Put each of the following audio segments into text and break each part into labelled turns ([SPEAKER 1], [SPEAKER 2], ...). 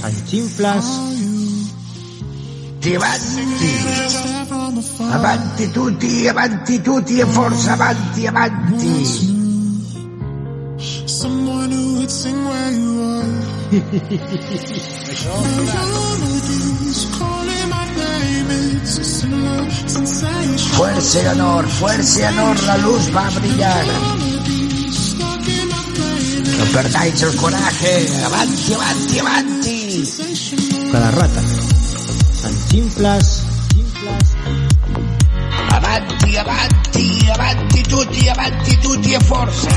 [SPEAKER 1] Cantinflas.
[SPEAKER 2] Avanti, avanti tutti, avanti tutti e forza avanti, avanti. Fuerza y honor, fuerza y honor, la luz va a brillar. No perdáis el coraje, avanti, avanti, avanti.
[SPEAKER 1] Con la rata. Cantinflas.
[SPEAKER 2] Avanti, avanti, avanti tutti, avanti tutti e forza.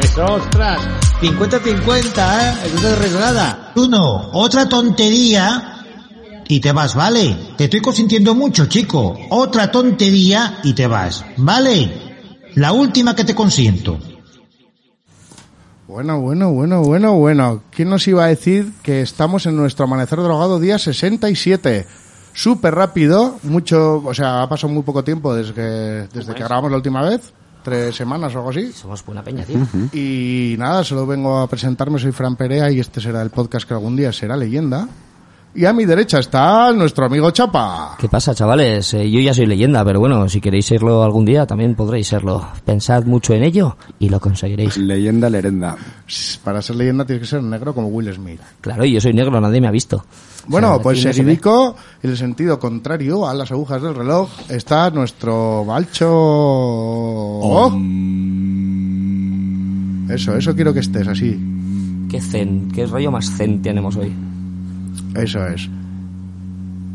[SPEAKER 1] Eso, ostras. 50-50, ¿eh? El grupo de resonada.
[SPEAKER 3] Uno, otra tontería y te vas, ¿vale? Te estoy consintiendo mucho, chico. Otra tontería y te vas, ¿vale? La última que te consiento.
[SPEAKER 4] Bueno, bueno, bueno, bueno, bueno. ¿Quién nos iba a decir que estamos en nuestro amanecer drogado día 67? Súper rápido, mucho, o sea, ha pasado muy poco tiempo desde que, desde que grabamos la última vez, tres semanas o algo así.
[SPEAKER 5] Somos buena peña, tío.
[SPEAKER 4] Y nada, solo vengo a presentarme, soy Fran Perea y este será el podcast que algún día será leyenda. Y a mi derecha está nuestro amigo Chapa.
[SPEAKER 5] ¿Qué pasa, chavales? Eh, yo ya soy leyenda, pero bueno, si queréis serlo algún día, también podréis serlo. Pensad mucho en ello y lo conseguiréis.
[SPEAKER 6] Leyenda lerenda.
[SPEAKER 4] Para ser leyenda tienes que ser negro como Will Smith.
[SPEAKER 5] Claro, y yo soy negro, nadie me ha visto.
[SPEAKER 4] Bueno,
[SPEAKER 5] O sea,
[SPEAKER 4] pues
[SPEAKER 5] aquí no se ve.
[SPEAKER 4] seguidico, en el sentido contrario a las agujas del reloj, está nuestro Balcho. Eso, eso quiero que estés así.
[SPEAKER 5] Mm. ¿Qué zen? ¿Qué rollo más zen tenemos hoy?
[SPEAKER 4] Eso es.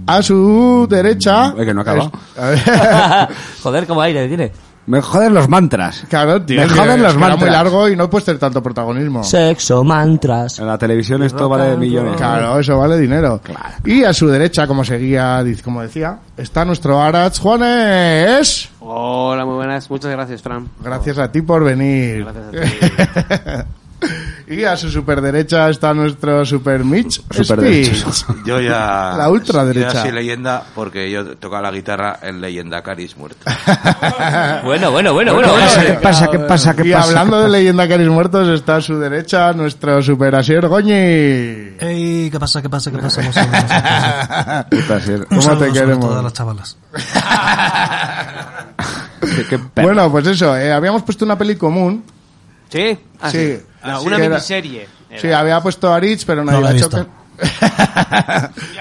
[SPEAKER 4] A su derecha.
[SPEAKER 6] Eh, que no acaba.
[SPEAKER 4] es- a ver,
[SPEAKER 5] Joder, cómo aire tiene.
[SPEAKER 6] Me joden los mantras.
[SPEAKER 4] claro, tío.
[SPEAKER 6] Me
[SPEAKER 4] es que-
[SPEAKER 6] joden
[SPEAKER 4] es
[SPEAKER 6] los
[SPEAKER 4] que era muy
[SPEAKER 6] mantras.
[SPEAKER 4] largo y no puedes tener tanto protagonismo.
[SPEAKER 5] Sexo, mantras.
[SPEAKER 6] En la televisión esto vale millones.
[SPEAKER 4] Claro, eso vale dinero. Y a su derecha, como seguía, diz- como decía, está nuestro Arach Juanes.
[SPEAKER 7] Hola, muy buenas. Muchas gracias, Fran.
[SPEAKER 4] Gracias a ti por venir.
[SPEAKER 7] Gracias
[SPEAKER 4] y a su superderecha está nuestro super Mitch.
[SPEAKER 6] Superderecha.
[SPEAKER 4] Speech.
[SPEAKER 8] Yo ya.
[SPEAKER 4] La ultraderecha.
[SPEAKER 8] Yo ya soy leyenda porque yo tocaba la guitarra en Leyenda Caris Muerto.
[SPEAKER 5] Bueno, bueno, bueno, bueno.
[SPEAKER 6] ¿Qué pasa?
[SPEAKER 5] bueno.
[SPEAKER 6] ¿Qué pasa? ¿Qué pasa? ¿Qué
[SPEAKER 4] Y
[SPEAKER 6] pasa?
[SPEAKER 4] hablando de leyenda que eres muertos, está a su derecha nuestro super Asier Goñi.
[SPEAKER 9] Ey, ¿qué pasa? ¿Qué pasa? ¿Qué pasa? Un saludo,
[SPEAKER 6] Puta, sí.
[SPEAKER 4] ¿Cómo
[SPEAKER 9] un saludo
[SPEAKER 4] te
[SPEAKER 9] sobre
[SPEAKER 4] queremos?
[SPEAKER 9] todo a las chavalas.
[SPEAKER 6] Qué- qué perro.
[SPEAKER 4] Bueno, pues eso, eh, habíamos puesto una peli común.
[SPEAKER 7] ¿Sí? Ah,
[SPEAKER 4] Sí.
[SPEAKER 7] No,
[SPEAKER 4] Sí,
[SPEAKER 7] una
[SPEAKER 4] que era-
[SPEAKER 7] miniserie. era.
[SPEAKER 4] Sí, había puesto a Rich, pero no,
[SPEAKER 9] No
[SPEAKER 4] iba
[SPEAKER 9] la he
[SPEAKER 4] a
[SPEAKER 9] visto.
[SPEAKER 4] chocar.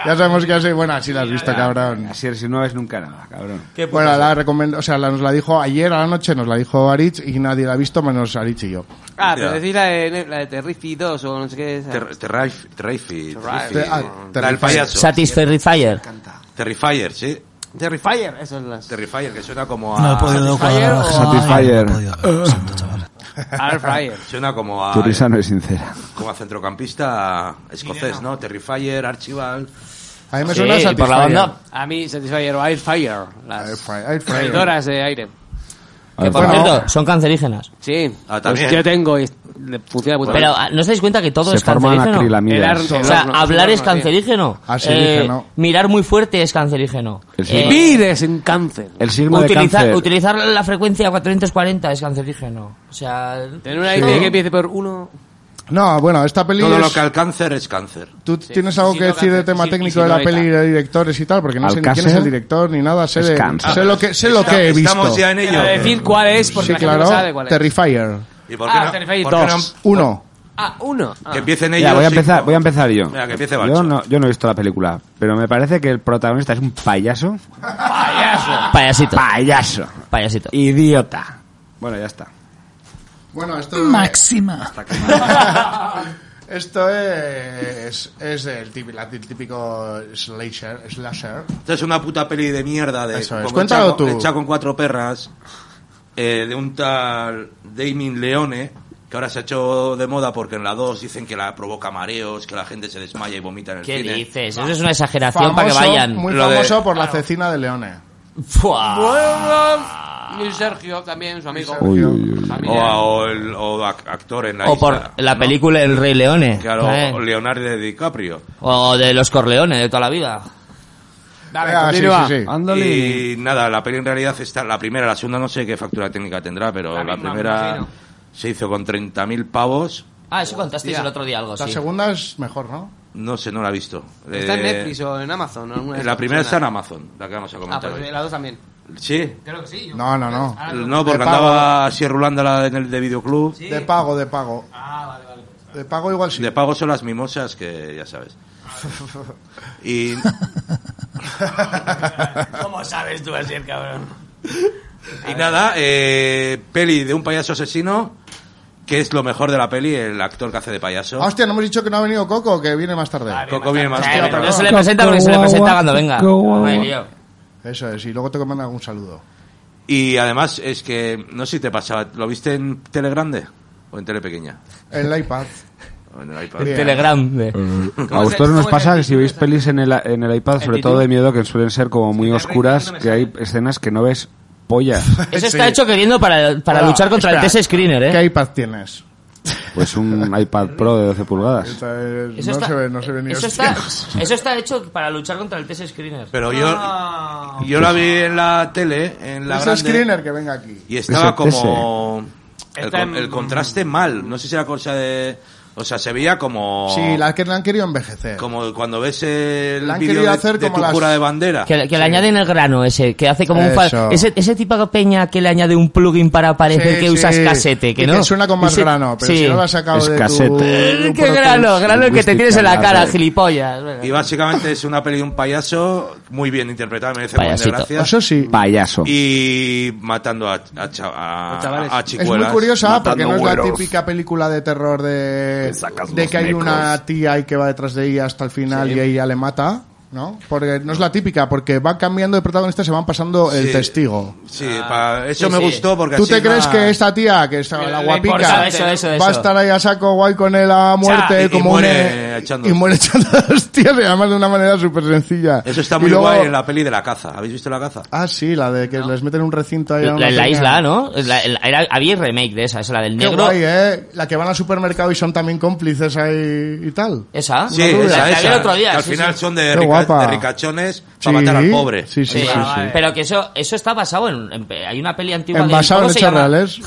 [SPEAKER 4] ya sabemos que soy buena, sí la has visto, cabrón.
[SPEAKER 6] Así es, si no ves nunca nada, cabrón.
[SPEAKER 4] Bueno, la recomendó, o sea, la- nos la dijo ayer a la noche, nos la dijo Aritz y nadie la ha visto menos Aritz y yo.
[SPEAKER 7] Ah, pero
[SPEAKER 8] Ya.
[SPEAKER 7] decís la de, la de Terrifi 2 o no sé qué es.
[SPEAKER 8] Ter- Terrif- Terrifi. Terrifi.
[SPEAKER 4] Te- ah,
[SPEAKER 8] La del
[SPEAKER 4] Terrifier.
[SPEAKER 8] payaso.
[SPEAKER 5] Satisfyer.
[SPEAKER 8] Terrifier, sí.
[SPEAKER 7] Terrifier, eso es las...
[SPEAKER 8] Terrifier, que suena
[SPEAKER 6] Ah,
[SPEAKER 8] como
[SPEAKER 9] No he
[SPEAKER 8] a.
[SPEAKER 9] podido cuadrar. Ay,
[SPEAKER 6] Satisfyer.
[SPEAKER 9] No he podido. Lo siento, chavales.
[SPEAKER 7] Terrifier.
[SPEAKER 8] Suena como a.
[SPEAKER 6] Tu risa no es sincera.
[SPEAKER 8] Como a centrocampista escocés, ¿no? Terrifier, Archival.
[SPEAKER 4] A mí me
[SPEAKER 5] Sí,
[SPEAKER 4] suena
[SPEAKER 5] y por la
[SPEAKER 4] Satisfyer.
[SPEAKER 5] banda.
[SPEAKER 7] A mí Satisfyer o Airfire. Las
[SPEAKER 4] Airfire, Airfire.
[SPEAKER 7] freidoras de aire.
[SPEAKER 6] A ver,
[SPEAKER 5] Por
[SPEAKER 4] Ah, Bueno.
[SPEAKER 5] cierto, son cancerígenas.
[SPEAKER 7] Sí.
[SPEAKER 8] Ah, también.
[SPEAKER 7] Pues yo tengo y le funciona de puta
[SPEAKER 5] Pero,
[SPEAKER 7] madre.
[SPEAKER 5] ah, ¿no os dais cuenta que todo
[SPEAKER 6] Se
[SPEAKER 5] es
[SPEAKER 6] forman
[SPEAKER 5] cancerígeno?
[SPEAKER 6] acrilamidas.
[SPEAKER 7] El ar-
[SPEAKER 5] O sea,
[SPEAKER 7] el horno,
[SPEAKER 5] hablar
[SPEAKER 7] el
[SPEAKER 5] es
[SPEAKER 7] horno, sí.
[SPEAKER 5] cancerígeno.
[SPEAKER 4] Ah, Cancerígeno.
[SPEAKER 5] Eh, mirar muy fuerte es cancerígeno. Eh,
[SPEAKER 6] El signo-
[SPEAKER 7] Vives en cáncer.
[SPEAKER 6] El signo de
[SPEAKER 5] Utilizar,
[SPEAKER 6] cáncer.
[SPEAKER 5] utilizar la frecuencia 440 es cancerígeno. O sea,
[SPEAKER 7] Tener una idea que empiece por uno...
[SPEAKER 4] No, bueno, esta peli
[SPEAKER 8] Todo
[SPEAKER 4] es-
[SPEAKER 8] lo que al cáncer es cáncer.
[SPEAKER 4] ¿Tú tienes algo
[SPEAKER 7] sí,
[SPEAKER 4] que
[SPEAKER 7] no,
[SPEAKER 4] decir de
[SPEAKER 7] cáncer,
[SPEAKER 4] tema
[SPEAKER 7] sí,
[SPEAKER 4] técnico
[SPEAKER 7] sí,
[SPEAKER 4] de la
[SPEAKER 7] no,
[SPEAKER 4] peli,
[SPEAKER 7] está.
[SPEAKER 4] de directores y tal? Porque no sé ni quién
[SPEAKER 6] Alcácer
[SPEAKER 4] es el director ni nada, sé,
[SPEAKER 6] es
[SPEAKER 4] de-
[SPEAKER 6] cáncer.
[SPEAKER 4] sé lo que, sé lo que he visto. Eh,
[SPEAKER 8] Estamos ya en ello.
[SPEAKER 7] Pero decir cuál es porque
[SPEAKER 4] Sí,
[SPEAKER 7] la gente no sabe
[SPEAKER 4] claro,
[SPEAKER 7] cuál es.
[SPEAKER 4] Terrifier.
[SPEAKER 8] ¿Y por qué
[SPEAKER 7] Ah,
[SPEAKER 8] no-
[SPEAKER 7] Terrifier
[SPEAKER 8] por qué no-
[SPEAKER 7] 2.
[SPEAKER 4] Uno.
[SPEAKER 7] Ah, uno. Ah.
[SPEAKER 8] Que empiecen ellos.
[SPEAKER 6] Mira, voy a
[SPEAKER 8] sí.
[SPEAKER 6] empezar, voy a empezar yo.
[SPEAKER 8] Venga, que empiece
[SPEAKER 6] yo
[SPEAKER 8] Balcho.
[SPEAKER 6] no, yo no he visto la película, pero me parece que el protagonista es un payaso.
[SPEAKER 7] Ah,
[SPEAKER 5] payasito.
[SPEAKER 6] Payaso.
[SPEAKER 5] Payasito.
[SPEAKER 6] Idiota. Bueno, ya está.
[SPEAKER 4] Bueno, esto
[SPEAKER 9] Máxima.
[SPEAKER 4] Esto es, es el típico, el típico slasher, slasher.
[SPEAKER 8] Esto es una puta peli de mierda de
[SPEAKER 4] Eso es.
[SPEAKER 8] como
[SPEAKER 4] Cuéntalo
[SPEAKER 8] hecha con-
[SPEAKER 4] tú.
[SPEAKER 8] hecha con cuatro perras eh, de un tal Damien Leone, que ahora se ha hecho de moda porque en la 2 dicen que la provoca mareos, que la gente se desmaya y vomita en el
[SPEAKER 5] ¿Qué
[SPEAKER 8] cine.
[SPEAKER 5] dices? Eso es una exageración para que
[SPEAKER 4] Famoso,
[SPEAKER 5] vayan.
[SPEAKER 4] Muy
[SPEAKER 8] Lo de-
[SPEAKER 4] famoso por la cecina de Leone.
[SPEAKER 5] Fua.
[SPEAKER 7] Bueno, y Sergio también, su amigo.
[SPEAKER 6] Uy, uy, uy.
[SPEAKER 8] O,
[SPEAKER 7] Familia.
[SPEAKER 8] a- o el- o ac- actor en la
[SPEAKER 5] O
[SPEAKER 8] isla,
[SPEAKER 5] por la
[SPEAKER 8] ¿no?
[SPEAKER 5] película El Rey Leone.
[SPEAKER 8] Claro,
[SPEAKER 5] ¿eh?
[SPEAKER 8] o Leonardo DiCaprio.
[SPEAKER 5] O de los Corleones de toda la vida.
[SPEAKER 7] Dale,
[SPEAKER 4] Ah, sí,
[SPEAKER 7] continúa.
[SPEAKER 4] sí, sí.
[SPEAKER 6] Ándale.
[SPEAKER 8] Y nada, la peli en realidad está la primera, la segunda no sé qué factura técnica tendrá, pero la,
[SPEAKER 7] misma, me
[SPEAKER 8] primera
[SPEAKER 7] imagino.
[SPEAKER 8] se hizo con 30.000 pavos
[SPEAKER 5] Ah, eso contasteis el otro día algo,
[SPEAKER 4] La
[SPEAKER 5] sí.
[SPEAKER 4] segunda es mejor, ¿no?
[SPEAKER 8] No sé, no la he visto.
[SPEAKER 7] ¿Está en
[SPEAKER 8] Eh,
[SPEAKER 7] Netflix o en Amazon? o alguna de
[SPEAKER 8] La
[SPEAKER 7] esas
[SPEAKER 8] primera está en
[SPEAKER 7] opciones?
[SPEAKER 8] Amazon, la que vamos a
[SPEAKER 7] Ah,
[SPEAKER 8] comentar
[SPEAKER 7] pues
[SPEAKER 8] hoy.
[SPEAKER 7] la dos también.
[SPEAKER 8] Sí.
[SPEAKER 7] Creo que sí.
[SPEAKER 4] No, no, no.
[SPEAKER 8] No, porque
[SPEAKER 4] De pago.
[SPEAKER 8] andaba así rulándola en el de videoclub.
[SPEAKER 4] De pago, de pago. Ah, vale, vale. De pago igual sí.
[SPEAKER 8] De pago son las mimosas que ya sabes. Y
[SPEAKER 7] ¿Cómo sabes tú así, el cabrón?
[SPEAKER 8] Y nada, eh, peli de un payaso asesino, que es lo mejor de la peli, el actor que hace de payaso.
[SPEAKER 4] Ah, hostia, no hemos dicho que no ha venido Coco, que viene más tarde.
[SPEAKER 8] Coco viene más
[SPEAKER 5] Eh,
[SPEAKER 8] tarde.
[SPEAKER 5] pero no se le presenta porque se le presenta cuando venga. No hay lío.
[SPEAKER 4] Eso es, y luego te mandan un saludo.
[SPEAKER 8] Y además es que, no sé si te pasaba, ¿lo viste en tele grande o en tele pequeña?
[SPEAKER 4] En la iPad.
[SPEAKER 8] O en el iPad. Eh,
[SPEAKER 4] Bien.
[SPEAKER 5] Telegram. de-
[SPEAKER 7] se-
[SPEAKER 6] A vosotros
[SPEAKER 7] cómo
[SPEAKER 6] nos
[SPEAKER 7] se
[SPEAKER 6] pasa que
[SPEAKER 7] dice
[SPEAKER 6] si veis
[SPEAKER 7] esa?
[SPEAKER 6] pelis en el, en el iPad, sobre todo de miedo, que suelen ser como muy
[SPEAKER 7] Sí,
[SPEAKER 6] oscuras,
[SPEAKER 7] no me
[SPEAKER 6] que
[SPEAKER 7] sale.
[SPEAKER 6] hay escenas que no ves pollas.
[SPEAKER 5] Eso
[SPEAKER 4] Sí.
[SPEAKER 5] está hecho queriendo para, para
[SPEAKER 4] Hola,
[SPEAKER 5] luchar contra el
[SPEAKER 4] Ah, espera.
[SPEAKER 5] test screener,
[SPEAKER 4] ¿Qué
[SPEAKER 5] ¿eh?
[SPEAKER 4] iPad tienes?
[SPEAKER 6] Pues un iPad Pro de 12 pulgadas.
[SPEAKER 4] Esta es-
[SPEAKER 5] Eso
[SPEAKER 4] no,
[SPEAKER 5] está,
[SPEAKER 4] se ve, no se ve ni
[SPEAKER 5] eso,
[SPEAKER 4] hostia.
[SPEAKER 5] está, eso está hecho para luchar contra el test screener. Ah.
[SPEAKER 8] Pero yo, yo la vi en la tele, en la
[SPEAKER 4] Es
[SPEAKER 8] grande,
[SPEAKER 4] screener que venga aquí.
[SPEAKER 8] y estaba
[SPEAKER 6] Ese,
[SPEAKER 8] como... El,
[SPEAKER 7] Está
[SPEAKER 8] con-
[SPEAKER 7] en-
[SPEAKER 8] el contraste mal, no sé si era cosa de... O sea, se veía como...
[SPEAKER 4] Sí, la que la han querido envejecer.
[SPEAKER 8] Como cuando ves el
[SPEAKER 4] La han
[SPEAKER 8] vídeo de,
[SPEAKER 4] querido hacer
[SPEAKER 8] de
[SPEAKER 4] como
[SPEAKER 8] tu
[SPEAKER 4] las-
[SPEAKER 8] cura de bandera.
[SPEAKER 5] Que, que le añaden el grano ese, que hace como un... fa-
[SPEAKER 4] Eso.
[SPEAKER 5] Ese, ese tipo de peña que le añade un plugin para parecer
[SPEAKER 4] Sí,
[SPEAKER 5] que
[SPEAKER 4] sí.
[SPEAKER 5] usas casete, que
[SPEAKER 4] Y
[SPEAKER 5] no...
[SPEAKER 4] suena con más
[SPEAKER 5] Ese-
[SPEAKER 4] grano, pero
[SPEAKER 5] sí.
[SPEAKER 4] si no lo has sacado
[SPEAKER 6] Es
[SPEAKER 4] de tu-
[SPEAKER 6] casete.
[SPEAKER 5] Eh,
[SPEAKER 4] tu
[SPEAKER 5] ¡Qué
[SPEAKER 4] Pro
[SPEAKER 5] grano!
[SPEAKER 4] Tools.
[SPEAKER 5] Grano el que te tienes en la cara, gilipollas.
[SPEAKER 8] Y básicamente es una peli de un payaso muy bien interpretada, merece un montón de
[SPEAKER 5] Payasito.
[SPEAKER 8] gracias.
[SPEAKER 4] Pues Eso sí.
[SPEAKER 6] Payaso.
[SPEAKER 8] Y matando a, a, cha- a-
[SPEAKER 7] chavales.
[SPEAKER 8] a
[SPEAKER 4] Es
[SPEAKER 8] chicuelas.
[SPEAKER 4] muy curiosa porque no
[SPEAKER 10] matando
[SPEAKER 4] es la
[SPEAKER 10] güeros.
[SPEAKER 4] típica película de terror de,
[SPEAKER 10] Te sacas
[SPEAKER 4] de
[SPEAKER 10] los
[SPEAKER 4] que hay una
[SPEAKER 10] mecos.
[SPEAKER 4] tía y que va detrás de ella hasta el final y ella le mata, ¿no? Porque no es la típica, porque van cambiando de protagonista, se van pasando el
[SPEAKER 8] Sí.
[SPEAKER 4] testigo.
[SPEAKER 8] Sí, pa- eso
[SPEAKER 5] sí,
[SPEAKER 8] me
[SPEAKER 5] sí.
[SPEAKER 8] gustó porque
[SPEAKER 4] ¿Tú
[SPEAKER 8] así
[SPEAKER 4] te
[SPEAKER 8] es
[SPEAKER 4] crees
[SPEAKER 8] más-
[SPEAKER 4] que esta tía, que está
[SPEAKER 7] Le-
[SPEAKER 4] la
[SPEAKER 7] le
[SPEAKER 4] guapica,
[SPEAKER 7] importa
[SPEAKER 5] eso, eso,
[SPEAKER 4] va
[SPEAKER 5] eso.
[SPEAKER 4] a estar ahí a saco guay con él a muerte
[SPEAKER 8] y- y
[SPEAKER 4] como
[SPEAKER 8] muere
[SPEAKER 4] un,
[SPEAKER 8] echando-
[SPEAKER 4] y muere echando hostias y además de una manera súper sencilla?
[SPEAKER 8] Eso está
[SPEAKER 4] Y
[SPEAKER 8] muy
[SPEAKER 4] luego-
[SPEAKER 8] guay en la peli de la caza. ¿Habéis visto la caza?
[SPEAKER 4] Ah, sí, la de que les meten un recinto ahí a una
[SPEAKER 5] La, la
[SPEAKER 4] peña.
[SPEAKER 5] isla, ¿no? La- la- era- había remake de esa, esa, la del
[SPEAKER 4] Qué
[SPEAKER 5] negro.
[SPEAKER 4] guay, ¿eh? La que van al supermercado y son también cómplices ahí y tal.
[SPEAKER 5] Esa.
[SPEAKER 8] Sí,
[SPEAKER 5] la,
[SPEAKER 8] esa,
[SPEAKER 5] la vi
[SPEAKER 8] esa.
[SPEAKER 5] el otro día.
[SPEAKER 8] Que al
[SPEAKER 5] sí,
[SPEAKER 8] final
[SPEAKER 5] sí.
[SPEAKER 8] son de,
[SPEAKER 4] Qué
[SPEAKER 8] rica-
[SPEAKER 4] guapa.
[SPEAKER 8] de ricachones
[SPEAKER 4] Sí,
[SPEAKER 8] para matar al pobre.
[SPEAKER 4] Sí,
[SPEAKER 5] Sí,
[SPEAKER 4] sí, sí.
[SPEAKER 5] ah,
[SPEAKER 4] sí.
[SPEAKER 5] vale. Pero que eso, eso está basado en, en- Hay una peli antigua.
[SPEAKER 4] En
[SPEAKER 5] de-
[SPEAKER 4] basado
[SPEAKER 5] ¿cómo
[SPEAKER 4] en
[SPEAKER 5] se
[SPEAKER 4] hechos
[SPEAKER 5] llama?
[SPEAKER 4] reales.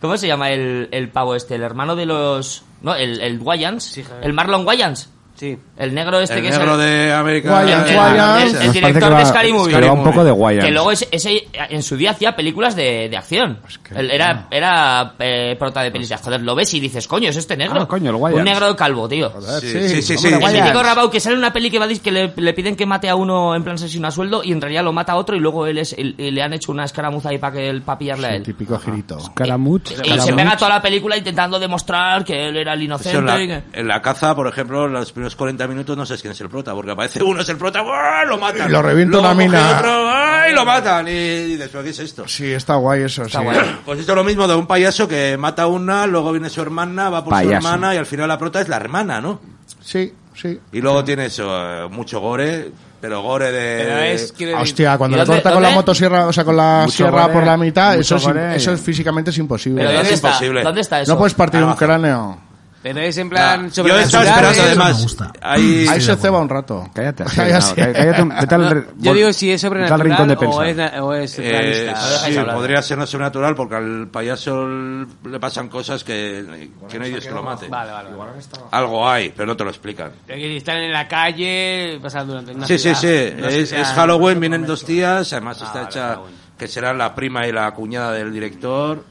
[SPEAKER 5] ¿Cómo se llama el, el pavo este? El hermano de los. ¿No? El, el Wayans. el Marlon Wayans.
[SPEAKER 7] Sí.
[SPEAKER 5] El negro este
[SPEAKER 8] El
[SPEAKER 5] que
[SPEAKER 8] negro
[SPEAKER 5] es. el-
[SPEAKER 8] de América.
[SPEAKER 4] Wayans,
[SPEAKER 8] eh,
[SPEAKER 4] Wayans.
[SPEAKER 5] el- el
[SPEAKER 6] Nos parece
[SPEAKER 5] director
[SPEAKER 6] que
[SPEAKER 5] de
[SPEAKER 6] va-
[SPEAKER 5] Scary Movie.
[SPEAKER 6] que va un poco de
[SPEAKER 5] Que
[SPEAKER 6] Wayans.
[SPEAKER 5] luego ese, ese, en su día hacía películas de, de acción. Él era era eh, prota de pelis de joder, lo ves y dices, coño, es este negro.
[SPEAKER 6] Ah, coño, el Wayans.
[SPEAKER 5] Un negro calvo, tío.
[SPEAKER 8] Sí, sí, sí. sí,
[SPEAKER 4] Hombre,
[SPEAKER 5] El
[SPEAKER 4] Wayans.
[SPEAKER 5] típico rabau que sale en una peli que va a dis- que le, le piden que mate a uno en plan sesión a sueldo y en realidad lo mata a otro y luego él es, el- y le han hecho una escaramuza ahí para que él para pillarle a
[SPEAKER 4] El
[SPEAKER 5] él.
[SPEAKER 4] típico girito.
[SPEAKER 6] Caramuch.
[SPEAKER 5] Y se pega toda la película intentando demostrar que él era el
[SPEAKER 8] Eso en, la,
[SPEAKER 5] inocente. y que-
[SPEAKER 8] en la caza, por ejemplo, los primeros 40 minutos no sé quién es el prota, porque aparece uno es el prota, ¡buah! lo matan.
[SPEAKER 4] Y lo revienta
[SPEAKER 8] Luego
[SPEAKER 4] una
[SPEAKER 8] coge
[SPEAKER 4] mina.
[SPEAKER 8] otro, ¡ah! y lo matan. Y, dices, ¿pero qué es esto?
[SPEAKER 4] Sí, está guay eso, sí.
[SPEAKER 8] Pues esto es lo mismo de un payaso que mata a una, luego viene su hermana, va por
[SPEAKER 6] Payaso.
[SPEAKER 8] su hermana y al final la prota es la hermana, ¿no?
[SPEAKER 4] Sí, sí.
[SPEAKER 8] Y luego tiene eso, eh, mucho gore, pero gore de...
[SPEAKER 7] Pero es... quiero decir-
[SPEAKER 4] Hostia, cuando
[SPEAKER 5] ¿Y
[SPEAKER 4] le
[SPEAKER 5] dónde-
[SPEAKER 4] corta con la
[SPEAKER 5] dónde?
[SPEAKER 4] motosierra, o sea, con la
[SPEAKER 6] Mucho
[SPEAKER 4] sierra
[SPEAKER 6] gore,
[SPEAKER 4] por la mitad,
[SPEAKER 6] mucho
[SPEAKER 4] eso, es, im-
[SPEAKER 6] gore.
[SPEAKER 4] eso es físicamente es imposible.
[SPEAKER 5] Pero
[SPEAKER 8] es
[SPEAKER 5] ¿dónde está?
[SPEAKER 8] imposible.
[SPEAKER 5] ¿Dónde está eso?
[SPEAKER 4] no puedes partir
[SPEAKER 8] Ah,
[SPEAKER 4] un
[SPEAKER 8] baja.
[SPEAKER 4] cráneo.
[SPEAKER 7] Pero es en plan...
[SPEAKER 8] Yo estaba
[SPEAKER 7] sobrenatural,
[SPEAKER 8] esperando
[SPEAKER 7] ¿eh?
[SPEAKER 8] además...
[SPEAKER 9] me gusta.
[SPEAKER 8] Ahí...
[SPEAKER 4] Ahí
[SPEAKER 9] de
[SPEAKER 4] se
[SPEAKER 9] acuerdo.
[SPEAKER 4] ceba un rato.
[SPEAKER 6] Cállate.
[SPEAKER 4] Ahí así.
[SPEAKER 6] no, cállate, cállate, vete al re-
[SPEAKER 7] Yo
[SPEAKER 6] vol-
[SPEAKER 7] digo si es
[SPEAKER 6] vete al
[SPEAKER 7] sobrenatural
[SPEAKER 6] rincón de
[SPEAKER 7] o,
[SPEAKER 6] pensar.
[SPEAKER 7] es, na- o es
[SPEAKER 8] eh,
[SPEAKER 7] realista.
[SPEAKER 8] sí,
[SPEAKER 5] dejáis hablar.
[SPEAKER 8] podría ser no sobrenatural porque al payaso le pasan cosas que, que no hay Dios que lo mate.
[SPEAKER 7] Vale, vale. vale.
[SPEAKER 8] Algo hay, pero no te lo explican.
[SPEAKER 7] Pero que si están en la calle, pasan durante una
[SPEAKER 8] Sí, sí,
[SPEAKER 7] ciudad,
[SPEAKER 8] sí.
[SPEAKER 7] no sé,
[SPEAKER 8] Es,
[SPEAKER 7] sea-
[SPEAKER 8] es Halloween, vienen dos días. Además
[SPEAKER 7] Ah,
[SPEAKER 8] está
[SPEAKER 7] vale,
[SPEAKER 8] hecha
[SPEAKER 7] Halloween.
[SPEAKER 8] que serán la prima y la cuñada del director.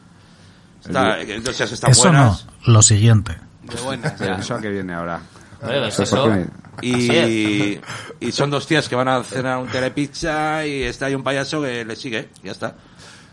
[SPEAKER 8] Está, entonces están
[SPEAKER 9] Eso no,
[SPEAKER 8] buenas.
[SPEAKER 9] lo siguiente.
[SPEAKER 7] De buenas,
[SPEAKER 6] Pero
[SPEAKER 7] ya. pues
[SPEAKER 6] Eso que viene ahora.
[SPEAKER 5] Joder, ¿es
[SPEAKER 6] Pero
[SPEAKER 5] eso?
[SPEAKER 6] ¿por qué
[SPEAKER 8] Y, y son dos tías que van a cenar un telepizza y está ahí un payaso que le sigue. Ya está.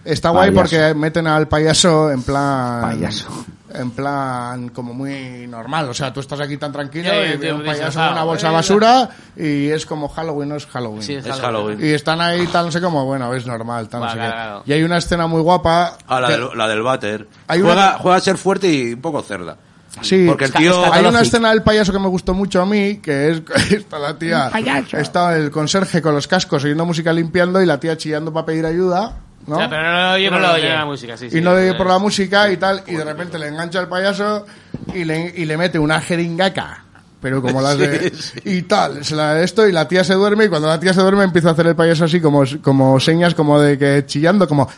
[SPEAKER 4] Está guay
[SPEAKER 6] Payaso.
[SPEAKER 4] porque meten al payaso en plan.
[SPEAKER 6] Payaso.
[SPEAKER 4] En plan, como muy normal. O sea, tú estás aquí tan tranquilo
[SPEAKER 7] Ya, ya,
[SPEAKER 4] y
[SPEAKER 7] ya,
[SPEAKER 4] viene un
[SPEAKER 7] ya, ya,
[SPEAKER 4] payaso
[SPEAKER 7] ya,
[SPEAKER 4] con una
[SPEAKER 7] ya,
[SPEAKER 4] bolsa
[SPEAKER 7] ya.
[SPEAKER 4] de basura y es como Halloween, no es Halloween.
[SPEAKER 7] Sí,
[SPEAKER 8] Es Halloween.
[SPEAKER 4] Y están ahí tal, no sé cómo, bueno, es normal, tal, no
[SPEAKER 7] Va,
[SPEAKER 4] sé
[SPEAKER 7] claro,
[SPEAKER 4] qué.
[SPEAKER 7] claro.
[SPEAKER 4] Y hay una escena muy guapa.
[SPEAKER 8] Ah, la
[SPEAKER 4] que-
[SPEAKER 8] del, la del váter.
[SPEAKER 4] Hay
[SPEAKER 8] juega,
[SPEAKER 4] una-
[SPEAKER 8] juega a ser fuerte y un poco cerda.
[SPEAKER 4] Sí,
[SPEAKER 8] Porque el
[SPEAKER 5] Está-
[SPEAKER 8] tío...
[SPEAKER 5] está
[SPEAKER 4] hay una
[SPEAKER 5] Catalogic.
[SPEAKER 4] escena del payaso que me gustó mucho a mí, que es está la tía, está el conserje con los cascos oyendo música limpiando y la tía chillando para pedir ayuda, ¿no?
[SPEAKER 7] O sea, pero no lo oye
[SPEAKER 5] No
[SPEAKER 7] por
[SPEAKER 5] lo
[SPEAKER 7] la-
[SPEAKER 5] oye.
[SPEAKER 7] la música, sí,
[SPEAKER 4] y
[SPEAKER 7] sí,
[SPEAKER 4] no le
[SPEAKER 7] pero
[SPEAKER 4] oye por
[SPEAKER 7] es-
[SPEAKER 4] la música y tal, y de repente le engancha al payaso y le, y le mete una jeringaca. Pero como las de... Y tal, se la de esto y la tía se duerme y cuando la tía se duerme empieza a hacer el payaso así como, como señas como de que chillando, como...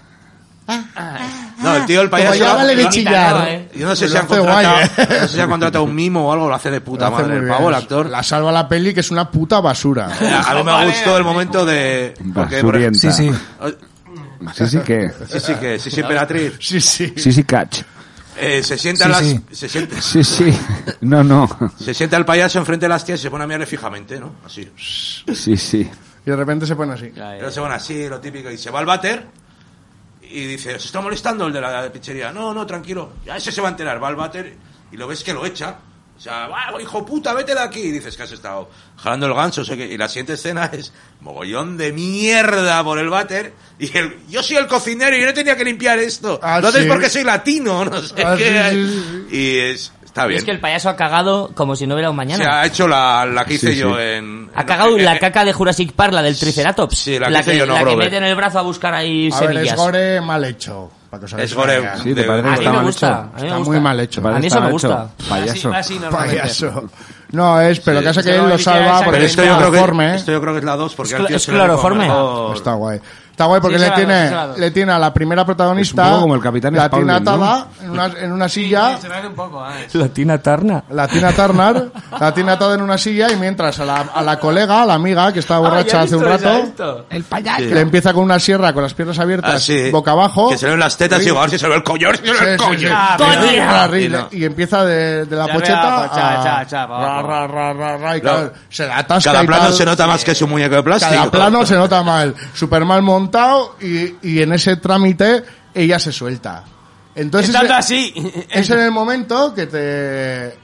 [SPEAKER 8] No, No, el tío, el payaso.
[SPEAKER 4] Como ya vale de chillar.
[SPEAKER 5] ¿eh?
[SPEAKER 8] Yo no sé
[SPEAKER 4] Lo
[SPEAKER 8] si han
[SPEAKER 4] hace guay,
[SPEAKER 8] contratado,
[SPEAKER 4] ¿eh?
[SPEAKER 8] no sé si han contratado un mimo o algo, lo hace de puta
[SPEAKER 4] Lo hace
[SPEAKER 8] madre.
[SPEAKER 4] muy
[SPEAKER 8] El
[SPEAKER 4] bien.
[SPEAKER 8] pavo, el actor.
[SPEAKER 4] La salva la peli, que es una puta basura.
[SPEAKER 8] A mí me gustó el momento de. porque, por ejemplo-
[SPEAKER 6] Basurienta.
[SPEAKER 9] Sí, sí.
[SPEAKER 6] Sí, sí que.
[SPEAKER 8] Sí, sí, que, sí, sí, emperatriz.
[SPEAKER 4] Sí, sí.
[SPEAKER 6] Sí, sí, catch.
[SPEAKER 8] Eh, se sienta
[SPEAKER 9] Sí,
[SPEAKER 8] las-
[SPEAKER 9] sí.
[SPEAKER 8] Se sienta,
[SPEAKER 6] Sí, sí. No, no.
[SPEAKER 8] se sienta el payaso enfrente de las tías y se pone a mirarle fijamente, ¿no? Así.
[SPEAKER 6] Sí, sí.
[SPEAKER 4] Y de repente se pone así.
[SPEAKER 8] Pero se van así, lo típico. Y se va al váter y dice, ¿se está molestando el de la pizzería? No, no, tranquilo. Ya ese se va a enterar. Va al váter y lo ves que lo echa. O sea, "Ah, hijo puta, vete de aquí. Y dices que has estado jalando el ganso. o sea que- Y la siguiente escena es mogollón de mierda por el váter. Y el, yo soy el cocinero y yo no tenía que limpiar esto.
[SPEAKER 4] Ah,
[SPEAKER 8] no es
[SPEAKER 4] sí.
[SPEAKER 8] porque soy latino, no sé
[SPEAKER 4] Ah,
[SPEAKER 8] qué.
[SPEAKER 4] sí, sí,
[SPEAKER 8] Y es, está
[SPEAKER 5] Y
[SPEAKER 8] bien.
[SPEAKER 5] Es que el payaso ha cagado como si no hubiera
[SPEAKER 8] se
[SPEAKER 5] un mañana.
[SPEAKER 8] ha hecho la, la que hice
[SPEAKER 6] Sí,
[SPEAKER 8] yo
[SPEAKER 6] sí.
[SPEAKER 8] en...
[SPEAKER 5] ha
[SPEAKER 8] en-
[SPEAKER 5] cagado
[SPEAKER 8] en-
[SPEAKER 5] la
[SPEAKER 8] en-
[SPEAKER 5] caca de Jurassic Park, la del Triceratops.
[SPEAKER 8] Sí, la que hice
[SPEAKER 5] que,
[SPEAKER 8] yo, no,
[SPEAKER 5] la que
[SPEAKER 8] Grover.
[SPEAKER 5] mete en el brazo a buscar ahí
[SPEAKER 4] A ver, es
[SPEAKER 5] semillas.
[SPEAKER 4] gore mal hecho. para que os hagáis
[SPEAKER 8] Es gore.
[SPEAKER 4] una idea.
[SPEAKER 6] Sí, te
[SPEAKER 8] de-
[SPEAKER 6] parece que
[SPEAKER 5] a mí
[SPEAKER 6] está
[SPEAKER 5] me
[SPEAKER 6] mal
[SPEAKER 5] gusta.
[SPEAKER 6] hecho.
[SPEAKER 5] A mí me
[SPEAKER 4] Está
[SPEAKER 5] gusta.
[SPEAKER 4] muy mal
[SPEAKER 6] Te
[SPEAKER 4] hecho.
[SPEAKER 6] parece
[SPEAKER 5] A mí eso
[SPEAKER 6] está
[SPEAKER 5] me
[SPEAKER 6] mal hecho.
[SPEAKER 5] gusta.
[SPEAKER 6] Payaso.
[SPEAKER 7] Así, así normalmente.
[SPEAKER 4] Payaso. No, es, pero lo que hace que él lo
[SPEAKER 7] Pero
[SPEAKER 4] salva
[SPEAKER 7] esa
[SPEAKER 4] porque
[SPEAKER 8] Pero
[SPEAKER 4] es ¿eh?
[SPEAKER 8] esto yo, creo
[SPEAKER 4] cloroforme.
[SPEAKER 8] que, esto yo creo que es la 2 porque
[SPEAKER 5] Es
[SPEAKER 8] al
[SPEAKER 5] cla-
[SPEAKER 8] tío
[SPEAKER 5] es
[SPEAKER 8] se le ve con
[SPEAKER 5] cloroforme.
[SPEAKER 8] mejor-
[SPEAKER 4] Está guay. Está guay porque
[SPEAKER 7] Sí,
[SPEAKER 4] le,
[SPEAKER 7] esa la dos, esa la
[SPEAKER 4] tiene,
[SPEAKER 7] dos.
[SPEAKER 4] le tiene a la primera protagonista.
[SPEAKER 6] Es un poco como el Capitán
[SPEAKER 4] La tiene
[SPEAKER 6] Spaulding, ¿no?
[SPEAKER 4] atada en, una, en una silla.
[SPEAKER 7] Se parece un poco, ¿eh?
[SPEAKER 5] Latina Tarna.
[SPEAKER 4] La tiene Turner, la tiene atada en una silla y mientras a la, a la colega, a la amiga que
[SPEAKER 7] Ah,
[SPEAKER 4] estaba borracha hace un
[SPEAKER 7] ¿eh?
[SPEAKER 4] rato,
[SPEAKER 7] El payaso.
[SPEAKER 4] le empieza con una sierra con las piernas abiertas,
[SPEAKER 8] Ah, sí.
[SPEAKER 4] boca abajo.
[SPEAKER 8] Que se le ven las tetas y digo, a ver si se le ve el coño, a ver si se le ve el
[SPEAKER 4] Sí, sí,
[SPEAKER 8] coño.
[SPEAKER 4] sí.
[SPEAKER 7] Ah,
[SPEAKER 4] Y
[SPEAKER 7] coño.
[SPEAKER 4] empieza a reír,
[SPEAKER 8] Y no.
[SPEAKER 4] Y empieza de, de la
[SPEAKER 7] Ya
[SPEAKER 4] pocheta
[SPEAKER 7] veo, cha,
[SPEAKER 4] a-
[SPEAKER 7] cha, cha, pa'
[SPEAKER 4] ah, ra,
[SPEAKER 7] abajo.
[SPEAKER 4] ra, ra, ra, ra, y
[SPEAKER 8] Claro.
[SPEAKER 4] cada- se la atasca
[SPEAKER 8] Cada
[SPEAKER 4] y
[SPEAKER 8] plano
[SPEAKER 4] tal.
[SPEAKER 8] se nota
[SPEAKER 7] Eh,
[SPEAKER 8] más que su muñeco de plástico.
[SPEAKER 4] Cada plano se nota mal, súper mal montado y, y en ese trámite ella se suelta. Entonces
[SPEAKER 7] Estando
[SPEAKER 4] es,
[SPEAKER 7] así.
[SPEAKER 4] es en el momento que te...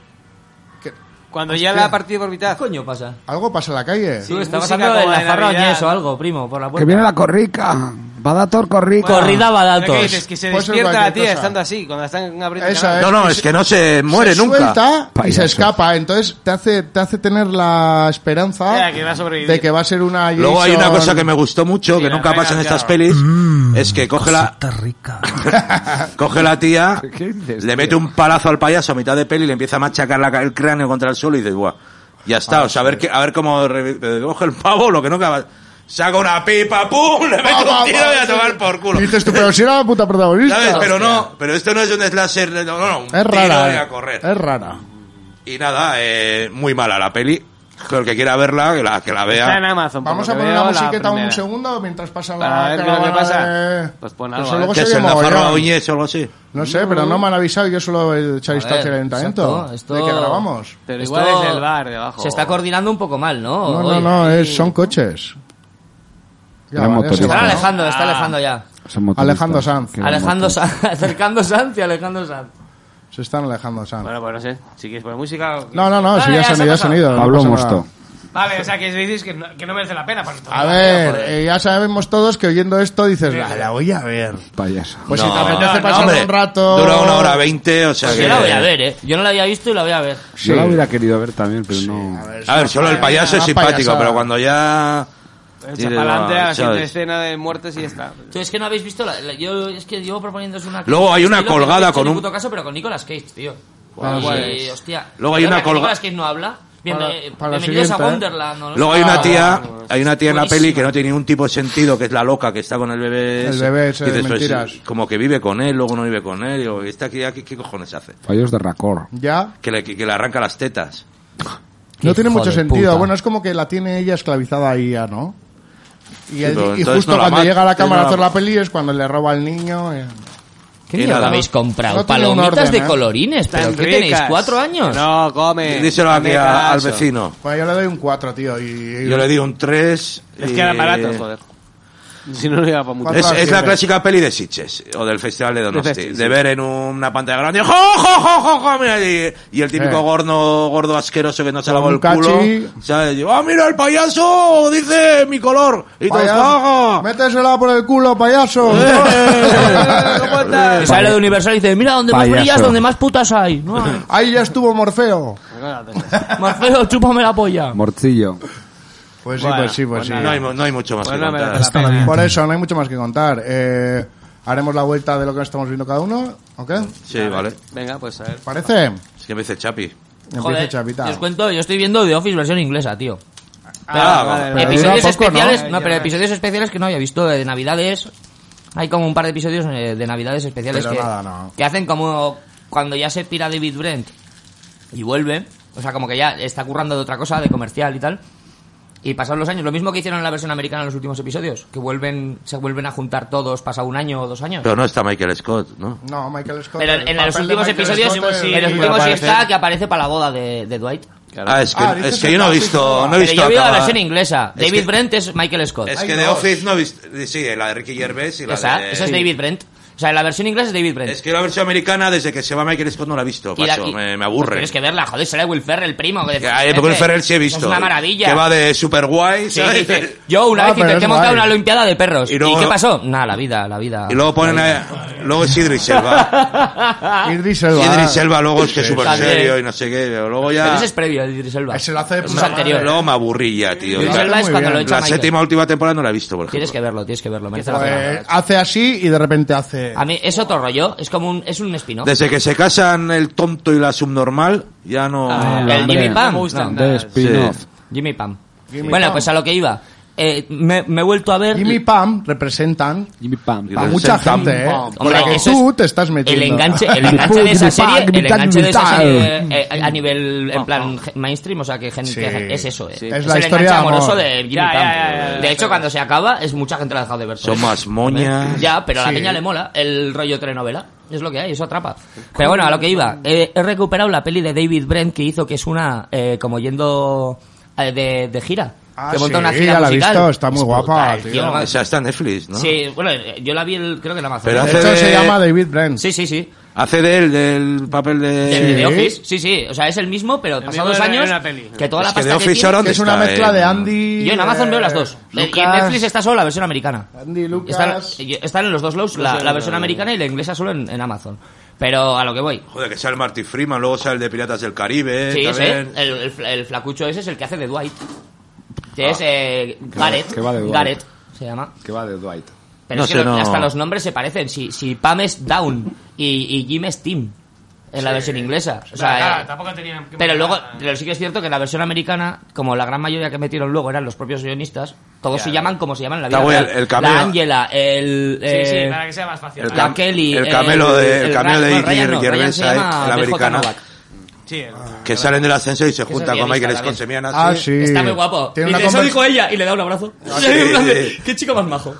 [SPEAKER 7] Cuando ya la ha partido por mitad.
[SPEAKER 5] ¿Qué coño pasa?
[SPEAKER 4] Algo pasa en la calle.
[SPEAKER 5] Tú estabas
[SPEAKER 7] música
[SPEAKER 5] hablando de
[SPEAKER 7] como
[SPEAKER 5] la
[SPEAKER 7] de
[SPEAKER 5] farra
[SPEAKER 7] Navidad.
[SPEAKER 5] Oñez o algo, primo, por la
[SPEAKER 6] Que
[SPEAKER 5] puerta.
[SPEAKER 6] viene la corrica. Va a dar todo el corrica.
[SPEAKER 5] Bueno. Corrida
[SPEAKER 7] ¿Pero
[SPEAKER 5] Badatos.
[SPEAKER 7] ¿Qué dices? Que se
[SPEAKER 4] Puede ser
[SPEAKER 7] despierta la
[SPEAKER 4] Pues cualquier
[SPEAKER 7] tía
[SPEAKER 4] cosa.
[SPEAKER 7] estando así, cuando la están abriendo.
[SPEAKER 4] Esa
[SPEAKER 7] el
[SPEAKER 4] es.
[SPEAKER 7] canal.
[SPEAKER 8] No, no, es que no se muere
[SPEAKER 4] se
[SPEAKER 8] nunca.
[SPEAKER 4] suelta y
[SPEAKER 6] Payaso.
[SPEAKER 4] se escapa. Entonces te hace, te hace tener la esperanza
[SPEAKER 7] Ya, que va a sobrevivir.
[SPEAKER 4] de que va a ser una
[SPEAKER 8] Luego hay una
[SPEAKER 4] Jason-
[SPEAKER 8] cosa que me gustó mucho,
[SPEAKER 7] Sí,
[SPEAKER 8] que
[SPEAKER 7] la
[SPEAKER 8] nunca
[SPEAKER 7] reina,
[SPEAKER 8] pasa en
[SPEAKER 7] claro.
[SPEAKER 8] estas pelis,
[SPEAKER 4] Mm.
[SPEAKER 8] es que coge la,
[SPEAKER 9] Cosita rica.
[SPEAKER 8] coge la tía,
[SPEAKER 6] ¿Qué dices,
[SPEAKER 8] le
[SPEAKER 6] tío?
[SPEAKER 8] mete un palazo al payaso a mitad de peli y le empieza a machacar la- el cráneo contra el suelo y dices, guau, ya
[SPEAKER 4] Ah,
[SPEAKER 8] está, o sea, a ver, qué- a ver cómo re- eh, coge el pavo, lo que no acaba. Saca una pipa, ¡pum! Le mete un tiro y a tomar por culo.
[SPEAKER 4] Y Ah, dices tú, pero si era la puta protagonista.
[SPEAKER 8] ¿Sabes? Pero no, pero esto no es un slasher, no, no, un
[SPEAKER 4] es
[SPEAKER 8] tiro
[SPEAKER 4] rara.
[SPEAKER 8] y
[SPEAKER 4] eh.
[SPEAKER 8] a correr.
[SPEAKER 4] Es rara.
[SPEAKER 8] Y nada, eh, muy mala la peli. El que quiera verla, que la, que la
[SPEAKER 7] Está en
[SPEAKER 8] vea.
[SPEAKER 7] Amazon. por
[SPEAKER 4] Vamos
[SPEAKER 7] lo
[SPEAKER 4] a
[SPEAKER 7] que
[SPEAKER 4] poner
[SPEAKER 7] veo,
[SPEAKER 4] la
[SPEAKER 7] la
[SPEAKER 4] musiqueta un
[SPEAKER 7] primera.
[SPEAKER 4] segundo mientras pasa la
[SPEAKER 7] Para ver qué es lo que
[SPEAKER 4] caravana
[SPEAKER 7] pasa.
[SPEAKER 4] de-
[SPEAKER 7] Pues pon
[SPEAKER 4] Pero
[SPEAKER 7] algo,
[SPEAKER 4] eso
[SPEAKER 7] a
[SPEAKER 4] luego
[SPEAKER 8] Que
[SPEAKER 4] se
[SPEAKER 8] es
[SPEAKER 4] oye
[SPEAKER 8] el Nafarroa
[SPEAKER 4] mogollón.
[SPEAKER 8] Oñez o algo así.
[SPEAKER 4] No sé, pero no me han avisado. Yo suelo echar distancia al ayuntamiento.
[SPEAKER 5] exacto, esto-
[SPEAKER 4] De que grabamos.
[SPEAKER 7] Pero
[SPEAKER 5] Esto
[SPEAKER 7] igual es del bar de abajo.
[SPEAKER 5] Se está coordinando un poco mal, ¿no?
[SPEAKER 4] No,
[SPEAKER 5] Hoy.
[SPEAKER 4] no, no, es- son coches. Ya,
[SPEAKER 6] Era
[SPEAKER 4] vale,
[SPEAKER 6] motorista.
[SPEAKER 4] se va,
[SPEAKER 5] Está
[SPEAKER 4] ¿no?
[SPEAKER 5] alejando, está alejando ya.
[SPEAKER 6] Son motoristas.
[SPEAKER 4] Alejandro Sanz.
[SPEAKER 6] Que
[SPEAKER 5] Alejando
[SPEAKER 6] motos.
[SPEAKER 5] Sanz, acercando Sanz y Alejandro Sanz.
[SPEAKER 4] Se están alejando, Sam.
[SPEAKER 7] Bueno, pues no sé. Si quieres poner música. o Ah, qué.
[SPEAKER 4] No, no, no, si
[SPEAKER 5] Vale,
[SPEAKER 4] ya
[SPEAKER 5] ya
[SPEAKER 4] se han
[SPEAKER 5] se ha
[SPEAKER 4] ido, ya se han ido. no
[SPEAKER 6] Pablo
[SPEAKER 4] pasa nada.
[SPEAKER 6] Mosto.
[SPEAKER 7] Vale, o sea, que dices que no, que no merece la pena. pues,
[SPEAKER 4] A ver, eh, ya sabemos todos que oyendo esto dices, la, la voy a ver.
[SPEAKER 6] Payaso.
[SPEAKER 4] Pues si
[SPEAKER 8] No,
[SPEAKER 4] te apetece
[SPEAKER 7] no,
[SPEAKER 4] pasar
[SPEAKER 8] hombre,
[SPEAKER 4] un rato.
[SPEAKER 8] Dura una hora veinte, o sea
[SPEAKER 5] Pues
[SPEAKER 8] que.
[SPEAKER 5] yo la voy a ver, ¿eh? Yo no la había visto y la voy a ver.
[SPEAKER 6] Yo la hubiera querido ver también, pero no.
[SPEAKER 8] A ver, solo el payaso es
[SPEAKER 4] Una
[SPEAKER 8] simpático,
[SPEAKER 4] payasada.
[SPEAKER 8] pero cuando ya.
[SPEAKER 7] Echa para adelante a la
[SPEAKER 8] ¿sabes?
[SPEAKER 7] siguiente escena de muertes y ya está.
[SPEAKER 5] Tú, es que no habéis visto la, la- yo es que llevo proponiéndoos una
[SPEAKER 8] Luego hay una
[SPEAKER 5] estilo que
[SPEAKER 8] colgada
[SPEAKER 5] no he hecho
[SPEAKER 8] con
[SPEAKER 5] ni
[SPEAKER 8] un-
[SPEAKER 5] puto caso, pero con Nicolas Cage, tío. Guay,
[SPEAKER 4] Ah, sí.
[SPEAKER 5] guay, hostia.
[SPEAKER 8] Luego hay
[SPEAKER 5] Perdona,
[SPEAKER 8] una
[SPEAKER 5] que
[SPEAKER 8] colga-
[SPEAKER 5] Nicolas Cage no habla. Bien,
[SPEAKER 4] Para-
[SPEAKER 5] eh,
[SPEAKER 4] para la
[SPEAKER 5] bienvenidos a
[SPEAKER 4] siguiente, ¿eh?
[SPEAKER 5] Wonderland. ¿no?
[SPEAKER 8] Luego hay una
[SPEAKER 5] Ah,
[SPEAKER 8] tía, hay una tía en la
[SPEAKER 5] Buenísima.
[SPEAKER 8] peli que no tiene ningún tipo de sentido, que es la loca que está con el bebé.
[SPEAKER 4] El
[SPEAKER 8] ese.
[SPEAKER 4] bebé ese de
[SPEAKER 8] Dices, pues,
[SPEAKER 4] mentiras.
[SPEAKER 8] como que vive con él, luego no vive con él. Digo, ¿esta aquí, aquí, qué cojones hace?
[SPEAKER 6] Fallos de racor.
[SPEAKER 4] Ya.
[SPEAKER 8] Que le, que, que le arranca las tetas.
[SPEAKER 4] No tiene
[SPEAKER 5] Hijo
[SPEAKER 4] mucho
[SPEAKER 5] de
[SPEAKER 4] sentido.
[SPEAKER 5] puta.
[SPEAKER 4] Bueno, es como que la tiene ella esclavizada ahí ya, ¿no? Y, él-
[SPEAKER 8] pero
[SPEAKER 4] y
[SPEAKER 8] entonces
[SPEAKER 4] justo
[SPEAKER 8] no la
[SPEAKER 4] cuando
[SPEAKER 8] mata,
[SPEAKER 4] llega a la
[SPEAKER 8] entonces
[SPEAKER 4] cámara
[SPEAKER 8] no
[SPEAKER 4] a hacer
[SPEAKER 8] la-
[SPEAKER 4] la peli es cuando le roba al niño. eh.
[SPEAKER 5] ¿Qué
[SPEAKER 8] Y
[SPEAKER 5] mierda
[SPEAKER 8] nada.
[SPEAKER 5] habéis comprado?
[SPEAKER 4] No tiene un
[SPEAKER 5] Palomitas
[SPEAKER 4] orden, ¿eh?
[SPEAKER 5] de colorines, pero
[SPEAKER 7] Están
[SPEAKER 5] ¿qué tenéis?
[SPEAKER 7] ricas.
[SPEAKER 5] ¿Cuatro años?
[SPEAKER 7] No, come.
[SPEAKER 8] Díselo aquí
[SPEAKER 7] Dame
[SPEAKER 8] a- al
[SPEAKER 7] caso.
[SPEAKER 8] vecino.
[SPEAKER 4] Bueno, Pues yo le doy un 4, tío. Y,
[SPEAKER 8] Yo le di un 3.
[SPEAKER 7] Es que era barato, joder. Si no, no iba para mucho.
[SPEAKER 4] Mm. Cuatro
[SPEAKER 8] Es,
[SPEAKER 4] horas
[SPEAKER 8] es la
[SPEAKER 4] siempre.
[SPEAKER 8] clásica peli de Sitges o del Festival de Donosti.
[SPEAKER 7] De
[SPEAKER 8] De,
[SPEAKER 7] Festis, sí.
[SPEAKER 8] ver en una pantalla grande. ¡Jo, jo, jo, jo, jo! Mira, y, y el típico
[SPEAKER 4] Eh.
[SPEAKER 8] gordo, gordo asqueroso que no se
[SPEAKER 4] Con
[SPEAKER 8] lavó
[SPEAKER 4] un
[SPEAKER 8] el culo.
[SPEAKER 4] cachi.
[SPEAKER 8] ¿sabes? Y, ¡Ah, mira el payaso! Dice mi color. Y todos, ¡ah, ah!
[SPEAKER 4] Métesela por el culo, payaso.
[SPEAKER 8] Eh.
[SPEAKER 5] Y sale de Universal y dice, mira, donde más
[SPEAKER 6] Payaso.
[SPEAKER 5] brillas, donde más putas hay. No hay.
[SPEAKER 4] Ahí ya estuvo Morfeo.
[SPEAKER 5] Marcelo, chúpame la polla.
[SPEAKER 6] Morcillo.
[SPEAKER 4] Pues sí,
[SPEAKER 7] Bueno,
[SPEAKER 4] pues sí, pues
[SPEAKER 7] pues
[SPEAKER 4] sí.
[SPEAKER 8] ¡ah! No hay, mu- no hay mucho más
[SPEAKER 7] Pues
[SPEAKER 8] que
[SPEAKER 7] no merece
[SPEAKER 8] contar.
[SPEAKER 7] la
[SPEAKER 9] Está
[SPEAKER 7] pena.
[SPEAKER 9] bien.
[SPEAKER 4] Por eso, no hay mucho más que contar. Eh, haremos la vuelta de lo que estamos viendo cada uno. ¿Ok?
[SPEAKER 8] Sí, vale.
[SPEAKER 7] Venga, pues a ver.
[SPEAKER 4] ¿Parece?
[SPEAKER 8] Es que me dice Chapi.
[SPEAKER 4] Empieza
[SPEAKER 5] Joder,
[SPEAKER 4] Chapita.
[SPEAKER 5] yo os cuento, yo estoy viendo The Office versión inglesa, tío.
[SPEAKER 8] Ah,
[SPEAKER 7] vale,
[SPEAKER 4] Pero
[SPEAKER 7] vale.
[SPEAKER 4] dura
[SPEAKER 5] episodios
[SPEAKER 4] poco, ¿no?
[SPEAKER 5] especiales, ¿no?
[SPEAKER 7] Ya
[SPEAKER 5] pero
[SPEAKER 7] ves.
[SPEAKER 5] episodios especiales que no había visto eh, de Navidades. Hay como un par de episodios eh, de Navidades especiales
[SPEAKER 4] Pero
[SPEAKER 5] que,
[SPEAKER 4] nada, no.
[SPEAKER 5] que hacen como cuando ya se tira David Brent y vuelve, o sea, como que ya está currando de otra cosa, de comercial y tal. Y pasaron los años, lo mismo que hicieron en la versión americana en los últimos episodios, que vuelven se vuelven a juntar todos pasado un año o dos años.
[SPEAKER 8] Pero no está Michael Scott, ¿no?
[SPEAKER 4] No, Michael Scott.
[SPEAKER 5] Pero
[SPEAKER 4] el
[SPEAKER 5] en, en
[SPEAKER 4] papel
[SPEAKER 5] los
[SPEAKER 4] de
[SPEAKER 5] últimos
[SPEAKER 4] Michael
[SPEAKER 5] episodios,
[SPEAKER 4] Scott es-
[SPEAKER 5] en los
[SPEAKER 4] y
[SPEAKER 5] últimos sí
[SPEAKER 4] aparece-
[SPEAKER 5] está que aparece para la boda de, de Dwight.
[SPEAKER 8] Ah, es que,
[SPEAKER 4] Ah,
[SPEAKER 8] es
[SPEAKER 4] dices
[SPEAKER 8] que yo no he
[SPEAKER 4] el
[SPEAKER 8] visto.
[SPEAKER 4] capítulo.
[SPEAKER 8] No he
[SPEAKER 5] Pero
[SPEAKER 8] visto
[SPEAKER 5] yo vi la
[SPEAKER 8] acabar.
[SPEAKER 5] versión inglesa.
[SPEAKER 8] Es
[SPEAKER 5] David
[SPEAKER 8] que-
[SPEAKER 5] Brent es Michael Scott.
[SPEAKER 8] Es
[SPEAKER 4] Hay
[SPEAKER 8] que The
[SPEAKER 4] dos.
[SPEAKER 8] Office no he visto. Sí, la de Ricky Gervais y la
[SPEAKER 5] Esa,
[SPEAKER 8] de.
[SPEAKER 5] esa es David Brent. O sea, en la versión inglesa es David Brent.
[SPEAKER 8] Es que la versión americana, desde que se va Michael Scott, no la he visto,
[SPEAKER 5] Y la-
[SPEAKER 8] macho,
[SPEAKER 5] y-
[SPEAKER 8] me, me
[SPEAKER 5] Pues
[SPEAKER 8] aburre.
[SPEAKER 5] Tienes que verla, joder, sale Will Ferrell, el primo. Que "Este
[SPEAKER 8] Que hay- porque el Ferrell sí he visto.
[SPEAKER 5] Es una maravilla.
[SPEAKER 8] Que va de super guay,
[SPEAKER 5] Sí,
[SPEAKER 8] ¿sabes?
[SPEAKER 5] dice, yo una
[SPEAKER 4] Ah,
[SPEAKER 5] vez
[SPEAKER 4] pero
[SPEAKER 5] intenté
[SPEAKER 4] es
[SPEAKER 5] montar
[SPEAKER 4] guay.
[SPEAKER 5] una olimpiada de perros.
[SPEAKER 8] Y
[SPEAKER 5] ¿Y,
[SPEAKER 8] luego-
[SPEAKER 5] qué pasó? Nada, la vida, la vida.
[SPEAKER 8] Y luego ponen a, Luego es Idris Elba.
[SPEAKER 4] Idris Elba.
[SPEAKER 8] Idris Elba luego es que es súper
[SPEAKER 5] También.
[SPEAKER 8] serio y no sé qué. pero Luego
[SPEAKER 5] Pero
[SPEAKER 8] ya...
[SPEAKER 5] ese es previo de Idris Elba.
[SPEAKER 4] Ese lo hace de
[SPEAKER 5] Ese es
[SPEAKER 4] puta madre.
[SPEAKER 5] anterior.
[SPEAKER 8] Luego me aburrí ya, tío.
[SPEAKER 5] Idris
[SPEAKER 8] La-
[SPEAKER 5] Elba es
[SPEAKER 4] muy
[SPEAKER 5] cuando
[SPEAKER 4] bien.
[SPEAKER 5] lo echa
[SPEAKER 8] La
[SPEAKER 5] Michael.
[SPEAKER 8] séptima última temporada no la he visto, por
[SPEAKER 5] Tienes
[SPEAKER 8] ejemplo.
[SPEAKER 5] que verlo, tienes que verlo. Merece la
[SPEAKER 4] Pues,
[SPEAKER 5] pena.
[SPEAKER 4] hace así y de repente hace.
[SPEAKER 5] A mí es otro rollo. Es como un, es un spin-off.
[SPEAKER 8] Desde que se casan el tonto y la subnormal, ya no...
[SPEAKER 5] Ah, el
[SPEAKER 6] hombre.
[SPEAKER 5] Jimmy Pam.
[SPEAKER 7] me gustan
[SPEAKER 5] No.
[SPEAKER 6] De
[SPEAKER 7] nada.
[SPEAKER 6] spin-off.
[SPEAKER 5] Jimmy Pam.
[SPEAKER 4] Jimmy
[SPEAKER 5] bueno,
[SPEAKER 4] Pam.
[SPEAKER 5] pues a lo que iba. Eh, me, me he vuelto a ver.
[SPEAKER 4] Jimmy Pam representan
[SPEAKER 6] Jimmy Pam.
[SPEAKER 4] a
[SPEAKER 8] Pam.
[SPEAKER 4] mucha
[SPEAKER 8] Pam,
[SPEAKER 4] gente, ¿eh?
[SPEAKER 7] pam.
[SPEAKER 4] Con la que
[SPEAKER 5] eso
[SPEAKER 4] tú
[SPEAKER 5] es
[SPEAKER 4] te estás metiendo.
[SPEAKER 5] El enganche, el enganche de esa serie, el enganche de esa serie
[SPEAKER 7] Mm.
[SPEAKER 5] eh, a nivel en plan ge- mainstream, o sea que, gente,
[SPEAKER 4] Sí.
[SPEAKER 5] que es eso, eh.
[SPEAKER 7] Ah, Sí.
[SPEAKER 5] es,
[SPEAKER 7] Es
[SPEAKER 4] la
[SPEAKER 5] el
[SPEAKER 4] historia
[SPEAKER 5] enganche
[SPEAKER 4] de amor.
[SPEAKER 5] amoroso de Jimmy
[SPEAKER 7] Ya,
[SPEAKER 5] Pam.
[SPEAKER 7] ya, ya, ya,
[SPEAKER 5] de hecho,
[SPEAKER 7] pero-
[SPEAKER 5] cuando se acaba, es mucha gente la ha dejado de ver. por
[SPEAKER 8] Son
[SPEAKER 5] eso.
[SPEAKER 8] más moñas.
[SPEAKER 5] Ya, pero a la
[SPEAKER 4] Sí.
[SPEAKER 5] peña le mola el rollo telenovela. Es lo que hay, eso atrapa. Pero bueno, a lo que iba. eh, he recuperado la peli de David Brent que hizo, que es una, eh, como yendo eh, de, de gira.
[SPEAKER 4] Ah,
[SPEAKER 5] que monta
[SPEAKER 4] sí,
[SPEAKER 5] una gira
[SPEAKER 4] ya la he
[SPEAKER 5] musical.
[SPEAKER 4] visto, está muy
[SPEAKER 5] Es
[SPEAKER 4] guapa,
[SPEAKER 5] brutal,
[SPEAKER 4] tío.
[SPEAKER 5] tío.
[SPEAKER 8] Esa Ah, está en Netflix, ¿no?
[SPEAKER 5] Sí, bueno, eh, yo la vi, el, creo que la Amazon.
[SPEAKER 8] Pero
[SPEAKER 4] De
[SPEAKER 8] hace
[SPEAKER 4] hecho,
[SPEAKER 8] de-
[SPEAKER 4] se llama David Brent.
[SPEAKER 5] Sí, sí, sí.
[SPEAKER 8] Hace de él, del papel de...
[SPEAKER 5] Del de The Office, sí, sí. O sea, es el mismo, pero pasados
[SPEAKER 7] mismo de la-
[SPEAKER 5] años
[SPEAKER 7] de la peli.
[SPEAKER 5] que toda la
[SPEAKER 8] Es que
[SPEAKER 5] pasta
[SPEAKER 8] The
[SPEAKER 5] que
[SPEAKER 8] Office
[SPEAKER 5] tiene-
[SPEAKER 8] ahora-
[SPEAKER 4] Que es
[SPEAKER 8] ¿Dónde
[SPEAKER 4] una
[SPEAKER 8] está
[SPEAKER 4] mezcla de
[SPEAKER 8] el-
[SPEAKER 4] Andy.
[SPEAKER 5] Yo en Amazon veo las dos.
[SPEAKER 4] Eh, Lucas,
[SPEAKER 5] y en Netflix está solo la versión americana.
[SPEAKER 4] Andy, Lucas.
[SPEAKER 5] Está- yo- están en los dos lados la, la versión americana y la inglesa solo en, en Amazon. Pero a lo que voy.
[SPEAKER 8] Joder, que sale Marty Freeman, luego sale el de Piratas del Caribe. eh,
[SPEAKER 5] Sí, ese,
[SPEAKER 8] también.
[SPEAKER 5] el, el fla- el flacucho ese es el que hace de Dwight. Que es eh, Gareth.
[SPEAKER 6] que va de Dwight.
[SPEAKER 5] Gareth se llama.
[SPEAKER 6] Que va de Dwight.
[SPEAKER 5] Pero
[SPEAKER 8] No
[SPEAKER 5] es que
[SPEAKER 8] sé,
[SPEAKER 5] lo-
[SPEAKER 8] no.
[SPEAKER 5] hasta los nombres se parecen. Si, si Pam es Down y, y Jim es Tim en la versión inglesa. O sea, eh,
[SPEAKER 7] tampoco tenían que
[SPEAKER 5] Pero
[SPEAKER 7] marcar
[SPEAKER 5] luego,
[SPEAKER 7] nada.
[SPEAKER 5] pero sí que es cierto que en la versión americana, como la gran mayoría que metieron luego eran los propios guionistas, todos se llaman como se llaman en la
[SPEAKER 8] Está
[SPEAKER 5] vida
[SPEAKER 8] guay
[SPEAKER 5] real.
[SPEAKER 8] el- el cameo.
[SPEAKER 5] la Angela, el...
[SPEAKER 7] Sí, sí,
[SPEAKER 5] eh,
[SPEAKER 7] para que sea más fácil.
[SPEAKER 8] El
[SPEAKER 5] la
[SPEAKER 8] cam-
[SPEAKER 5] Kelly, eh,
[SPEAKER 8] el cameo de- el cameo de
[SPEAKER 5] Ryan-
[SPEAKER 8] Ricky
[SPEAKER 5] Ryan no, Ryan
[SPEAKER 8] Gervais,
[SPEAKER 5] se llama
[SPEAKER 8] el
[SPEAKER 5] BJ
[SPEAKER 8] americano.
[SPEAKER 5] Novak.
[SPEAKER 7] Sí, el-
[SPEAKER 8] Que sale en el ascensor y se junta
[SPEAKER 5] es
[SPEAKER 8] con Michael
[SPEAKER 5] guionista
[SPEAKER 8] Scott.
[SPEAKER 5] también.
[SPEAKER 8] Se miran
[SPEAKER 4] Ah,
[SPEAKER 8] así.
[SPEAKER 4] sí.
[SPEAKER 5] Está muy guapo. Y
[SPEAKER 4] Tiene una
[SPEAKER 5] dice, eso
[SPEAKER 4] conver-
[SPEAKER 5] dijo ella y le da un abrazo.
[SPEAKER 8] Ah, sí,
[SPEAKER 5] En plan de,
[SPEAKER 8] sí.
[SPEAKER 5] Qué chico más majo.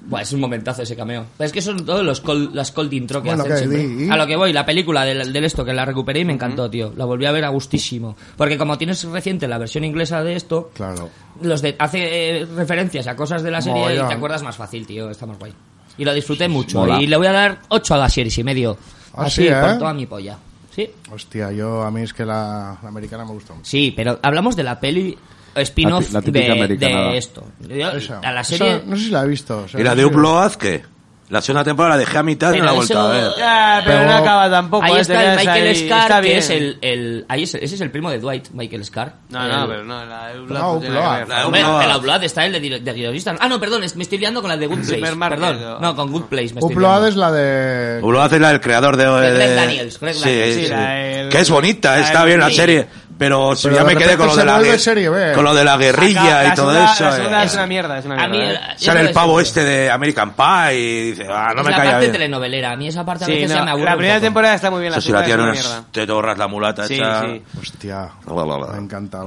[SPEAKER 5] Buah, es un momentazo ese cameo. Pero es que son todos los call, las cold intro que
[SPEAKER 4] Bueno,
[SPEAKER 5] hacen
[SPEAKER 4] que
[SPEAKER 5] siempre.
[SPEAKER 4] di- y-
[SPEAKER 5] A lo que voy, la película del, del esto que la recuperé y me encantó, tío. La volví a ver a gustísimo. Porque como tienes reciente la versión inglesa de esto,
[SPEAKER 4] Claro.
[SPEAKER 5] los de, hace eh, referencias a cosas de la serie y
[SPEAKER 4] Mogollón.
[SPEAKER 5] te acuerdas más fácil, tío. Está más guay. Y lo disfruté mucho. Y le voy a dar 8 a la series y medio.
[SPEAKER 4] Ah,
[SPEAKER 5] Así,
[SPEAKER 4] sí, ¿eh?
[SPEAKER 5] por toda mi polla. Sí.
[SPEAKER 4] Hostia, yo a mí es que la, la americana me gustó mucho.
[SPEAKER 5] Sí, pero hablamos de la peli spin-off
[SPEAKER 6] La ti- la típica
[SPEAKER 5] de,
[SPEAKER 6] americanada.
[SPEAKER 5] de esto. Yo-
[SPEAKER 4] Esa.
[SPEAKER 5] a la
[SPEAKER 4] Esa
[SPEAKER 5] serie.
[SPEAKER 4] no sé si la he visto. o sea,
[SPEAKER 8] ¿Y la
[SPEAKER 4] no
[SPEAKER 8] de
[SPEAKER 4] sé.
[SPEAKER 8] Upload qué? La segunda temporada la dejé a mitad y no
[SPEAKER 5] Pero
[SPEAKER 8] la he
[SPEAKER 5] eso-
[SPEAKER 8] vuelto a ver.
[SPEAKER 7] Ah, pero,
[SPEAKER 4] Pero-
[SPEAKER 7] no acaba tampoco.
[SPEAKER 5] ahí
[SPEAKER 7] eh,
[SPEAKER 5] está
[SPEAKER 7] tenías
[SPEAKER 5] el Michael
[SPEAKER 7] ahí- está
[SPEAKER 5] Scar, que
[SPEAKER 7] bien.
[SPEAKER 5] es el. el- ahí es- ese es el primo de Dwight, Michael Scar.
[SPEAKER 7] No,
[SPEAKER 5] El-
[SPEAKER 7] no, pero no, la de Blood
[SPEAKER 4] No,
[SPEAKER 7] no tiene que
[SPEAKER 4] Blood.
[SPEAKER 7] ver.
[SPEAKER 8] La de
[SPEAKER 5] Hombre,
[SPEAKER 8] Upload.
[SPEAKER 5] el Outlaw está el de, dir- de guionista. Ah, no, perdón, es- me estoy liando con la de Good Place.
[SPEAKER 7] Supermarket,
[SPEAKER 5] Perdón.
[SPEAKER 7] o-
[SPEAKER 5] No, con Good Place. Me estoy
[SPEAKER 4] Upload
[SPEAKER 5] liando.
[SPEAKER 4] es la de.
[SPEAKER 8] Upload es la del creador de...
[SPEAKER 5] De Greg
[SPEAKER 8] de-
[SPEAKER 5] Daniels, Greg
[SPEAKER 8] sí,
[SPEAKER 5] Daniels.
[SPEAKER 8] sí.
[SPEAKER 7] Sí, la- el-
[SPEAKER 8] Que es bonita,
[SPEAKER 7] la
[SPEAKER 8] está
[SPEAKER 7] del-
[SPEAKER 8] bien la
[SPEAKER 5] sí.
[SPEAKER 8] serie. Pero, si
[SPEAKER 4] Pero
[SPEAKER 8] ya
[SPEAKER 4] de
[SPEAKER 8] me quedé con lo
[SPEAKER 4] repente
[SPEAKER 8] de
[SPEAKER 4] se
[SPEAKER 8] la...
[SPEAKER 4] vuelve
[SPEAKER 8] gue-
[SPEAKER 4] serie B.
[SPEAKER 8] Con lo de la guerrilla
[SPEAKER 7] Acaba-
[SPEAKER 8] y todo
[SPEAKER 7] la segunda-
[SPEAKER 8] eso.
[SPEAKER 7] La segunda
[SPEAKER 8] eh.
[SPEAKER 7] es una mierda, es una
[SPEAKER 5] A mí,
[SPEAKER 7] mierda. eh.
[SPEAKER 5] eh,
[SPEAKER 8] Sale el
[SPEAKER 5] yo
[SPEAKER 8] pavo
[SPEAKER 5] creo que
[SPEAKER 8] este de American Pie y dice, ah, no
[SPEAKER 5] es
[SPEAKER 8] me
[SPEAKER 5] la
[SPEAKER 8] calla
[SPEAKER 5] parte
[SPEAKER 8] bien.
[SPEAKER 5] telenovelera. A mí esa parte a
[SPEAKER 7] Sí,
[SPEAKER 5] veces se
[SPEAKER 7] no,
[SPEAKER 5] me aburre.
[SPEAKER 7] la
[SPEAKER 5] un
[SPEAKER 7] primera
[SPEAKER 5] poco.
[SPEAKER 7] temporada está muy bien, la
[SPEAKER 8] Eso si la
[SPEAKER 7] segunda es una
[SPEAKER 8] tienes,
[SPEAKER 7] mierda.
[SPEAKER 8] te borras la mulata
[SPEAKER 7] Sí,
[SPEAKER 8] hecha.
[SPEAKER 7] sí.
[SPEAKER 4] Hostia.
[SPEAKER 8] Me
[SPEAKER 4] Me encanta.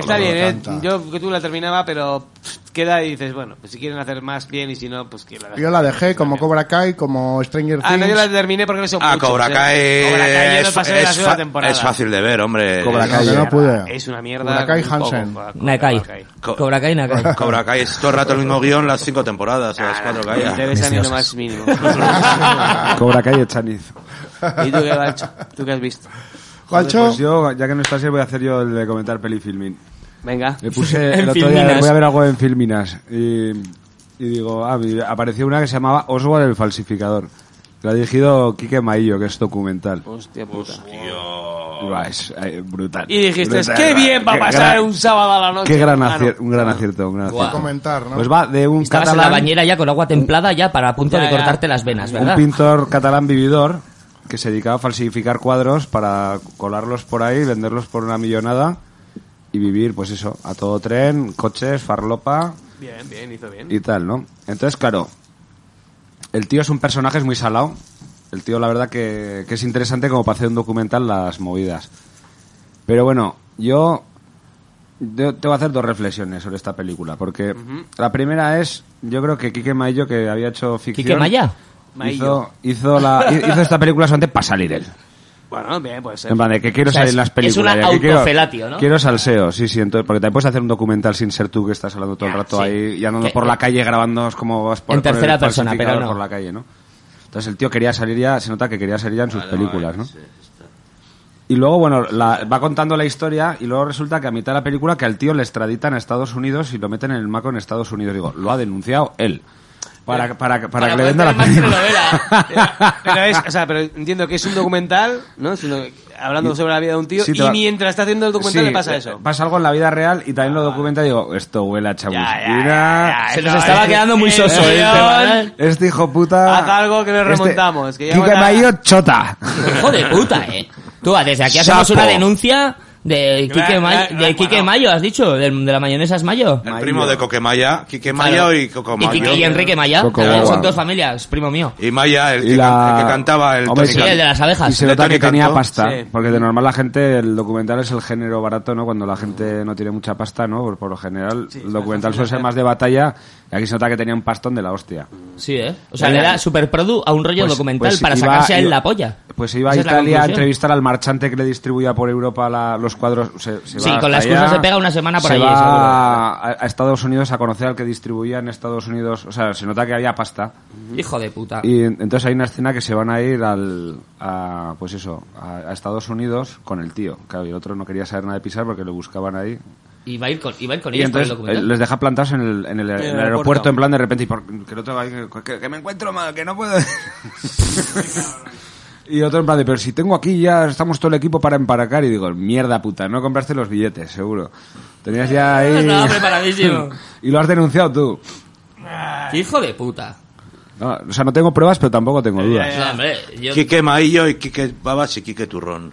[SPEAKER 7] Está bien,
[SPEAKER 4] me
[SPEAKER 7] eh.
[SPEAKER 4] encanta.
[SPEAKER 7] yo que tú la terminaba, pero pff, queda y dices, bueno, pues si quieren hacer más bien y si no, pues que la
[SPEAKER 4] Yo la dejé como Cobra Kai, como Stranger Things.
[SPEAKER 7] Ah, no, yo la terminé porque no son
[SPEAKER 8] Ah,
[SPEAKER 7] muchos,
[SPEAKER 8] Cobra
[SPEAKER 7] eh.
[SPEAKER 8] Kai,
[SPEAKER 7] Cobra Kai yo
[SPEAKER 8] es,
[SPEAKER 7] no pasé de la
[SPEAKER 8] es
[SPEAKER 7] segunda
[SPEAKER 8] fa-
[SPEAKER 7] temporada.
[SPEAKER 8] es fácil de ver, hombre.
[SPEAKER 4] Cobra
[SPEAKER 8] Es-
[SPEAKER 4] Kai, yo no pude.
[SPEAKER 7] Es una mierda.
[SPEAKER 4] Cobra Kai
[SPEAKER 7] un poco,
[SPEAKER 4] Hansen.
[SPEAKER 7] Cobra- Cobra
[SPEAKER 5] Nakai.
[SPEAKER 7] Kai.
[SPEAKER 8] Co-
[SPEAKER 5] Cobra Kai, Nakai.
[SPEAKER 8] Cobra Kai es todo el rato el mismo guión, las cinco temporadas, o las cuatro
[SPEAKER 7] No me
[SPEAKER 8] Kai.
[SPEAKER 7] interesa ni lo
[SPEAKER 11] dioses.
[SPEAKER 7] más mínimo.
[SPEAKER 6] Cobra Kai y Chaniz.
[SPEAKER 7] ¿Y tú qué, Balcho? ¿Tú qué has visto?
[SPEAKER 4] Juancho,
[SPEAKER 6] Pues yo, ya que no estás, voy a hacer yo el de comentar peli filmín.
[SPEAKER 7] Venga.
[SPEAKER 6] Le puse
[SPEAKER 5] En
[SPEAKER 6] el otro día,
[SPEAKER 5] Filminas.
[SPEAKER 6] voy a ver algo en Filminas. Y, y digo, ah, y apareció una que se llamaba Oswald el falsificador. La ha dirigido Quique Maillo, que es documental.
[SPEAKER 7] Hostia puta.
[SPEAKER 6] Y va, es, eh, brutal.
[SPEAKER 7] Y dijiste,
[SPEAKER 6] Brutal,
[SPEAKER 7] qué
[SPEAKER 6] va,
[SPEAKER 7] bien va a
[SPEAKER 6] qué
[SPEAKER 7] pasar
[SPEAKER 6] gran-
[SPEAKER 7] un sábado a la noche.
[SPEAKER 6] Qué gran
[SPEAKER 7] Ah, no.
[SPEAKER 6] acierto, un gran acierto, un gran
[SPEAKER 5] Guau.
[SPEAKER 6] acierto.
[SPEAKER 4] comentar, ¿no?
[SPEAKER 6] Pues va de un
[SPEAKER 5] Estabas en
[SPEAKER 6] catalán,
[SPEAKER 5] la bañera ya con agua templada ya para a punto
[SPEAKER 7] Ya,
[SPEAKER 5] de
[SPEAKER 7] ya.
[SPEAKER 5] cortarte las venas,
[SPEAKER 6] un
[SPEAKER 5] ¿verdad?
[SPEAKER 6] pintor catalán vividor que se dedicaba a falsificar cuadros para colarlos por ahí, venderlos por una millonada y vivir, pues eso, a todo tren, coches, farlopa,
[SPEAKER 7] Bien, bien, hizo bien.
[SPEAKER 6] y tal, ¿no? Entonces, claro, el tío es un personaje es muy salado. El tío, la verdad, que, que es interesante como para hacer un documental las movidas. Pero bueno, yo yo te voy a hacer dos reflexiones sobre esta película. Porque la primera es, yo creo que Quique Maillo, que había hecho ficción...
[SPEAKER 5] ¿Quique Maya?
[SPEAKER 6] Hizo, hizo, la, hizo esta película solamente para salir él.
[SPEAKER 7] Bueno, bien, puede ser.
[SPEAKER 6] En plan de que quiero
[SPEAKER 5] O sea,
[SPEAKER 6] salir
[SPEAKER 5] es-
[SPEAKER 6] en las
[SPEAKER 5] es una
[SPEAKER 6] películas. ya, que quiero-
[SPEAKER 5] autofelatio, ¿no?
[SPEAKER 6] Quiero salseo, sí, sí. Entonces, porque te puedes hacer un documental sin ser tú que estás hablando todo el rato
[SPEAKER 5] sí.
[SPEAKER 6] ahí y andando
[SPEAKER 5] Que-
[SPEAKER 6] por la calle grabando como vas por,
[SPEAKER 5] En
[SPEAKER 6] por el
[SPEAKER 5] tercera persona,
[SPEAKER 6] falsificador
[SPEAKER 5] pero no.
[SPEAKER 6] por la calle, ¿no? Entonces el tío quería salir ya, se nota que quería salir ya en sus películas, ¿no? Y luego, bueno, la- va contando la historia y luego resulta que a mitad de la película que al tío le extraditan a Estados Unidos y lo meten en el maco en Estados Unidos. Digo, lo ha denunciado él. Para, para, para, que le venda la película.
[SPEAKER 7] Pero es, o sea, pero entiendo que es un documental, ¿no? Es un doc- hablando sobre la vida de un tío
[SPEAKER 6] Sí, te
[SPEAKER 7] y
[SPEAKER 6] va-
[SPEAKER 7] mientras está haciendo el documental
[SPEAKER 6] Sí,
[SPEAKER 7] le pasa
[SPEAKER 6] eh,
[SPEAKER 7] eso. Ah,
[SPEAKER 6] Pasa algo en la vida real y también lo documenta y digo, esto huele a chamusquina.
[SPEAKER 5] Se nos estaba quedando muy soso el
[SPEAKER 7] guión.
[SPEAKER 5] tema, ¿eh?
[SPEAKER 6] Este hijo puta.
[SPEAKER 7] Haz algo que nos
[SPEAKER 6] Este-
[SPEAKER 7] remontamos, que ya
[SPEAKER 6] Quique
[SPEAKER 7] hemos-
[SPEAKER 6] Maillo, chota.
[SPEAKER 5] Hijo de puta, eh. Tú, desde aquí hacemos
[SPEAKER 6] Sapo.
[SPEAKER 5] una denuncia de
[SPEAKER 8] Claro,
[SPEAKER 5] Quique, Ma-
[SPEAKER 8] claro,
[SPEAKER 5] de
[SPEAKER 8] bueno.
[SPEAKER 5] Quique Mayo, has dicho, del- de la mayonesa es Mayo.
[SPEAKER 8] El primo de Coquemaya, Quique Maya
[SPEAKER 5] Claro.
[SPEAKER 8] y Cocomayo.
[SPEAKER 5] Y Quique y Enrique Maya,
[SPEAKER 6] Coco
[SPEAKER 5] también
[SPEAKER 6] Guagua.
[SPEAKER 5] son dos familias, primo mío.
[SPEAKER 8] Y Maya, el,
[SPEAKER 6] Y
[SPEAKER 8] que,
[SPEAKER 6] la-
[SPEAKER 8] can- el que cantaba el
[SPEAKER 6] Hombre,
[SPEAKER 8] Tony
[SPEAKER 5] sí,
[SPEAKER 8] Can-
[SPEAKER 5] el de las abejas.
[SPEAKER 6] Y se
[SPEAKER 8] De
[SPEAKER 6] nota
[SPEAKER 8] Tony
[SPEAKER 6] que tenía
[SPEAKER 8] Cantó.
[SPEAKER 6] pasta,
[SPEAKER 7] Sí.
[SPEAKER 6] porque de normal la gente, el documental es el género barato, ¿no? Cuando la gente no tiene mucha pasta, ¿no? Por, por lo general, el documental suele ser más de batalla, y aquí se nota que tenía un pastón de la hostia.
[SPEAKER 5] Sí, ¿eh? O sea,
[SPEAKER 6] Venga.
[SPEAKER 5] le da superprodu a un rollo
[SPEAKER 6] Pues-
[SPEAKER 5] documental
[SPEAKER 6] pues
[SPEAKER 5] para
[SPEAKER 6] iba-
[SPEAKER 5] sacarse a él
[SPEAKER 6] iba-
[SPEAKER 5] la polla.
[SPEAKER 6] Pues iba a
[SPEAKER 5] Esa es la
[SPEAKER 6] Italia a
[SPEAKER 5] conclusión.
[SPEAKER 6] entrevistar al marchante que le distribuía por Europa la- los cuadros. se- se
[SPEAKER 5] Sí,
[SPEAKER 6] va
[SPEAKER 5] con la
[SPEAKER 6] hasta
[SPEAKER 5] excusa
[SPEAKER 6] allá.
[SPEAKER 5] se pega una semana por
[SPEAKER 6] Se
[SPEAKER 5] allí,
[SPEAKER 6] va
[SPEAKER 5] seguro.
[SPEAKER 6] a, a Estados Unidos a conocer al que distribuía en Estados Unidos. O sea, se nota que había pasta.
[SPEAKER 5] Hijo de puta.
[SPEAKER 6] Y en- entonces hay una escena que se van a ir al, a, pues eso, a, a Estados Unidos con el tío. Claro, y el otro no quería saber nada de pisar porque lo buscaban ahí.
[SPEAKER 5] Y va a ir con, y va a ir con
[SPEAKER 6] Y
[SPEAKER 5] ellos por el
[SPEAKER 6] entonces eh,
[SPEAKER 5] documental.
[SPEAKER 6] les deja plantados en el, en el- en el
[SPEAKER 7] aeropuerto.
[SPEAKER 6] aeropuerto en plan de repente y por, que el otro va ahí, que- que, que me encuentro mal, que no puedo. y otro en plan de, pero si tengo aquí ya estamos todo el equipo para emparacar y digo, mierda puta, no compraste los billetes, seguro. Tenías ya ahí
[SPEAKER 5] Estaba preparadísimo.
[SPEAKER 6] y lo has denunciado tú.
[SPEAKER 5] Hijo de puta.
[SPEAKER 6] No, o sea, no tengo pruebas, pero tampoco tengo dudas.
[SPEAKER 5] Eh, No, hombre, yo-
[SPEAKER 8] Quique Maillo y Quique Babas y Quique Turrón.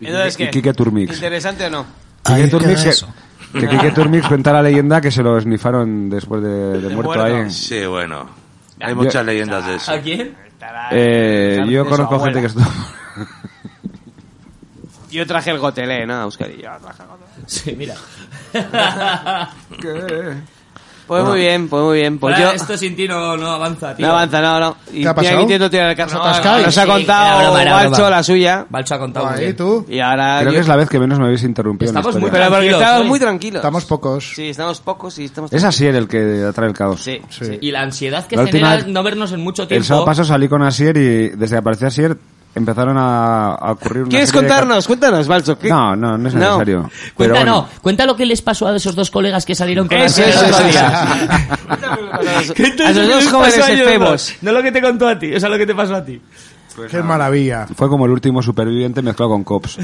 [SPEAKER 7] Entonces,
[SPEAKER 6] Y
[SPEAKER 7] ¿qué?
[SPEAKER 6] Quique Turmix.
[SPEAKER 7] ¿Interesante o no?
[SPEAKER 9] Ahí
[SPEAKER 6] Quique
[SPEAKER 9] queda
[SPEAKER 6] Turmix,
[SPEAKER 9] eso.
[SPEAKER 6] que, que Quique Turmix cuenta la leyenda que se lo esnifaron después de, de muerto,
[SPEAKER 7] muerto.
[SPEAKER 6] ahí.
[SPEAKER 8] Sí, bueno. Hay
[SPEAKER 6] Yo-
[SPEAKER 8] muchas leyendas de eso.
[SPEAKER 5] ¿A quién?
[SPEAKER 6] Eh, yo
[SPEAKER 7] de su
[SPEAKER 6] conozco gente
[SPEAKER 7] abuela.
[SPEAKER 6] que estuvo...
[SPEAKER 7] Yo traje el gotelé, nada, Euskadi. Yo traje el gotelé.
[SPEAKER 5] Sí, mira.
[SPEAKER 7] Pues muy bien, pues muy bien. Pues
[SPEAKER 5] Ahora,
[SPEAKER 7] yo...
[SPEAKER 5] Esto sin ti no, no avanza, este tío.
[SPEAKER 7] No avanza, no, no. Y
[SPEAKER 4] ¿Qué ha
[SPEAKER 7] mira
[SPEAKER 4] pasado?
[SPEAKER 7] que intento tirar el caso
[SPEAKER 5] No,
[SPEAKER 7] atascado.
[SPEAKER 5] no,
[SPEAKER 7] Nos
[SPEAKER 5] sí,
[SPEAKER 7] ha
[SPEAKER 5] era
[SPEAKER 7] contado
[SPEAKER 5] broma, era
[SPEAKER 7] Balcho
[SPEAKER 5] broma.
[SPEAKER 7] la suya.
[SPEAKER 5] Balcho ha contado muy
[SPEAKER 4] Ahí
[SPEAKER 5] bien.
[SPEAKER 4] tú.
[SPEAKER 7] Y ahora...
[SPEAKER 6] Creo
[SPEAKER 7] Ah, yo-
[SPEAKER 6] que es la vez que menos me habéis interrumpido. en la
[SPEAKER 5] Estamos muy
[SPEAKER 6] historia.
[SPEAKER 7] Pero porque
[SPEAKER 5] Tranquilos,
[SPEAKER 7] estamos
[SPEAKER 5] hoy.
[SPEAKER 7] muy tranquilos.
[SPEAKER 4] Estamos pocos.
[SPEAKER 7] Sí, estamos pocos y estamos...
[SPEAKER 6] Es Asier el que atrae el caos.
[SPEAKER 7] Sí.
[SPEAKER 4] Sí.
[SPEAKER 5] Y la ansiedad que
[SPEAKER 6] La última
[SPEAKER 5] genera
[SPEAKER 6] vez-
[SPEAKER 5] no vernos en mucho
[SPEAKER 6] El
[SPEAKER 5] tiempo.
[SPEAKER 6] sábado paso salí con Asier y desde que apareció Asier empezaron a, a ocurrir una
[SPEAKER 7] ¿Quieres
[SPEAKER 6] serie de
[SPEAKER 7] contarnos? Cuéntanos, Balcho.
[SPEAKER 6] ca-
[SPEAKER 7] ¿qué-
[SPEAKER 6] No, no, no es
[SPEAKER 7] No.
[SPEAKER 6] necesario. Pero
[SPEAKER 5] Cuenta, no,
[SPEAKER 6] bueno.
[SPEAKER 5] cuenta lo que les pasó a esos dos colegas que salieron con
[SPEAKER 7] Eso,
[SPEAKER 5] ansiedad
[SPEAKER 7] eso,
[SPEAKER 5] otro
[SPEAKER 7] eso,
[SPEAKER 5] día.
[SPEAKER 7] eso.
[SPEAKER 5] ¿Qué te-
[SPEAKER 7] A esos
[SPEAKER 5] qué
[SPEAKER 7] dos
[SPEAKER 5] les
[SPEAKER 7] jóvenes
[SPEAKER 5] pasó a ellos
[SPEAKER 7] efebos.
[SPEAKER 5] dos? No lo que te contó a ti, o sea, lo que te pasó a ti.
[SPEAKER 4] Qué maravilla.
[SPEAKER 6] Fue como el último superviviente mezclado con cops.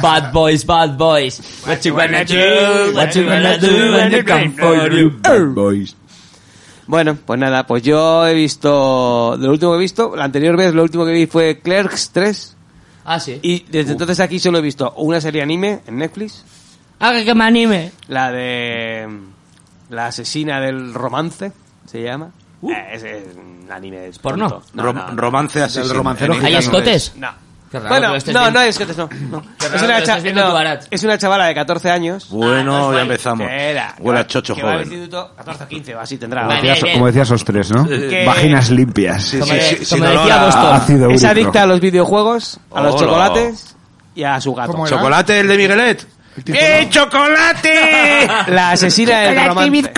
[SPEAKER 5] bad boys, bad boys. What you gonna do? What you gonna do when they come for you?
[SPEAKER 6] Boys.
[SPEAKER 7] Oh. Bueno, pues nada, pues yo he visto... Lo último que he visto, la anterior vez lo último que vi fue Clerks 3.
[SPEAKER 5] Ah, sí.
[SPEAKER 7] Y desde entonces aquí solo he visto una serie anime en Netflix.
[SPEAKER 5] Haga Ah, que me anime.
[SPEAKER 7] La de... La asesina del romance, se llama. Eh, es, es un anime de...
[SPEAKER 5] Uh. Porno.
[SPEAKER 7] espanto. No,
[SPEAKER 8] Rom-
[SPEAKER 7] no, no.
[SPEAKER 8] Romance asesino.
[SPEAKER 6] romancero
[SPEAKER 8] En
[SPEAKER 5] ¿Hay
[SPEAKER 8] inglés no
[SPEAKER 5] escotes?
[SPEAKER 7] No.
[SPEAKER 5] Qué raro que
[SPEAKER 7] Bueno,
[SPEAKER 5] lo estés
[SPEAKER 7] no,
[SPEAKER 5] viendo.
[SPEAKER 7] no hay escotes, no. no.
[SPEAKER 5] Qué raro pues este
[SPEAKER 7] Es,
[SPEAKER 5] que lo
[SPEAKER 7] una
[SPEAKER 5] estés
[SPEAKER 7] cha-
[SPEAKER 5] viendo
[SPEAKER 7] no,
[SPEAKER 5] tú, Arat.
[SPEAKER 7] es una chavala de 14 años.
[SPEAKER 8] Bueno, ya empezamos.
[SPEAKER 7] Era,
[SPEAKER 8] Huele a chocho
[SPEAKER 7] que Va al
[SPEAKER 8] joven.
[SPEAKER 7] instituto 14 o 15 o así tendrá.
[SPEAKER 5] Vale.
[SPEAKER 6] Decías- como decías os tres, ¿no?
[SPEAKER 7] Que-
[SPEAKER 6] Vaginas limpias.
[SPEAKER 8] Sí,
[SPEAKER 5] Como,
[SPEAKER 8] sí,
[SPEAKER 5] de-
[SPEAKER 8] sí, sin
[SPEAKER 5] como
[SPEAKER 8] olor
[SPEAKER 5] decía
[SPEAKER 8] a-
[SPEAKER 5] Boston.
[SPEAKER 6] Ácido
[SPEAKER 7] Es
[SPEAKER 6] úrico.
[SPEAKER 7] adicta a los videojuegos, a los
[SPEAKER 8] Hola.
[SPEAKER 7] chocolates y a su gato.
[SPEAKER 4] ¿Cómo era?
[SPEAKER 8] ¿Chocolate ¡Eh, el de Miguelet?
[SPEAKER 7] ¡Qué chocolate! ¡Este! La asesina del romance.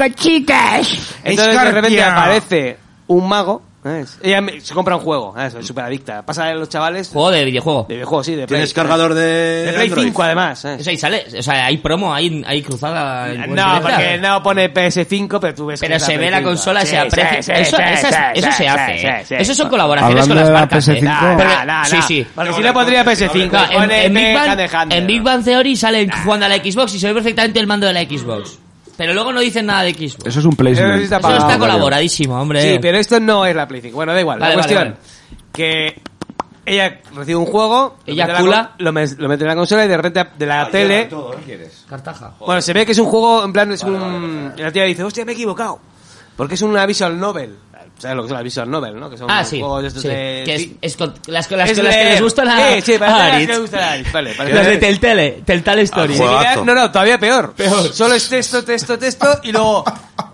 [SPEAKER 7] Entonces de repente aparece un mago. ¿sabes? Ella me- se compra un juego, ¿sabes? es súper adicta. Pasa a los chavales de
[SPEAKER 5] Juego de videojuego.
[SPEAKER 7] videojuegos, sí, de Play.
[SPEAKER 8] ¿Tienes cargador de,
[SPEAKER 7] De Play
[SPEAKER 8] Android?
[SPEAKER 7] 5 además. ¿sabes?
[SPEAKER 5] Eso ahí sale, o sea, hay promo, hay, hay cruzada.
[SPEAKER 8] Pues
[SPEAKER 5] en
[SPEAKER 7] No,
[SPEAKER 5] directa.
[SPEAKER 7] porque no pone PS5, pero tú ves que
[SPEAKER 5] Pero
[SPEAKER 7] es
[SPEAKER 5] se ve la
[SPEAKER 7] Play 5.
[SPEAKER 5] consola,
[SPEAKER 7] Sí,
[SPEAKER 5] se aprecia.
[SPEAKER 7] sí,
[SPEAKER 5] eso
[SPEAKER 7] sí,
[SPEAKER 5] esas-
[SPEAKER 7] sí,
[SPEAKER 5] eso
[SPEAKER 7] sí,
[SPEAKER 5] se
[SPEAKER 7] sí,
[SPEAKER 5] hace.
[SPEAKER 7] sí,
[SPEAKER 5] ¿eh?
[SPEAKER 7] sí,
[SPEAKER 5] Eso son
[SPEAKER 7] sí.
[SPEAKER 5] colaboraciones
[SPEAKER 6] Hablando
[SPEAKER 5] con las
[SPEAKER 6] de la
[SPEAKER 5] marcas. ¿eh?
[SPEAKER 6] PS5.
[SPEAKER 7] No,
[SPEAKER 5] Pero-
[SPEAKER 7] no, no,
[SPEAKER 5] sí,
[SPEAKER 7] no.
[SPEAKER 5] sí.
[SPEAKER 7] Porque si le pondría PS5,
[SPEAKER 5] Claro, en,
[SPEAKER 7] pone
[SPEAKER 5] en Big
[SPEAKER 7] P-
[SPEAKER 5] Bang,
[SPEAKER 7] Hand Hand,
[SPEAKER 5] en
[SPEAKER 7] ¿no?
[SPEAKER 5] Big Bang Theory salen jugando a la Xbox y se ve perfectamente el mando de la Xbox. Pero luego no dicen nada de Xbox.
[SPEAKER 6] Eso es un placement.
[SPEAKER 7] Eso está
[SPEAKER 5] Eso
[SPEAKER 7] apagado,
[SPEAKER 5] está
[SPEAKER 7] Mario.
[SPEAKER 5] colaboradísimo, hombre.
[SPEAKER 7] Sí, pero esto no es la Play 5. Bueno, da igual.
[SPEAKER 5] Vale,
[SPEAKER 7] la
[SPEAKER 5] vale,
[SPEAKER 7] cuestión que ella recibe un juego, lo
[SPEAKER 5] Ella
[SPEAKER 7] mete en la
[SPEAKER 5] cula.
[SPEAKER 7] con- lo, mes- lo mete en la consola y de repente de
[SPEAKER 12] Ah,
[SPEAKER 7] la
[SPEAKER 4] Ah,
[SPEAKER 7] tele.
[SPEAKER 4] ¿eh?
[SPEAKER 5] Cartaja.
[SPEAKER 7] Bueno, se ve que es un juego en plan es un la tía dice, "Hostia, me he equivocado." Porque es una visual novel. ¿Sabes lo que son las Visual Novel, no? Que son
[SPEAKER 5] Ah, sí.
[SPEAKER 7] juegos estos
[SPEAKER 5] sí,
[SPEAKER 7] de-
[SPEAKER 5] Que es,
[SPEAKER 7] sí.
[SPEAKER 5] es con- las, con las,
[SPEAKER 7] Es
[SPEAKER 5] con las que
[SPEAKER 7] leer.
[SPEAKER 5] les gusta la. Ah,
[SPEAKER 7] Sí, sí, para las que
[SPEAKER 5] Aritz.
[SPEAKER 7] les gusta la Aritz, vale, para
[SPEAKER 4] Eh.
[SPEAKER 5] Las de
[SPEAKER 7] leer.
[SPEAKER 5] Teltale, Teltale
[SPEAKER 6] Ah,
[SPEAKER 5] Story.
[SPEAKER 8] juego. Juegazo.
[SPEAKER 7] No, no, todavía peor. Solo es texto, texto, texto y luego.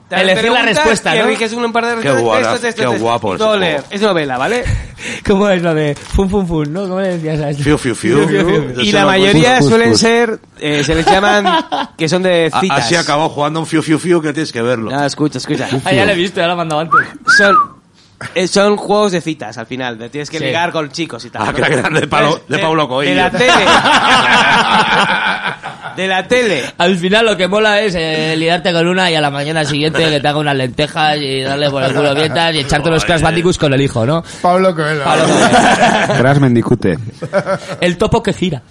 [SPEAKER 7] te
[SPEAKER 5] Elegir la
[SPEAKER 7] preguntas
[SPEAKER 5] respuesta,
[SPEAKER 7] y
[SPEAKER 5] ¿no?
[SPEAKER 7] eliges un par de
[SPEAKER 8] Qué
[SPEAKER 7] respuestas,
[SPEAKER 8] guapo,
[SPEAKER 7] texto, texto,
[SPEAKER 8] qué
[SPEAKER 7] texto.
[SPEAKER 8] guapo
[SPEAKER 7] Y
[SPEAKER 8] ese
[SPEAKER 7] todo
[SPEAKER 8] juego.
[SPEAKER 7] leer. Es novela, ¿vale?
[SPEAKER 5] ¿Cómo es lo de fun fun fun? ¿No? ¿Cómo le decías
[SPEAKER 12] este?
[SPEAKER 5] a esto?
[SPEAKER 8] Fiu, fiu, fiu. pues,
[SPEAKER 7] Y la mayoría suelen
[SPEAKER 12] Pues
[SPEAKER 7] ser. eh, se les llaman. que son de
[SPEAKER 8] A-
[SPEAKER 7] citas.
[SPEAKER 8] Así acabó jugando un fiu fiu fiu que tienes que verlo.
[SPEAKER 7] No, escucha, escucha.
[SPEAKER 5] Ah, ya lo he visto, ya lo he mandado antes.
[SPEAKER 7] Son. eh, Son juegos de citas al final, de tienes que
[SPEAKER 5] Sí.
[SPEAKER 7] ligar con chicos y tal.
[SPEAKER 8] Ah,
[SPEAKER 7] ¿no?
[SPEAKER 8] que la gran de Pablo-
[SPEAKER 7] Entonces,
[SPEAKER 8] de Pablo Coelho.
[SPEAKER 7] De la tele. de la tele.
[SPEAKER 5] Al final lo que mola es eh, liarte con una y a la mañana siguiente que te haga unas lentejas y darle por el culo vientas y echarte unos Crash Bandicoots con el hijo, ¿no?
[SPEAKER 4] Pablo Coelho.
[SPEAKER 6] Crash Mendicute.
[SPEAKER 5] El topo que gira.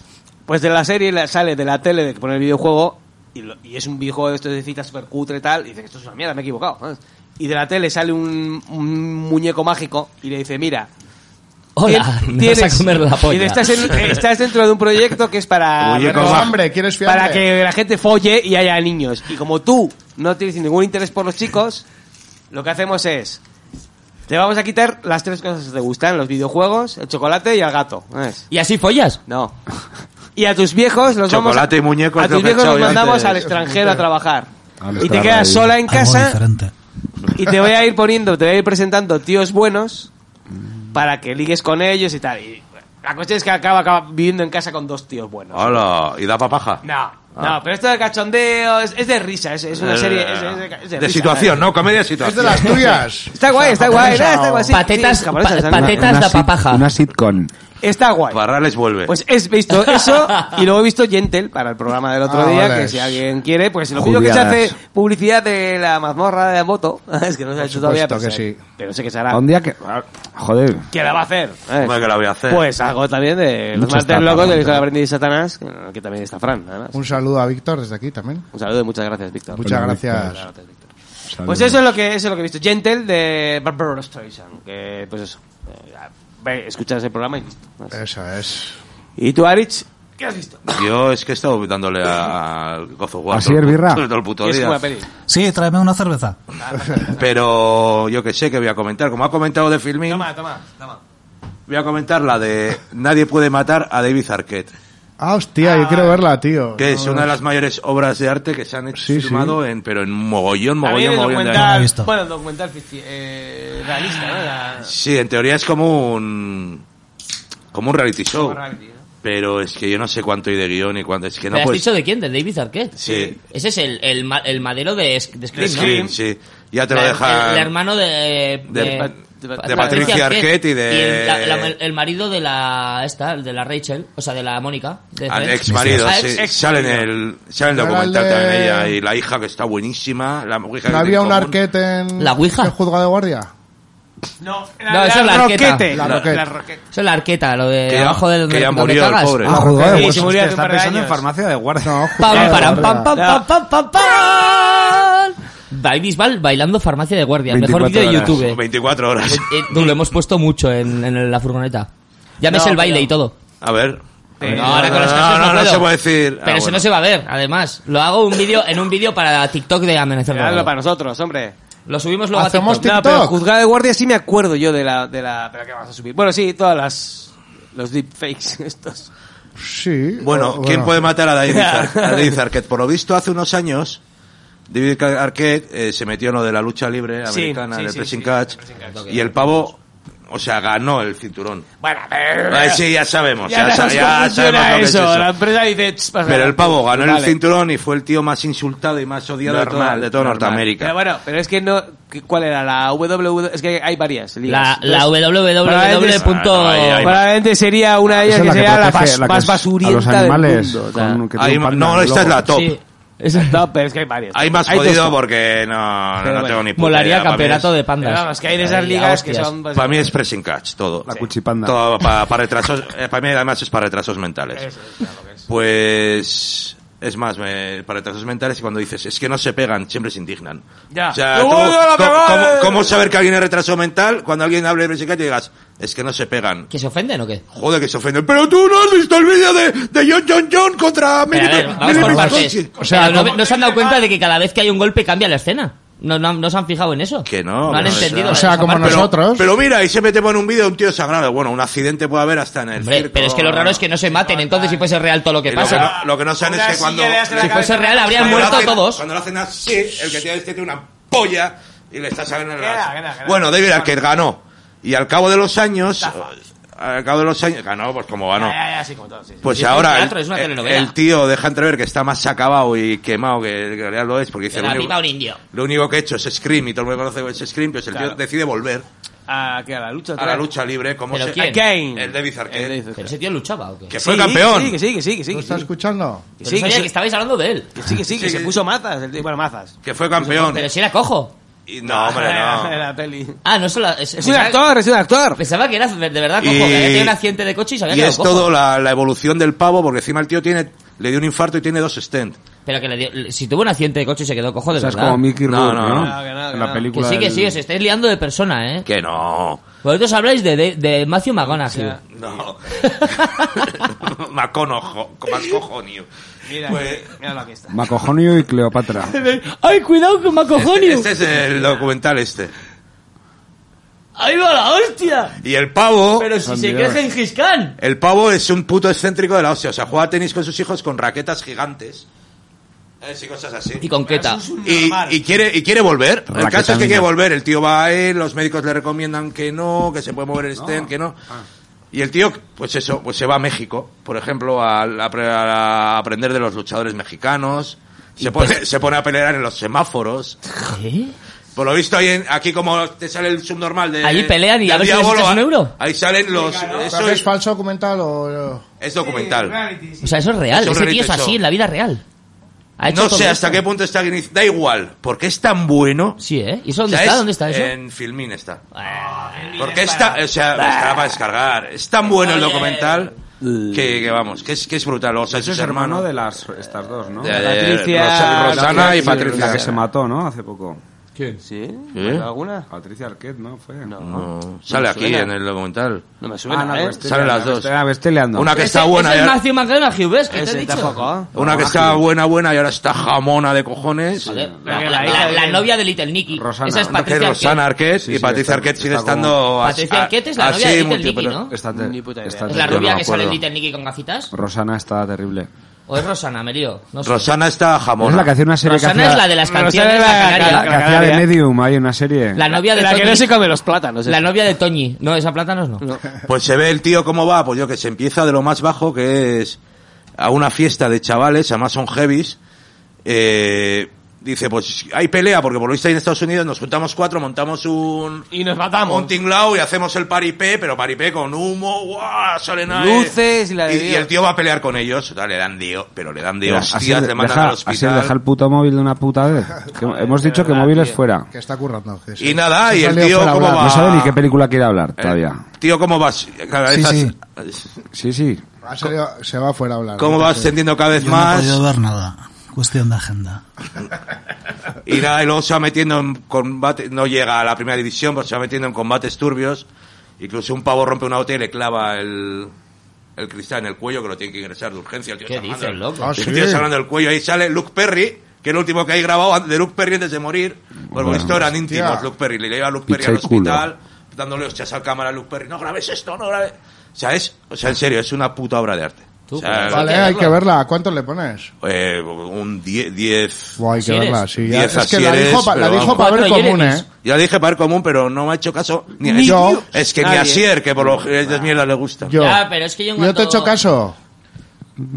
[SPEAKER 7] Pues de la serie la- sale de la tele de que pone el videojuego y, lo- y es un videojuego de estos de citas super cutre y tal y dice esto es una mierda, me he equivocado. ¿sabes? Y de la tele sale un, un muñeco mágico y le dice, mira,
[SPEAKER 5] Hola,
[SPEAKER 7] tien-
[SPEAKER 5] me vas a comer la
[SPEAKER 7] y dice,
[SPEAKER 5] polla.
[SPEAKER 7] estás, en- eh, estás dentro de un proyecto que es para,
[SPEAKER 8] Muñeco
[SPEAKER 4] Tengo
[SPEAKER 8] ma-
[SPEAKER 4] hambre, ¿quieres fiambre?
[SPEAKER 7] para que la gente folle y haya niños. Y como tú no tienes ningún interés por los chicos, lo que hacemos es... Te vamos a quitar las tres cosas que te gustan, los videojuegos, el chocolate y el gato. ¿sabes?
[SPEAKER 5] ¿Y así follas?
[SPEAKER 7] No. Y a tus viejos los vamos
[SPEAKER 8] Chocolate
[SPEAKER 7] a,
[SPEAKER 8] y muñecos
[SPEAKER 7] a
[SPEAKER 8] que
[SPEAKER 7] tus
[SPEAKER 8] os he
[SPEAKER 7] viejos
[SPEAKER 8] echado
[SPEAKER 7] los
[SPEAKER 8] yo
[SPEAKER 7] mandamos
[SPEAKER 8] antes.
[SPEAKER 7] al extranjero a trabajar.
[SPEAKER 6] Ah, me
[SPEAKER 7] Y te
[SPEAKER 6] estaba
[SPEAKER 7] quedas
[SPEAKER 6] ahí.
[SPEAKER 7] sola en
[SPEAKER 13] Algo
[SPEAKER 7] casa
[SPEAKER 13] diferente.
[SPEAKER 7] y te voy a ir poniendo, te voy a ir presentando tíos buenos para que ligues con ellos y tal. Y bueno, la cuestión es que acaba, acaba viviendo en casa con dos tíos buenos.
[SPEAKER 8] Hola, y da papaja.
[SPEAKER 7] No, no, pero esto de cachondeo es, es de risa, es, es una serie es- es es
[SPEAKER 8] Eh, de,
[SPEAKER 7] risa,
[SPEAKER 8] situación, ¿no? Comedia de
[SPEAKER 4] Es de
[SPEAKER 8] situación.
[SPEAKER 4] las tuyas.
[SPEAKER 7] Está guay, está guay,
[SPEAKER 4] Japonesa
[SPEAKER 7] nada, está guay. sí,
[SPEAKER 5] Patetas-
[SPEAKER 7] sí, japonesas,
[SPEAKER 5] pa-
[SPEAKER 7] ¿no?
[SPEAKER 5] patetas. Tetas da
[SPEAKER 6] sit-
[SPEAKER 5] papaja.
[SPEAKER 6] Una sitcom.
[SPEAKER 7] Está guay.
[SPEAKER 8] Parrales vuelve.
[SPEAKER 7] Pues he visto eso y luego he visto Gentle para el programa del otro
[SPEAKER 4] Ah,
[SPEAKER 7] día,
[SPEAKER 4] vale.
[SPEAKER 7] que si alguien quiere, pues lo mismo que se
[SPEAKER 6] Judiadas.
[SPEAKER 7] hace publicidad de la mazmorra de moto, es que no se ha hecho todavía,
[SPEAKER 4] supuesto
[SPEAKER 7] pero,
[SPEAKER 4] que
[SPEAKER 7] sé-
[SPEAKER 4] sí.
[SPEAKER 7] pero sé que se hará.
[SPEAKER 6] Un día que... ah, Joder.
[SPEAKER 7] ¿Qué la va a hacer? ¿sabes?
[SPEAKER 8] Hombre, que la voy a hacer.
[SPEAKER 7] Pues algo también de los
[SPEAKER 6] Mucho
[SPEAKER 7] martes
[SPEAKER 6] está
[SPEAKER 7] locos
[SPEAKER 6] para
[SPEAKER 7] de
[SPEAKER 6] contar.
[SPEAKER 7] la aprendiz de Satanás, que, que también está Fran, además.
[SPEAKER 4] Un saludo a Víctor desde aquí también.
[SPEAKER 7] Un saludo y muchas gracias, Víctor.
[SPEAKER 4] Muchas
[SPEAKER 6] Hola,
[SPEAKER 4] gracias.
[SPEAKER 7] Pues eso es lo que eso es lo que he visto. Gentle de Barbara Streisand, que pues eso. Eh, ve, escuchas el programa y listo.
[SPEAKER 4] Eso es.
[SPEAKER 7] ¿Y tú, Arich? ¿Qué has visto?
[SPEAKER 8] Yo es que he estado dándole a- al gozo guapo.
[SPEAKER 6] Así es, birra.
[SPEAKER 8] Todo el puto
[SPEAKER 7] Que es
[SPEAKER 8] día.
[SPEAKER 7] una peli.
[SPEAKER 13] Sí, tráeme una cerveza.
[SPEAKER 8] Pero yo que sé que voy a comentar. Como ha comentado de filming,
[SPEAKER 7] Toma, toma, toma.
[SPEAKER 8] voy a comentar la de Nadie puede matar a David Arquette.
[SPEAKER 4] Ah, hostia, yo quiero verla, tío.
[SPEAKER 8] Que es una de las mayores obras de arte que se han
[SPEAKER 4] Sí, sí.
[SPEAKER 8] filmado, en, pero en mogollón, mogollón,
[SPEAKER 7] También
[SPEAKER 8] mogollón de
[SPEAKER 7] el
[SPEAKER 13] No la
[SPEAKER 7] documental,
[SPEAKER 13] he visto.
[SPEAKER 7] bueno, el documental ficti- eh, realista, ¿no? La-
[SPEAKER 8] Sí, en teoría es como un. como un reality show.
[SPEAKER 7] la reality, ¿no?
[SPEAKER 8] Pero es que yo no sé cuánto hay de guión y cuánto. Es que no
[SPEAKER 5] ¿Me has
[SPEAKER 8] puedes.
[SPEAKER 5] dicho de quién? ¿Del David Arquette?
[SPEAKER 8] Sí.
[SPEAKER 5] Ese es el, el, ma- el madero de, Sk- de
[SPEAKER 8] de
[SPEAKER 5] Scream, ¿no?
[SPEAKER 8] Scream, sí. Ya te lo
[SPEAKER 5] El-
[SPEAKER 8] deja.
[SPEAKER 5] El, el hermano de...
[SPEAKER 8] de-
[SPEAKER 7] de-
[SPEAKER 8] de Patricia Arquette y de-
[SPEAKER 5] el, la- la- el marido de la... Esta, de la Rachel, o sea, de la Mónica. de
[SPEAKER 8] Al
[SPEAKER 5] Friends.
[SPEAKER 8] ex marido,
[SPEAKER 5] Ah,
[SPEAKER 8] sí.
[SPEAKER 5] ex-
[SPEAKER 8] sale en el, sale en el documental
[SPEAKER 4] Dale.
[SPEAKER 8] también ella y la hija que está buenísima. La mujer que
[SPEAKER 4] ¿No
[SPEAKER 8] tiene
[SPEAKER 4] había
[SPEAKER 8] en
[SPEAKER 4] un
[SPEAKER 8] común.
[SPEAKER 4] arquete en
[SPEAKER 5] ¿La Ouija?
[SPEAKER 4] el juzgado de guardia?
[SPEAKER 7] No,
[SPEAKER 5] No, esa es la arqueta.
[SPEAKER 7] roquete.
[SPEAKER 4] La
[SPEAKER 7] La-
[SPEAKER 4] roqueta.
[SPEAKER 7] la roqueta.
[SPEAKER 5] Eso es la arqueta, lo de
[SPEAKER 8] Que ya-
[SPEAKER 5] abajo de donde,
[SPEAKER 8] que ya
[SPEAKER 5] donde
[SPEAKER 8] murió el
[SPEAKER 5] cagas.
[SPEAKER 8] pobre.
[SPEAKER 5] Ah,
[SPEAKER 13] jugado
[SPEAKER 7] Sí, se pues murió hace un
[SPEAKER 6] está
[SPEAKER 7] par de
[SPEAKER 6] pensando en
[SPEAKER 7] años.
[SPEAKER 6] farmacia de guardia.
[SPEAKER 4] No,
[SPEAKER 5] Pam,
[SPEAKER 4] juzgado de
[SPEAKER 5] param, pam,
[SPEAKER 4] guardia.
[SPEAKER 5] pam, pam, pam, pam, pam. David Bisbal bailando farmacia de guardia. El mejor
[SPEAKER 6] 24
[SPEAKER 5] vídeo de
[SPEAKER 6] horas.
[SPEAKER 5] YouTube.
[SPEAKER 8] 24 horas.
[SPEAKER 5] Eh, tú, lo hemos puesto mucho en, en la furgoneta. Ya me
[SPEAKER 7] No,
[SPEAKER 5] sé el baile
[SPEAKER 7] pero-
[SPEAKER 5] y todo.
[SPEAKER 8] A ver.
[SPEAKER 7] Eh,
[SPEAKER 5] No, ahora con los
[SPEAKER 8] no,
[SPEAKER 5] cascos
[SPEAKER 8] no, no
[SPEAKER 5] puedo.
[SPEAKER 8] se puede decir.
[SPEAKER 5] Pero
[SPEAKER 8] Ah,
[SPEAKER 5] eso
[SPEAKER 8] bueno.
[SPEAKER 5] no se va a ver, además. Lo hago un vídeo en un vídeo para TikTok de Amanecer
[SPEAKER 7] Hazlo
[SPEAKER 5] Dorado.
[SPEAKER 7] para nosotros, hombre.
[SPEAKER 5] Lo subimos luego
[SPEAKER 4] Hacemos
[SPEAKER 5] a TikTok.
[SPEAKER 7] No,
[SPEAKER 4] TikTok.
[SPEAKER 7] pero juzgado de guardia sí me acuerdo yo de la, de la, pero que vas a subir. Bueno, sí, todas las, los deepfakes estos.
[SPEAKER 4] Sí.
[SPEAKER 8] Bueno,
[SPEAKER 4] o-
[SPEAKER 8] ¿quién puede matar a David, Ar- a David Arquette? Por lo visto, hace unos años, David Arquette eh, se metió en lo de la lucha libre
[SPEAKER 7] Sí,
[SPEAKER 8] americana,
[SPEAKER 7] sí,
[SPEAKER 8] en el
[SPEAKER 7] sí,
[SPEAKER 8] pressing
[SPEAKER 7] sí,
[SPEAKER 8] catch,
[SPEAKER 7] el pressing catch.
[SPEAKER 8] y el pavo, o sea, ganó el cinturón.
[SPEAKER 7] Bueno, pero...
[SPEAKER 8] Eh, sí, ya sabemos, ya, sa-
[SPEAKER 7] sabes
[SPEAKER 8] ya
[SPEAKER 7] cómo funciona
[SPEAKER 8] sabemos lo que es
[SPEAKER 7] eso.
[SPEAKER 8] eso.
[SPEAKER 7] La empresa dice... "Tss, pasa
[SPEAKER 8] Pero
[SPEAKER 7] nada".
[SPEAKER 8] el pavo ganó el
[SPEAKER 7] Vale.
[SPEAKER 8] cinturón y fue el tío más insultado y más odiado de toda,
[SPEAKER 6] Normal,
[SPEAKER 8] de toda
[SPEAKER 6] normal.
[SPEAKER 8] Norteamérica.
[SPEAKER 7] Pero bueno, pero es que no... que- ¿Cuál era? La WW... Es que hay varias
[SPEAKER 5] La,
[SPEAKER 7] ligas.
[SPEAKER 5] Ah, la
[SPEAKER 7] Entonces, Ah,
[SPEAKER 5] www. punto-
[SPEAKER 8] Ahí, ahí.
[SPEAKER 7] Probablemente sería una de ellas
[SPEAKER 6] Esa
[SPEAKER 7] que
[SPEAKER 6] es la que
[SPEAKER 7] sería la,
[SPEAKER 6] protege,
[SPEAKER 7] bas-
[SPEAKER 6] la que
[SPEAKER 7] más
[SPEAKER 6] es- a los
[SPEAKER 7] basurienta del
[SPEAKER 6] animales
[SPEAKER 7] mundo. o sea.
[SPEAKER 6] con- que
[SPEAKER 8] Ahí-
[SPEAKER 6] tienen panda,
[SPEAKER 8] no, esta
[SPEAKER 6] luego.
[SPEAKER 8] es la top.
[SPEAKER 5] Sí. Esa-
[SPEAKER 7] No, pero es que hay varias.
[SPEAKER 8] Hay más
[SPEAKER 7] Hay dos
[SPEAKER 8] jodido
[SPEAKER 7] top.
[SPEAKER 8] porque no, no,
[SPEAKER 7] Pero
[SPEAKER 8] no
[SPEAKER 7] bueno,
[SPEAKER 8] tengo ni puta
[SPEAKER 5] Molaría
[SPEAKER 8] idea, para mí
[SPEAKER 5] campeonato
[SPEAKER 8] es-
[SPEAKER 5] de pandas.
[SPEAKER 7] Pero vamos, que hay de esas
[SPEAKER 5] Ahí,
[SPEAKER 7] ligas que
[SPEAKER 5] hostias.
[SPEAKER 7] son... pues, eh,
[SPEAKER 8] Para mí es pressing catch, todo.
[SPEAKER 6] La cuchipanda.
[SPEAKER 8] Todo para retrasos, eh, para mí además es para retrasos mentales. Pues es más, me- para retrasos mentales y cuando dices, es que no se pegan, siempre se indignan.
[SPEAKER 7] Ya.
[SPEAKER 8] O sea,
[SPEAKER 7] ¡Yo
[SPEAKER 8] tú,
[SPEAKER 7] voy a la
[SPEAKER 8] ¿cómo,
[SPEAKER 7] pegada!
[SPEAKER 8] cómo- cómo saber que alguien es retraso mental cuando alguien hable de pressing catch y digas, es que no se pegan?
[SPEAKER 5] ¿Que se ofenden o qué?
[SPEAKER 8] Joder, que se ofenden. Pero tú no has visto el vídeo de, de John John John contra
[SPEAKER 5] Pero a
[SPEAKER 8] Millie
[SPEAKER 5] ver, vamos
[SPEAKER 8] Millie
[SPEAKER 5] por
[SPEAKER 8] Misconchi.
[SPEAKER 5] partes. O sea, ¿no, no se han dado cuenta de que cada vez que hay un golpe cambia la escena? No, no, no se han fijado en eso.
[SPEAKER 8] Que no,
[SPEAKER 5] No han
[SPEAKER 8] pero eso-
[SPEAKER 5] entendido.
[SPEAKER 4] O sea,
[SPEAKER 5] esa
[SPEAKER 4] como
[SPEAKER 5] parte.
[SPEAKER 4] nosotros.
[SPEAKER 8] Pero mira, y se metemos en un vídeo de un tío sangrado. Bueno, un accidente puede haber hasta en el
[SPEAKER 5] Hombre,
[SPEAKER 8] circo.
[SPEAKER 5] pero es que lo raro es que no se maten entonces si fuese real todo lo que
[SPEAKER 8] Y Lo que,
[SPEAKER 5] pasa.
[SPEAKER 8] no, lo que no saben es que cuando...
[SPEAKER 5] Si fuese real, habrían
[SPEAKER 8] cuando lo
[SPEAKER 5] muerto
[SPEAKER 8] hacen-
[SPEAKER 5] todos.
[SPEAKER 8] Cuando lo hacen así, el que tiene este tiene una polla y le está saliendo en la...
[SPEAKER 7] Queda, queda, queda.
[SPEAKER 8] Bueno, David Arquette ganó. Y al cabo de los años... Al cabo de los años... Ganó, pues como ganó.
[SPEAKER 7] Ya, ya, ya, sí, como todo, sí, sí.
[SPEAKER 8] Pues
[SPEAKER 5] Sí, es un
[SPEAKER 8] ahora
[SPEAKER 5] teatro, es
[SPEAKER 8] el,
[SPEAKER 5] una
[SPEAKER 8] el-
[SPEAKER 5] telenovela.
[SPEAKER 8] el tío deja entrever que está más acabado y quemado que en realidad lo es, porque dice
[SPEAKER 5] Se
[SPEAKER 8] lo
[SPEAKER 5] la
[SPEAKER 8] único,
[SPEAKER 5] pipa un indio.
[SPEAKER 8] lo único que he hecho es Scream y todo el mundo conoce es Scream, pues el tío
[SPEAKER 7] Claro.
[SPEAKER 8] decide volver
[SPEAKER 7] Ah, que a la lucha.
[SPEAKER 8] a la lucha libre como
[SPEAKER 5] ¿Pero
[SPEAKER 8] se-
[SPEAKER 5] quién?
[SPEAKER 7] Kane.
[SPEAKER 8] El David Arquette.
[SPEAKER 7] El David
[SPEAKER 5] ¿Pero
[SPEAKER 7] Arquette.
[SPEAKER 5] ese tío luchaba o qué?
[SPEAKER 8] que fue
[SPEAKER 7] Sí,
[SPEAKER 8] campeón.
[SPEAKER 7] Que sí, que sí, que sí.
[SPEAKER 4] ¿Lo
[SPEAKER 7] Que
[SPEAKER 4] estás
[SPEAKER 7] sí,
[SPEAKER 4] escuchando?
[SPEAKER 5] Yo
[SPEAKER 7] que sí, que
[SPEAKER 5] sabía
[SPEAKER 7] sí.
[SPEAKER 5] que estabais hablando de él.
[SPEAKER 7] que sí, que sí, que
[SPEAKER 8] Sí,
[SPEAKER 7] se
[SPEAKER 8] que-
[SPEAKER 7] puso mazas. el tío. Bueno, mazas.
[SPEAKER 8] Que fue campeón.
[SPEAKER 5] Pero si era cojo.
[SPEAKER 8] Y- no, hombre,
[SPEAKER 7] De
[SPEAKER 8] no.
[SPEAKER 7] la peli.
[SPEAKER 5] Ah, no solo... Es,
[SPEAKER 7] Es un
[SPEAKER 5] pensaba-
[SPEAKER 7] actor, es un actor.
[SPEAKER 5] Pensaba que era de de verdad cojo,
[SPEAKER 8] Y-
[SPEAKER 5] que había tenido un accidente de coche y se había
[SPEAKER 8] Y
[SPEAKER 5] quedado
[SPEAKER 8] es
[SPEAKER 5] cojo.
[SPEAKER 8] todo la, la evolución del pavo, porque encima el tío tiene le dio un infarto y tiene dos stents.
[SPEAKER 5] Pero que le dio- si tuvo un accidente de coche y se quedó cojo de
[SPEAKER 6] O sea, es
[SPEAKER 5] verdad.
[SPEAKER 6] como Mickey
[SPEAKER 8] No,
[SPEAKER 6] Rourke,
[SPEAKER 8] no,
[SPEAKER 6] ¿no?
[SPEAKER 7] no, que no, que
[SPEAKER 6] En la
[SPEAKER 7] no.
[SPEAKER 5] Que
[SPEAKER 6] película
[SPEAKER 5] sí, que
[SPEAKER 6] del-
[SPEAKER 5] sí, os estáis liando de persona, ¿eh?
[SPEAKER 8] Que no.
[SPEAKER 5] Vosotros habláis de, de, de Matthew McConaughey.
[SPEAKER 7] Ya.
[SPEAKER 8] No. Maconojo, más cojonio.
[SPEAKER 7] Mira,
[SPEAKER 8] Pues-
[SPEAKER 7] mira lo que está.
[SPEAKER 6] Macojonio y Cleopatra.
[SPEAKER 5] ¡Ay, cuidado con McConaughey!
[SPEAKER 8] Este es el documental este.
[SPEAKER 5] ¡Ahí va la hostia!
[SPEAKER 8] Y el pavo,
[SPEAKER 5] Pero si se
[SPEAKER 6] Dios.
[SPEAKER 5] cree Gengis Khan.
[SPEAKER 8] el pavo es un puto excéntrico de la hostia. O sea, juega tenis con sus hijos con raquetas gigantes. Eh, sí, cosas así.
[SPEAKER 5] Y con Keta.
[SPEAKER 8] Y, y quiere, y quiere volver. El
[SPEAKER 6] Raqueta
[SPEAKER 8] caso es que quiere
[SPEAKER 6] mía.
[SPEAKER 8] volver. El tío va a ir, los médicos le recomiendan que no, que se puede mover el stent, que no. Y el tío, pues eso, pues se va a México, por ejemplo, al- a, pre- a aprender de los luchadores mexicanos. Se pone, se pone a pelear en los semáforos.
[SPEAKER 5] ¿Qué?
[SPEAKER 8] Por lo visto, ahí en- aquí como te sale el subnormal de...
[SPEAKER 5] Allí pelean y
[SPEAKER 8] del
[SPEAKER 5] a ver si les
[SPEAKER 8] diablo,
[SPEAKER 5] echas un
[SPEAKER 8] ah,
[SPEAKER 5] euro.
[SPEAKER 8] Ahí salen los... Eso
[SPEAKER 4] ¿Pero ¿Es
[SPEAKER 8] es,
[SPEAKER 4] falso documental o...?
[SPEAKER 8] es documental.
[SPEAKER 5] O sea, eso es real.
[SPEAKER 8] Eso es
[SPEAKER 5] Ese tío es
[SPEAKER 8] reality
[SPEAKER 5] así
[SPEAKER 8] show.
[SPEAKER 5] en la vida real. Ha hecho
[SPEAKER 8] No
[SPEAKER 5] todo
[SPEAKER 8] sé hasta
[SPEAKER 5] esto.
[SPEAKER 8] qué punto está... guiniz- Da igual, porque es tan bueno...
[SPEAKER 5] Sí, ¿eh? ¿Y eso
[SPEAKER 8] O
[SPEAKER 5] dónde
[SPEAKER 8] sea,
[SPEAKER 5] está?
[SPEAKER 8] es-
[SPEAKER 5] ¿Dónde está eso?
[SPEAKER 8] En Filmin está.
[SPEAKER 5] Ah,
[SPEAKER 8] Porque está, o sea, está para descargar. Es tan bueno el documental que, que vamos, que es, que es brutal. O sea,
[SPEAKER 6] Ese es hermano de las estas dos, ¿no?
[SPEAKER 8] de-
[SPEAKER 6] La-
[SPEAKER 8] de
[SPEAKER 7] Patricia-
[SPEAKER 8] Rosa- Rosana y
[SPEAKER 6] la- La
[SPEAKER 8] Patricia.
[SPEAKER 6] que se mató, ¿no? Hace poco.
[SPEAKER 7] ¿Sí? ¿Alguna?
[SPEAKER 6] Patricia Arquette, ¿no? Fue.
[SPEAKER 8] No, sale aquí en el documental.
[SPEAKER 7] No me suena, ¿eh?
[SPEAKER 8] estoy- Salen las dos.
[SPEAKER 6] A ver, estoy leando.
[SPEAKER 8] Una que
[SPEAKER 5] Ese-
[SPEAKER 8] está buena,
[SPEAKER 5] ese Este es
[SPEAKER 8] ya-
[SPEAKER 5] Matthew McConaughey, ¿ves? ¿Qué te he
[SPEAKER 7] Ese
[SPEAKER 5] dicho?
[SPEAKER 7] tampoco.
[SPEAKER 8] una que está buena, buena y ahora está jamona de cojones.
[SPEAKER 5] Joder,
[SPEAKER 8] No,
[SPEAKER 5] Eh, La,
[SPEAKER 7] que
[SPEAKER 5] la-
[SPEAKER 7] la hija
[SPEAKER 5] la- la
[SPEAKER 7] de-
[SPEAKER 5] novia de Little Nicky.
[SPEAKER 6] Rosana.
[SPEAKER 5] Esa es
[SPEAKER 8] que es
[SPEAKER 5] Patricia
[SPEAKER 8] Rosana
[SPEAKER 5] Arquette.
[SPEAKER 8] Arquette
[SPEAKER 6] Sí,
[SPEAKER 8] y
[SPEAKER 6] sí,
[SPEAKER 8] Patricia
[SPEAKER 6] está-
[SPEAKER 8] Arquette sigue
[SPEAKER 6] está como-
[SPEAKER 8] estando as-
[SPEAKER 5] Patricia
[SPEAKER 8] a-
[SPEAKER 5] Arquette es la novia
[SPEAKER 8] así
[SPEAKER 5] de Little
[SPEAKER 8] múltiple.
[SPEAKER 5] Nicky, ¿no?
[SPEAKER 6] Está te-
[SPEAKER 7] Ni puta idea.
[SPEAKER 6] está
[SPEAKER 5] ¿Es la
[SPEAKER 8] Yo no
[SPEAKER 5] rubia
[SPEAKER 8] me
[SPEAKER 5] que sale en
[SPEAKER 8] acuerdo.
[SPEAKER 5] Little Nicky con gafitas?
[SPEAKER 6] Rosana está terrible.
[SPEAKER 5] ¿O es Rosana, Merío? No sé.
[SPEAKER 8] Rosana está
[SPEAKER 6] No
[SPEAKER 8] jamona.
[SPEAKER 6] es la que hacía una serie que
[SPEAKER 5] Rosana
[SPEAKER 6] hacía-
[SPEAKER 5] es la de las
[SPEAKER 7] Rosana
[SPEAKER 5] canciones
[SPEAKER 7] es la-
[SPEAKER 5] la canaria.
[SPEAKER 6] la que hacía de Medium, hay una serie.
[SPEAKER 5] La novia de
[SPEAKER 7] La que
[SPEAKER 5] Toñi.
[SPEAKER 7] no se come los plátanos. eh.
[SPEAKER 5] La novia de Toñi. No, esa plátanos no.
[SPEAKER 8] Pues se ve el tío cómo va, pues yo que se empieza de lo más bajo, que es a una fiesta de chavales, además son heavies. eh, dice, pues hay pelea, porque por lo visto ahí en Estados Unidos nos juntamos cuatro, montamos un...
[SPEAKER 7] Y nos matamos.
[SPEAKER 8] Un tinglao y hacemos el paripé, pero paripé con humo, ¡guau! Salen ahí.
[SPEAKER 7] Luces y la de
[SPEAKER 8] y,
[SPEAKER 7] Dios.
[SPEAKER 8] y el tío va a pelear con ellos, o sea, le dan dio, pero le dan dio,
[SPEAKER 6] Mira,
[SPEAKER 8] hostias,
[SPEAKER 6] así
[SPEAKER 8] le mandan
[SPEAKER 6] deja-
[SPEAKER 8] al
[SPEAKER 6] así
[SPEAKER 8] hospital.
[SPEAKER 6] deja el puto móvil de una puta vez. Que hemos dicho que móviles fuera.
[SPEAKER 4] Que está currando. que sí.
[SPEAKER 8] Y nada,
[SPEAKER 4] Se
[SPEAKER 8] y el
[SPEAKER 4] salió
[SPEAKER 8] tío
[SPEAKER 4] fuera
[SPEAKER 8] cómo
[SPEAKER 4] hablando.
[SPEAKER 8] va.
[SPEAKER 6] No sabe ni qué película quiere hablar todavía.
[SPEAKER 8] El Tío, ¿cómo vas? Cada vez
[SPEAKER 14] Sí,
[SPEAKER 8] has-
[SPEAKER 14] sí.
[SPEAKER 6] Sí, sí.
[SPEAKER 4] Ha salido- se va fuera a hablar.
[SPEAKER 8] ¿Cómo vas tendiendo cada vez
[SPEAKER 14] Yo no he
[SPEAKER 8] más?
[SPEAKER 14] podido ver nada. Cuestión de agenda.
[SPEAKER 8] Y nada, y luego se va metiendo en combate, no llega a la primera división, pero se va metiendo en combates turbios. Incluso un pavo rompe una botella y le clava el, el cristal en el cuello, que lo tiene que ingresar de urgencia. El tío
[SPEAKER 5] ¿Qué
[SPEAKER 8] sangrando.
[SPEAKER 5] dices, loco?
[SPEAKER 4] Ah,
[SPEAKER 8] El
[SPEAKER 4] sí.
[SPEAKER 8] tío sangrando del cuello. Ahí sale Luke Perry, que es el último que hay grabado antes de Luke Perry antes de morir. Bueno,
[SPEAKER 6] Bueno,
[SPEAKER 8] esto eran íntimos,
[SPEAKER 4] hostia.
[SPEAKER 8] Luke Perry. Le lleva a Luke Perry
[SPEAKER 6] Picha
[SPEAKER 8] al
[SPEAKER 6] y culo.
[SPEAKER 8] hospital, dándole hostias al cámara a Luke Perry. No grabes esto, no grabes. O sea, es, o sea, en serio, es una puta obra de arte.
[SPEAKER 5] Tú,
[SPEAKER 8] O sea,
[SPEAKER 5] pero-
[SPEAKER 4] Vale,
[SPEAKER 5] Hay que
[SPEAKER 4] hay que
[SPEAKER 5] verla.
[SPEAKER 4] verla. ¿A cuánto le pones?
[SPEAKER 8] eh, un 10,
[SPEAKER 4] Buah, hay que
[SPEAKER 5] Si eres-
[SPEAKER 4] verla, sí. ya-
[SPEAKER 8] diez
[SPEAKER 4] Es que la
[SPEAKER 8] así
[SPEAKER 4] dijo,
[SPEAKER 8] eres,
[SPEAKER 4] pa- la
[SPEAKER 8] pero
[SPEAKER 4] dijo
[SPEAKER 8] vamos.
[SPEAKER 4] para ver
[SPEAKER 5] Cuatro
[SPEAKER 4] común,
[SPEAKER 5] Yeremis.
[SPEAKER 4] ¿eh?
[SPEAKER 8] Ya dije para el común, pero no me ha hecho caso. Ni, este
[SPEAKER 4] Ni yo.
[SPEAKER 8] Es que ni
[SPEAKER 7] Nadie.
[SPEAKER 8] Asier, que por los es de mierda le gusta.
[SPEAKER 4] Yo.
[SPEAKER 5] Ya, Ah, pero es que yo en
[SPEAKER 4] te he
[SPEAKER 5] cuanto-
[SPEAKER 4] hecho caso.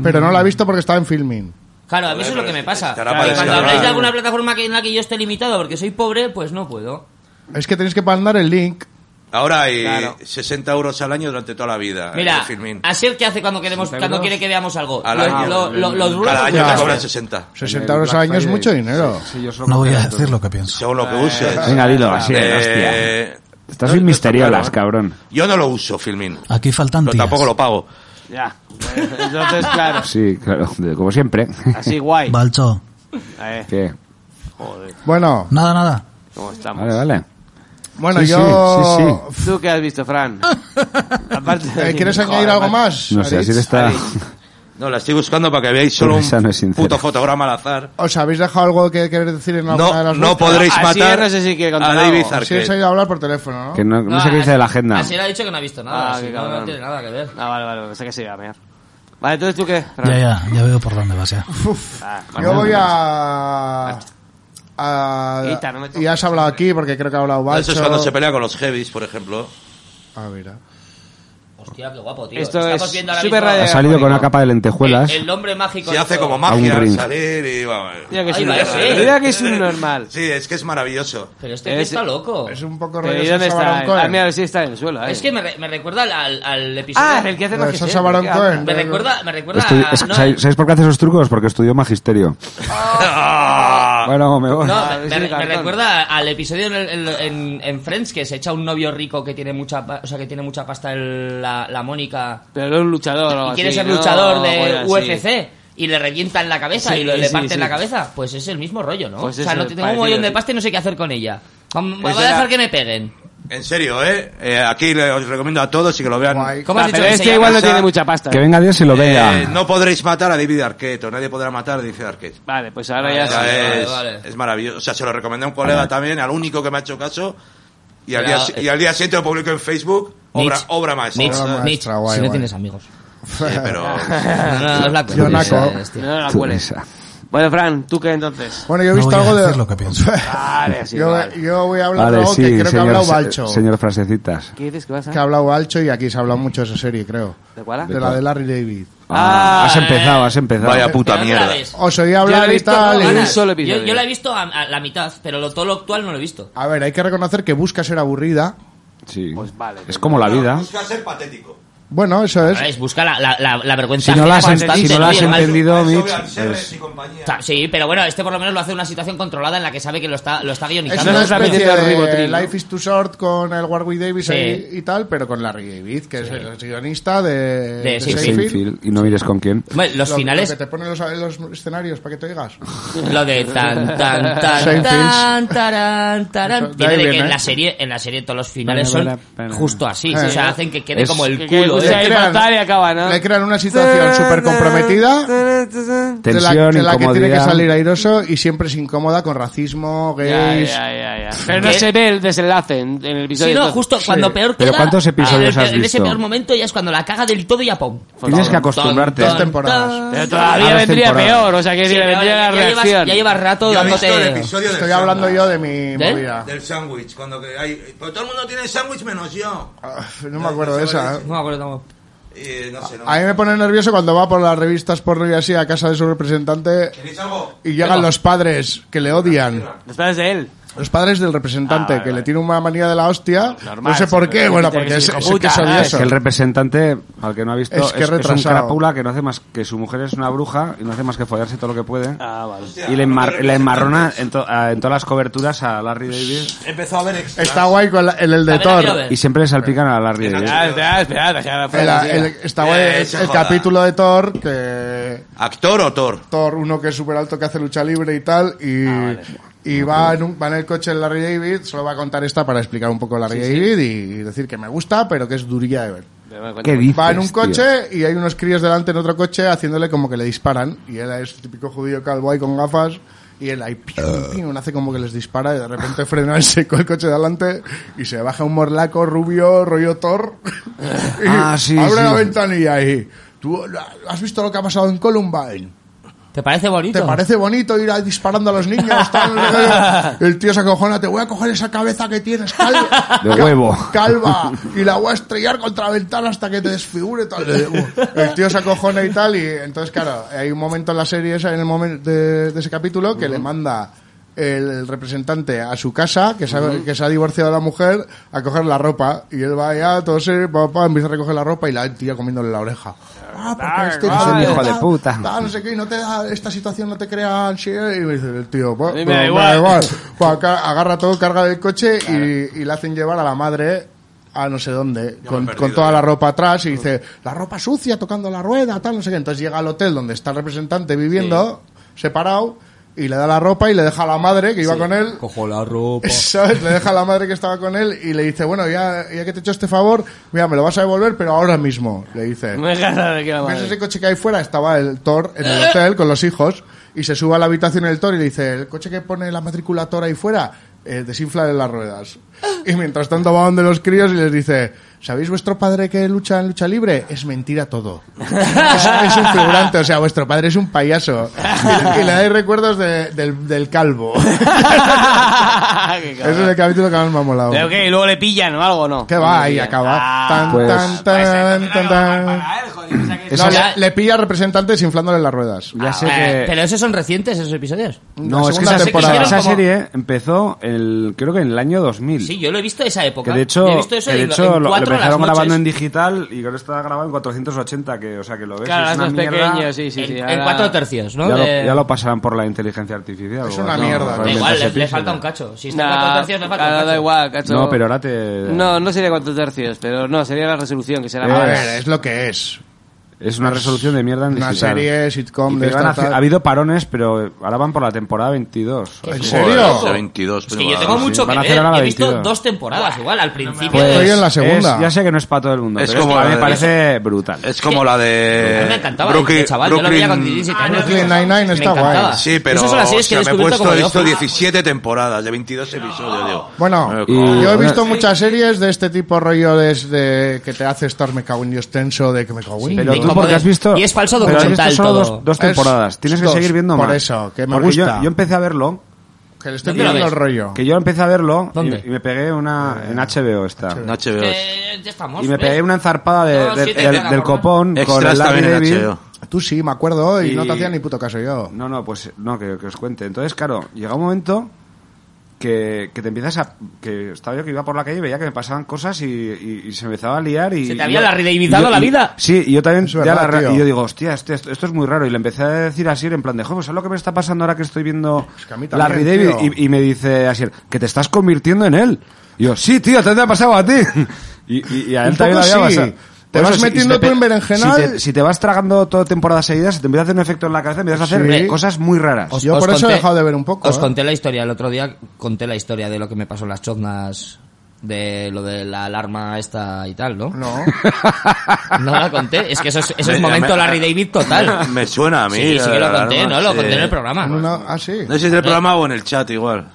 [SPEAKER 4] Pero no la he visto porque estaba en filming.
[SPEAKER 5] Claro, a mí eso es lo que me pasa.
[SPEAKER 8] Estará
[SPEAKER 5] Que
[SPEAKER 8] para
[SPEAKER 5] cuando
[SPEAKER 8] descargar.
[SPEAKER 5] habláis de alguna plataforma que- en la que yo esté limitado porque soy pobre, pues no puedo.
[SPEAKER 4] Es que tenéis que mandar el link.
[SPEAKER 8] Ahora hay
[SPEAKER 7] Claro.
[SPEAKER 8] 60 euros al año durante toda la vida. eh,
[SPEAKER 5] Mira,
[SPEAKER 8] Ah, el Filmin.
[SPEAKER 5] Asier, ¿qué hace cuando, queremos, cuando quiere que veamos algo?
[SPEAKER 8] Al
[SPEAKER 5] Lo-
[SPEAKER 8] año.
[SPEAKER 5] lo- lo-
[SPEAKER 7] Mm.
[SPEAKER 5] los rulos
[SPEAKER 8] Cada
[SPEAKER 5] de
[SPEAKER 8] año
[SPEAKER 5] Google.
[SPEAKER 8] te
[SPEAKER 4] Ah.
[SPEAKER 8] cobran 60.
[SPEAKER 4] 60 euros al año es mucho Eh, dinero.
[SPEAKER 14] No voy a decir lo que pienso.
[SPEAKER 8] Según lo que uses.
[SPEAKER 6] Venga, dilo, así, hostia.
[SPEAKER 8] Eh,
[SPEAKER 6] Estás
[SPEAKER 8] no-
[SPEAKER 6] bien
[SPEAKER 8] no está
[SPEAKER 6] misteriolas,
[SPEAKER 8] claro, ¿no?
[SPEAKER 6] cabrón.
[SPEAKER 8] Yo no lo uso, Filmin.
[SPEAKER 14] Aquí faltan
[SPEAKER 8] Pero
[SPEAKER 14] tías.
[SPEAKER 8] tampoco lo pago.
[SPEAKER 7] Ya. Entonces, claro.
[SPEAKER 6] Sí, claro, de- como siempre.
[SPEAKER 7] Así guay.
[SPEAKER 14] Balcho.
[SPEAKER 7] Eh,
[SPEAKER 6] ¿Qué?
[SPEAKER 7] joder,
[SPEAKER 4] Bueno,
[SPEAKER 14] Nada, nada.
[SPEAKER 7] ¿cómo
[SPEAKER 6] Vale,
[SPEAKER 7] estamos?
[SPEAKER 6] vale.
[SPEAKER 4] bueno,
[SPEAKER 6] Sí, sí,
[SPEAKER 4] yo...
[SPEAKER 6] sí,
[SPEAKER 7] ¿Tú qué has visto, Fran? Aparte
[SPEAKER 4] Eh, ¿Quieres
[SPEAKER 7] Joder,
[SPEAKER 4] añadir algo
[SPEAKER 7] macho.
[SPEAKER 4] más?
[SPEAKER 6] No sé,
[SPEAKER 4] Aritz?
[SPEAKER 6] así está.
[SPEAKER 10] No, la estoy buscando para que veáis solo
[SPEAKER 6] Esa
[SPEAKER 10] un
[SPEAKER 6] no es sincera.
[SPEAKER 10] puto fotograma al azar.
[SPEAKER 4] ¿Os habéis dejado algo que queréis decir en alguna de
[SPEAKER 10] No,
[SPEAKER 4] las
[SPEAKER 10] no
[SPEAKER 4] vuestras?
[SPEAKER 10] podréis
[SPEAKER 7] Así es,
[SPEAKER 10] matar
[SPEAKER 7] no sé si quiere
[SPEAKER 10] a
[SPEAKER 7] contar
[SPEAKER 10] David
[SPEAKER 7] algo.
[SPEAKER 4] Sí, os he
[SPEAKER 10] Arquette.
[SPEAKER 4] ido a hablar por teléfono, ¿no?
[SPEAKER 6] Que no, no sé qué dice de la agenda.
[SPEAKER 5] Así ha dicho que no ha visto nada.
[SPEAKER 7] Ah,
[SPEAKER 5] así
[SPEAKER 7] qué
[SPEAKER 5] no, no
[SPEAKER 7] cabrón.
[SPEAKER 5] tiene nada que ver.
[SPEAKER 7] Ah, vale, vale, sé que se iba a mear. Vale, entonces tú qué.
[SPEAKER 9] Ya, ya, ya veo por dónde vas ya.
[SPEAKER 7] Ah,
[SPEAKER 4] Yo voy a... a-
[SPEAKER 7] Guita, no me toques.
[SPEAKER 4] y has hablado aquí porque creo que ha hablado Balcho.
[SPEAKER 10] Eso es cuando se pelea con los heavies, por ejemplo.
[SPEAKER 4] Ah, mira.
[SPEAKER 5] Hostia, qué guapo, tío.
[SPEAKER 7] Esto
[SPEAKER 5] Estamos
[SPEAKER 7] es
[SPEAKER 5] viendo ahora
[SPEAKER 7] súper
[SPEAKER 5] mismo
[SPEAKER 6] Ha
[SPEAKER 7] radial.
[SPEAKER 6] salido con una capa de lentejuelas.
[SPEAKER 5] El, el nombre mágico.
[SPEAKER 10] Se
[SPEAKER 5] de
[SPEAKER 10] hace
[SPEAKER 5] todo.
[SPEAKER 10] como
[SPEAKER 6] un
[SPEAKER 10] magia al
[SPEAKER 6] ring.
[SPEAKER 10] salir y vamos.
[SPEAKER 7] Mira que es
[SPEAKER 5] Ahí
[SPEAKER 7] un
[SPEAKER 5] va,
[SPEAKER 7] normal.
[SPEAKER 5] sí.
[SPEAKER 7] Mira que es un normal.
[SPEAKER 10] Sí, es que es maravilloso.
[SPEAKER 5] Pero este tío
[SPEAKER 7] Es-
[SPEAKER 5] está loco.
[SPEAKER 4] Es un poco
[SPEAKER 7] Pero
[SPEAKER 4] rollo
[SPEAKER 7] ¿y dónde está?
[SPEAKER 4] Sacha Baron
[SPEAKER 7] él?
[SPEAKER 4] Cohen.
[SPEAKER 7] Ah, mira, sí está en el suelo. ahí.
[SPEAKER 5] Es que me, re- me recuerda al, al, al episodio.
[SPEAKER 7] Ah, el que hace
[SPEAKER 4] Lo de
[SPEAKER 7] más que
[SPEAKER 4] Sacha Baron Cohen.
[SPEAKER 5] Me recuerda. Me recuerda
[SPEAKER 6] Estudi-
[SPEAKER 5] a-
[SPEAKER 6] es-
[SPEAKER 5] no, eh,
[SPEAKER 6] ¿sabéis, sabéis por qué hace esos trucos? Porque estudió magisterio. bueno, me voy.
[SPEAKER 5] No,
[SPEAKER 7] Ah,
[SPEAKER 5] me-
[SPEAKER 7] es
[SPEAKER 5] me,
[SPEAKER 7] el
[SPEAKER 5] me
[SPEAKER 7] cartón.
[SPEAKER 5] recuerda al episodio en, el- en- en- en Friends que se echa un novio rico que tiene mucha, pa- o sea, que tiene mucha pasta el- la, la Mónica
[SPEAKER 7] Pero no es un luchador. o
[SPEAKER 5] y
[SPEAKER 7] algo
[SPEAKER 5] quiere
[SPEAKER 7] así,
[SPEAKER 5] ser
[SPEAKER 7] ¿no?
[SPEAKER 5] luchador
[SPEAKER 7] Bueno,
[SPEAKER 5] de
[SPEAKER 7] sí.
[SPEAKER 5] UFC y le revientan la cabeza
[SPEAKER 7] Sí,
[SPEAKER 5] y lo- le
[SPEAKER 7] sí,
[SPEAKER 5] parten
[SPEAKER 7] sí.
[SPEAKER 5] la cabeza, pues es el mismo rollo, ¿no?
[SPEAKER 7] Pues
[SPEAKER 5] o sea,
[SPEAKER 7] eso,
[SPEAKER 5] no, tengo un
[SPEAKER 7] parecido,
[SPEAKER 5] montón de
[SPEAKER 7] sí.
[SPEAKER 5] pasta y no sé qué hacer con ella. Vam- Voy
[SPEAKER 7] Esa
[SPEAKER 5] a dejar
[SPEAKER 7] era-
[SPEAKER 5] que me peguen.
[SPEAKER 10] En serio, ¿eh? Eh, aquí le- os recomiendo a todos y que lo vean.
[SPEAKER 4] Guay.
[SPEAKER 5] ¿Cómo has
[SPEAKER 7] Ah,
[SPEAKER 5] dicho
[SPEAKER 7] Pero
[SPEAKER 5] que
[SPEAKER 7] es
[SPEAKER 5] se
[SPEAKER 7] que
[SPEAKER 5] llama?
[SPEAKER 7] igual no
[SPEAKER 10] esa-
[SPEAKER 7] tiene mucha pasta.
[SPEAKER 6] Que venga Dios y lo
[SPEAKER 10] Eh,
[SPEAKER 6] vea.
[SPEAKER 10] no podréis matar a David Arquette, o nadie podrá matar a David Arquette.
[SPEAKER 7] Vale, pues ahora
[SPEAKER 10] O
[SPEAKER 7] ya
[SPEAKER 10] sea,
[SPEAKER 7] sí.
[SPEAKER 5] vale,
[SPEAKER 10] es,
[SPEAKER 5] vale.
[SPEAKER 10] es maravilloso. O sea, se lo recomendé a un colega también, al único que me ha hecho caso. Y al,
[SPEAKER 5] Pero-
[SPEAKER 10] día, y al día siguiente lo publico en Facebook. Obra,
[SPEAKER 5] Mitch,
[SPEAKER 10] obra maestra.
[SPEAKER 5] Mitch,
[SPEAKER 4] Obra
[SPEAKER 5] Mitch,
[SPEAKER 4] maestra, guay,
[SPEAKER 5] si
[SPEAKER 4] guay.
[SPEAKER 5] no tienes amigos.
[SPEAKER 10] Sí, pero
[SPEAKER 5] No, no, no os la cuento,
[SPEAKER 4] Yo naco.
[SPEAKER 5] eh, hostia.
[SPEAKER 7] No, no la
[SPEAKER 6] Tú,
[SPEAKER 7] cueles.
[SPEAKER 6] esa.
[SPEAKER 7] Bueno, Fran, ¿tú qué entonces?
[SPEAKER 4] Bueno, yo he
[SPEAKER 9] No
[SPEAKER 4] visto
[SPEAKER 9] voy
[SPEAKER 4] algo
[SPEAKER 9] a
[SPEAKER 4] de...
[SPEAKER 9] decir lo que pienso.
[SPEAKER 7] Vale, así
[SPEAKER 4] yo,
[SPEAKER 7] vale.
[SPEAKER 4] yo voy a hablar de
[SPEAKER 6] Vale,
[SPEAKER 4] algo
[SPEAKER 6] sí,
[SPEAKER 4] Oh, que creo que ha
[SPEAKER 6] señor,
[SPEAKER 4] hablado
[SPEAKER 6] se-
[SPEAKER 4] Balcho.
[SPEAKER 6] señor frasecitas.
[SPEAKER 7] ¿Qué dices que vas a...?
[SPEAKER 4] Que ha hablado Balcho y aquí se ha hablado mucho de esa serie, creo.
[SPEAKER 7] ¿De cuál?
[SPEAKER 4] De la de Larry David.
[SPEAKER 7] Ah,
[SPEAKER 6] has empezado, has empezado.
[SPEAKER 10] vaya puta
[SPEAKER 5] Pero no
[SPEAKER 10] mierda.
[SPEAKER 5] la ves.
[SPEAKER 4] Os oí
[SPEAKER 7] Yo
[SPEAKER 4] hablar
[SPEAKER 7] lo he
[SPEAKER 4] y
[SPEAKER 7] visto,
[SPEAKER 4] tal.
[SPEAKER 7] no,
[SPEAKER 4] y-
[SPEAKER 7] en un solo episodio.
[SPEAKER 5] Yo, yo la he visto a, a la mitad, pero lo, todo lo actual no lo he visto.
[SPEAKER 4] A ver, hay que reconocer que busca ser aburrida.
[SPEAKER 6] Sí.
[SPEAKER 7] Pues vale.
[SPEAKER 6] es como la vida.
[SPEAKER 10] Busca ser patético.
[SPEAKER 4] Bueno, eso es.
[SPEAKER 5] Es busca la, la, la, la vergüenza.
[SPEAKER 6] Si no la has,
[SPEAKER 5] ajena
[SPEAKER 6] si
[SPEAKER 5] constante,
[SPEAKER 6] no la
[SPEAKER 5] ¿no? Y
[SPEAKER 6] has
[SPEAKER 5] el mal-
[SPEAKER 6] entendido,
[SPEAKER 10] Eso
[SPEAKER 6] Mitch, pues
[SPEAKER 10] vean series
[SPEAKER 6] es-
[SPEAKER 10] y compañía.
[SPEAKER 5] O sea, Sí, pero bueno, este por lo menos lo hace en una situación controlada en la que sabe que lo está, lo está
[SPEAKER 4] Es
[SPEAKER 5] guionizando.
[SPEAKER 4] una
[SPEAKER 7] No es la
[SPEAKER 4] especie
[SPEAKER 7] metiendo el
[SPEAKER 4] de
[SPEAKER 7] ribotril, ¿no?
[SPEAKER 4] Life is Too Short con el Warwick Davis
[SPEAKER 5] Sí.
[SPEAKER 4] ahí y tal, pero con Larry David, que es el guionista de, Eh, de
[SPEAKER 5] Seinfeld.
[SPEAKER 4] Seinfeld.
[SPEAKER 6] Seinfeld, y no mires con quién.
[SPEAKER 5] Hombre, los
[SPEAKER 4] Lo-
[SPEAKER 5] finales,
[SPEAKER 4] Lo que te ponen los, los escenarios para que te oigas.
[SPEAKER 5] lo de tan tan tan
[SPEAKER 4] Seinfeld.
[SPEAKER 5] tan tarán, tarán,
[SPEAKER 4] Eso,
[SPEAKER 5] tiene
[SPEAKER 4] de ahí
[SPEAKER 5] de que
[SPEAKER 4] viene,
[SPEAKER 5] en la
[SPEAKER 4] ¿eh?
[SPEAKER 5] serie, en la serie todos los finales
[SPEAKER 6] Para,
[SPEAKER 5] son
[SPEAKER 6] para, para.
[SPEAKER 5] justo así,
[SPEAKER 4] Eh.
[SPEAKER 5] o sea, hacen que quede
[SPEAKER 6] Es-
[SPEAKER 5] como el
[SPEAKER 7] Que- que-
[SPEAKER 5] culo.
[SPEAKER 7] que-
[SPEAKER 5] ¿eh?
[SPEAKER 7] ahí fatal y acaba, ¿no?
[SPEAKER 4] le crean una situación súper comprometida. De la,
[SPEAKER 6] Tensión,
[SPEAKER 4] de la que tiene que
[SPEAKER 6] incomodidad.
[SPEAKER 4] salir airoso y siempre es incómoda con racismo,
[SPEAKER 7] Ya,
[SPEAKER 4] gays.
[SPEAKER 7] ya, ya, ya. Pero no
[SPEAKER 5] ¿Qué?
[SPEAKER 7] se ve el desenlace en, en el episodio.
[SPEAKER 5] Sí, no,
[SPEAKER 7] entonces.
[SPEAKER 5] justo cuando peor queda. ah,
[SPEAKER 6] Pero ¿cuántos episodios
[SPEAKER 5] en el-
[SPEAKER 6] has
[SPEAKER 5] En ese
[SPEAKER 6] visto?
[SPEAKER 5] peor momento ya es cuando la caga del todo y ya pum.
[SPEAKER 6] Tienes que acostumbrarte.
[SPEAKER 4] Dos temporadas.
[SPEAKER 7] Pero
[SPEAKER 6] A
[SPEAKER 7] todavía
[SPEAKER 6] dos
[SPEAKER 7] vendría
[SPEAKER 6] temporadas.
[SPEAKER 7] peor, o sea, que
[SPEAKER 5] Sí,
[SPEAKER 7] decir,
[SPEAKER 5] pero
[SPEAKER 7] vendría
[SPEAKER 5] ya,
[SPEAKER 7] la
[SPEAKER 5] ya llevas,
[SPEAKER 7] reacción.
[SPEAKER 5] ya llevas rato
[SPEAKER 10] Yo he visto el
[SPEAKER 5] dándote...
[SPEAKER 10] episodio del
[SPEAKER 4] Estoy hablando
[SPEAKER 10] sándwich.
[SPEAKER 4] yo de mi
[SPEAKER 5] ¿Del?
[SPEAKER 4] movida.
[SPEAKER 10] Del sándwich, cuando que hay... Pero todo el mundo tiene sándwich menos yo.
[SPEAKER 4] Ah, No me acuerdo de esa. ¿eh?
[SPEAKER 5] No me acuerdo tampoco.
[SPEAKER 10] Eh, no sé, no.
[SPEAKER 4] A mí me pone nervioso cuando va por las revistas porno y así a casa de su representante
[SPEAKER 10] ¿Queréis algo?
[SPEAKER 4] y llegan los padres que le odian.
[SPEAKER 7] Los padres de él.
[SPEAKER 4] Los padres del representante
[SPEAKER 7] Ah, vale,
[SPEAKER 4] que
[SPEAKER 7] vale.
[SPEAKER 4] le tiene una manía de la hostia.
[SPEAKER 7] Normal,
[SPEAKER 4] no sé
[SPEAKER 7] sí,
[SPEAKER 4] por
[SPEAKER 7] pero
[SPEAKER 4] qué.
[SPEAKER 7] tiene
[SPEAKER 4] Bueno,
[SPEAKER 7] que
[SPEAKER 4] porque
[SPEAKER 7] ser
[SPEAKER 4] es,
[SPEAKER 7] hijo
[SPEAKER 4] es que
[SPEAKER 7] puta,
[SPEAKER 4] es
[SPEAKER 7] ¿no?
[SPEAKER 4] odioso.
[SPEAKER 7] Es
[SPEAKER 6] Que el representante, al que no ha visto,
[SPEAKER 4] Es
[SPEAKER 6] es,
[SPEAKER 4] que
[SPEAKER 6] es un
[SPEAKER 4] retrasado.
[SPEAKER 6] crápula que no hace más que su mujer es una bruja y no hace más que follarse todo lo que puede.
[SPEAKER 7] Ah, vale.
[SPEAKER 6] Y le, enmar- le enmarrona en, to- a- en todas las coberturas a Larry David.
[SPEAKER 10] Empezó a ver extra.
[SPEAKER 4] Está guay con la- el, el de
[SPEAKER 5] A ver,
[SPEAKER 4] Thor. Ah,
[SPEAKER 5] quiero ver.
[SPEAKER 6] Y siempre le salpican a Larry David.
[SPEAKER 5] Ah,
[SPEAKER 7] Esperad, esperad, esperad, esperad,
[SPEAKER 4] El-
[SPEAKER 7] fuera,
[SPEAKER 4] el-
[SPEAKER 7] siga.
[SPEAKER 4] está guay
[SPEAKER 10] Eh,
[SPEAKER 4] el,
[SPEAKER 10] se
[SPEAKER 4] el
[SPEAKER 10] joda.
[SPEAKER 4] capítulo de Thor que
[SPEAKER 7] Ah.
[SPEAKER 10] ¿Actor o Thor?
[SPEAKER 4] Thor, uno que es súper alto, que hace lucha libre y tal, y,
[SPEAKER 7] Ah,
[SPEAKER 4] y va, en un- va en el coche el Larry David, solo va a contar esta para explicar un poco Larry David y decir que me gusta, pero que es durilla de ver.
[SPEAKER 7] Pero bueno,
[SPEAKER 6] ¿Qué dices,
[SPEAKER 4] Va en un
[SPEAKER 6] tío?
[SPEAKER 4] coche y hay unos críos delante en otro coche haciéndole como que le disparan, y él es el típico judío calvo ahí con gafas, y él ahí, piu,
[SPEAKER 6] Ah.
[SPEAKER 4] piu, hace como que les dispara, y de repente frena en seco el coche de delante, y se baja un morlaco rubio, rollo Thor, y
[SPEAKER 6] Ah, sí,
[SPEAKER 4] abre
[SPEAKER 6] sí.
[SPEAKER 4] la ventanilla y... ¿Tú has visto lo que ha pasado en Columbine?
[SPEAKER 5] ¿Te parece bonito?
[SPEAKER 4] ¿Te parece bonito ir ahí disparando a los niños? tal? el tío se acojona, te voy a coger esa cabeza que tienes, calva.
[SPEAKER 6] De huevo.
[SPEAKER 4] Calva. Y la voy a estrellar contra la ventana hasta que te desfigure. Tal. El tío se acojona y tal. Y entonces, claro, hay un momento en la serie, esa, en el momento de, de ese capítulo, que le manda el representante a su casa, que se, ha, que se ha divorciado de la mujer, a coger la ropa. Y él va allá, todo serio, papá, empieza a recoger la ropa y la tía comiéndole la oreja. Ah, porque este
[SPEAKER 6] Es un hijo de puta.
[SPEAKER 4] Ah, no sé qué, y no te da, esta situación no te crea ansiedad. Y me dice el tío, "Pues, "Buah,
[SPEAKER 7] mí me
[SPEAKER 4] pero
[SPEAKER 7] da
[SPEAKER 4] me
[SPEAKER 7] igual".
[SPEAKER 4] da igual. Buah, ca- pues, agarra todo, carga el coche y, y la hacen llevar a la madre a no sé dónde, con,
[SPEAKER 10] perdido, ¿eh?
[SPEAKER 4] con toda
[SPEAKER 10] ya.
[SPEAKER 4] la ropa atrás y dice, la ropa sucia, tocando la rueda, tal, no sé qué. Entonces llega al hotel donde está el representante viviendo, separado, y le da la ropa y le deja a la madre que iba con él.
[SPEAKER 15] Cojo la ropa.
[SPEAKER 4] ¿Sabes? Le deja a la madre que estaba con él y le dice, bueno, ya, ya que te he hecho este favor, mira, me lo vas a devolver, pero ahora mismo, le dice.
[SPEAKER 7] Me encanta de que la
[SPEAKER 4] ¿Ves
[SPEAKER 7] madre.
[SPEAKER 4] ese coche que hay fuera? Estaba el Thor en el hotel con los hijos y se sube a la habitación el Thor y le dice, el coche que pone la matrícula Thor ahí fuera, eh, desinfla de las ruedas. Y mientras tanto va donde los críos y les dice, ¿sabéis vuestro padre que lucha en lucha libre? Es mentira todo. Es, es un figurante, o sea, vuestro padre es un payaso. Y, y le dais recuerdos de- del, del calvo.
[SPEAKER 7] Qué cabrón.
[SPEAKER 4] Ese es el capítulo que más me ha molado.
[SPEAKER 7] ¿Pero qué? ¿Y luego le pillan o algo no? "Ah,
[SPEAKER 4] ¿Qué va? Ahí acaba. Tan,
[SPEAKER 6] pues-
[SPEAKER 4] tan, tan, tan, tan. No,
[SPEAKER 5] Eso
[SPEAKER 4] le,
[SPEAKER 5] ya-
[SPEAKER 4] le pilla representantes inflándole las ruedas.
[SPEAKER 6] Ya sé
[SPEAKER 5] Eh,
[SPEAKER 6] que...
[SPEAKER 5] Pero esos son recientes, esos episodios.
[SPEAKER 4] La
[SPEAKER 6] No, es que
[SPEAKER 4] segunda
[SPEAKER 6] esa,
[SPEAKER 4] temporada.
[SPEAKER 6] esa
[SPEAKER 5] Hicieron como-
[SPEAKER 6] serie empezó el, creo que en el año 2000.
[SPEAKER 5] Sí, yo lo he visto esa época.
[SPEAKER 6] que de hecho,
[SPEAKER 5] Yo he visto eso
[SPEAKER 6] que de
[SPEAKER 5] en-
[SPEAKER 6] hecho
[SPEAKER 5] en
[SPEAKER 6] lo, lo
[SPEAKER 5] cuatro a las
[SPEAKER 6] empezaron grabando
[SPEAKER 5] noches.
[SPEAKER 6] en digital y ahora está grabado en 480, que, o sea, que lo ves.
[SPEAKER 7] Claro,
[SPEAKER 6] es
[SPEAKER 7] es
[SPEAKER 6] una
[SPEAKER 7] más
[SPEAKER 6] mierda.
[SPEAKER 7] pequeño, sí, sí,
[SPEAKER 5] en,
[SPEAKER 7] sí.
[SPEAKER 5] en
[SPEAKER 7] ahora-
[SPEAKER 5] cuatro tercios, ¿no?
[SPEAKER 6] Ya, lo,
[SPEAKER 5] De-
[SPEAKER 6] ya lo pasarán por la inteligencia artificial.
[SPEAKER 4] Es
[SPEAKER 6] o
[SPEAKER 4] una
[SPEAKER 6] algo.
[SPEAKER 4] mierda,
[SPEAKER 5] Da
[SPEAKER 6] realmente
[SPEAKER 5] igual,
[SPEAKER 6] se
[SPEAKER 5] le, le
[SPEAKER 6] piensa,
[SPEAKER 5] falta
[SPEAKER 6] ¿no?
[SPEAKER 5] un cacho. Si está en cuatro
[SPEAKER 7] Nah,
[SPEAKER 5] tercios, le falta un
[SPEAKER 7] claro,
[SPEAKER 5] cacho.
[SPEAKER 7] da igual, cacho.
[SPEAKER 6] No, pero ahora te...
[SPEAKER 7] eh, No, no sería cuatro tercios, pero no, sería la resolución, que será
[SPEAKER 6] Eh,
[SPEAKER 4] A
[SPEAKER 7] más.
[SPEAKER 4] ver, es lo que es.
[SPEAKER 6] Es una resolución de mierda en
[SPEAKER 4] Una
[SPEAKER 6] digital.
[SPEAKER 4] serie, sitcom
[SPEAKER 6] Y
[SPEAKER 4] de
[SPEAKER 6] te van
[SPEAKER 4] esta,
[SPEAKER 6] a hacer-
[SPEAKER 4] tal.
[SPEAKER 6] Ha habido parones, pero ahora van por la temporada 22.
[SPEAKER 4] ¿En
[SPEAKER 8] Joder,
[SPEAKER 4] serio?
[SPEAKER 8] esa 22
[SPEAKER 5] Es que yo tengo
[SPEAKER 8] temporadas.
[SPEAKER 5] mucho
[SPEAKER 6] van
[SPEAKER 5] que
[SPEAKER 6] a hacer
[SPEAKER 5] ver.
[SPEAKER 6] ahora
[SPEAKER 5] He visto
[SPEAKER 6] 22.
[SPEAKER 5] dos temporadas igual, al principio.
[SPEAKER 4] Pues Estoy en la
[SPEAKER 6] es-
[SPEAKER 4] segunda.
[SPEAKER 6] ya sé que no es para todo el mundo,
[SPEAKER 8] Es
[SPEAKER 6] pero
[SPEAKER 8] como
[SPEAKER 6] a mí
[SPEAKER 8] la
[SPEAKER 6] me
[SPEAKER 8] de-
[SPEAKER 6] parece brutal.
[SPEAKER 8] Es como la de.
[SPEAKER 5] A mí me encantaba,
[SPEAKER 8] Brooklyn-
[SPEAKER 5] de chaval, yo lo veía con 17 años.
[SPEAKER 4] Brooklyn Nine-Nine
[SPEAKER 5] Me
[SPEAKER 4] está guay.
[SPEAKER 5] encantaba.
[SPEAKER 8] Sí, pero.
[SPEAKER 5] Esas son las series
[SPEAKER 8] o sea,
[SPEAKER 5] que he
[SPEAKER 8] me he
[SPEAKER 5] descubierto
[SPEAKER 8] puesto,
[SPEAKER 5] como
[SPEAKER 8] he
[SPEAKER 5] de
[SPEAKER 8] visto
[SPEAKER 5] ojo.
[SPEAKER 8] 17 temporadas de 22 episodios, digo. Eh,
[SPEAKER 4] Bueno,
[SPEAKER 8] Y-
[SPEAKER 4] yo he
[SPEAKER 6] bueno,
[SPEAKER 4] visto muchas series de este tipo rollo de, de que te hace estar me cago en Dios tenso, de que me cago en Dios.
[SPEAKER 6] Pero
[SPEAKER 5] Y
[SPEAKER 6] tú
[SPEAKER 5] como
[SPEAKER 6] porque
[SPEAKER 5] de-
[SPEAKER 6] has visto...
[SPEAKER 5] y es falso
[SPEAKER 6] pero has visto
[SPEAKER 5] documental
[SPEAKER 6] solo
[SPEAKER 5] todo.
[SPEAKER 6] dos, dos
[SPEAKER 4] Es
[SPEAKER 6] temporadas. Tienes que
[SPEAKER 4] dos,
[SPEAKER 6] seguir viendo
[SPEAKER 4] por
[SPEAKER 6] más.
[SPEAKER 4] eso, que me
[SPEAKER 6] Porque yo-
[SPEAKER 4] gusta.
[SPEAKER 6] Yo, empecé a verlo,
[SPEAKER 4] Que le estoy
[SPEAKER 5] ¿Dónde lo
[SPEAKER 4] pillando el
[SPEAKER 5] ves?
[SPEAKER 4] rollo.
[SPEAKER 6] que yo empecé a verlo y,
[SPEAKER 5] ¿Dónde?
[SPEAKER 6] y me pegué una... En HBO está.
[SPEAKER 8] En HBO.
[SPEAKER 5] Eh, ya estamos,
[SPEAKER 6] Y me
[SPEAKER 5] ¿ves?
[SPEAKER 6] pegué una enzarpada de-
[SPEAKER 5] No,
[SPEAKER 6] de-
[SPEAKER 5] sí, te
[SPEAKER 6] Eh, del,
[SPEAKER 5] pega,
[SPEAKER 6] del
[SPEAKER 5] por
[SPEAKER 6] copón con
[SPEAKER 8] Extras
[SPEAKER 6] el Larry
[SPEAKER 8] también en
[SPEAKER 6] David.
[SPEAKER 8] HBO.
[SPEAKER 4] Tú sí, me acuerdo y,
[SPEAKER 6] Y-
[SPEAKER 4] no te hacía ni puto caso yo.
[SPEAKER 6] No, no, pues no, que, que os cuente. Entonces, claro, llega un momento que, que te empiezas a... que estaba yo que iba por la calle y veía que me pasaban cosas y, y- y se empezaba a liar y...
[SPEAKER 5] Se te
[SPEAKER 6] y
[SPEAKER 5] había
[SPEAKER 6] yo-
[SPEAKER 5] la redivizado
[SPEAKER 6] y yo-
[SPEAKER 5] la
[SPEAKER 6] y-
[SPEAKER 5] vida.
[SPEAKER 6] Sí, y yo también...
[SPEAKER 4] Es
[SPEAKER 6] ya
[SPEAKER 4] verdad,
[SPEAKER 6] la ra-
[SPEAKER 4] tío.
[SPEAKER 6] y yo digo, hostia, este- esto, esto es muy raro. Y le empecé a decir a Asier en plan de, joder, ¿sabes lo que me está pasando ahora que estoy viendo
[SPEAKER 4] Es que a mí
[SPEAKER 6] Larry
[SPEAKER 4] también,
[SPEAKER 6] David?
[SPEAKER 4] tío.
[SPEAKER 6] Y, y me dice Asier, que te estás convirtiendo en él. Y yo, sí, tío, te ha pasado a ti. Y, y- y a él
[SPEAKER 4] Un
[SPEAKER 6] también
[SPEAKER 4] poco
[SPEAKER 6] le había
[SPEAKER 4] sí.
[SPEAKER 6] pasado.
[SPEAKER 4] Te
[SPEAKER 6] Por
[SPEAKER 4] vas
[SPEAKER 6] eso, si-
[SPEAKER 4] metiendo
[SPEAKER 6] si te
[SPEAKER 4] tú en
[SPEAKER 6] pe-
[SPEAKER 4] berenjenal.
[SPEAKER 6] si te- si te vas tragando toda temporada seguida, se te empieza a hacer un efecto en la cabeza, empiezas a hacer
[SPEAKER 4] Sí.
[SPEAKER 6] cosas muy raras.
[SPEAKER 5] Os-
[SPEAKER 4] Yo
[SPEAKER 5] os
[SPEAKER 4] por eso he
[SPEAKER 5] conté-
[SPEAKER 4] dejado de ver un poco,
[SPEAKER 5] Os
[SPEAKER 4] ¿eh?
[SPEAKER 5] conté la historia el otro día, conté la historia de lo que me pasó en las choznas, de lo de la alarma esta y tal, ¿no?
[SPEAKER 4] No.
[SPEAKER 5] No la conté, es que eso es, eso es
[SPEAKER 8] Me-
[SPEAKER 5] momento
[SPEAKER 8] me-
[SPEAKER 5] Larry David total.
[SPEAKER 8] Me suena a mí.
[SPEAKER 5] Sí, sí que lo
[SPEAKER 8] la
[SPEAKER 5] conté,
[SPEAKER 8] alarma,
[SPEAKER 5] ¿no? Lo
[SPEAKER 8] sí.
[SPEAKER 5] conté en el programa.
[SPEAKER 4] En una- ah, sí.
[SPEAKER 8] No sé si es el programa o en el chat igual.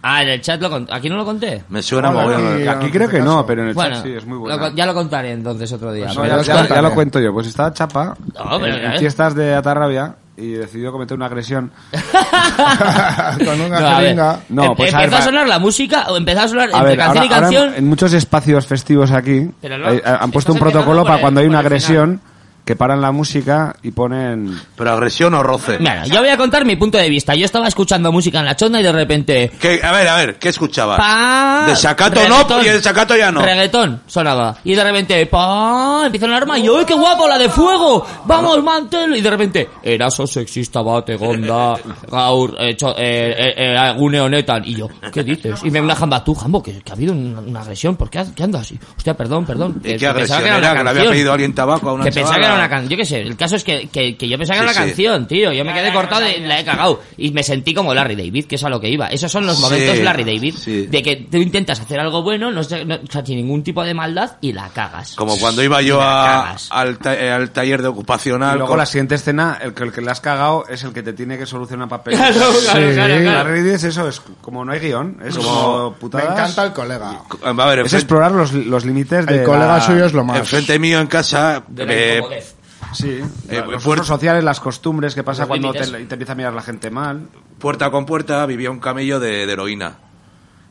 [SPEAKER 5] Ah, en el chat lo conté. ¿Aquí no lo conté?
[SPEAKER 8] Me suena
[SPEAKER 4] Hola,
[SPEAKER 8] mogollón.
[SPEAKER 4] aquí.
[SPEAKER 6] Aquí
[SPEAKER 4] no
[SPEAKER 6] creo
[SPEAKER 4] te
[SPEAKER 6] que
[SPEAKER 4] caso.
[SPEAKER 6] no, pero en el
[SPEAKER 5] Bueno,
[SPEAKER 6] chat sí, es muy
[SPEAKER 5] lo
[SPEAKER 6] bueno.
[SPEAKER 5] con- ya lo contaré entonces otro día.
[SPEAKER 6] Pues No,
[SPEAKER 5] pero-
[SPEAKER 6] ya,
[SPEAKER 4] los
[SPEAKER 6] ya- ya
[SPEAKER 4] contaré.
[SPEAKER 6] lo cuento yo. Pues estaba Chapa
[SPEAKER 5] No, eh. pero
[SPEAKER 6] en,
[SPEAKER 5] ya
[SPEAKER 6] en
[SPEAKER 5] ves.
[SPEAKER 6] fiestas de Atarrabia y decidió cometer una agresión.
[SPEAKER 4] Con una
[SPEAKER 5] No, a ver.
[SPEAKER 4] jeringa.
[SPEAKER 6] No,
[SPEAKER 5] Em-
[SPEAKER 6] pues,
[SPEAKER 5] empezó
[SPEAKER 6] a
[SPEAKER 5] a,
[SPEAKER 6] ver, va-
[SPEAKER 5] sonar la música, o empezó a sonar
[SPEAKER 6] A
[SPEAKER 5] entre
[SPEAKER 6] ver,
[SPEAKER 5] canción
[SPEAKER 6] ahora,
[SPEAKER 5] y canción.
[SPEAKER 6] ahora en muchos espacios festivos aquí
[SPEAKER 5] Pero no,
[SPEAKER 6] hay- han
[SPEAKER 5] estás
[SPEAKER 6] puesto
[SPEAKER 5] empezando
[SPEAKER 6] un protocolo
[SPEAKER 5] por
[SPEAKER 6] para
[SPEAKER 5] el-
[SPEAKER 6] cuando hay
[SPEAKER 5] por
[SPEAKER 6] una
[SPEAKER 5] el
[SPEAKER 6] agresión que paran la música y ponen...
[SPEAKER 8] Pero agresión o roce.
[SPEAKER 5] Mira, yo voy a contar mi punto de vista. Yo estaba escuchando música en la chonda y de repente.
[SPEAKER 8] ¿Qué- a ver, a ver, ¿qué escuchabas?
[SPEAKER 5] Pa,
[SPEAKER 8] Desacato no,
[SPEAKER 5] reggaetón.
[SPEAKER 8] y desacato ya no.
[SPEAKER 5] Reggaetón sonaba. Y de repente, pa, empieza una arma y yo, ¡ay, qué guapo, la de fuego! ¡Vamos, mantel! Y de repente, Eraso sexista, bategonda, gaur, eh, cho- eh, eh, eh, agune honetan. Y yo, ¿qué dices? Y me una jamba, tú, jambo, que, que ha habido una, una agresión, ¿por qué, ha- qué andas así? Hostia, perdón, perdón.
[SPEAKER 8] ¿Y
[SPEAKER 5] Que-
[SPEAKER 8] qué
[SPEAKER 5] que pensaba
[SPEAKER 8] agresión
[SPEAKER 5] que era
[SPEAKER 8] era?
[SPEAKER 5] una
[SPEAKER 8] Que le había
[SPEAKER 5] canción.
[SPEAKER 8] pedido alguien tabaco a una
[SPEAKER 5] que pensaba que era
[SPEAKER 8] chavala.
[SPEAKER 5] una canción. Yo qué sé, el caso es que, que, que yo pensaba que era
[SPEAKER 8] Sí,
[SPEAKER 5] una
[SPEAKER 8] sí.
[SPEAKER 5] canción, tío. Yo me quedé cortado y la he cagado. Y me sentí como Larry David, que es a lo que iba. Esos son los
[SPEAKER 8] Sí,
[SPEAKER 5] momentos Larry David,
[SPEAKER 8] sí.
[SPEAKER 5] de que tú intentas hacer algo bueno, no, sé- no- o sea, sin ningún tipo de maldad, y la cagas.
[SPEAKER 8] Como cuando iba yo
[SPEAKER 5] Y la
[SPEAKER 8] a-
[SPEAKER 5] cagas.
[SPEAKER 8] al, ta- eh, al taller de ocupacional.
[SPEAKER 6] Y luego
[SPEAKER 8] con-
[SPEAKER 6] la siguiente escena, el que, el que le has cagado es el que te tiene que solucionar papel.
[SPEAKER 5] Claro, claro, claro,
[SPEAKER 6] La
[SPEAKER 5] claro.
[SPEAKER 6] realidad es eso, es como no hay guión, es como
[SPEAKER 4] Me
[SPEAKER 6] putadas.
[SPEAKER 4] encanta el colega.
[SPEAKER 8] A ver,
[SPEAKER 6] Es
[SPEAKER 8] enfrente,
[SPEAKER 6] explorar los, los límites de
[SPEAKER 4] El colega
[SPEAKER 6] la-
[SPEAKER 4] suyo es lo más.
[SPEAKER 8] enfrente mío en casa.
[SPEAKER 5] De la
[SPEAKER 8] eh,
[SPEAKER 5] incomodez.
[SPEAKER 6] Sí,
[SPEAKER 8] Eh,
[SPEAKER 5] pues,
[SPEAKER 6] los
[SPEAKER 8] puerto-
[SPEAKER 6] usos sociales, las costumbres que pasa
[SPEAKER 5] Los
[SPEAKER 6] cuando te,
[SPEAKER 5] límites.
[SPEAKER 6] te empieza a mirar la gente mal.
[SPEAKER 8] puerta con puerta vivía un camello de, de heroína.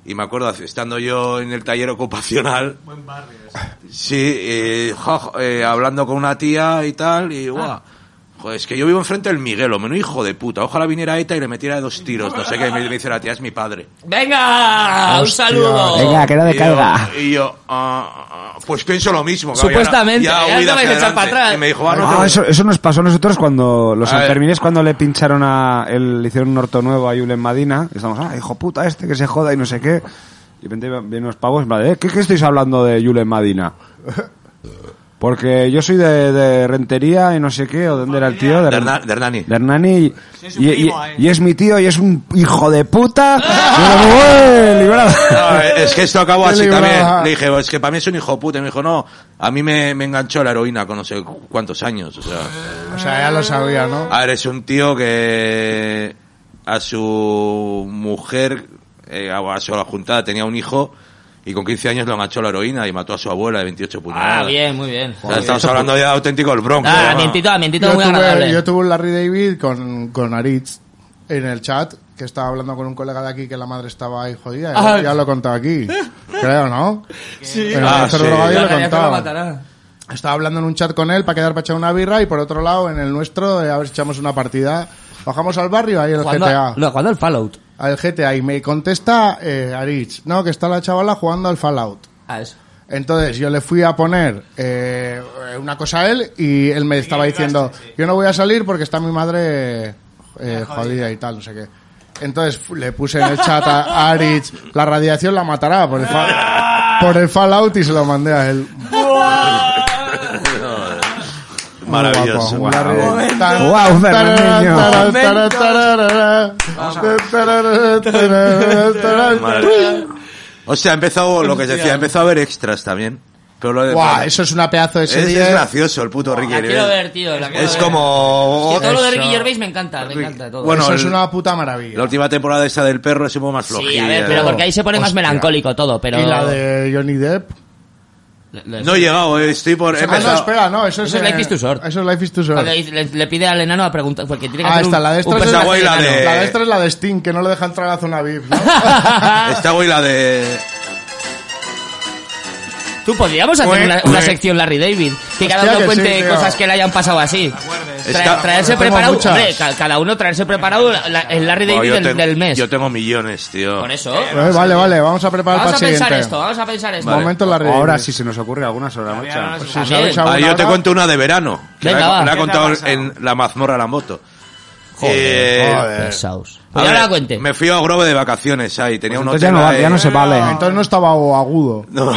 [SPEAKER 8] Y me acuerdo, estando yo en el taller ocupacional. Buen barrio. Sí, eh, ja, ja, eh, hablando con una tía y tal, y guau. Joder, es que yo vivo enfrente del Miguelo, menudo hijo de puta. Ojalá viniera ETA y le metiera dos tiros, no sé qué. Y me dice la tía, es mi padre.
[SPEAKER 5] ¡Venga! Ah, ¡Un
[SPEAKER 4] Hostia.
[SPEAKER 5] saludo!
[SPEAKER 9] que no
[SPEAKER 8] y yo- Y yo, ah, ah, pues pienso lo mismo. claro,
[SPEAKER 5] Supuestamente, ya
[SPEAKER 8] huí de
[SPEAKER 5] te vais a
[SPEAKER 8] hacia
[SPEAKER 5] echar para
[SPEAKER 8] adelante.
[SPEAKER 5] atrás.
[SPEAKER 8] Y me dijo, ah, no,
[SPEAKER 6] Ah,
[SPEAKER 8] te-
[SPEAKER 6] eso, eso nos pasó a nosotros cuando los
[SPEAKER 8] A ver.
[SPEAKER 6] Sanfermines, cuando le pincharon a. el- le hicieron un orto nuevo a Julen Madina. y Estamos, ah, hijo puta, este que se joda y no sé qué. Y de repente vienen los pavos, en plan de, "Eh, ¿qué, qué estáis hablando de Julen Madina? Porque yo soy de, de Rentería y no sé qué, o de dónde era el tío. De,
[SPEAKER 8] De
[SPEAKER 6] Ren-
[SPEAKER 8] Herna- de Hernani.
[SPEAKER 6] de Hernani. Y,
[SPEAKER 7] Sí, es un
[SPEAKER 6] y-
[SPEAKER 7] primo,
[SPEAKER 6] y-
[SPEAKER 7] eh.
[SPEAKER 6] y es mi tío y es un hijo de puta. Y era como, "Ué, librado".
[SPEAKER 8] No, Eh, es que esto acabó
[SPEAKER 4] Qué
[SPEAKER 8] así
[SPEAKER 4] librada.
[SPEAKER 8] también. Le dije, es que para mí es un hijo puta. Y me dijo, no, a mí me, me enganchó la heroína con no sé cu- cuántos años. O sea,
[SPEAKER 4] O sea, ya lo sabía, ¿no?
[SPEAKER 8] a ver, es un tío que a su mujer, eh, a a su juntada tenía un hijo y con 15 años lo enganchó la heroína y mató a su abuela de 28 puñaladas.
[SPEAKER 5] Ah, bien, muy bien.
[SPEAKER 8] O sea, estamos hablando ya de auténtico el Bronx.
[SPEAKER 5] Ah,
[SPEAKER 8] ¿no?
[SPEAKER 5] mientito, mientito
[SPEAKER 4] Yo
[SPEAKER 5] muy
[SPEAKER 4] tuve,
[SPEAKER 5] agradable.
[SPEAKER 4] yo tuve un Larry David con, con Aritz en el chat, que estaba hablando con un colega de aquí que la madre estaba ahí jodida. Ya-
[SPEAKER 7] Ah.
[SPEAKER 4] Ya lo he contado aquí. Creo, ¿no? Sí. En el
[SPEAKER 8] Ah,
[SPEAKER 4] Maestro
[SPEAKER 8] sí.
[SPEAKER 4] Drogado yo
[SPEAKER 5] Ya
[SPEAKER 4] lo
[SPEAKER 5] sabía
[SPEAKER 4] he
[SPEAKER 5] que lo
[SPEAKER 4] contado.
[SPEAKER 5] matará.
[SPEAKER 4] Estaba hablando en un chat con él para quedar para echar una birra y por otro lado en el nuestro eh, a ver si echamos una partida. Bajamos al barrio ahí en el
[SPEAKER 5] Jugando a-
[SPEAKER 4] GTA.
[SPEAKER 5] No, jugando al Fallout.
[SPEAKER 4] Al GTA y me contesta eh, Aritz, no, que está la chavala jugando al Fallout.
[SPEAKER 5] Ah, eso.
[SPEAKER 4] Entonces yo le fui a poner eh, una cosa a él y él me estaba diciendo, yo no voy a salir porque está mi madre eh, jodida y tal, no sé qué. Entonces fu- le puse en el chat a Aritz, la radiación la matará por el, fa- por el Fallout y se lo mandé a él. Muy
[SPEAKER 8] Maravilloso.
[SPEAKER 4] guapo, un
[SPEAKER 6] Guau.
[SPEAKER 4] Larry- Tan-
[SPEAKER 6] Guau, Fernandinho.
[SPEAKER 4] tarara, tarara, tarara, tarara, tarara, tarara.
[SPEAKER 8] Maravilloso. O sea, empezó lo que se decía, empezó a ver extras también. Pero lo de-
[SPEAKER 4] Guau, eso es una pedazo de
[SPEAKER 8] es, es
[SPEAKER 4] serie.
[SPEAKER 8] gracioso el puto Ricky
[SPEAKER 5] Oh, La quiero
[SPEAKER 8] Gervais.
[SPEAKER 5] ver, tío. la quiero
[SPEAKER 8] Es
[SPEAKER 5] ver.
[SPEAKER 8] como... oh,
[SPEAKER 5] Que todo lo de
[SPEAKER 4] Oh, Eso.
[SPEAKER 5] Ricky Gervais me encanta, me encanta todo.
[SPEAKER 8] Bueno,
[SPEAKER 4] eso es
[SPEAKER 8] el-
[SPEAKER 4] una puta maravilla.
[SPEAKER 8] La última temporada esa del perro es un poco más flojilla.
[SPEAKER 5] sí, a ver, pero porque ahí se pone más melancólico todo, pero...
[SPEAKER 4] Y la de Johnny Depp.
[SPEAKER 5] Le- le-
[SPEAKER 8] No he llegado, eh, estoy por... he
[SPEAKER 4] Ah, no,
[SPEAKER 8] empezado.
[SPEAKER 4] espera, no, eso,
[SPEAKER 5] Eso es
[SPEAKER 4] eh,
[SPEAKER 5] Life is Too Short.
[SPEAKER 4] Eso es Life is Too Short.
[SPEAKER 5] Cuando le, le- le pide al enano a preguntar, porque tiene que
[SPEAKER 4] Ah,
[SPEAKER 5] hacer un-
[SPEAKER 4] está, la de
[SPEAKER 5] un
[SPEAKER 4] estos es
[SPEAKER 8] la
[SPEAKER 5] personaje
[SPEAKER 8] abuela
[SPEAKER 5] enano.
[SPEAKER 8] de-
[SPEAKER 4] La de esta es la de Sting, que no le deja entrar a la zona VIP, ¿no?
[SPEAKER 8] Esta güey la de...
[SPEAKER 5] Tú podríamos hacer
[SPEAKER 4] Ué,
[SPEAKER 5] una, una
[SPEAKER 4] ué.
[SPEAKER 5] sección Larry David, que cada
[SPEAKER 4] Hostia,
[SPEAKER 5] uno
[SPEAKER 4] que
[SPEAKER 5] cuente
[SPEAKER 4] sí, tío.
[SPEAKER 5] cosas que le hayan pasado así. Tra-
[SPEAKER 8] Está-
[SPEAKER 5] traerse
[SPEAKER 4] tengo
[SPEAKER 5] preparado,
[SPEAKER 4] muchas.
[SPEAKER 5] hombre, ca- cada uno traerse preparado la- la- el Larry
[SPEAKER 8] Buah,
[SPEAKER 5] David
[SPEAKER 8] yo
[SPEAKER 5] del,
[SPEAKER 8] tengo-
[SPEAKER 5] del mes.
[SPEAKER 8] Yo tengo millones, tío.
[SPEAKER 5] Por eso.
[SPEAKER 4] Eh, vale, vale, vamos a preparar
[SPEAKER 5] Vamos a
[SPEAKER 4] para el
[SPEAKER 5] pensar
[SPEAKER 4] siguiente.
[SPEAKER 5] esto, vamos a pensar esto.
[SPEAKER 8] Vale.
[SPEAKER 4] Momento la red.
[SPEAKER 6] Ahora si se nos ocurre alguna sobre la marcha.
[SPEAKER 4] Si sabes
[SPEAKER 8] Ah,
[SPEAKER 4] alguna
[SPEAKER 8] yo te
[SPEAKER 4] ahora-
[SPEAKER 8] cuento una de verano. Que
[SPEAKER 5] Venga,
[SPEAKER 8] la,
[SPEAKER 5] va.
[SPEAKER 8] la he
[SPEAKER 5] ¿Qué te
[SPEAKER 8] contado
[SPEAKER 7] ha pasado?
[SPEAKER 8] en la mazmorra la moto.
[SPEAKER 5] Joder,
[SPEAKER 8] Eh,
[SPEAKER 5] Pesaos.
[SPEAKER 8] a
[SPEAKER 5] Pues ya
[SPEAKER 8] ver,
[SPEAKER 5] la cuente.
[SPEAKER 8] Me fui a Grove de vacaciones ahí. Tenía un
[SPEAKER 6] Pues Entonces
[SPEAKER 8] hotel
[SPEAKER 6] ya no, va-
[SPEAKER 8] ahí.
[SPEAKER 6] ya no se vale.
[SPEAKER 4] Entonces no estaba agudo.
[SPEAKER 8] No.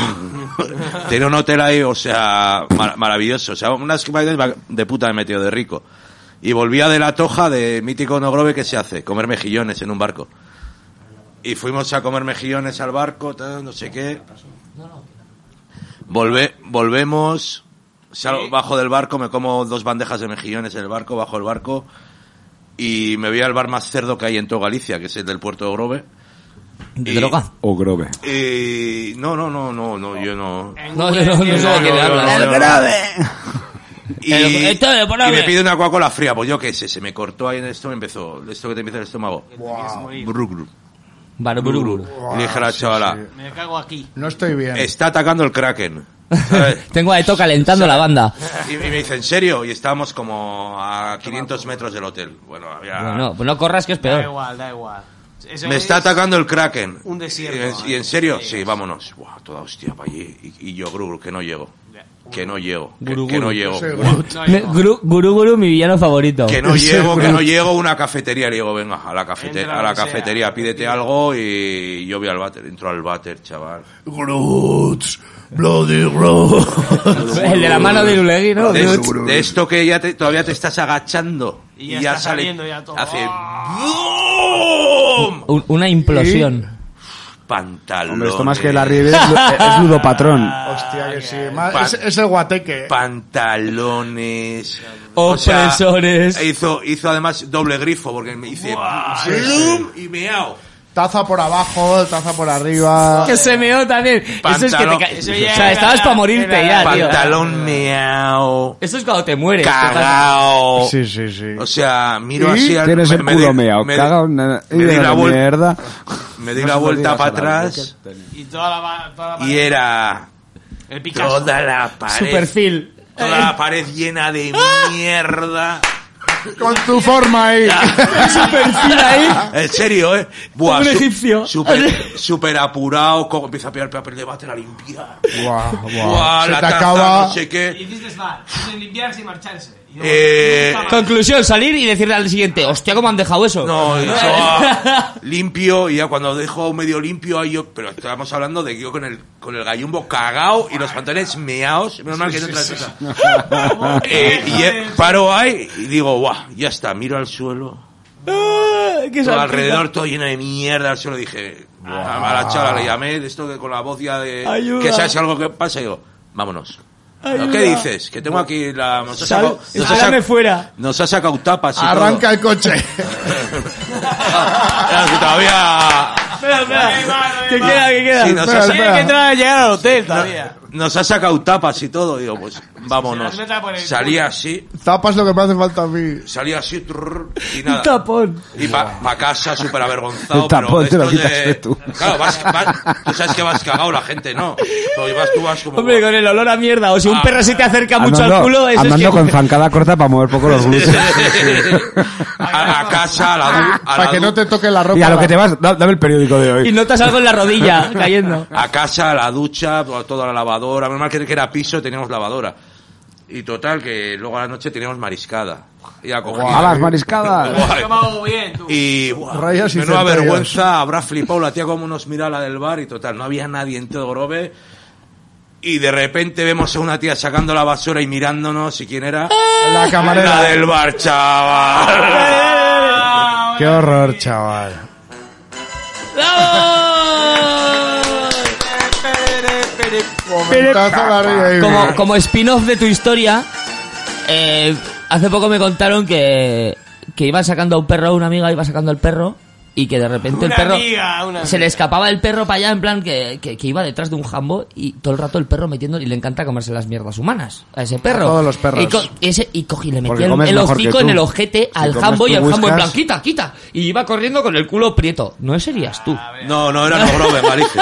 [SPEAKER 8] Tenía un hotel ahí, o sea, mar- maravilloso. O sea, unas vacaciones de puta me metido de rico. Y volvía de la toja de mítico Nogrove que se hace, comer mejillones en un barco. Y fuimos a comer mejillones al barco, tal, no sé qué. Volve, volvemos, salgo bajo del barco, me como dos bandejas de mejillones en el barco, bajo el barco. Y me voy al bar más cerdo que hay en toda Galicia, que es el del puerto de Grove.
[SPEAKER 5] ¿De
[SPEAKER 8] y-
[SPEAKER 5] droga?
[SPEAKER 6] O Grove.
[SPEAKER 8] Y... Eh, No, no, no, no, no, yo no.
[SPEAKER 5] No, yo no, no sé de qué le
[SPEAKER 8] no,
[SPEAKER 5] hablas.
[SPEAKER 8] no, no. Y,
[SPEAKER 5] El- esto de por
[SPEAKER 8] y me
[SPEAKER 5] ave.
[SPEAKER 8] pide una Coca-Cola fría, pues yo qué sé, se me cortó ahí en esto, me empezó, esto que te empieza el estómago. Bru, bru,
[SPEAKER 5] Vale,
[SPEAKER 8] bru,
[SPEAKER 5] bru,
[SPEAKER 8] bru.
[SPEAKER 5] bru.
[SPEAKER 8] Y le dije a la chavala,
[SPEAKER 7] Me cago aquí.
[SPEAKER 4] No estoy bien.
[SPEAKER 8] está atacando el Kraken. ¿sabes?
[SPEAKER 5] Tengo a Eto calentando la banda.
[SPEAKER 8] Y, y me dice, ¿en serio? Y estábamos como a 500 metros del hotel. Bueno, había...
[SPEAKER 5] No, no, pues no corras que es
[SPEAKER 7] Da
[SPEAKER 5] peor.
[SPEAKER 7] igual, da igual. Eso
[SPEAKER 8] Me
[SPEAKER 7] es-
[SPEAKER 8] está atacando el Kraken.
[SPEAKER 7] un desierto,
[SPEAKER 8] Y en- ¿Y, en
[SPEAKER 7] ahí,
[SPEAKER 8] serio?
[SPEAKER 7] sí.
[SPEAKER 8] Sí, vámonos. Buah, toda hostia para allí. Y, y yo, Gru, que no llego. Que no llego. Que,
[SPEAKER 5] Gru,
[SPEAKER 8] que no
[SPEAKER 5] gru.
[SPEAKER 8] llego.
[SPEAKER 4] Sí,
[SPEAKER 8] Buah,
[SPEAKER 4] bueno.
[SPEAKER 7] No,
[SPEAKER 5] Me-
[SPEAKER 7] hijo.
[SPEAKER 5] Guru, guru, Guru, mi villano favorito.
[SPEAKER 8] Que no llego, que no llego a una cafetería. Le digo, venga, a la, cafete-
[SPEAKER 7] Entra
[SPEAKER 8] a la
[SPEAKER 7] lo que sea.
[SPEAKER 8] cafetería, pídete algo y yo voy al váter. Entro al váter, chaval.
[SPEAKER 5] El de la mano de Ulegui, ¿no?
[SPEAKER 8] De, de esto que ya te- todavía te estás agachando.
[SPEAKER 7] Y ya está saliendo ya todo. Oh.
[SPEAKER 8] Hace... ¡Bum!
[SPEAKER 5] Un- Una implosión.
[SPEAKER 8] Pantalón.
[SPEAKER 6] Hombre, esto más que la Rive es, es ludopatrón.
[SPEAKER 4] Hostia, que sí. ma-
[SPEAKER 8] Pa-
[SPEAKER 4] es, es el guateque.
[SPEAKER 8] pantalones, o
[SPEAKER 5] Opresores.
[SPEAKER 8] sea, hizo, hizo además doble grifo porque me hice ¡Blum! y meao.
[SPEAKER 4] Taza por abajo, taza por arriba.
[SPEAKER 5] Que se meó también. Eso es que te
[SPEAKER 8] Pantalón.
[SPEAKER 5] ca-
[SPEAKER 8] Eso
[SPEAKER 7] ya
[SPEAKER 5] O sea,
[SPEAKER 7] era-
[SPEAKER 5] estabas para morirte
[SPEAKER 7] era-
[SPEAKER 5] ya, tío.
[SPEAKER 8] Pantalón meao,
[SPEAKER 5] Eso es cuando te mueres. ¿qué pasa?
[SPEAKER 8] cagao.
[SPEAKER 4] Sí, sí, sí.
[SPEAKER 8] O sea, miro
[SPEAKER 4] ¿Y?
[SPEAKER 8] así al
[SPEAKER 6] Tienes el
[SPEAKER 8] me- me
[SPEAKER 6] culo
[SPEAKER 8] di-
[SPEAKER 6] meao.
[SPEAKER 8] me di-
[SPEAKER 6] Caga una...
[SPEAKER 8] me di
[SPEAKER 6] de
[SPEAKER 8] la
[SPEAKER 6] la
[SPEAKER 8] vuelta.
[SPEAKER 6] mierda.
[SPEAKER 8] Me di la vuelta para atrás
[SPEAKER 7] Y toda la, ba- toda la
[SPEAKER 8] y
[SPEAKER 7] ba-
[SPEAKER 8] era
[SPEAKER 7] El Picasso.
[SPEAKER 8] toda la
[SPEAKER 5] Su
[SPEAKER 8] pared,
[SPEAKER 5] perfil.
[SPEAKER 8] toda la pared llena de mierda.
[SPEAKER 4] Con tu forma ahí.
[SPEAKER 5] Su perfil ahí.
[SPEAKER 8] En serio, ¿eh? Buah,
[SPEAKER 5] Como un
[SPEAKER 8] su-
[SPEAKER 5] egipcio.
[SPEAKER 8] Super, super apurado, co- empieza a pillar papel de bate, la limpia.
[SPEAKER 4] Guau, guau.
[SPEAKER 8] Buah,
[SPEAKER 4] Se
[SPEAKER 8] la
[SPEAKER 4] te
[SPEAKER 8] taza,
[SPEAKER 4] acaba.
[SPEAKER 8] no sé
[SPEAKER 7] Y
[SPEAKER 8] qué.
[SPEAKER 7] hiciste mal. Es limpiarse y marcharse.
[SPEAKER 8] Eh,
[SPEAKER 5] Conclusión, salir y decirle al siguiente, hostia, ¿cómo han dejado eso?
[SPEAKER 8] no, dijo, "Ah, limpio, y ya cuando dejo medio limpio, ahí yo, pero estábamos hablando de que yo con el, con el gallumbo cagao y los pantalones meaos, menos mal que no traes esa. Eh, y eh, paro ahí y digo, guau, ya está, miro al suelo,
[SPEAKER 5] Que
[SPEAKER 8] todo alrededor todo lleno de mierda al suelo, dije, "Buah, a la chavala le llamé, esto que con la voz ya de,
[SPEAKER 5] Ayuda.
[SPEAKER 8] que sabes algo que pasa, y digo, vámonos.
[SPEAKER 5] Ayuda.
[SPEAKER 8] ¿Qué dices? Que tengo aquí la... Nos ha
[SPEAKER 5] Sal,
[SPEAKER 8] sacado, nos ha
[SPEAKER 5] sácame
[SPEAKER 8] sac-
[SPEAKER 5] fuera.
[SPEAKER 8] nos ha sacado tapas y todo.
[SPEAKER 4] Arranca el coche.
[SPEAKER 8] Claro, ah, que todavía...
[SPEAKER 5] Espera, espera. Que queda, que queda.
[SPEAKER 8] Sí, nos
[SPEAKER 4] Espera,
[SPEAKER 8] ha
[SPEAKER 4] espera.
[SPEAKER 8] sacado-
[SPEAKER 7] Tiene que entrar a llegar al hotel todavía.
[SPEAKER 8] Nos ha sacado tapas y todo, digo, pues vámonos.
[SPEAKER 7] Se las meta por el
[SPEAKER 8] Salí así,
[SPEAKER 4] Tapas lo que me hace falta a mí.
[SPEAKER 8] salí así trrr, y
[SPEAKER 5] Un
[SPEAKER 8] nada.
[SPEAKER 5] tapón.
[SPEAKER 8] Y pa, pa casa súper avergonzado.
[SPEAKER 6] El tapón te lo
[SPEAKER 8] esto
[SPEAKER 6] quitas tú.
[SPEAKER 8] Claro, vas, vas- tú sabes que vas cagado la gente, ¿no? Pero vas, tú vas como...
[SPEAKER 5] Hombre, con el olor a mierda. O si un
[SPEAKER 8] Ah.
[SPEAKER 5] perro se te acerca mucho al
[SPEAKER 6] Andando-
[SPEAKER 5] culo, eso es
[SPEAKER 6] andando
[SPEAKER 5] que...
[SPEAKER 6] con zancada corta para mover poco los glúteos.
[SPEAKER 8] a, a casa, a la... du- a
[SPEAKER 4] Para
[SPEAKER 8] la
[SPEAKER 4] que
[SPEAKER 8] du-
[SPEAKER 4] no te toque la ropa.
[SPEAKER 6] Y a lo que te vas, da- dame el periódico de
[SPEAKER 5] Y
[SPEAKER 6] hoy.
[SPEAKER 5] notas algo en la rodilla cayendo.
[SPEAKER 8] a casa, a la ducha, to- toda la lavadora. Menos mal que que era piso, teníamos lavadora. Y total, que luego a la noche teníamos mariscada. Y a coger...
[SPEAKER 6] A las mariscadas.
[SPEAKER 8] Guay.
[SPEAKER 7] Estómago bien, tú.
[SPEAKER 8] Y buah,
[SPEAKER 4] Rayas y
[SPEAKER 8] menuda
[SPEAKER 4] centellas.
[SPEAKER 8] vergüenza, habrá flipado la tía como nos mira la del bar y total, no había nadie en todo Grove. Y de repente vemos a una tía sacando la basura y mirándonos, ¿y quién era?
[SPEAKER 4] La
[SPEAKER 8] La
[SPEAKER 4] camarera.
[SPEAKER 8] del bar, chaval.
[SPEAKER 4] Qué horror, chaval. Momentazo la rey.
[SPEAKER 5] Como, como spin-off de tu historia, eh, hace poco me contaron que, que iban sacando a un perro, una amiga iba sacando al perro y que de repente
[SPEAKER 7] Una
[SPEAKER 5] el perro...
[SPEAKER 7] amiga, una
[SPEAKER 5] Se le
[SPEAKER 7] amiga.
[SPEAKER 5] escapaba el perro para allá, en plan que, que- que iba detrás de un jambo y todo el rato el perro metiendo y le encanta comerse las mierdas humanas a ese perro.
[SPEAKER 4] A todos los perros.
[SPEAKER 5] Y, co- y ese, y cogí, le
[SPEAKER 6] Porque
[SPEAKER 5] metía el,
[SPEAKER 6] comes
[SPEAKER 5] el
[SPEAKER 6] mejor que
[SPEAKER 5] hocico
[SPEAKER 6] tú.
[SPEAKER 5] en el ojete
[SPEAKER 6] Si
[SPEAKER 5] al
[SPEAKER 6] comes
[SPEAKER 5] jambo y
[SPEAKER 6] tú
[SPEAKER 5] el jambo en
[SPEAKER 6] buscas-
[SPEAKER 5] plan, quita, quita. Y iba corriendo con el culo prieto. No serías tú.
[SPEAKER 8] No, no, era no Grove, Marice.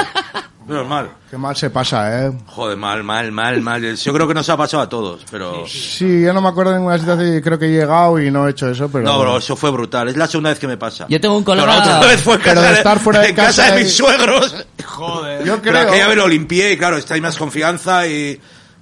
[SPEAKER 8] Menos mal.
[SPEAKER 4] Qué mal se pasa, eh.
[SPEAKER 8] Joder, mal, mal, mal, mal. Yo creo que nos ha pasado a todos, pero...
[SPEAKER 4] Sí, yo no me acuerdo de ninguna situación y creo que he llegado y no he hecho eso, pero...
[SPEAKER 8] No, bro, eso fue brutal. Es la segunda vez que me pasa.
[SPEAKER 5] Yo tengo un
[SPEAKER 8] Pero
[SPEAKER 5] colega...
[SPEAKER 8] la otra vez fue en
[SPEAKER 4] Pero
[SPEAKER 8] casa
[SPEAKER 4] de estar fuera de
[SPEAKER 8] en casa,
[SPEAKER 4] casa
[SPEAKER 8] de
[SPEAKER 4] y-
[SPEAKER 8] mis suegros.
[SPEAKER 7] Joder.
[SPEAKER 4] Yo
[SPEAKER 8] Pero
[SPEAKER 4] creo,
[SPEAKER 8] aquella vez lo limpié y claro, está ahí más confianza y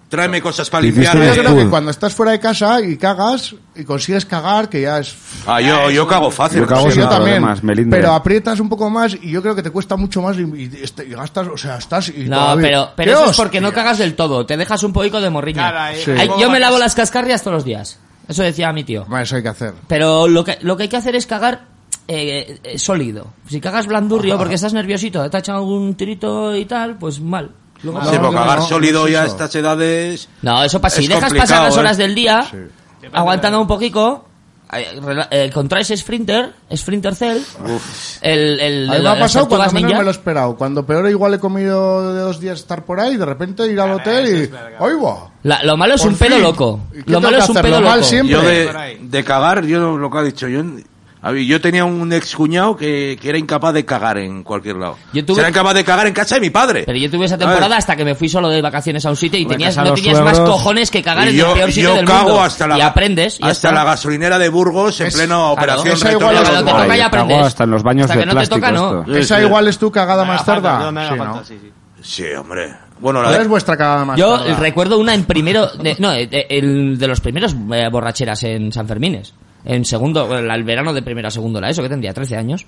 [SPEAKER 8] tráeme cosas para
[SPEAKER 6] Y
[SPEAKER 8] limpiar.
[SPEAKER 4] yo
[SPEAKER 6] viste-
[SPEAKER 4] creo que
[SPEAKER 6] Uy.
[SPEAKER 4] cuando estás fuera de casa y cagas y consigues cagar, que ya es...
[SPEAKER 8] Ah, yo, yo cago fácil.
[SPEAKER 6] Yo cago
[SPEAKER 8] sí,
[SPEAKER 4] Sí, yo
[SPEAKER 6] sin
[SPEAKER 8] nada.
[SPEAKER 4] también,
[SPEAKER 6] problemas, Melinda.
[SPEAKER 4] pero aprietas un poco más y yo creo que te cuesta mucho más y, y este- y gastas, o sea, estás... Y
[SPEAKER 5] No,
[SPEAKER 4] todavía-
[SPEAKER 5] pero, pero
[SPEAKER 4] ¡Qué
[SPEAKER 5] eso es porque no
[SPEAKER 4] hostia!
[SPEAKER 5] cagas del todo. Te dejas un poquito de morriña.
[SPEAKER 7] Cara, eh.
[SPEAKER 4] Sí.
[SPEAKER 5] Ay,
[SPEAKER 7] ¿Cómo
[SPEAKER 5] yo me
[SPEAKER 7] vas?
[SPEAKER 5] lavo las cascarrias todos los días. Eso decía mi tío.
[SPEAKER 4] Bueno, Eso hay que hacer.
[SPEAKER 5] Pero lo que, lo que hay que hacer es cagar eh, eh, sólido. Si cagas blandurrio porque estás nerviosito, te ha echado algún tirito y tal, pues mal. Luego-
[SPEAKER 8] Sí, por
[SPEAKER 4] No,
[SPEAKER 8] cagar
[SPEAKER 4] no, no,
[SPEAKER 8] sólido
[SPEAKER 4] no es
[SPEAKER 8] ya a
[SPEAKER 4] eso.
[SPEAKER 8] estas edades.
[SPEAKER 5] No,
[SPEAKER 4] Ah,
[SPEAKER 5] eso pasa. Si
[SPEAKER 8] Es
[SPEAKER 5] dejas
[SPEAKER 8] complicado,
[SPEAKER 5] pasar las
[SPEAKER 8] ¿eh?
[SPEAKER 5] horas del día,
[SPEAKER 7] Te pasa
[SPEAKER 5] aguantando un poquito, eh, rela- eh, contraes Sprinter, Sprinter Cell, el, el,
[SPEAKER 4] A mí
[SPEAKER 5] el-
[SPEAKER 4] me ha
[SPEAKER 5] las
[SPEAKER 4] pasado cuando
[SPEAKER 5] tortugas
[SPEAKER 4] menos
[SPEAKER 5] ninja.
[SPEAKER 4] me lo he esperado. Cuando peor igual he comido de dos días estar por ahí y de repente ir al hotel y... ¡Ay, va!
[SPEAKER 5] La- lo malo es
[SPEAKER 4] Por
[SPEAKER 5] un pedo
[SPEAKER 4] fin.
[SPEAKER 5] loco.
[SPEAKER 4] ¿Y qué
[SPEAKER 5] Lo
[SPEAKER 4] tengo
[SPEAKER 5] malo
[SPEAKER 4] que
[SPEAKER 5] es un
[SPEAKER 4] hacer?
[SPEAKER 5] pedo
[SPEAKER 4] Lo mal
[SPEAKER 5] loco.
[SPEAKER 4] siempre.
[SPEAKER 8] Yo
[SPEAKER 7] Por
[SPEAKER 8] de,
[SPEAKER 7] ahí.
[SPEAKER 8] de cagar, yo lo que ha dicho, yo, a mí- yo tenía un ex cuñado que, que era incapaz de cagar en cualquier lado.
[SPEAKER 5] Yo tuve-
[SPEAKER 8] O sea, Era incapaz de cagar en casa de mi padre.
[SPEAKER 5] Pero yo tuve esa
[SPEAKER 8] A ver.
[SPEAKER 5] temporada hasta que me fui solo de vacaciones a un sitio y
[SPEAKER 6] Hombre,
[SPEAKER 5] tenías,
[SPEAKER 6] casa
[SPEAKER 5] no
[SPEAKER 6] los
[SPEAKER 5] tenías más
[SPEAKER 6] suegros.
[SPEAKER 5] cojones que cagar en
[SPEAKER 8] Y yo,
[SPEAKER 5] el peor sitio
[SPEAKER 8] yo
[SPEAKER 5] del
[SPEAKER 8] cago
[SPEAKER 5] mundo.
[SPEAKER 8] hasta la,
[SPEAKER 5] y aprendes. y ya
[SPEAKER 8] hasta
[SPEAKER 5] está.
[SPEAKER 8] la gasolinera de Burgos en
[SPEAKER 4] Es-
[SPEAKER 8] plena
[SPEAKER 4] claro,
[SPEAKER 8] operación
[SPEAKER 4] esa igual
[SPEAKER 8] Retorno
[SPEAKER 4] es
[SPEAKER 8] a los
[SPEAKER 5] Cuando te
[SPEAKER 8] Borges.
[SPEAKER 5] toca
[SPEAKER 6] Ay,
[SPEAKER 5] ya aprendes.
[SPEAKER 6] cago hasta en los baños
[SPEAKER 5] Hasta
[SPEAKER 6] de
[SPEAKER 5] que no te
[SPEAKER 6] plástico
[SPEAKER 5] toca, no.
[SPEAKER 6] esto.
[SPEAKER 4] Esa
[SPEAKER 8] sí.
[SPEAKER 4] igual es tu cagada
[SPEAKER 7] Me haga
[SPEAKER 4] más
[SPEAKER 7] falta,
[SPEAKER 4] tarda.
[SPEAKER 7] no me haga
[SPEAKER 4] Sí,
[SPEAKER 7] falta,
[SPEAKER 4] ¿no?
[SPEAKER 7] sí, sí.
[SPEAKER 8] Sí,
[SPEAKER 10] Eh,
[SPEAKER 8] hombre. Bueno, la
[SPEAKER 4] ¿Cuál
[SPEAKER 8] de-
[SPEAKER 4] es vuestra cagada más
[SPEAKER 5] Yo
[SPEAKER 4] tarda?
[SPEAKER 5] recuerdo una en primero, de- no, eh, eh, el de los primeros eh, borracheras en San Fermines. En segundo, bueno, el verano de primero a segundo era eso, que tendría 13 años.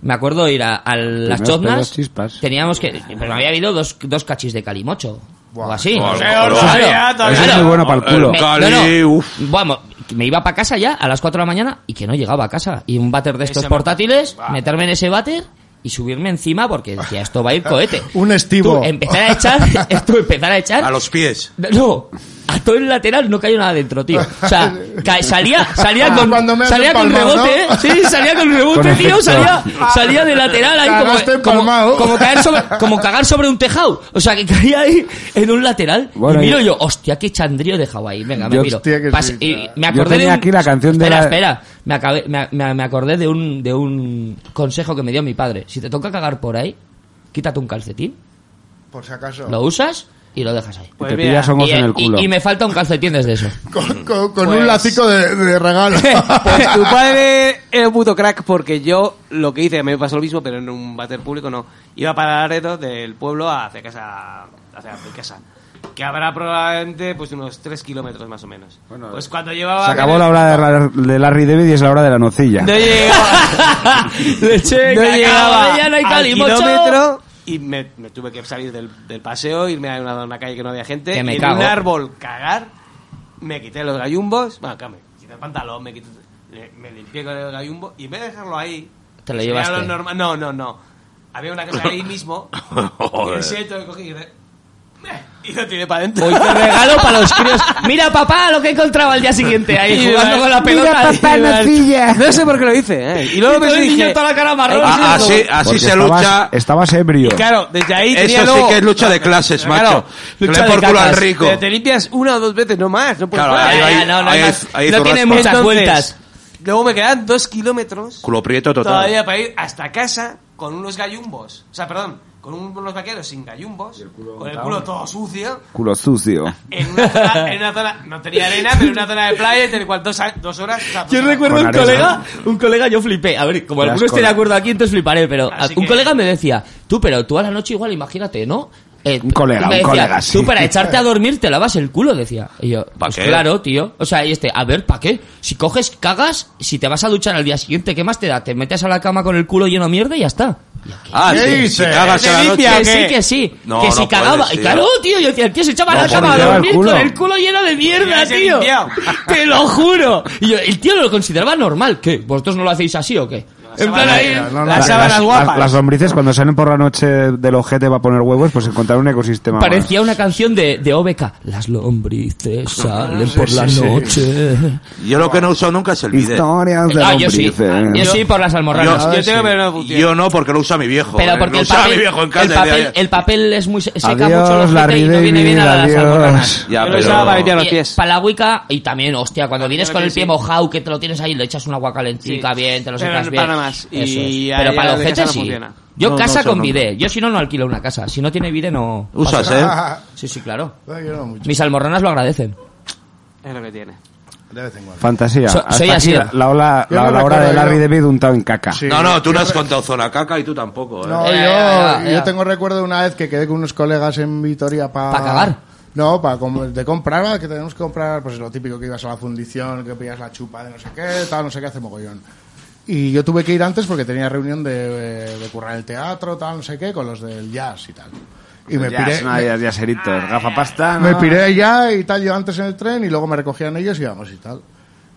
[SPEAKER 5] Me acuerdo ir a, a las
[SPEAKER 6] Primeros pedos,
[SPEAKER 5] choznas.
[SPEAKER 6] chispas.
[SPEAKER 5] Teníamos que. Pero había habido dos, dos cachis de calimocho. O así.
[SPEAKER 8] Buah,
[SPEAKER 5] Claro.
[SPEAKER 8] buah,
[SPEAKER 7] buah.
[SPEAKER 6] Eso es
[SPEAKER 5] Claro.
[SPEAKER 6] muy bueno para el culo.
[SPEAKER 5] Me-
[SPEAKER 8] Cali,
[SPEAKER 5] no, no.
[SPEAKER 8] uf.
[SPEAKER 5] Vamos, me iba para casa ya a las 4 de la mañana y que no llegaba a casa. Y un váter de estos
[SPEAKER 7] Ese
[SPEAKER 5] portátiles, meterme en ese váter y subirme encima porque decía, esto va a ir cohete.
[SPEAKER 4] Un estivo.
[SPEAKER 5] Tú empezar a echar, tú empezar a echar.
[SPEAKER 8] a los pies.
[SPEAKER 5] No, a todo el lateral no cayó nada dentro, tío. O sea, ca- salía, salía
[SPEAKER 4] Ah,
[SPEAKER 5] con,
[SPEAKER 4] cuando me has
[SPEAKER 5] salía con
[SPEAKER 4] empalmado,
[SPEAKER 5] rebote,
[SPEAKER 4] ¿no?
[SPEAKER 5] ¿eh? sí, salía con
[SPEAKER 6] Con
[SPEAKER 5] rebote, tío,
[SPEAKER 6] efecto.
[SPEAKER 5] salía, salía de lateral
[SPEAKER 4] Cagaste
[SPEAKER 5] ahí como,
[SPEAKER 4] empalmado.
[SPEAKER 5] como, como caer sobre,
[SPEAKER 6] Ah.
[SPEAKER 5] como cagar sobre un tejado. O sea, que caía ahí en un lateral
[SPEAKER 6] Bueno,
[SPEAKER 5] y miro
[SPEAKER 6] y-
[SPEAKER 5] yo, hostia, qué chandrío he dejado ahí. Venga, me
[SPEAKER 6] Yo-
[SPEAKER 5] miro.
[SPEAKER 4] Hostia, que
[SPEAKER 5] Pas-
[SPEAKER 4] sí,
[SPEAKER 5] y-
[SPEAKER 4] claro.
[SPEAKER 5] me acordé
[SPEAKER 6] Yo tenía
[SPEAKER 5] de un-
[SPEAKER 6] aquí la canción de
[SPEAKER 5] espera,
[SPEAKER 6] la-
[SPEAKER 5] espera, me, acabé- me- me- me acordé de un, de un consejo que me dio mi padre. Si te toca cagar por ahí, quítate un calcetín,
[SPEAKER 4] Por si acaso.
[SPEAKER 5] lo usas y lo dejas ahí.
[SPEAKER 7] Pues
[SPEAKER 6] Te pillas hongos
[SPEAKER 5] Y,
[SPEAKER 6] en el
[SPEAKER 5] y-
[SPEAKER 6] culo.
[SPEAKER 5] y me falta un calcetín desde eso.
[SPEAKER 4] Con, con- con
[SPEAKER 7] Pues-
[SPEAKER 4] un lacico de, de regalo.
[SPEAKER 7] Pues tu padre era un puto crack porque yo lo que hice, me pasó lo mismo, pero en un váter público no. Iba para Laredo del pueblo hacia casa, hacia mi casa. que habrá probablemente pues unos 3 kilómetros más o menos.
[SPEAKER 6] Bueno,
[SPEAKER 7] pues
[SPEAKER 6] eh,
[SPEAKER 7] cuando llevaba...
[SPEAKER 6] Se acabó la hora de, Ra- de Larry David y es la hora de la nocilla.
[SPEAKER 7] No llegaba.
[SPEAKER 5] Leche,
[SPEAKER 7] no
[SPEAKER 5] cacao,
[SPEAKER 7] llegaba
[SPEAKER 5] avellana y
[SPEAKER 7] al
[SPEAKER 5] calimocho.
[SPEAKER 7] kilómetro y me, me tuve que salir del, del paseo, irme a una, a una calle que no había gente,
[SPEAKER 5] Que me
[SPEAKER 7] en
[SPEAKER 5] cago.
[SPEAKER 7] un árbol cagar, me quité los gallumbos, bueno, acá me quité el pantalón, me, quité, le- me limpié con el gallumbo y en vez de dejarlo ahí...
[SPEAKER 5] Te lo
[SPEAKER 7] que
[SPEAKER 5] llevaste.
[SPEAKER 7] era lo normal- no, no, no. Había una casa ahí mismo y
[SPEAKER 10] Joder.
[SPEAKER 7] ese todo lo cogí y dije, "Meh", y lo tiré para adentro.
[SPEAKER 5] Hoy te regalo para los críos. Mira, papá, lo que encontraba al día siguiente ahí
[SPEAKER 7] Y
[SPEAKER 5] jugando
[SPEAKER 7] vas-
[SPEAKER 5] con la
[SPEAKER 7] mira,
[SPEAKER 5] pelota.
[SPEAKER 7] papá,
[SPEAKER 5] Y vas-
[SPEAKER 7] nocilla. No sé por qué lo hice. ¿eh? Y luego
[SPEAKER 5] todo
[SPEAKER 7] pensé,
[SPEAKER 5] el niño
[SPEAKER 7] dije,
[SPEAKER 5] toda Pues la cara marrón.
[SPEAKER 7] "Ay,
[SPEAKER 10] Ah, así así
[SPEAKER 6] Porque
[SPEAKER 10] se
[SPEAKER 6] estabas-
[SPEAKER 10] lucha.
[SPEAKER 6] Estabas ebrio.
[SPEAKER 7] Claro, desde ahí tenía
[SPEAKER 10] Eso sí
[SPEAKER 7] luego-
[SPEAKER 10] que es lucha de clases, macho. Que le
[SPEAKER 7] lucha
[SPEAKER 10] den por
[SPEAKER 7] de
[SPEAKER 10] culo al
[SPEAKER 7] cacas.
[SPEAKER 10] rico.
[SPEAKER 7] Te, te limpias una o dos veces, no más. No puedes
[SPEAKER 10] Claro,
[SPEAKER 7] más.
[SPEAKER 10] ahí
[SPEAKER 5] Ya,
[SPEAKER 10] va-
[SPEAKER 5] ya, no, no, hay
[SPEAKER 10] ahí-
[SPEAKER 5] más.
[SPEAKER 10] ahí
[SPEAKER 5] no
[SPEAKER 10] hizo
[SPEAKER 5] tiene
[SPEAKER 10] raspa.
[SPEAKER 5] muchas
[SPEAKER 7] Entonces,
[SPEAKER 5] vueltas.
[SPEAKER 7] Luego me quedan dos kilómetros
[SPEAKER 10] Culo prieto total.
[SPEAKER 7] todavía para ir hasta casa con unos gallumbos. O sea, perdón, con un- unos vaqueros sin gallumbos, con el culo todo sucio.
[SPEAKER 6] Culo sucio.
[SPEAKER 7] En una, zona, en una zona, no tenía arena, pero en una zona de playa, en el cual dos, a- dos horas. o sea,
[SPEAKER 5] Yo
[SPEAKER 7] pues,
[SPEAKER 5] recuerdo
[SPEAKER 6] Con
[SPEAKER 5] un
[SPEAKER 6] arena.
[SPEAKER 5] colega, un colega yo flipé. A ver, como
[SPEAKER 6] Las
[SPEAKER 5] alguno esté de
[SPEAKER 6] cosas.
[SPEAKER 5] acuerdo aquí, entonces fliparé, pero
[SPEAKER 7] Así
[SPEAKER 5] un
[SPEAKER 7] que-
[SPEAKER 5] colega me decía, tú, pero tú a la noche igual, imagínate, ¿no? Eh,
[SPEAKER 6] Un colega,
[SPEAKER 5] me
[SPEAKER 6] un colega, sí.
[SPEAKER 5] Tú para echarte a dormir te lavas el culo, decía. Y yo,
[SPEAKER 10] ¿Pa
[SPEAKER 5] pues
[SPEAKER 10] qué?
[SPEAKER 5] claro, tío. O sea, y este, a ver, ¿para qué? Si coges, cagas, si te vas a duchar al día siguiente, ¿qué más te da? Te metes a la cama con el culo lleno de mierda y ya está.
[SPEAKER 10] Ah,
[SPEAKER 4] ¿Qué
[SPEAKER 10] sí,
[SPEAKER 4] dices?
[SPEAKER 10] si cagas
[SPEAKER 7] ¿Te
[SPEAKER 10] a la noche-
[SPEAKER 7] limpias?
[SPEAKER 5] que
[SPEAKER 7] qué?
[SPEAKER 5] sí, que sí.
[SPEAKER 10] No,
[SPEAKER 5] que
[SPEAKER 10] no
[SPEAKER 5] si cagaba.
[SPEAKER 10] puedes,
[SPEAKER 5] y
[SPEAKER 10] tío.
[SPEAKER 5] claro, tío, yo decía, el tío se echaba a la
[SPEAKER 6] No,
[SPEAKER 5] cama a
[SPEAKER 6] porque lleva el
[SPEAKER 5] dormir
[SPEAKER 6] culo.
[SPEAKER 5] con el culo lleno de mierda,
[SPEAKER 7] Ya se
[SPEAKER 5] tío.
[SPEAKER 7] limpiado.
[SPEAKER 5] Te lo juro. Y yo, el tío lo consideraba normal. ¿Qué? ¿Vosotros no lo hacéis así o qué? en plan ahí.
[SPEAKER 4] no, no,
[SPEAKER 7] las
[SPEAKER 4] no,
[SPEAKER 7] sábanas
[SPEAKER 6] las,
[SPEAKER 7] guapas.
[SPEAKER 6] las- las lombrices cuando salen por la noche del ojete va a poner huevos, pues encontrar un ecosistema. más.
[SPEAKER 5] Parecía una canción de, de OBK. Las lombrices salen por la noche.
[SPEAKER 10] Yo lo que no uso nunca es el bidet.
[SPEAKER 6] Historias de
[SPEAKER 5] Ah, yo sí.
[SPEAKER 6] lombrices. ¿eh?
[SPEAKER 5] Yo sí por las almorranas.
[SPEAKER 10] Yo- ah,
[SPEAKER 7] Yo tengo que ver una función.
[SPEAKER 10] Yo no, porque lo usa mi viejo. eh.
[SPEAKER 5] Pero porque
[SPEAKER 10] lo
[SPEAKER 5] el
[SPEAKER 10] usaba mi
[SPEAKER 5] papel,
[SPEAKER 10] viejo en casa.
[SPEAKER 5] el,
[SPEAKER 10] y decía,
[SPEAKER 5] papel, el papel es muy, se- seca mucho
[SPEAKER 6] Adiós,
[SPEAKER 5] el ojete
[SPEAKER 6] Larry
[SPEAKER 5] y no viene bien
[SPEAKER 6] David,
[SPEAKER 5] a las almorranas.
[SPEAKER 6] adiós.
[SPEAKER 10] Ya,
[SPEAKER 7] Yo lo
[SPEAKER 10] pero-
[SPEAKER 7] usaba para limpiar los
[SPEAKER 5] Y-
[SPEAKER 7] pies.
[SPEAKER 5] Para la Wicca y también, hostia, cuando vienes con el
[SPEAKER 7] sí.
[SPEAKER 5] pie mojado que te lo tienes ahí, le echas una agua calentica
[SPEAKER 7] Sí.
[SPEAKER 5] bien, te lo
[SPEAKER 7] Pero
[SPEAKER 5] secas
[SPEAKER 7] no
[SPEAKER 5] bien.
[SPEAKER 7] para nada más. Y
[SPEAKER 5] Eso es.
[SPEAKER 7] ahí
[SPEAKER 5] Pero para
[SPEAKER 7] la
[SPEAKER 5] los
[SPEAKER 7] de casa
[SPEAKER 5] jetes
[SPEAKER 7] no
[SPEAKER 5] sí.
[SPEAKER 7] funciona.
[SPEAKER 5] Yo
[SPEAKER 10] No, no,
[SPEAKER 5] casa
[SPEAKER 10] eso
[SPEAKER 5] con
[SPEAKER 10] no.
[SPEAKER 5] bidé. Yo si no, no alquilo una casa. Si no tiene bidé, no...
[SPEAKER 10] Usas,
[SPEAKER 5] pasa
[SPEAKER 10] ¿eh?
[SPEAKER 5] nada. Sí, sí, claro.
[SPEAKER 4] No, yo no mucho.
[SPEAKER 5] Mis almorranas lo agradecen.
[SPEAKER 7] Es lo que tiene.
[SPEAKER 4] De vez en cuando.
[SPEAKER 6] Fantasía.
[SPEAKER 5] So-
[SPEAKER 6] Hasta
[SPEAKER 5] soy
[SPEAKER 6] aquí
[SPEAKER 5] así.
[SPEAKER 6] La, la ola-
[SPEAKER 4] Yo
[SPEAKER 6] la-
[SPEAKER 4] no
[SPEAKER 6] la hora
[SPEAKER 4] recuerdo,
[SPEAKER 6] de Larry
[SPEAKER 4] yo-
[SPEAKER 6] David untado en caca.
[SPEAKER 4] Sí.
[SPEAKER 10] No, no, tú no has contado zona caca y tú tampoco. ¿eh?
[SPEAKER 4] No,
[SPEAKER 5] Ya,
[SPEAKER 4] yo,
[SPEAKER 5] ya, ya, ya.
[SPEAKER 4] yo tengo recuerdo de una vez que quedé con unos colegas en Vitoria para...
[SPEAKER 5] ¿Pa cagar?
[SPEAKER 4] No, para de comprar, ah, que tenemos que comprar, pues lo típico que ibas a la fundición, que pillas la chupa de no sé qué, tal, no sé qué, hace mogollón. Y yo tuve que ir antes porque tenía reunión de, eh, de currar el teatro, tal, no sé qué, con los del jazz y tal. Y me
[SPEAKER 6] Ya,
[SPEAKER 4] piré,
[SPEAKER 6] es una- ya- ya seritos. Gafa pasta.
[SPEAKER 4] me
[SPEAKER 6] ¿no?
[SPEAKER 4] piré ya y tal, yo antes en el tren y luego me recogían ellos y íbamos y tal.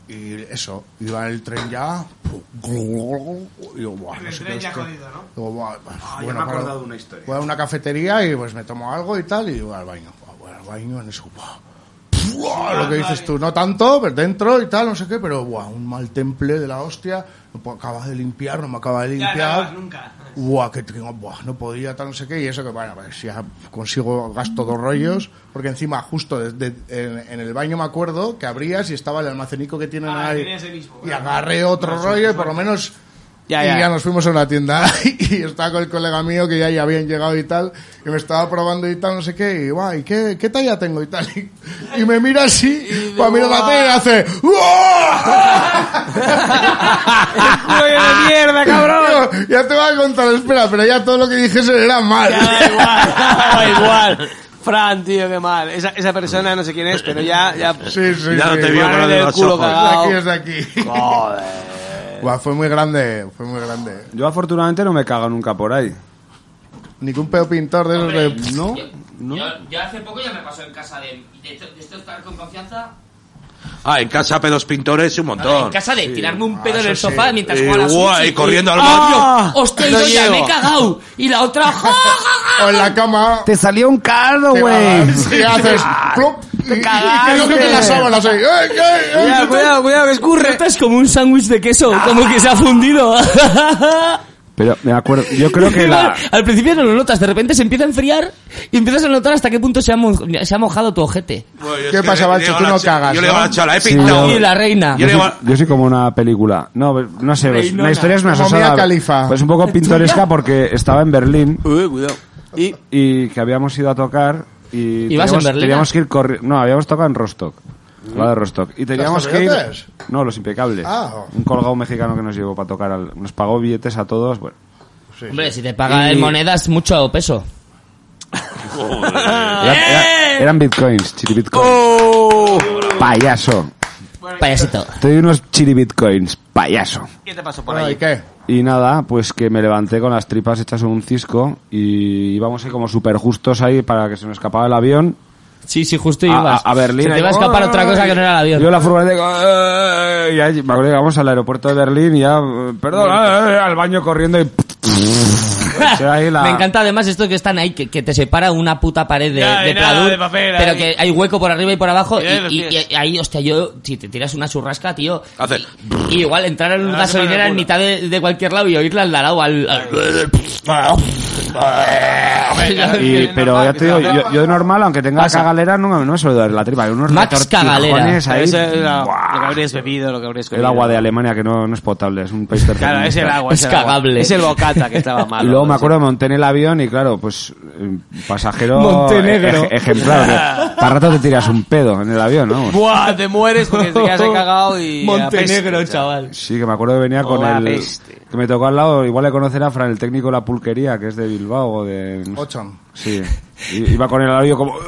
[SPEAKER 4] Y eso, iba el tren ya. Y yo, buah, no Ah, sé qué esto. Digo, buah, bueno, claro, Voy a una cafetería y pues me tomo algo y tal y voy al baño. Buah, Voy al baño en eso, buah. Buah, lo que dices tú, no tanto, pero dentro y tal, no sé qué, pero buah, un mal temple de la hostia. No puedo- acabas de limpiar, no me acaba de limpiar.
[SPEAKER 7] nunca.
[SPEAKER 4] Buah, que tengo, buah, no podía, tal, no sé qué, y eso que, bueno, pues ya consigo, gasto dos rollos, porque encima justo desde- en, en el baño me acuerdo que abrías y estaba el almacenico que tienen
[SPEAKER 7] Ah,
[SPEAKER 4] ahí,
[SPEAKER 7] tenías el mismo,
[SPEAKER 4] y
[SPEAKER 7] claro. Ah, pues
[SPEAKER 4] agarré otro rollo y por lo menos...
[SPEAKER 7] Ya,
[SPEAKER 4] y
[SPEAKER 7] ya.
[SPEAKER 4] ya nos fuimos a una tienda y estaba con el colega mío que ya, ya habían llegado y tal, y me estaba probando y tal, no sé qué, y guay, ¿qué, qué talla tengo y tal? Y, y me mira así, pues mira la talla y hace...
[SPEAKER 7] ¡Culo de mierda, cabrón!
[SPEAKER 4] Yo, ya te voy a contar, espera, pero ya todo lo que dijese era mal.
[SPEAKER 7] Ya da igual, da Ah, igual. Fran, tío, qué mal. Esa, esa persona no sé quién es, pero ya... ya
[SPEAKER 4] Sí, sí,
[SPEAKER 10] Ya no
[SPEAKER 4] sí.
[SPEAKER 10] te vio
[SPEAKER 4] Vale,
[SPEAKER 10] con lo de
[SPEAKER 7] del
[SPEAKER 10] los
[SPEAKER 7] culo
[SPEAKER 10] ojos.
[SPEAKER 4] es de
[SPEAKER 7] cagao.
[SPEAKER 4] aquí, es de aquí. Buah, fue muy grande, fue muy grande.
[SPEAKER 6] Yo afortunadamente no me cago nunca por ahí.
[SPEAKER 4] Ningún pedo pintor de esos de...
[SPEAKER 6] No.
[SPEAKER 5] Yo, hace poco ya me pasó en casa de... De, esto estar con confianza...
[SPEAKER 10] Ah, en casa pedos pintores un
[SPEAKER 5] En
[SPEAKER 10] montón.
[SPEAKER 5] casa de tirarme un pedo en el sofá mientras
[SPEAKER 10] Eh,
[SPEAKER 5] jugaba a la
[SPEAKER 10] guay,
[SPEAKER 5] Switch
[SPEAKER 10] corriendo al
[SPEAKER 5] ¡Ah!
[SPEAKER 7] baño.
[SPEAKER 5] ¡Hostia,
[SPEAKER 7] No
[SPEAKER 5] yo ya
[SPEAKER 7] llego.
[SPEAKER 5] me he cagado! Y la otra... ¡ja, ja, ja!
[SPEAKER 4] O en la cama...
[SPEAKER 6] Te salió un caldo,
[SPEAKER 4] te
[SPEAKER 6] güey.
[SPEAKER 4] vas Y haces... plop, y, y, y que yo creo que las sábanas ahí... ¡Ey, ey, ey!
[SPEAKER 7] Cuidado, cuidado, cuidado, que escurre.
[SPEAKER 5] Esto es como un sándwich de queso, como que se ha fundido.
[SPEAKER 6] Pero me acuerdo, yo creo que la...
[SPEAKER 5] Al principio no lo notas, de repente se empieza a enfriar y empiezas a notar hasta qué punto se ha, mo- se ha mojado tu ojete.
[SPEAKER 10] Bueno, yo es
[SPEAKER 4] ¿Qué
[SPEAKER 10] que
[SPEAKER 4] pasa,
[SPEAKER 10] le-
[SPEAKER 4] Balcho?
[SPEAKER 10] le digo
[SPEAKER 4] Tú
[SPEAKER 10] a la
[SPEAKER 4] no
[SPEAKER 10] ch-
[SPEAKER 4] cagas,
[SPEAKER 10] Yo le
[SPEAKER 4] ¿no?
[SPEAKER 10] digo a la chavala, he
[SPEAKER 6] Sí,
[SPEAKER 10] pintado.
[SPEAKER 5] Y la
[SPEAKER 10] Yo
[SPEAKER 5] reina.
[SPEAKER 6] Yo
[SPEAKER 10] le digo
[SPEAKER 6] soy,
[SPEAKER 10] a-
[SPEAKER 6] yo soy como una película. No, no sé, es-
[SPEAKER 5] Reinona.
[SPEAKER 6] la historia es una
[SPEAKER 4] Como
[SPEAKER 6] sosada.
[SPEAKER 4] Mia Khalifa.
[SPEAKER 6] Pues un poco pintoresca porque estaba en Berlín
[SPEAKER 7] Uy, cuidado. Y...
[SPEAKER 6] y que habíamos ido a tocar
[SPEAKER 5] ¿Ibas
[SPEAKER 6] y
[SPEAKER 5] en
[SPEAKER 6] teníamos,
[SPEAKER 5] Berlín?
[SPEAKER 6] teníamos que ir corriendo. No, habíamos tocado en Rostock.
[SPEAKER 10] Mm.
[SPEAKER 6] la de Rostock. Y teníamos que ir.
[SPEAKER 4] Toretes?
[SPEAKER 6] No, los impecables.
[SPEAKER 4] Ah.
[SPEAKER 6] Un colgado mexicano que nos llevó para tocar. al- Nos pagó billetes a todos. Bueno,
[SPEAKER 5] Hombre, si te paga
[SPEAKER 6] Y-
[SPEAKER 5] en monedas, mucho peso.
[SPEAKER 6] Eran,
[SPEAKER 5] ¡Eh!
[SPEAKER 6] era- eran bitcoins, chiribitcoins.
[SPEAKER 10] ¡Oh!
[SPEAKER 6] Payaso.
[SPEAKER 5] Payasito.
[SPEAKER 6] Te doy unos chiribitcoins, payaso.
[SPEAKER 7] ¿Qué te pasó por
[SPEAKER 4] Bueno, ¿y
[SPEAKER 7] ahí?
[SPEAKER 4] qué?
[SPEAKER 6] Y nada, pues que me levanté con las tripas hechas en un cisco y íbamos ahí como súper justos ahí para que se nos escapaba el avión.
[SPEAKER 15] Sí, sí, justo
[SPEAKER 6] A-
[SPEAKER 15] ibas.
[SPEAKER 6] a- a Berlín,
[SPEAKER 15] Se te
[SPEAKER 6] ahí.
[SPEAKER 15] iba a escapar otra cosa que no era el avión.
[SPEAKER 6] Yo la furgoneta... eh, Y ahí, me acuerdo que llegamos al aeropuerto de Berlín y ya... eh, Perdón,
[SPEAKER 15] pues-
[SPEAKER 6] eh, eh, al baño corriendo y... Pues Se da ahí la-
[SPEAKER 5] Me encanta además esto que están ahí, que, que te separa una puta pared de,
[SPEAKER 7] Ya,
[SPEAKER 5] de
[SPEAKER 7] de nada,
[SPEAKER 5] pladur,
[SPEAKER 7] de papel,
[SPEAKER 5] pero
[SPEAKER 7] ahí.
[SPEAKER 5] que hay hueco por arriba y por abajo, y,
[SPEAKER 7] Ya, los
[SPEAKER 5] y-
[SPEAKER 7] pies.
[SPEAKER 5] y ahí, hostia, yo, si te tiras una churrasca, tío,
[SPEAKER 10] Hace-
[SPEAKER 5] y, y igual entrar en una
[SPEAKER 7] se pone
[SPEAKER 5] gasolinera
[SPEAKER 7] el
[SPEAKER 5] en
[SPEAKER 7] culo.
[SPEAKER 5] mitad de, de cualquier lado y oírla al de al lado, al... al-
[SPEAKER 6] Y, pero ya te digo, yo, yo de normal, aunque tenga
[SPEAKER 5] Pasa.
[SPEAKER 6] cagalera, no, me- no me suele doler la tripa. Hay Unos
[SPEAKER 5] Max Cagalera.
[SPEAKER 6] retortijones
[SPEAKER 7] Pero
[SPEAKER 6] ahí,
[SPEAKER 7] eso era
[SPEAKER 6] ¡buah!
[SPEAKER 7] lo que habrías bebido, lo que habrías comido.
[SPEAKER 6] El agua de Alemania que no, no es potable, es un país tercermundista.
[SPEAKER 7] Claro, es el agua.
[SPEAKER 5] Es
[SPEAKER 7] el agua.
[SPEAKER 5] cagable.
[SPEAKER 7] Es el bocata que estaba malo.
[SPEAKER 6] Y luego me
[SPEAKER 7] Sí.
[SPEAKER 6] acuerdo, monté en el avión y claro, pues eh, pasajero
[SPEAKER 15] Montenegro.
[SPEAKER 6] ej- ejemplar. que Para rato te tiras un pedo en el avión, ¿no?
[SPEAKER 7] Buah, te mueres porque te quedas ahí cagado y...
[SPEAKER 15] Montenegro,
[SPEAKER 7] apesta.
[SPEAKER 15] chaval.
[SPEAKER 6] Sí, que me acuerdo que venía con
[SPEAKER 7] Hola,
[SPEAKER 6] el...
[SPEAKER 7] peste.
[SPEAKER 6] Que me tocó al lado, igual le conocerá Fran, el técnico de la pulquería, que es de Bilbao o de... no sé.
[SPEAKER 4] Ochon.
[SPEAKER 6] Sí. I- Iba con el avión como...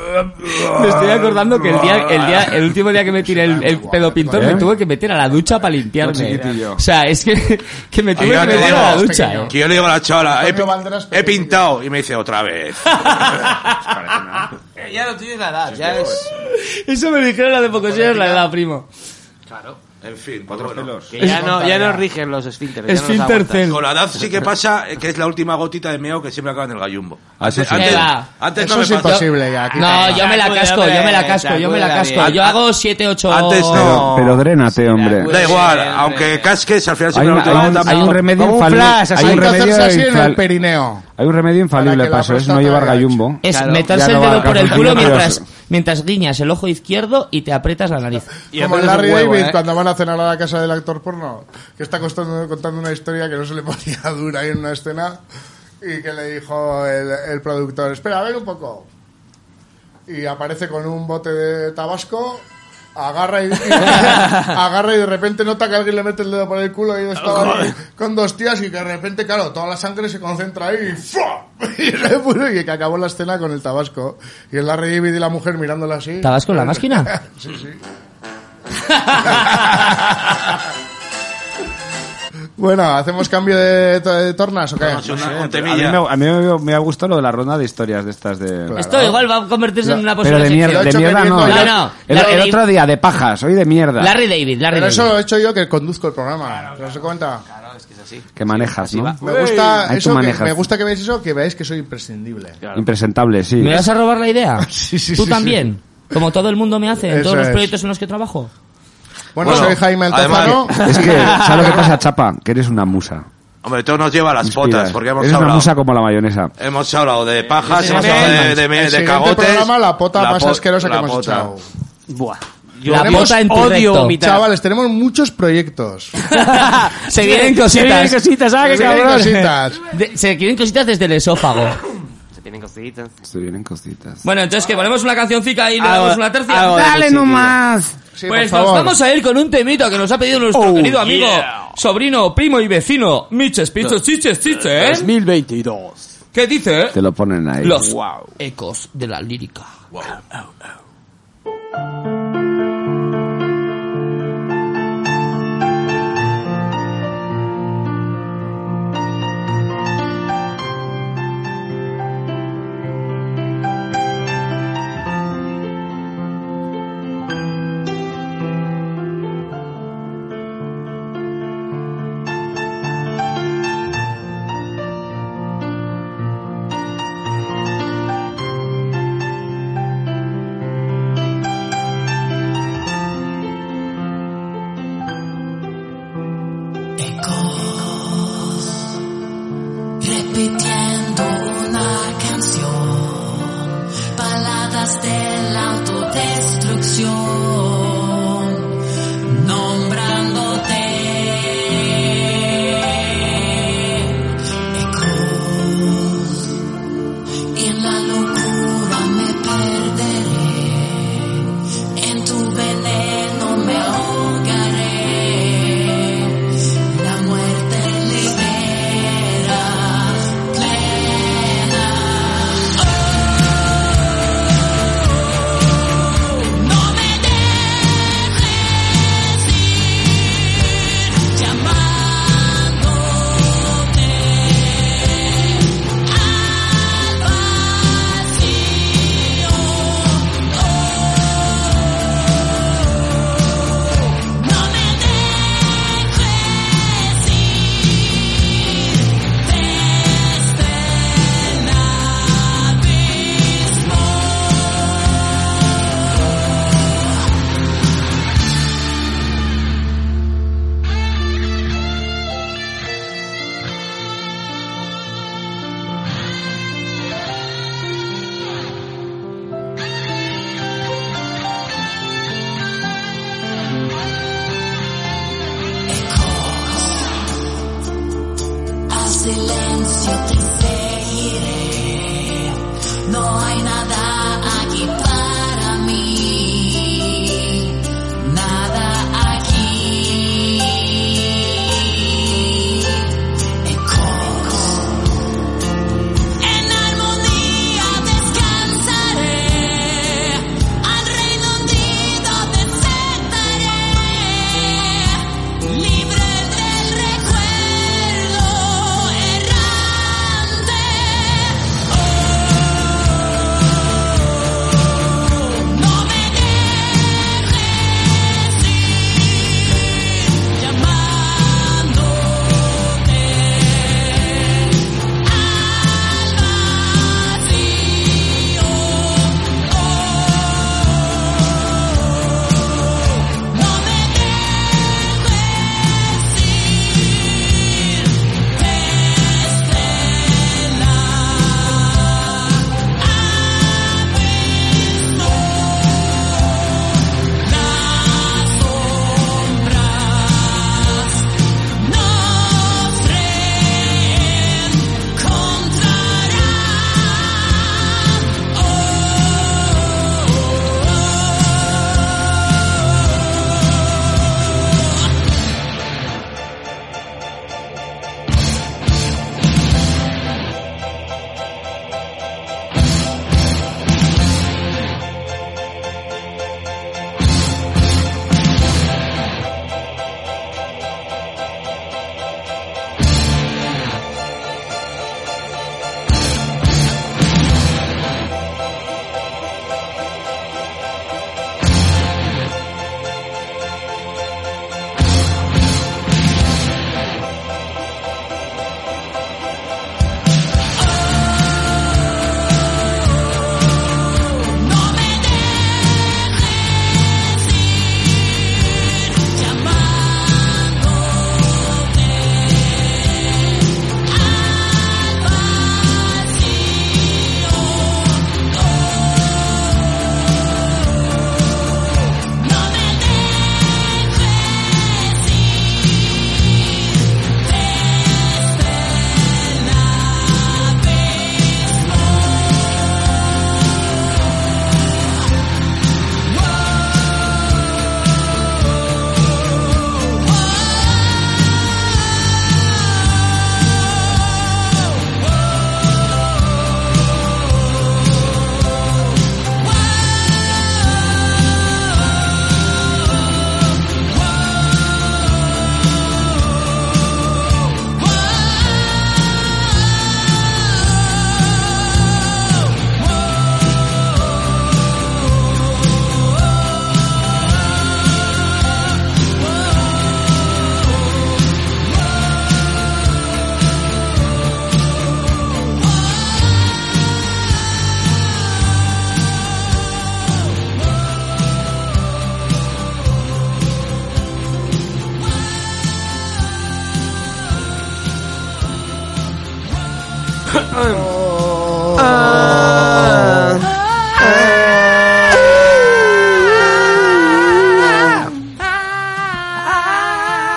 [SPEAKER 5] Me estoy acordando que el día, el día, el último día que me tiré el, el pedo pintor
[SPEAKER 6] ¿Eh?
[SPEAKER 5] me tuve que meter a la ducha para limpiarme.
[SPEAKER 6] chiquitillo.
[SPEAKER 5] O sea, es que, que me tuve
[SPEAKER 10] Yo
[SPEAKER 5] que
[SPEAKER 10] ya te
[SPEAKER 5] meter
[SPEAKER 10] digo,
[SPEAKER 5] a la ducha. eh.
[SPEAKER 10] Que yo le digo a la chavala, he,
[SPEAKER 4] Antonio
[SPEAKER 10] pi-
[SPEAKER 4] Banderas,
[SPEAKER 10] he pintado. Y me dice otra vez.
[SPEAKER 7] Eh, Ya no tienes la edad, ya es...
[SPEAKER 5] Eso me lo dijeron hace pocos años la edad, primo.
[SPEAKER 10] En fin, pues cuatro pelos.
[SPEAKER 7] Que ya no, ya no rigen los esfínteres. ya no los
[SPEAKER 15] Esfínter
[SPEAKER 7] aguantas.
[SPEAKER 15] zen.
[SPEAKER 10] Con la edad sí que pasa eh, que es la última gotita de meo que siempre acaba en el gallumbo.
[SPEAKER 6] Eso sí.
[SPEAKER 10] Antes,
[SPEAKER 5] Qué va.
[SPEAKER 10] antes
[SPEAKER 4] Eso
[SPEAKER 10] no me
[SPEAKER 4] es
[SPEAKER 10] pasó.
[SPEAKER 4] imposible ya. aquí
[SPEAKER 5] Ah. No,
[SPEAKER 4] también.
[SPEAKER 5] yo me la casco, yo me la casco, yo me la casco. Yo hago 7, 8...
[SPEAKER 10] Antes no.
[SPEAKER 6] Pero, pero drénate, hombre.
[SPEAKER 7] acuerdo.
[SPEAKER 10] Da igual,
[SPEAKER 7] Siempre.
[SPEAKER 10] aunque casques, al final
[SPEAKER 6] Hay,
[SPEAKER 10] siempre
[SPEAKER 6] un-
[SPEAKER 10] la última
[SPEAKER 6] hay un,
[SPEAKER 10] gota.
[SPEAKER 6] hay un remedio
[SPEAKER 7] Como un
[SPEAKER 6] infalible.
[SPEAKER 7] flash, así.
[SPEAKER 6] hay,
[SPEAKER 4] Hay
[SPEAKER 6] un
[SPEAKER 4] que
[SPEAKER 6] remedio
[SPEAKER 4] hacerse así en
[SPEAKER 6] infal-
[SPEAKER 4] el perineo.
[SPEAKER 6] hay un remedio infalible
[SPEAKER 4] Para que
[SPEAKER 6] para
[SPEAKER 4] la
[SPEAKER 6] eso, es
[SPEAKER 4] próstata
[SPEAKER 6] no llevar
[SPEAKER 4] haga
[SPEAKER 6] gallumbo.
[SPEAKER 5] Es
[SPEAKER 7] Claro.
[SPEAKER 6] Ya
[SPEAKER 5] meterse el
[SPEAKER 6] no
[SPEAKER 5] dedo
[SPEAKER 6] va,
[SPEAKER 5] por el
[SPEAKER 6] Carlos,
[SPEAKER 5] culo
[SPEAKER 6] no, pero-
[SPEAKER 5] mientras, mientras guiñas el ojo izquierdo y te aprietas la nariz.
[SPEAKER 7] Y
[SPEAKER 4] Como
[SPEAKER 7] aprendes
[SPEAKER 4] el Larry
[SPEAKER 7] un huevo,
[SPEAKER 4] David
[SPEAKER 7] ¿eh?
[SPEAKER 4] cuando van a cenar a la casa del actor porno, que está costando- contando una historia que no se le ponía dura ahí en una escena y que le dijo el, el productor, espera, a ver un poco. Y aparece con un bote de tabasco, agarra y, agarra y de repente nota que alguien le mete el dedo por el culo y yo estaba ahí con dos tías y que de repente, claro, toda la sangre se concentra ahí y ¡fua! Y le puso y que acabó la escena con el tabasco. Y el Larry David y la mujer mirándola así.
[SPEAKER 5] ¿Estabas con la máquina?
[SPEAKER 4] Bueno, ¿hacemos cambio de, to- de tornas o qué?
[SPEAKER 10] Es una- un
[SPEAKER 6] A mí,
[SPEAKER 10] temilla.
[SPEAKER 6] me, a mí me, me ha gustado lo de la ronda de historias de estas de...
[SPEAKER 5] Esto igual va a convertirse en una
[SPEAKER 6] Pero
[SPEAKER 5] posible...
[SPEAKER 6] de mierda,
[SPEAKER 4] Lo he
[SPEAKER 6] de
[SPEAKER 4] hecho
[SPEAKER 6] mierda no. eh.
[SPEAKER 4] queriendo-
[SPEAKER 5] No, no,
[SPEAKER 6] El,
[SPEAKER 5] Larry
[SPEAKER 6] el
[SPEAKER 5] David.
[SPEAKER 6] otro día de pajas, hoy de mierda.
[SPEAKER 5] Larry David, Larry
[SPEAKER 4] Pero
[SPEAKER 5] David.
[SPEAKER 4] eso lo he hecho yo que conduzco el programa. ¿Te das cuenta?
[SPEAKER 6] Que manejas, ¿no?
[SPEAKER 4] Me gusta,
[SPEAKER 6] Ahí tú
[SPEAKER 4] eso que,
[SPEAKER 6] manejas.
[SPEAKER 4] me gusta que veáis eso, que veáis que soy imprescindible.
[SPEAKER 6] Impresentable, sí.
[SPEAKER 5] ¿Me vas a robar la idea?
[SPEAKER 4] Sí, sí,
[SPEAKER 5] ¿Tú
[SPEAKER 4] sí,
[SPEAKER 5] también? Como todo el mundo me hace en
[SPEAKER 4] Eso
[SPEAKER 5] todos los
[SPEAKER 4] es.
[SPEAKER 5] proyectos en los que trabajo.
[SPEAKER 4] Bueno,
[SPEAKER 10] Bueno,
[SPEAKER 4] soy Jaime Altozano.
[SPEAKER 6] Es que, ¿sabes lo que pasa, Chapa? Que eres una musa.
[SPEAKER 10] Hombre, todo nos lleva a las
[SPEAKER 6] Inspiras.
[SPEAKER 10] botas, porque hemos
[SPEAKER 6] eres una musa
[SPEAKER 10] hablado.
[SPEAKER 6] como la mayonesa.
[SPEAKER 10] Hemos hablado de pajas,
[SPEAKER 7] Sí,
[SPEAKER 10] hemos
[SPEAKER 7] sí,
[SPEAKER 10] hablado
[SPEAKER 7] sí.
[SPEAKER 10] de, de, de,
[SPEAKER 4] El
[SPEAKER 10] de
[SPEAKER 4] siguiente
[SPEAKER 10] cagotes.
[SPEAKER 4] programa, la pota más
[SPEAKER 10] po-
[SPEAKER 4] asquerosa que
[SPEAKER 10] la
[SPEAKER 4] hemos
[SPEAKER 10] pota.
[SPEAKER 4] echado.
[SPEAKER 7] Buah.
[SPEAKER 5] La
[SPEAKER 7] Tenemos
[SPEAKER 5] bota en tu
[SPEAKER 7] odio
[SPEAKER 5] recto.
[SPEAKER 7] vomitar.
[SPEAKER 4] Chavales, tenemos muchos proyectos.
[SPEAKER 5] Se vienen cositas. ah,
[SPEAKER 7] Se vienen cositas, ¿sabes qué
[SPEAKER 4] Miren
[SPEAKER 7] cabrón?
[SPEAKER 4] cositas.
[SPEAKER 5] De- se vienen cositas desde el esófago.
[SPEAKER 7] Se vienen cositas.
[SPEAKER 6] Te vienen cositas.
[SPEAKER 5] Bueno, entonces que ponemos una cancioncica y le
[SPEAKER 7] Algo-
[SPEAKER 5] damos una tercia.
[SPEAKER 7] algo de positivo.
[SPEAKER 4] Sí, por
[SPEAKER 5] Pues nos
[SPEAKER 4] favor.
[SPEAKER 5] vamos a ir con un temito que nos ha pedido nuestro
[SPEAKER 7] Oh,
[SPEAKER 5] querido amigo,
[SPEAKER 7] yeah.
[SPEAKER 5] sobrino, primo y vecino, Miches, Pichos, Chiches, Chiches,
[SPEAKER 7] 2022.
[SPEAKER 5] ¿Qué dice?
[SPEAKER 10] ¿Eh?
[SPEAKER 6] Te lo ponen ahí.
[SPEAKER 5] Los ecos de la lírica.
[SPEAKER 2] Ecos, repitiendo una canción, baladas de la autodestrucción, nombrándote. Ecos, y en la locura me perderé, en tu veneno me ahogaré. La muerte libera plena. Oh, silencio te seguiré. No hay nada aquí para mí. Nada aquí. En armonía descansaré. Al reino hundido desertaré. Libre del recuerdo errante.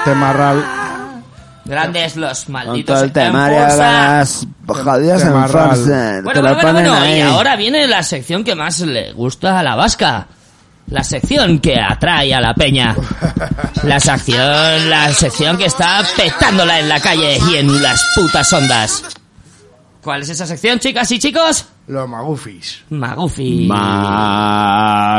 [SPEAKER 4] Temarral.
[SPEAKER 5] Grandes los
[SPEAKER 16] Con
[SPEAKER 5] malditos.
[SPEAKER 16] todo el temario
[SPEAKER 5] en
[SPEAKER 16] de
[SPEAKER 5] Forza.
[SPEAKER 16] las jodidas
[SPEAKER 4] Qué
[SPEAKER 16] en
[SPEAKER 4] marral.
[SPEAKER 16] Forza.
[SPEAKER 5] Bueno,
[SPEAKER 16] Te lo
[SPEAKER 5] bueno, bueno,
[SPEAKER 16] ponen
[SPEAKER 5] bueno, y
[SPEAKER 16] ahí.
[SPEAKER 5] ahora viene la sección que más le gusta a la vasca. La sección que atrae a la peña. La sección, la sección que está petándola en la calle y en las putas ondas. ¿Cuál es esa sección, chicas y chicos?
[SPEAKER 4] Los magufis.
[SPEAKER 5] Magufi. Cancioncita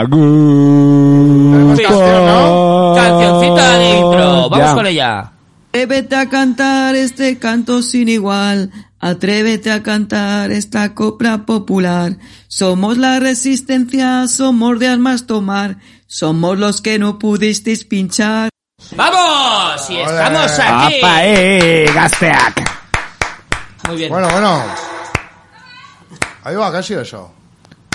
[SPEAKER 6] Cancioncita
[SPEAKER 5] adentro. Vamos con ella.
[SPEAKER 17] Atrévete a cantar este canto sin igual. Atrévete a cantar esta copla popular. Somos la resistencia, somos de armas tomar. Somos los que no pudisteis pinchar.
[SPEAKER 5] ¡Vamos! Y estamos aquí.
[SPEAKER 16] Apa, eh, Gasteac.
[SPEAKER 5] Muy bien.
[SPEAKER 4] Bueno, bueno. Ahí va, casi eso.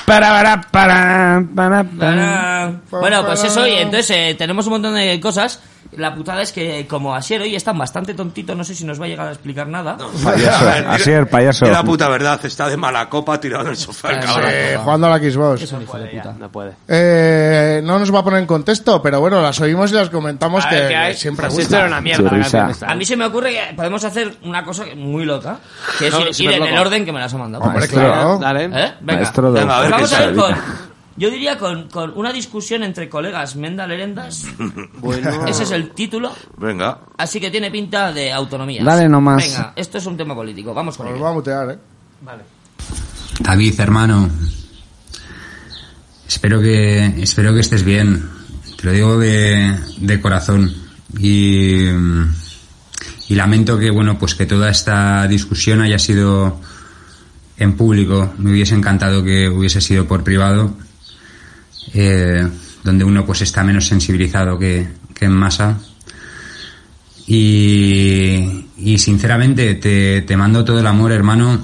[SPEAKER 16] Para, para, para, para, para.
[SPEAKER 5] pues Bueno, pues eso, y entonces eh, tenemos un montón de cosas La putada es que, como Asier hoy están bastante tontito, no sé si nos va a llegar a explicar nada.
[SPEAKER 6] Payaso,
[SPEAKER 8] A ver, di-
[SPEAKER 6] Asier, payaso.
[SPEAKER 8] di la puta verdad, está de mala copa tirado en el sofá. el cabrón.
[SPEAKER 4] Eh, jugando a la Xbox.
[SPEAKER 5] Es un hijo de puta.
[SPEAKER 7] No puede.
[SPEAKER 4] Eh, no nos va a poner en contexto, pero bueno, las oímos y las comentamos
[SPEAKER 7] A
[SPEAKER 4] que,
[SPEAKER 7] ver, ¿qué hay?
[SPEAKER 4] siempre
[SPEAKER 7] Pues
[SPEAKER 4] gusta.
[SPEAKER 7] esto era una mierda.
[SPEAKER 6] Sí,
[SPEAKER 7] la
[SPEAKER 6] risa.
[SPEAKER 7] canción esta.
[SPEAKER 5] A mí se me ocurre que podemos hacer una cosa muy loca, que es
[SPEAKER 7] No,
[SPEAKER 5] ir- ir,
[SPEAKER 7] súper
[SPEAKER 5] en el
[SPEAKER 7] loco.
[SPEAKER 5] orden que me las ha mandado.
[SPEAKER 4] Hombre,
[SPEAKER 5] Maestro.
[SPEAKER 4] claro.
[SPEAKER 7] Dale.
[SPEAKER 5] ¿Eh? Venga,
[SPEAKER 6] Maestro de
[SPEAKER 8] Venga, a ver
[SPEAKER 5] Pues
[SPEAKER 8] qué
[SPEAKER 5] vamos a ver
[SPEAKER 8] se
[SPEAKER 5] con,
[SPEAKER 8] dedica.
[SPEAKER 5] yo diría con, con una discusión entre colegas Menda Lerendas.
[SPEAKER 7] Bueno.
[SPEAKER 5] Ese es el título,
[SPEAKER 8] Venga.
[SPEAKER 5] así que tiene pinta de autonomía.
[SPEAKER 9] Dale nomás.
[SPEAKER 5] Venga, esto es un tema político, vamos con
[SPEAKER 4] Nos
[SPEAKER 5] ello.
[SPEAKER 4] va a mutear, ¿eh?
[SPEAKER 9] David, hermano, espero que, espero que estés bien. Te lo digo de, de corazón. Y, mm, y lamento que, bueno, pues que toda esta discusión haya sido en público. Me hubiese encantado que hubiese sido por privado, eh, donde uno pues está menos sensibilizado que, que en masa. Y, y sinceramente te, te mando todo el amor, hermano,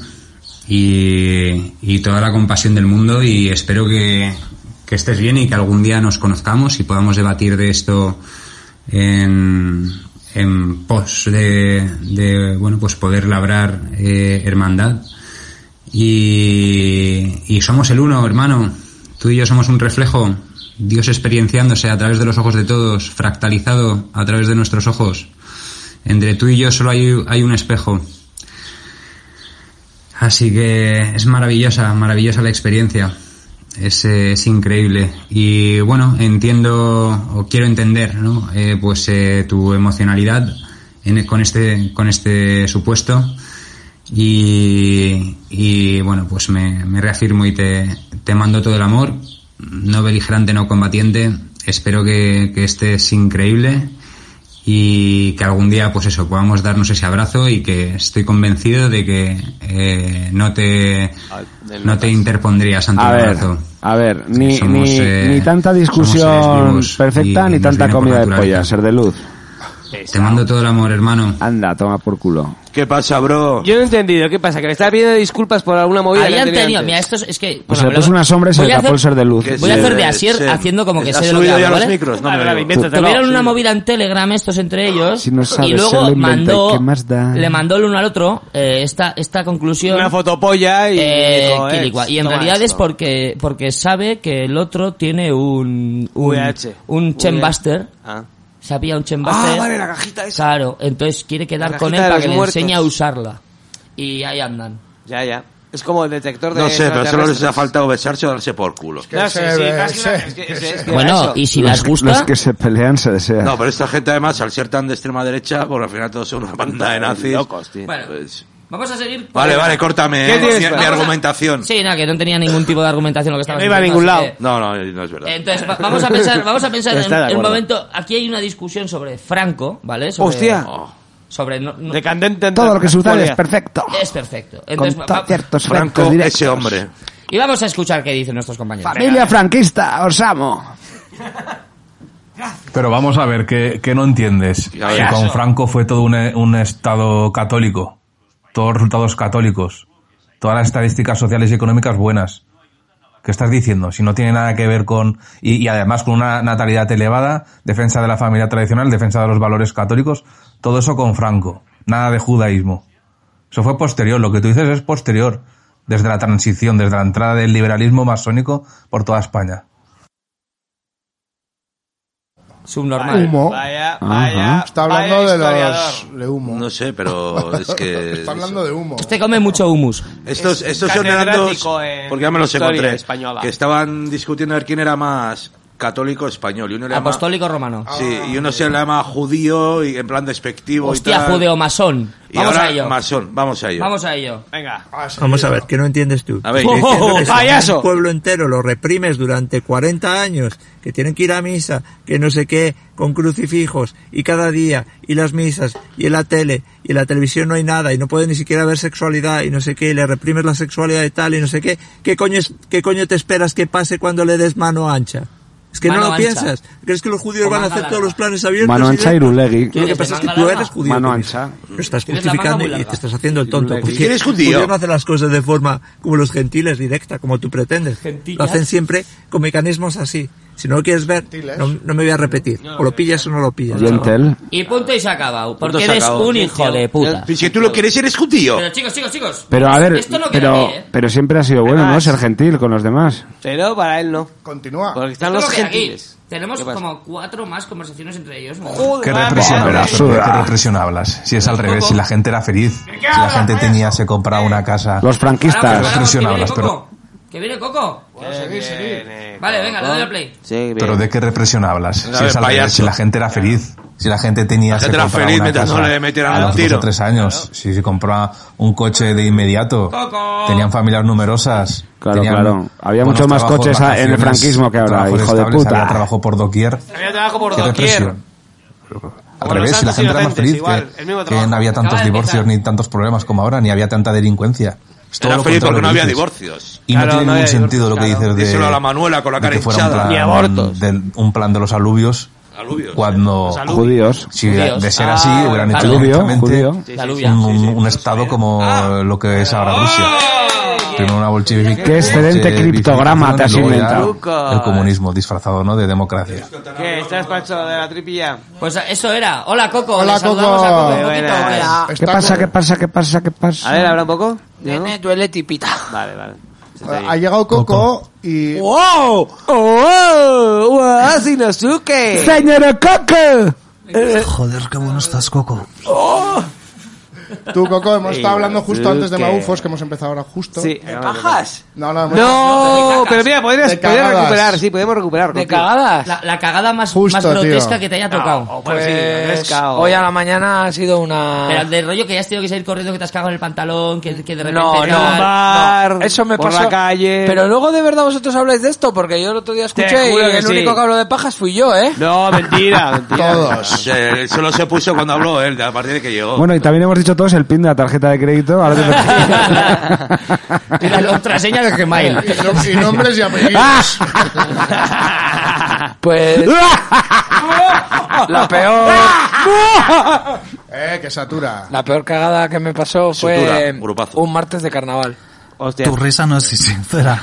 [SPEAKER 9] y, y toda la compasión del mundo y espero que, que estés bien y que algún día nos conozcamos y podamos debatir de esto en, en pos de, de, bueno, pues poder labrar eh, hermandad. Y, y somos el uno, hermano. Tú y yo somos un reflejo. Dios experienciándose a través de los ojos de todos, fractalizado a través de nuestros ojos. Entre tú y yo solo hay, hay un espejo. Así que es maravillosa, maravillosa la experiencia. Es, eh, es increíble. Y bueno, entiendo o quiero entender ¿no? Eh, pues eh, tu emocionalidad en- con, este, con este supuesto. Y, y, bueno, pues me, me reafirmo y te, te mando todo el amor. No beligerante, no combatiente. Espero que, que estés increíble y que algún día, pues eso, podamos darnos ese abrazo y que estoy convencido de que eh, no te no te interpondrías ante
[SPEAKER 6] Ah, A
[SPEAKER 9] un
[SPEAKER 6] ver,
[SPEAKER 9] abrazo.
[SPEAKER 6] a ver, ni,
[SPEAKER 9] Somos,
[SPEAKER 6] ni,
[SPEAKER 9] eh,
[SPEAKER 6] ni tanta
[SPEAKER 9] somos seres
[SPEAKER 6] discusión
[SPEAKER 9] vivos
[SPEAKER 6] perfecta
[SPEAKER 9] y
[SPEAKER 6] ni
[SPEAKER 9] nos
[SPEAKER 6] tanta
[SPEAKER 9] viene por
[SPEAKER 6] comida de
[SPEAKER 9] naturaleza.
[SPEAKER 6] polla, ser de luz.
[SPEAKER 9] Te mando todo el amor, hermano.
[SPEAKER 6] Anda, toma por culo.
[SPEAKER 8] ¿Qué pasa, bro?
[SPEAKER 7] Yo no he entendido. ¿Qué pasa? ¿Que le estás pidiendo disculpas por alguna movida que
[SPEAKER 5] Habían
[SPEAKER 7] tenía
[SPEAKER 5] tenido,
[SPEAKER 7] antes?
[SPEAKER 5] mira, esto es, es que...
[SPEAKER 6] O
[SPEAKER 5] bueno,
[SPEAKER 6] sea,
[SPEAKER 5] me lo-
[SPEAKER 6] puso una sombra y se
[SPEAKER 5] voy
[SPEAKER 6] le
[SPEAKER 5] a
[SPEAKER 6] tapó
[SPEAKER 5] hacer-
[SPEAKER 6] el ser de luz.
[SPEAKER 8] Que
[SPEAKER 5] voy a
[SPEAKER 8] se-
[SPEAKER 5] hacer de Asier
[SPEAKER 8] se-
[SPEAKER 5] haciendo como que
[SPEAKER 8] ¿Has
[SPEAKER 5] sé de lo que
[SPEAKER 8] Eh, subido ya
[SPEAKER 5] hablo,
[SPEAKER 8] los
[SPEAKER 5] ¿vale?
[SPEAKER 8] micros, no
[SPEAKER 7] Ah,
[SPEAKER 8] me
[SPEAKER 7] vale,
[SPEAKER 8] oigo.
[SPEAKER 7] invéntatelo.
[SPEAKER 5] Tuvieron una
[SPEAKER 7] Sí.
[SPEAKER 5] movida en Telegram estos entre ellos
[SPEAKER 6] Si no sabes,
[SPEAKER 5] y
[SPEAKER 6] se lo
[SPEAKER 5] luego
[SPEAKER 6] inventa, ¿y
[SPEAKER 5] mandó
[SPEAKER 6] qué más da?
[SPEAKER 5] le mandó el uno al otro eh, esta esta conclusión
[SPEAKER 7] Una fotopolla y...
[SPEAKER 5] eh,
[SPEAKER 7] dijo, eh,
[SPEAKER 5] quilicua. y en
[SPEAKER 7] toma
[SPEAKER 5] realidad
[SPEAKER 7] esto.
[SPEAKER 5] es porque porque sabe que el otro tiene un un,
[SPEAKER 7] VH.
[SPEAKER 5] un chembuster
[SPEAKER 7] Ah.
[SPEAKER 5] se ha pillado un chembuster
[SPEAKER 7] Ah, vale, la cajita esa.
[SPEAKER 5] claro entonces quiere quedar
[SPEAKER 7] La
[SPEAKER 5] con él
[SPEAKER 7] cajita de
[SPEAKER 5] para
[SPEAKER 7] los
[SPEAKER 5] que
[SPEAKER 7] muertos.
[SPEAKER 5] le enseñe a usarla y ahí andan
[SPEAKER 7] Ya, ya. Es como el detector de...
[SPEAKER 8] No sé, pero solo les
[SPEAKER 7] extraterrestres.
[SPEAKER 8] ha faltado besarse o darse por culo.
[SPEAKER 7] No, sí, sí,
[SPEAKER 4] Se
[SPEAKER 7] casi
[SPEAKER 4] ve,
[SPEAKER 7] una-
[SPEAKER 4] se-
[SPEAKER 7] es que- es- es que era
[SPEAKER 5] bueno
[SPEAKER 7] eso.
[SPEAKER 5] y si
[SPEAKER 6] los,
[SPEAKER 5] las gusta
[SPEAKER 6] los que se pelean se desean.
[SPEAKER 8] No, pero esta gente además, al ser tan de extrema derecha, porque al final todos son una banda de nazis.
[SPEAKER 7] Locos, tío.
[SPEAKER 5] Bueno,
[SPEAKER 8] Pues-
[SPEAKER 5] vamos a seguir eh, por-
[SPEAKER 8] Vale, vale, córtame.
[SPEAKER 7] ¿Qué
[SPEAKER 8] eh,
[SPEAKER 7] tienes
[SPEAKER 8] mi-
[SPEAKER 7] para-
[SPEAKER 8] mi
[SPEAKER 5] Vamos a-
[SPEAKER 8] argumentación.
[SPEAKER 5] sí nada que no tenía ningún tipo de argumentación lo que estaba
[SPEAKER 7] No iba a
[SPEAKER 5] diciendo,
[SPEAKER 7] ningún
[SPEAKER 5] así
[SPEAKER 7] lado.
[SPEAKER 5] que-
[SPEAKER 8] No, no, no es verdad.
[SPEAKER 5] Entonces, va- vamos a pensar, vamos a pensar
[SPEAKER 7] Está
[SPEAKER 5] en,
[SPEAKER 7] de
[SPEAKER 5] en un
[SPEAKER 7] acuerdo.
[SPEAKER 5] momento. Aquí hay una discusión sobre Franco, ¿vale? Sobre,
[SPEAKER 7] Hostia.
[SPEAKER 5] Sobre. no- no-
[SPEAKER 7] De candente en
[SPEAKER 6] Todo lo que sucede es
[SPEAKER 7] Transfolia.
[SPEAKER 6] perfecto.
[SPEAKER 5] es perfecto.
[SPEAKER 6] Con
[SPEAKER 5] Entonces, va- va-
[SPEAKER 6] ciertos
[SPEAKER 8] Franco,
[SPEAKER 6] flecos directos.
[SPEAKER 8] ese hombre.
[SPEAKER 5] y vamos a escuchar qué dicen nuestros compañeros.
[SPEAKER 6] Familia franquista, os amo.
[SPEAKER 13] Pero vamos a ver, ¿qué, qué no entiendes?
[SPEAKER 8] Ya verás.
[SPEAKER 13] Que con Franco fue todo un, un estado católico. Todos resultados católicos. Todas las estadísticas sociales y económicas buenas. ¿Qué estás diciendo? Si no tiene nada que ver con... Y, y además con una natalidad elevada, defensa de la familia tradicional, defensa de los valores católicos, todo eso con Franco. Nada de judaísmo. Eso fue posterior, lo que tú dices es posterior, desde la transición, desde la entrada del liberalismo masónico por toda España.
[SPEAKER 5] Subnormal.
[SPEAKER 4] Humo.
[SPEAKER 7] Vaya, vaya,
[SPEAKER 4] Está hablando
[SPEAKER 7] vaya
[SPEAKER 4] de
[SPEAKER 7] Ah, historiador.
[SPEAKER 4] los... De humo.
[SPEAKER 8] No sé, pero es que...
[SPEAKER 4] Está hablando de humo.
[SPEAKER 5] Este come mucho humus.
[SPEAKER 8] Estos,
[SPEAKER 7] Es
[SPEAKER 8] estos son
[SPEAKER 7] catedrático
[SPEAKER 8] erandos,
[SPEAKER 7] en
[SPEAKER 8] porque ya me los
[SPEAKER 7] historia
[SPEAKER 8] encontré,
[SPEAKER 7] española.
[SPEAKER 8] que estaban discutiendo a ver quién era más católico o español. Y uno le llama-
[SPEAKER 5] Apostólico romano.
[SPEAKER 8] Sí,
[SPEAKER 7] Ah.
[SPEAKER 8] y uno se le llama judío y en plan despectivo y
[SPEAKER 5] Hostia,
[SPEAKER 8] tal.
[SPEAKER 5] judeo masón.
[SPEAKER 8] Y
[SPEAKER 5] Vamos
[SPEAKER 8] ahora
[SPEAKER 5] a ello.
[SPEAKER 8] masón, vamos a ello.
[SPEAKER 5] Vamos a ello.
[SPEAKER 7] Venga.
[SPEAKER 18] Vamos a ver, ¿qué no entiendes tú?
[SPEAKER 8] A ver,
[SPEAKER 18] Que
[SPEAKER 8] yo
[SPEAKER 18] diciendo
[SPEAKER 7] entiendo
[SPEAKER 18] que
[SPEAKER 7] que
[SPEAKER 18] si a
[SPEAKER 7] payaso.
[SPEAKER 18] Un pueblo entero lo reprimes durante 40 años, que tienen que ir a misa, que no sé qué, con crucifijos, y cada día, y las misas, y en la tele, y en la televisión no hay nada, y no puede ni siquiera haber sexualidad, y no sé qué, y le reprimes la sexualidad y tal, y no sé qué, ¿qué coño, es- qué coño te esperas que pase cuando le des mano ancha? Es que
[SPEAKER 5] Mano
[SPEAKER 18] no lo
[SPEAKER 5] ancha.
[SPEAKER 18] piensas. ¿Crees que los judíos
[SPEAKER 5] O
[SPEAKER 18] van a
[SPEAKER 5] manga
[SPEAKER 18] hacer todos
[SPEAKER 5] larga.
[SPEAKER 18] los planes abiertos?
[SPEAKER 6] Mano
[SPEAKER 18] y
[SPEAKER 6] ancha
[SPEAKER 18] de-
[SPEAKER 6] y rulegui.
[SPEAKER 18] Tú lo que pasa es que tú
[SPEAKER 5] Manga
[SPEAKER 18] eres
[SPEAKER 5] larga.
[SPEAKER 18] judío.
[SPEAKER 6] Mano
[SPEAKER 18] Luis.
[SPEAKER 6] ancha.
[SPEAKER 18] Lo estás
[SPEAKER 5] Tienes la manga
[SPEAKER 18] justificando
[SPEAKER 5] muy
[SPEAKER 18] y
[SPEAKER 5] larga.
[SPEAKER 18] te estás haciendo el tonto. Porque
[SPEAKER 8] ¿Quién es judío?
[SPEAKER 18] El gobierno hace las cosas de forma como los gentiles, directa, como tú pretendes.
[SPEAKER 5] Gentillas.
[SPEAKER 18] Lo hacen siempre con mecanismos así. Si no lo quieres ver, no, no me voy a repetir. O lo pillas o no lo pillas.
[SPEAKER 6] Y Entel.
[SPEAKER 5] Y punto y se acaba. Porque
[SPEAKER 18] se
[SPEAKER 5] eres
[SPEAKER 18] acabó.
[SPEAKER 5] un hijo de puta.
[SPEAKER 8] Si tú lo quieres, eres judío.
[SPEAKER 5] Pero chicos, chicos, chicos.
[SPEAKER 6] Pero a ver,
[SPEAKER 5] Esto no queda
[SPEAKER 6] pero,
[SPEAKER 5] aquí, ¿eh?
[SPEAKER 6] pero siempre ha sido bueno, ¿no? Ser gentil con los demás.
[SPEAKER 7] Pero para él no.
[SPEAKER 4] Continúa.
[SPEAKER 7] Porque están
[SPEAKER 5] Esto
[SPEAKER 7] los
[SPEAKER 5] no queda aquí.
[SPEAKER 7] gentiles.
[SPEAKER 5] Tenemos
[SPEAKER 7] ¿Qué pasa?
[SPEAKER 5] como cuatro más conversaciones entre ellos. ¿no?
[SPEAKER 13] ¿Qué represión
[SPEAKER 5] Pero
[SPEAKER 13] hablas?
[SPEAKER 5] absurda.
[SPEAKER 13] ¿Qué represión hablas? Si es al revés, si la gente era feliz, si la gente tenía, se compraba
[SPEAKER 8] Eh,
[SPEAKER 13] una casa.
[SPEAKER 6] Los franquistas.
[SPEAKER 13] ¿Qué represión hablas? Pero,
[SPEAKER 5] Coco. Que viene Coco.
[SPEAKER 7] seguir, seguir.
[SPEAKER 5] Vale, venga, le doy al play.
[SPEAKER 7] Sí,
[SPEAKER 13] pero ¿de qué represión hablas? Si
[SPEAKER 8] A ver,
[SPEAKER 13] es al revés,
[SPEAKER 8] payaso.
[SPEAKER 13] si la gente era feliz, si la gente tenía,
[SPEAKER 8] La
[SPEAKER 13] se
[SPEAKER 8] gente era
[SPEAKER 13] compraba
[SPEAKER 8] feliz
[SPEAKER 13] una
[SPEAKER 8] mientras
[SPEAKER 13] casa
[SPEAKER 8] no le metieran
[SPEAKER 13] a
[SPEAKER 8] un
[SPEAKER 13] los dos
[SPEAKER 8] tiro.
[SPEAKER 13] o tres años, si se compraba un coche de inmediato, tenían familias numerosas.
[SPEAKER 6] Claro,
[SPEAKER 13] tenían
[SPEAKER 6] claro. Había
[SPEAKER 13] buenos
[SPEAKER 6] mucho más coches a- en el
[SPEAKER 13] vacaciones,
[SPEAKER 6] franquismo que ahora,
[SPEAKER 13] trabajos
[SPEAKER 6] hijo de
[SPEAKER 13] estables,
[SPEAKER 6] puta.
[SPEAKER 13] Había trabajo por doquier.
[SPEAKER 7] Había trabajo por
[SPEAKER 13] ¿Qué
[SPEAKER 7] doquier.
[SPEAKER 13] represión? Al
[SPEAKER 7] Como los
[SPEAKER 13] revés, si la
[SPEAKER 7] santos
[SPEAKER 13] gente era más
[SPEAKER 7] inocentes,
[SPEAKER 13] feliz,
[SPEAKER 7] igual,
[SPEAKER 13] que,
[SPEAKER 7] el mismo
[SPEAKER 13] que
[SPEAKER 7] trabajo.
[SPEAKER 13] no había tantos
[SPEAKER 7] Acaba de
[SPEAKER 13] divorcios ni tantos problemas como ahora, ni había tanta delincuencia. Es todo
[SPEAKER 8] Era
[SPEAKER 13] lo
[SPEAKER 8] feliz
[SPEAKER 13] contrario
[SPEAKER 8] porque no
[SPEAKER 13] que
[SPEAKER 8] había
[SPEAKER 13] dices.
[SPEAKER 8] divorcios.
[SPEAKER 13] Y no
[SPEAKER 8] Claro,
[SPEAKER 13] tiene
[SPEAKER 8] no
[SPEAKER 13] ningún
[SPEAKER 8] había
[SPEAKER 13] sentido lo que
[SPEAKER 8] divorcios,
[SPEAKER 13] dices de...
[SPEAKER 8] Díselo a la Manuela con la
[SPEAKER 13] de
[SPEAKER 8] cara
[SPEAKER 13] que fuera un
[SPEAKER 8] hinchada.
[SPEAKER 13] plan,
[SPEAKER 8] Ni abortos.
[SPEAKER 13] del- un plan de los alubios.
[SPEAKER 8] Alubios.
[SPEAKER 13] Cuando...
[SPEAKER 8] Los alubios.
[SPEAKER 6] Judíos.
[SPEAKER 13] Si
[SPEAKER 8] Judíos.
[SPEAKER 13] de ser así,
[SPEAKER 8] Ah,
[SPEAKER 13] hubieran hecho
[SPEAKER 6] alubio,
[SPEAKER 13] directamente
[SPEAKER 6] judío.
[SPEAKER 13] un, un- un estado como
[SPEAKER 8] Ah.
[SPEAKER 13] lo que es ahora Rusia.
[SPEAKER 8] Oh.
[SPEAKER 13] Primero una bolchevique.
[SPEAKER 6] Qué excelente
[SPEAKER 13] bolchevique,
[SPEAKER 6] criptograma te has
[SPEAKER 13] y luego ya
[SPEAKER 6] inventado.
[SPEAKER 13] El comunismo disfrazado, ¿no? De democracia.
[SPEAKER 7] ¿Qué? ¿Estás pacho de la tripilla?
[SPEAKER 5] Pues eso era. Hola, Coco.
[SPEAKER 7] Hola,
[SPEAKER 5] Le saludamos
[SPEAKER 7] Coco.
[SPEAKER 5] a Coco un
[SPEAKER 7] Muy
[SPEAKER 5] poquito.
[SPEAKER 7] buenas.
[SPEAKER 5] Hola.
[SPEAKER 6] Ah, ¿Qué pasa? ¿Qué pasa? ¿Qué pasa? ¿Qué pasa?
[SPEAKER 7] A ver, habla un poco.
[SPEAKER 12] Nene, duele tipita.
[SPEAKER 7] Vale, vale.
[SPEAKER 4] Ha llegado Coco y...
[SPEAKER 7] ¡Wow! ¡Oh!
[SPEAKER 12] ¡Ah,
[SPEAKER 7] ¡Wow! ¡Sinosuke!
[SPEAKER 12] ¡Señora Coco!
[SPEAKER 8] Eh.
[SPEAKER 19] Joder, qué bueno estás, Coco.
[SPEAKER 4] Tú, Coco, hemos
[SPEAKER 19] Sí,
[SPEAKER 4] estado hablando justo
[SPEAKER 19] tú
[SPEAKER 4] antes de
[SPEAKER 19] que-
[SPEAKER 4] Maufos, que hemos empezado ahora justo.
[SPEAKER 7] Sí. ¿Me pajas?
[SPEAKER 4] No, no, hemos-
[SPEAKER 7] No, pero mira, podrías,
[SPEAKER 4] De
[SPEAKER 7] podrías
[SPEAKER 4] cagadas.
[SPEAKER 7] recuperar, sí, podemos recuperar.
[SPEAKER 12] ¿De
[SPEAKER 7] contigo.
[SPEAKER 12] cagadas?
[SPEAKER 5] La, la cagada más,
[SPEAKER 7] Justo,
[SPEAKER 5] más grotesca
[SPEAKER 7] tío.
[SPEAKER 5] que te haya
[SPEAKER 7] No,
[SPEAKER 5] tocado.
[SPEAKER 7] o bueno, sí, grotesca o-
[SPEAKER 12] Pues Hoy a la mañana ha sido una...
[SPEAKER 5] Pero de rollo que ya has tenido que salir corriendo, que te has cagado en el pantalón, que, que de repente...
[SPEAKER 12] No,
[SPEAKER 5] tal.
[SPEAKER 12] no, no. Eso me
[SPEAKER 7] por
[SPEAKER 12] pasó.
[SPEAKER 7] la calle.
[SPEAKER 12] Pero luego de verdad vosotros habláis de esto, porque yo el otro día escuché y
[SPEAKER 7] juro que
[SPEAKER 12] el
[SPEAKER 7] sí.
[SPEAKER 12] único que habló de pajas fui yo, ¿eh?
[SPEAKER 7] No, mentira, mentira.
[SPEAKER 8] Se- solo se puso cuando habló él, a partir de que llegó.
[SPEAKER 6] Bueno, y también hemos dicho todos el pin de la tarjeta de crédito. Ahora te-
[SPEAKER 5] Y la contraseña de Gmail.
[SPEAKER 4] Y nombres y apellidos.
[SPEAKER 12] Pues... la peor...
[SPEAKER 4] eh, que satura.
[SPEAKER 12] La peor cagada que me pasó fue
[SPEAKER 4] Sutura,
[SPEAKER 12] eh, un martes de carnaval.
[SPEAKER 7] Hostia.
[SPEAKER 19] Tu risa no es sincera.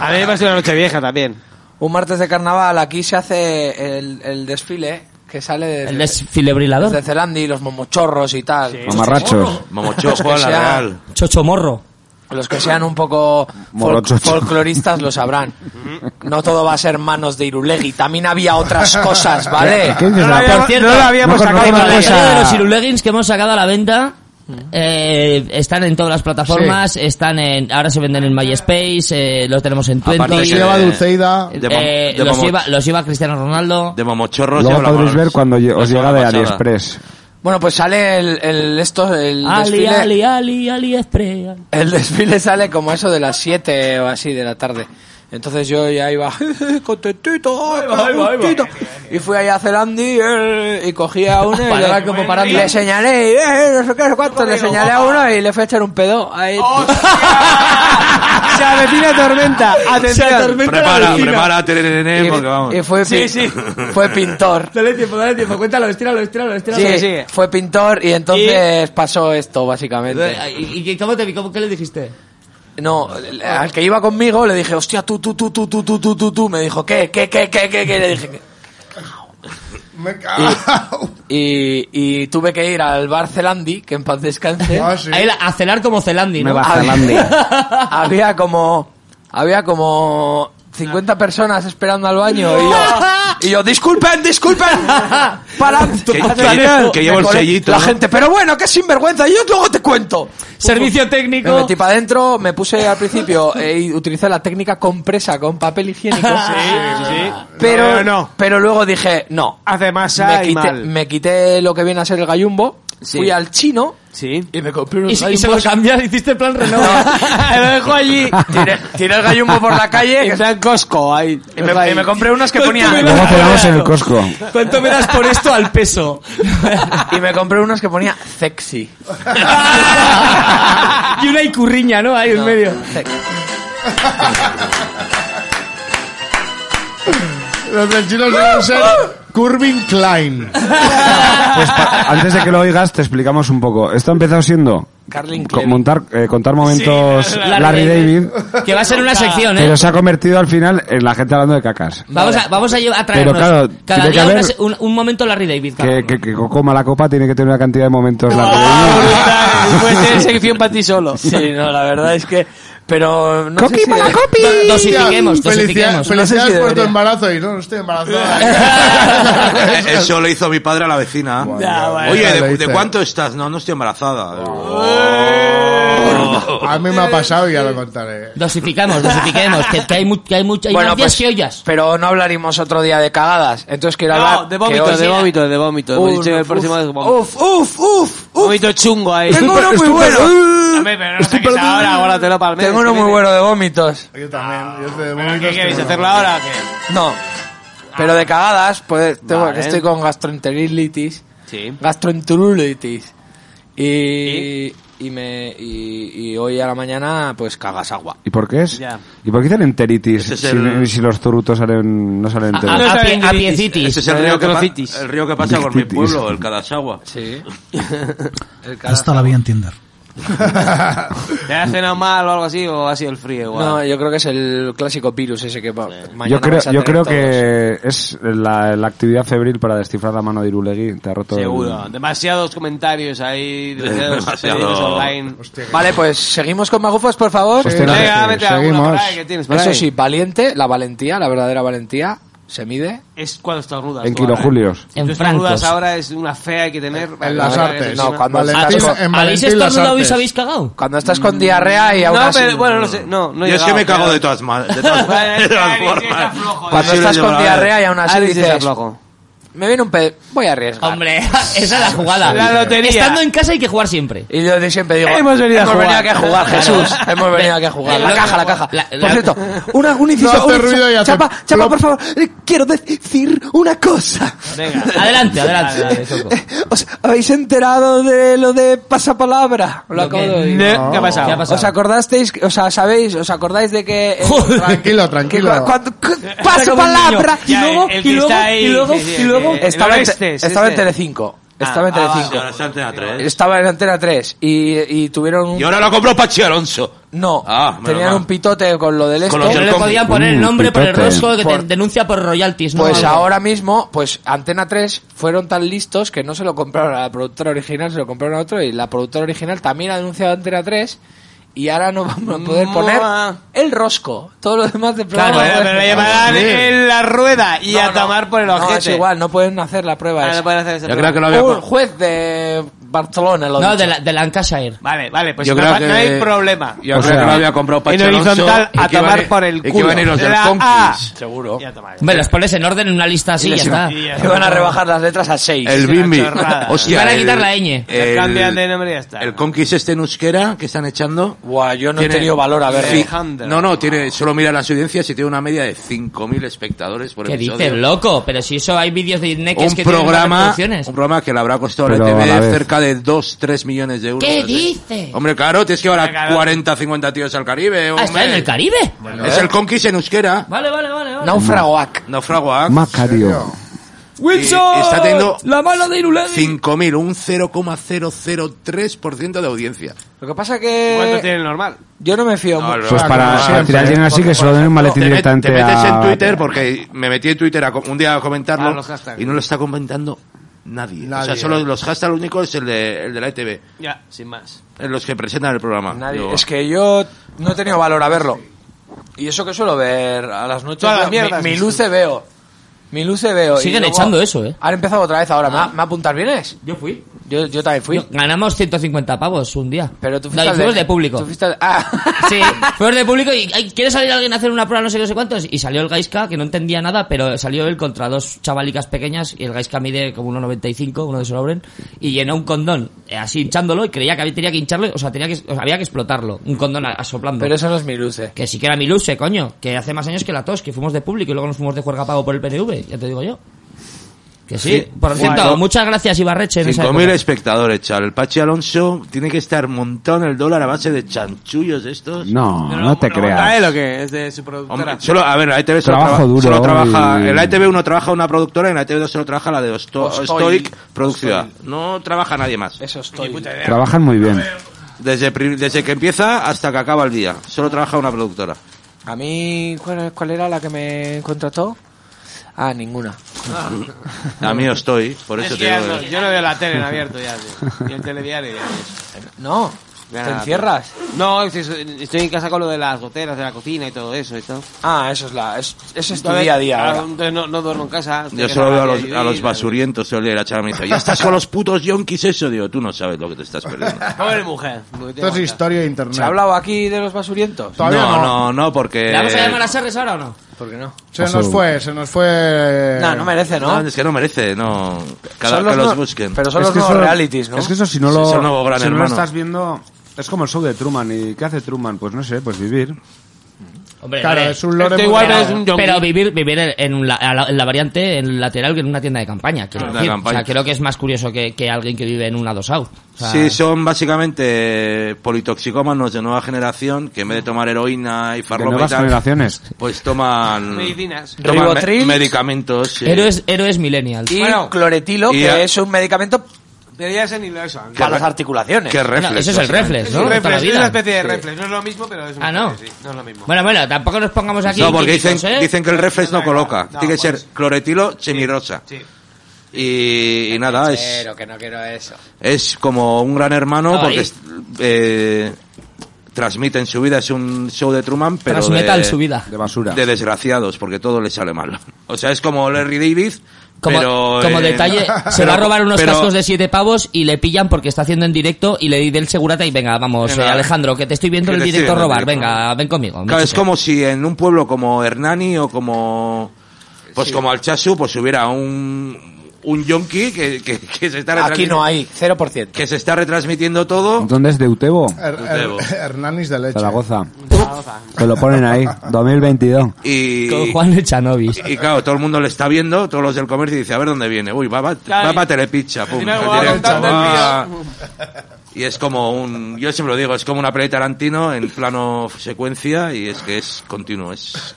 [SPEAKER 7] A mí me pasó una noche vieja también.
[SPEAKER 12] Un martes de carnaval, aquí se hace el, el desfile que sale desde,
[SPEAKER 5] El desfilebrilador.
[SPEAKER 12] desde Zelandi, los momochorros y tal.
[SPEAKER 6] Mamarrachos.
[SPEAKER 8] Momochorro,
[SPEAKER 12] Los que
[SPEAKER 8] la
[SPEAKER 12] sean-
[SPEAKER 8] Real.
[SPEAKER 5] Chocho morro.
[SPEAKER 12] Los que sean un poco fol-
[SPEAKER 6] Morochocho.
[SPEAKER 12] folcloristas lo sabrán. No todo va a ser manos de Irulegui, también había otras cosas, ¿vale?
[SPEAKER 6] ¿Qué dices? No lo habíamos-
[SPEAKER 12] Ah, Por cierto,
[SPEAKER 6] no lo habíamos
[SPEAKER 12] no
[SPEAKER 6] sacado
[SPEAKER 12] conozco
[SPEAKER 6] una
[SPEAKER 12] la
[SPEAKER 6] cosa.
[SPEAKER 12] idea.
[SPEAKER 5] de los Iruleggings que hemos sacado a la venta eh, están en todas las plataformas, están en, ahora se venden en MySpace, eh, los tenemos en
[SPEAKER 8] Aparte que
[SPEAKER 5] Twenty.
[SPEAKER 4] Los lleva Dulceida.
[SPEAKER 8] de mom-
[SPEAKER 5] Eh,
[SPEAKER 8] de
[SPEAKER 5] los,
[SPEAKER 8] momo-
[SPEAKER 5] lleva, los lleva Cristiano Ronaldo.
[SPEAKER 8] De momochorros
[SPEAKER 6] Luego
[SPEAKER 8] lleva la
[SPEAKER 6] podréis
[SPEAKER 8] mano.
[SPEAKER 6] ver cuando lle- os
[SPEAKER 8] La
[SPEAKER 6] llega de
[SPEAKER 8] semana pasada.
[SPEAKER 6] AliExpress.
[SPEAKER 12] Bueno, pues sale el, el- esto, el
[SPEAKER 5] Ali,
[SPEAKER 12] desfile.
[SPEAKER 5] Ali, Ali, Ali, Express.
[SPEAKER 12] El desfile sale como eso de las 7 o así de la tarde. Entonces yo ya iba contentito, contentito. Y fui allá a Zelandi eh, y cogí a uno y
[SPEAKER 5] Paraba
[SPEAKER 12] le,
[SPEAKER 5] como parando.
[SPEAKER 12] y le señalé, eh, no sé qué, no sé cuánto, le señalé a uno y le fui a echar un pedo. Ahí.
[SPEAKER 7] Oh, Se avecina tormenta. Atención.
[SPEAKER 8] Prepara, prepara, tererene, porque vamos.
[SPEAKER 12] Y fue, pi- fue pintor.
[SPEAKER 5] Dale tiempo, dale
[SPEAKER 6] pues
[SPEAKER 5] tiempo. Cuéntalo, estíralo, estíralo, estíralo.
[SPEAKER 12] Sí, fue pintor y entonces pasó esto, básicamente.
[SPEAKER 5] Eh, ¿Y, y cómo te vi? ¿Cómo, ¿Qué le dijiste?
[SPEAKER 12] No, al que iba conmigo le dije, hostia, tú, tú, tú, tú, tú, tú, tú, tú, tú. Me dijo, ¿qué, qué, qué, qué, qué? qué? Le dije, "¿Qué?".
[SPEAKER 4] Me cago.
[SPEAKER 12] Y, y tuve que ir al bar Celandi, que en paz descanse.
[SPEAKER 4] Ah, sí.
[SPEAKER 5] A, él, a celar como Celandi, ¿no?
[SPEAKER 12] había, había como había como 50 personas esperando al baño y yo, y yo disculpen, disculpen. Para
[SPEAKER 8] Que- que- que llevo el sellito,
[SPEAKER 12] La
[SPEAKER 8] ¿no?
[SPEAKER 12] gente, pero bueno, qué sinvergüenza, yo luego te cuento.
[SPEAKER 5] Servicio técnico.
[SPEAKER 12] Me metí para adentro, me puse al principio eh, y utilicé la técnica compresa con papel higiénico. Pero,
[SPEAKER 2] eh,
[SPEAKER 7] No, no.
[SPEAKER 12] pero luego dije, no.
[SPEAKER 7] Hace masa
[SPEAKER 12] Me
[SPEAKER 7] y
[SPEAKER 12] quité,
[SPEAKER 7] mal.
[SPEAKER 12] me quité lo que viene a ser el gallumbo,
[SPEAKER 7] Sí.
[SPEAKER 12] fui al chino
[SPEAKER 7] Sí.
[SPEAKER 12] y me compré unos
[SPEAKER 5] Y, y se lo
[SPEAKER 12] gallumbos.
[SPEAKER 5] cambias, hiciste plan renova.
[SPEAKER 7] lo dejo allí.
[SPEAKER 12] Tiré, tiré el gallumbo por la calle
[SPEAKER 7] En plan Costco, ahí.
[SPEAKER 12] y me, y me compré unos que ponía
[SPEAKER 6] Luego quedamos en el Costco.
[SPEAKER 5] ¿Cuánto me das por esto al peso?
[SPEAKER 12] y me compré unos que ponía sexy.
[SPEAKER 5] y una icurriña, ¿no? Ahí en medio.
[SPEAKER 6] Pues
[SPEAKER 4] Los del chino se van a ser Curving Klein.
[SPEAKER 6] Antes de que lo oigas, te explicamos un poco. Esto ha empezado siendo
[SPEAKER 7] Carlin
[SPEAKER 6] co- montar, eh, contar momentos
[SPEAKER 5] Sí,
[SPEAKER 6] Pues, Larry,
[SPEAKER 5] Larry
[SPEAKER 6] David,
[SPEAKER 5] David. Que va a ser una sección, ¿eh?
[SPEAKER 6] pero se ha convertido al final en la gente hablando de cacas.
[SPEAKER 5] Vamos a, vamos a, llevar- a traernos
[SPEAKER 6] Pero claro,
[SPEAKER 5] cada
[SPEAKER 6] tiene
[SPEAKER 5] día
[SPEAKER 6] que
[SPEAKER 5] una
[SPEAKER 6] haber-
[SPEAKER 5] se- un, un momento Larry David. cada
[SPEAKER 6] Que,
[SPEAKER 5] uno.
[SPEAKER 6] que, que coma la copa tiene que tener una cantidad de momentos Larry
[SPEAKER 12] Puedes tener sección para ti solo. Sí, no, la verdad es que... Pero no sé si...
[SPEAKER 5] para copi! Do- dosifiquemos, dosifiquemos. No sé si
[SPEAKER 4] Felicidades por tu
[SPEAKER 5] debería.
[SPEAKER 4] embarazo y no, no estoy embarazada.
[SPEAKER 8] Eh, Eso le hizo mi padre a la vecina.
[SPEAKER 4] bueno.
[SPEAKER 8] Oye,
[SPEAKER 4] Ya lo
[SPEAKER 8] ¿de,
[SPEAKER 4] hice.
[SPEAKER 8] de cuánto estás? No, no estoy embarazada.
[SPEAKER 4] A mí me ha pasado y ya lo contaré.
[SPEAKER 5] Dosificamos, dosifiquemos. Que, que hay, mu- que hay mucha. hay más días que hoy.
[SPEAKER 12] pues, pero no hablaríamos otro día de cagadas. Entonces quiero
[SPEAKER 7] No,
[SPEAKER 12] hablar...
[SPEAKER 7] de vómitos,
[SPEAKER 12] que hoy- Uh,
[SPEAKER 7] de vómitos, de vómitos. Hemos dicho que el próximo es vómito.
[SPEAKER 12] Uf, uf, uf, uf.
[SPEAKER 7] Vómito chungo ahí.
[SPEAKER 12] Tengo uno muy bueno.
[SPEAKER 7] Hombre, pero no saques ahora, guárdatelo para el mes.
[SPEAKER 12] Tengo uno muy bueno de vómitos.
[SPEAKER 4] Yo también. Yo de momento
[SPEAKER 7] ¿Qué queréis
[SPEAKER 4] estoy-
[SPEAKER 7] hacerlo ahora? ¿Qué?
[SPEAKER 12] No.
[SPEAKER 4] Ah.
[SPEAKER 12] Pero de cagadas, pues tengo
[SPEAKER 7] Vale.
[SPEAKER 12] que estoy con gastroenteritis.
[SPEAKER 7] Sí.
[SPEAKER 12] Gastroenterulitis. Y, y me y, y hoy a la mañana pues cagas agua.
[SPEAKER 6] ¿Y por qué es? ¿Y por qué dicen enteritis
[SPEAKER 12] Ese es
[SPEAKER 6] si,
[SPEAKER 12] el-
[SPEAKER 6] si los turutos salen, no salen enteros?
[SPEAKER 5] A, a pie- a piecitis.
[SPEAKER 8] Ese es el río, que pa- el río que pasa por mi pueblo, el Cadasagua. Eh,
[SPEAKER 12] Sí.
[SPEAKER 20] Esta la vi en Tinder.
[SPEAKER 7] ¿Te has cenado mal o algo así o ha sido el frío igual?
[SPEAKER 12] No, yo creo que es el clásico virus ese que pa- mañana
[SPEAKER 6] Yo creo,
[SPEAKER 12] vais a
[SPEAKER 6] yo
[SPEAKER 12] tener
[SPEAKER 6] creo
[SPEAKER 12] todos.
[SPEAKER 6] que es la, la actividad febril para descifrar la mano de Irulegui. Te ha roto el-
[SPEAKER 7] Seguro. Demasiados comentarios ahí, demasiados
[SPEAKER 6] Demasiado.
[SPEAKER 7] pedidos online.
[SPEAKER 12] Vale, pues seguimos con magufas, por favor.
[SPEAKER 7] Hostia, no, Venga, sí, vete a alguna por ahí seguimos. que tienes por
[SPEAKER 12] Eso
[SPEAKER 7] ahí.
[SPEAKER 12] sí, valiente, la valentía, la verdadera valentía se mide
[SPEAKER 7] Es cuando estás rudas.
[SPEAKER 12] En
[SPEAKER 7] tú ahora.
[SPEAKER 12] kilojulios.
[SPEAKER 7] Si tú
[SPEAKER 12] En
[SPEAKER 7] estás
[SPEAKER 12] francos.
[SPEAKER 7] rudas ahora es una fea hay que tener.
[SPEAKER 12] En las artes. No, cuando
[SPEAKER 7] Valentín-
[SPEAKER 12] estás
[SPEAKER 7] en
[SPEAKER 5] ¿Habéis
[SPEAKER 7] Valentín las
[SPEAKER 5] estornudado y
[SPEAKER 7] artes.
[SPEAKER 5] os habéis cagado?
[SPEAKER 12] Cuando estás con diarrea y aún
[SPEAKER 7] No,
[SPEAKER 12] así-
[SPEAKER 7] pero bueno, no sé. No, no he
[SPEAKER 8] Yo es que
[SPEAKER 7] llegado,
[SPEAKER 8] me cago
[SPEAKER 7] pero-
[SPEAKER 8] de todas, ma- de todas, de todas formas.
[SPEAKER 12] Cuando
[SPEAKER 8] Sí,
[SPEAKER 12] estás
[SPEAKER 8] lo
[SPEAKER 12] con
[SPEAKER 8] llevará.
[SPEAKER 12] diarrea y aún así
[SPEAKER 8] Alex
[SPEAKER 12] dices,
[SPEAKER 8] está flojo.
[SPEAKER 12] me viene un pe... voy a arriesgar.
[SPEAKER 5] Hombre, esa es la jugada.
[SPEAKER 12] La lotería.
[SPEAKER 5] Estando en casa hay que jugar siempre.
[SPEAKER 12] Y yo de siempre digo,
[SPEAKER 5] Hemos venido a jugar.
[SPEAKER 12] aquí a jugar, Jesús. Hemos venido aquí a jugar. La
[SPEAKER 5] Lo-
[SPEAKER 12] caja, la caja.
[SPEAKER 5] la-
[SPEAKER 12] Por
[SPEAKER 5] la-
[SPEAKER 12] cierto, una, un inciso.
[SPEAKER 5] No hace
[SPEAKER 12] un inciso.
[SPEAKER 5] ruido y hace
[SPEAKER 12] Chapa, Chapa, por favor, eh, quiero decir una cosa.
[SPEAKER 5] Venga. Adelante, adelante. dale, Soco.
[SPEAKER 12] ¿Os habéis enterado de lo de pasapalabra? Lo
[SPEAKER 5] Lo
[SPEAKER 12] acabo
[SPEAKER 5] que-
[SPEAKER 12] de oír.
[SPEAKER 5] No. ¿Qué ha pasado? ¿Qué ha pasado?
[SPEAKER 12] ¿Os acordasteis? O sea, ¿sabéis? ¿Os acordáis de que... eh,
[SPEAKER 4] Tranquilo, tranquilo.
[SPEAKER 12] que cu- cuando- cu-
[SPEAKER 7] Está
[SPEAKER 12] Paso
[SPEAKER 7] como un niño.
[SPEAKER 12] palabra y
[SPEAKER 7] Ya,
[SPEAKER 12] luego
[SPEAKER 7] el- el
[SPEAKER 12] y
[SPEAKER 7] que
[SPEAKER 12] luego
[SPEAKER 7] está ahí,
[SPEAKER 12] y luego
[SPEAKER 7] sí, sí,
[SPEAKER 12] y luego
[SPEAKER 7] el- el
[SPEAKER 12] estaba en
[SPEAKER 7] oeste,
[SPEAKER 12] te-
[SPEAKER 7] es
[SPEAKER 12] estaba en
[SPEAKER 7] Eh, este.
[SPEAKER 12] Telecinco.
[SPEAKER 7] Ah,
[SPEAKER 12] Estaba en
[SPEAKER 7] ah, vale.
[SPEAKER 12] Telecinco.
[SPEAKER 8] Ahora está en Antena 3.
[SPEAKER 12] Estaba en Antena 3 y, y tuvieron un...
[SPEAKER 8] Y ahora lo compró Pachi Alonso.
[SPEAKER 12] No,
[SPEAKER 8] Ah, menos
[SPEAKER 12] tenían
[SPEAKER 8] mal.
[SPEAKER 12] un pitote con lo del esto.
[SPEAKER 8] Con los
[SPEAKER 5] No
[SPEAKER 8] del
[SPEAKER 5] le
[SPEAKER 8] combo.
[SPEAKER 5] podían poner el nombre por el
[SPEAKER 12] pitote.
[SPEAKER 5] rosco que te
[SPEAKER 12] Por-
[SPEAKER 5] denuncia por royalties, ¿no?
[SPEAKER 12] Pues
[SPEAKER 5] Algo.
[SPEAKER 12] ahora mismo, pues Antena 3 fueron tan listos que no se lo compraron a la productora original, se lo compraron a otro y la productora original también ha denunciado a Antena 3 y ahora no vamos a poder poner el rosco. Todo lo demás de programa.
[SPEAKER 7] Claro, pero le llamarán en la rueda y a tomar por el
[SPEAKER 12] No,
[SPEAKER 7] ojete.
[SPEAKER 12] es igual, no pueden hacer la prueba.
[SPEAKER 7] Ah,
[SPEAKER 12] esa.
[SPEAKER 7] no pueden hacer esa Yo
[SPEAKER 5] creo prueba. que lo había
[SPEAKER 12] Un
[SPEAKER 5] con-
[SPEAKER 12] juez de Barcelona lo ha
[SPEAKER 5] No,
[SPEAKER 12] dicho.
[SPEAKER 5] de, la, de Lancashire.
[SPEAKER 7] Vale, vale, pues
[SPEAKER 8] Yo
[SPEAKER 7] no,
[SPEAKER 8] creo
[SPEAKER 7] pa- no
[SPEAKER 8] que-
[SPEAKER 7] hay problema.
[SPEAKER 8] yo creo que lo había comprado Pachi
[SPEAKER 7] En horizontal,
[SPEAKER 8] Alonso y
[SPEAKER 7] a
[SPEAKER 8] que iban
[SPEAKER 7] tomar
[SPEAKER 8] i-
[SPEAKER 7] por el
[SPEAKER 8] y que
[SPEAKER 7] culo.
[SPEAKER 8] iban a ir los del
[SPEAKER 7] La
[SPEAKER 8] Conquist.
[SPEAKER 7] A.
[SPEAKER 12] Seguro.
[SPEAKER 5] Me los pones en orden en una lista así y ya está.
[SPEAKER 12] Y van a rebajar las letras a 6.
[SPEAKER 8] El Bimbi. Hostia,
[SPEAKER 5] Van a
[SPEAKER 8] el-
[SPEAKER 5] quitar la ñ.
[SPEAKER 8] el-
[SPEAKER 7] Cambian de nombre y ya está.
[SPEAKER 8] El Conquist este en euskera que están echando.
[SPEAKER 12] Buah, Ah, yo no he
[SPEAKER 8] tiene-
[SPEAKER 12] tenido valor a ver.
[SPEAKER 8] Sí. No, no, tiene, solo mira las audiencias y tiene una media de 5.000 espectadores por
[SPEAKER 5] ¿Qué
[SPEAKER 8] episodio.
[SPEAKER 5] dices, loco? Pero si eso hay vídeos de Neques
[SPEAKER 8] un
[SPEAKER 5] que
[SPEAKER 8] programa,
[SPEAKER 5] tienen más reproducciones.
[SPEAKER 8] un programa que le habrá costado a
[SPEAKER 6] Pero
[SPEAKER 8] la
[SPEAKER 6] a la
[SPEAKER 8] TV
[SPEAKER 6] vez.
[SPEAKER 8] cerca de 2, 3 millones de euros.
[SPEAKER 5] ¿Qué
[SPEAKER 8] así.
[SPEAKER 5] dices?
[SPEAKER 8] Hombre, claro, tienes que llevar a 40, 50 tíos al Caribe.
[SPEAKER 5] Ah, está
[SPEAKER 8] hombre.
[SPEAKER 5] en el Caribe.
[SPEAKER 8] Es el Conquist en euskera.
[SPEAKER 5] Vale, vale, vale. vale.
[SPEAKER 12] Naufragoac.
[SPEAKER 8] Naufragoac.
[SPEAKER 6] Macario.
[SPEAKER 8] Wilson, Eh, está teniendo-
[SPEAKER 12] la mano de Iruledi.
[SPEAKER 8] 5.000, un 0,003% de audiencia.
[SPEAKER 12] Lo que pasa que...
[SPEAKER 7] ¿Cuánto tiene el normal?
[SPEAKER 12] Yo no me fío mucho.
[SPEAKER 6] Pues para, para tirar alguien así que se lo den en un maletín
[SPEAKER 8] Te, met-
[SPEAKER 6] directamente
[SPEAKER 8] te metes
[SPEAKER 6] a-
[SPEAKER 8] Pues
[SPEAKER 12] ah,
[SPEAKER 8] en Twitter porque me metí en Twitter a co- un día a comentarlo
[SPEAKER 7] Ah, los hashtags.
[SPEAKER 8] y no lo está comentando nadie. O sea,
[SPEAKER 7] Nadie.
[SPEAKER 8] solo los hashtags únicos es el de, el de la ETV,
[SPEAKER 7] Ya, sin más.
[SPEAKER 8] en los que presentan el programa.
[SPEAKER 12] Nadie.
[SPEAKER 8] Digo,
[SPEAKER 12] Es que yo no he tenido valor a verlo. Y eso que suelo ver a las noches.
[SPEAKER 7] Todas las
[SPEAKER 12] mi-
[SPEAKER 7] mierdas.
[SPEAKER 12] Mi, luce veo. Mi luce veo. y
[SPEAKER 5] Siguen
[SPEAKER 12] luego-
[SPEAKER 5] echando eso, ¿eh?
[SPEAKER 12] Han empezado otra vez ahora. ¿Me, va- me apuntar vienes?
[SPEAKER 5] Yo fui.
[SPEAKER 12] Yo, yo también fui.
[SPEAKER 5] Ganamos 150 pavos un día.
[SPEAKER 12] Pero tú
[SPEAKER 5] No,
[SPEAKER 12] fuiste
[SPEAKER 5] y
[SPEAKER 12] al
[SPEAKER 5] fuimos de público.
[SPEAKER 12] tú fuiste al- ah.
[SPEAKER 5] Sí, fuimos de público y "Ay, ¿quiere salir alguien a hacer una prueba no sé qué, no sé cuántos? Y salió el Gaisca, que no entendía nada, pero salió él contra dos chavalicas pequeñas y el Gaisca mide como 1,95, uno de Solobren, y llenó un condón, eh, así hinchándolo y creía que había, tenía que hincharlo, o sea, tenía que, o sea, había que explotarlo, un condón a- soplando.
[SPEAKER 12] Pero eso no es mi luce.
[SPEAKER 5] Que sí que era mi luce, coño, que hace más años que la tos, que fuimos de público y luego nos fuimos de juerga pago por el PNV, ya te digo yo. Que sí. Por cierto, muchas gracias Ibarreche. en esa
[SPEAKER 8] 5.000
[SPEAKER 5] época.
[SPEAKER 8] espectadores, chaval. El Pachi Alonso tiene que estar montado en el dólar a base de chanchullos de estos.
[SPEAKER 6] No, no te
[SPEAKER 12] ¿Sabes
[SPEAKER 6] creas.
[SPEAKER 12] lo que es de su productora?
[SPEAKER 8] Hombre, solo, a ver, la ITV solo,
[SPEAKER 6] Trabajo
[SPEAKER 8] traba-
[SPEAKER 6] duro,
[SPEAKER 8] solo trabaja.
[SPEAKER 6] uy.
[SPEAKER 8] En la ITV uno trabaja una productora y en la ITV 2 solo trabaja la de Osto-
[SPEAKER 12] Ostoy.
[SPEAKER 8] Stoic Producción. No trabaja nadie más.
[SPEAKER 12] Eso estoy.
[SPEAKER 6] Trabajan muy bien.
[SPEAKER 8] Desde, pri- desde que empieza hasta que acaba el día. Solo trabaja una productora.
[SPEAKER 12] A mí, ¿cuál, cuál era la que me contrató? Ah, ninguna.
[SPEAKER 5] Ah.
[SPEAKER 8] A mí Ostoy, por eso
[SPEAKER 12] Es
[SPEAKER 8] te
[SPEAKER 12] que
[SPEAKER 8] digo.
[SPEAKER 12] ya
[SPEAKER 8] que-
[SPEAKER 12] no-
[SPEAKER 7] Yo no veo la tele en abierto ya, tío. Y el telediario ya.
[SPEAKER 12] No, ¿te
[SPEAKER 7] Ya,
[SPEAKER 12] encierras?
[SPEAKER 7] No, es eso, estoy en casa con lo de las goteras de la cocina y todo eso. ¿esto?
[SPEAKER 12] Ah, eso es la. es- ese es tu
[SPEAKER 7] Entonces,
[SPEAKER 12] día a día.
[SPEAKER 7] claro,
[SPEAKER 12] ahora.
[SPEAKER 7] entonces no, no duermo en casa. estoy
[SPEAKER 8] Yo
[SPEAKER 7] en
[SPEAKER 8] solo
[SPEAKER 7] la
[SPEAKER 8] veo a
[SPEAKER 7] radio
[SPEAKER 8] los,
[SPEAKER 7] y-
[SPEAKER 8] a los basurientos, se olía la chava me dice, ya estás con los putos yonkis eso, digo, tú no sabes lo que te estás perdiendo.
[SPEAKER 12] Hombre, mujer.
[SPEAKER 4] Esto es historia de internet.
[SPEAKER 12] ¿Se ha hablado aquí de los basurientos?
[SPEAKER 8] no, no, no, porque...
[SPEAKER 5] ¿Le vamos a llamar a Serres ahora o no?
[SPEAKER 12] ¿Por qué no?
[SPEAKER 4] Se nos fue, se nos fue.
[SPEAKER 8] No, es que no merece, no. Cada que
[SPEAKER 12] Son los
[SPEAKER 8] los
[SPEAKER 12] no-
[SPEAKER 8] busquen.
[SPEAKER 12] pero son
[SPEAKER 6] Es
[SPEAKER 12] los
[SPEAKER 6] que
[SPEAKER 12] nuevos
[SPEAKER 6] eso-
[SPEAKER 12] realities, ¿no?
[SPEAKER 6] Es que eso si no lo,
[SPEAKER 8] Es el nuevo Gran
[SPEAKER 6] si no lo
[SPEAKER 8] Hermano.
[SPEAKER 6] estás viendo, es como el show de Truman. ¿Y qué hace Truman? Pues no sé, pues vivir.
[SPEAKER 5] Hombre,
[SPEAKER 6] Claro,
[SPEAKER 5] hombre.
[SPEAKER 6] es un lore Esto muy igual
[SPEAKER 5] pero,
[SPEAKER 6] es un yonki.
[SPEAKER 5] pero vivir, vivir en, en la, a la- en la variante, en lateral, que en una tienda de campaña. Quiero
[SPEAKER 8] Tienda Ah, de
[SPEAKER 5] decir.
[SPEAKER 8] campaña.
[SPEAKER 5] O sea, creo que es más curioso que, que alguien que vive en una dos out. O sea,
[SPEAKER 12] eh.
[SPEAKER 8] Sí, son básicamente politoxicómanos de nueva generación que en vez de tomar heroína y farlopa y
[SPEAKER 6] nuevas
[SPEAKER 8] tal,
[SPEAKER 6] generaciones.
[SPEAKER 8] pues toman,
[SPEAKER 12] Medicinas.
[SPEAKER 8] toman me-
[SPEAKER 12] Ribotril.
[SPEAKER 8] medicamentos. sí.
[SPEAKER 5] Héroes, héroes millennials.
[SPEAKER 12] Y cloretilo,
[SPEAKER 8] y
[SPEAKER 12] que
[SPEAKER 8] a-
[SPEAKER 12] es un medicamento. Pero ya sé ni lo eso.
[SPEAKER 8] Que
[SPEAKER 12] Para
[SPEAKER 8] re-
[SPEAKER 12] las articulaciones.
[SPEAKER 8] que reflex,
[SPEAKER 5] No, eso es el
[SPEAKER 8] básicamente.
[SPEAKER 5] reflex,
[SPEAKER 12] Es
[SPEAKER 5] pues, ¿no?
[SPEAKER 12] un
[SPEAKER 5] Toda la
[SPEAKER 12] reflex, es
[SPEAKER 5] vida.
[SPEAKER 12] una especie de
[SPEAKER 5] Sí.
[SPEAKER 12] reflex. No es lo mismo, pero es un
[SPEAKER 5] Ah, ¿no?
[SPEAKER 12] reflex, sí, no es lo mismo.
[SPEAKER 5] Bueno, bueno, tampoco nos pongamos aquí.
[SPEAKER 8] No, porque dicen,
[SPEAKER 5] químicos, ¿eh?
[SPEAKER 8] dicen que el reflex no coloca. Tiene que ser cloretilo chimirosa.
[SPEAKER 12] Sí.
[SPEAKER 8] Y, y nada, es,
[SPEAKER 7] Pero que no quiero eso.
[SPEAKER 8] es como un gran hermano
[SPEAKER 5] No,
[SPEAKER 8] porque
[SPEAKER 5] ahí.
[SPEAKER 8] es- eh, transmite en su vida, es un show de Truman, pero
[SPEAKER 5] Transmetal
[SPEAKER 8] de,
[SPEAKER 5] su vida.
[SPEAKER 6] De basura.
[SPEAKER 8] de desgraciados, porque todo le sale mal. O sea, es como Larry David,
[SPEAKER 5] Como,
[SPEAKER 8] pero...
[SPEAKER 5] como
[SPEAKER 8] eh,
[SPEAKER 5] detalle, se
[SPEAKER 8] pero-
[SPEAKER 5] va a robar unos
[SPEAKER 8] pero-
[SPEAKER 5] cascos de siete pavos y le pillan porque está haciendo en directo y le di del segurata y venga, vamos,
[SPEAKER 8] Venga.
[SPEAKER 5] eh, Alejandro, que te estoy viendo
[SPEAKER 8] Que
[SPEAKER 5] el
[SPEAKER 8] te estoy
[SPEAKER 5] directo
[SPEAKER 8] viendo el
[SPEAKER 5] robar,
[SPEAKER 8] directo.
[SPEAKER 5] venga, ven conmigo. me
[SPEAKER 8] Claro, es
[SPEAKER 5] chupé.
[SPEAKER 8] como si en un pueblo como Hernani o como... Pues como Alchazu, pues hubiera un... Un yonki que, que, que se está
[SPEAKER 12] Aquí
[SPEAKER 8] retransmitiendo-
[SPEAKER 12] no hay, 0%.
[SPEAKER 8] Que se está retransmitiendo todo.
[SPEAKER 6] ¿Dónde es de Utebo?
[SPEAKER 4] Her- Her- Hernanis de leche.
[SPEAKER 6] Zaragoza. Te lo ponen ahí, 2022.
[SPEAKER 8] Y,
[SPEAKER 5] Con Juan Echanovis.
[SPEAKER 8] y claro, todo el mundo le está viendo, todos los del comercio, y dice, a ver dónde viene. Uy, va, va,
[SPEAKER 12] Claro,
[SPEAKER 8] va
[SPEAKER 12] y-
[SPEAKER 8] para Telepicha, pum,
[SPEAKER 12] final
[SPEAKER 8] el
[SPEAKER 12] va
[SPEAKER 8] directo,
[SPEAKER 12] cantando el
[SPEAKER 8] va. Y es como un, yo siempre lo digo, es como una peli de Tarantino en plano secuencia y es que es continuo, es,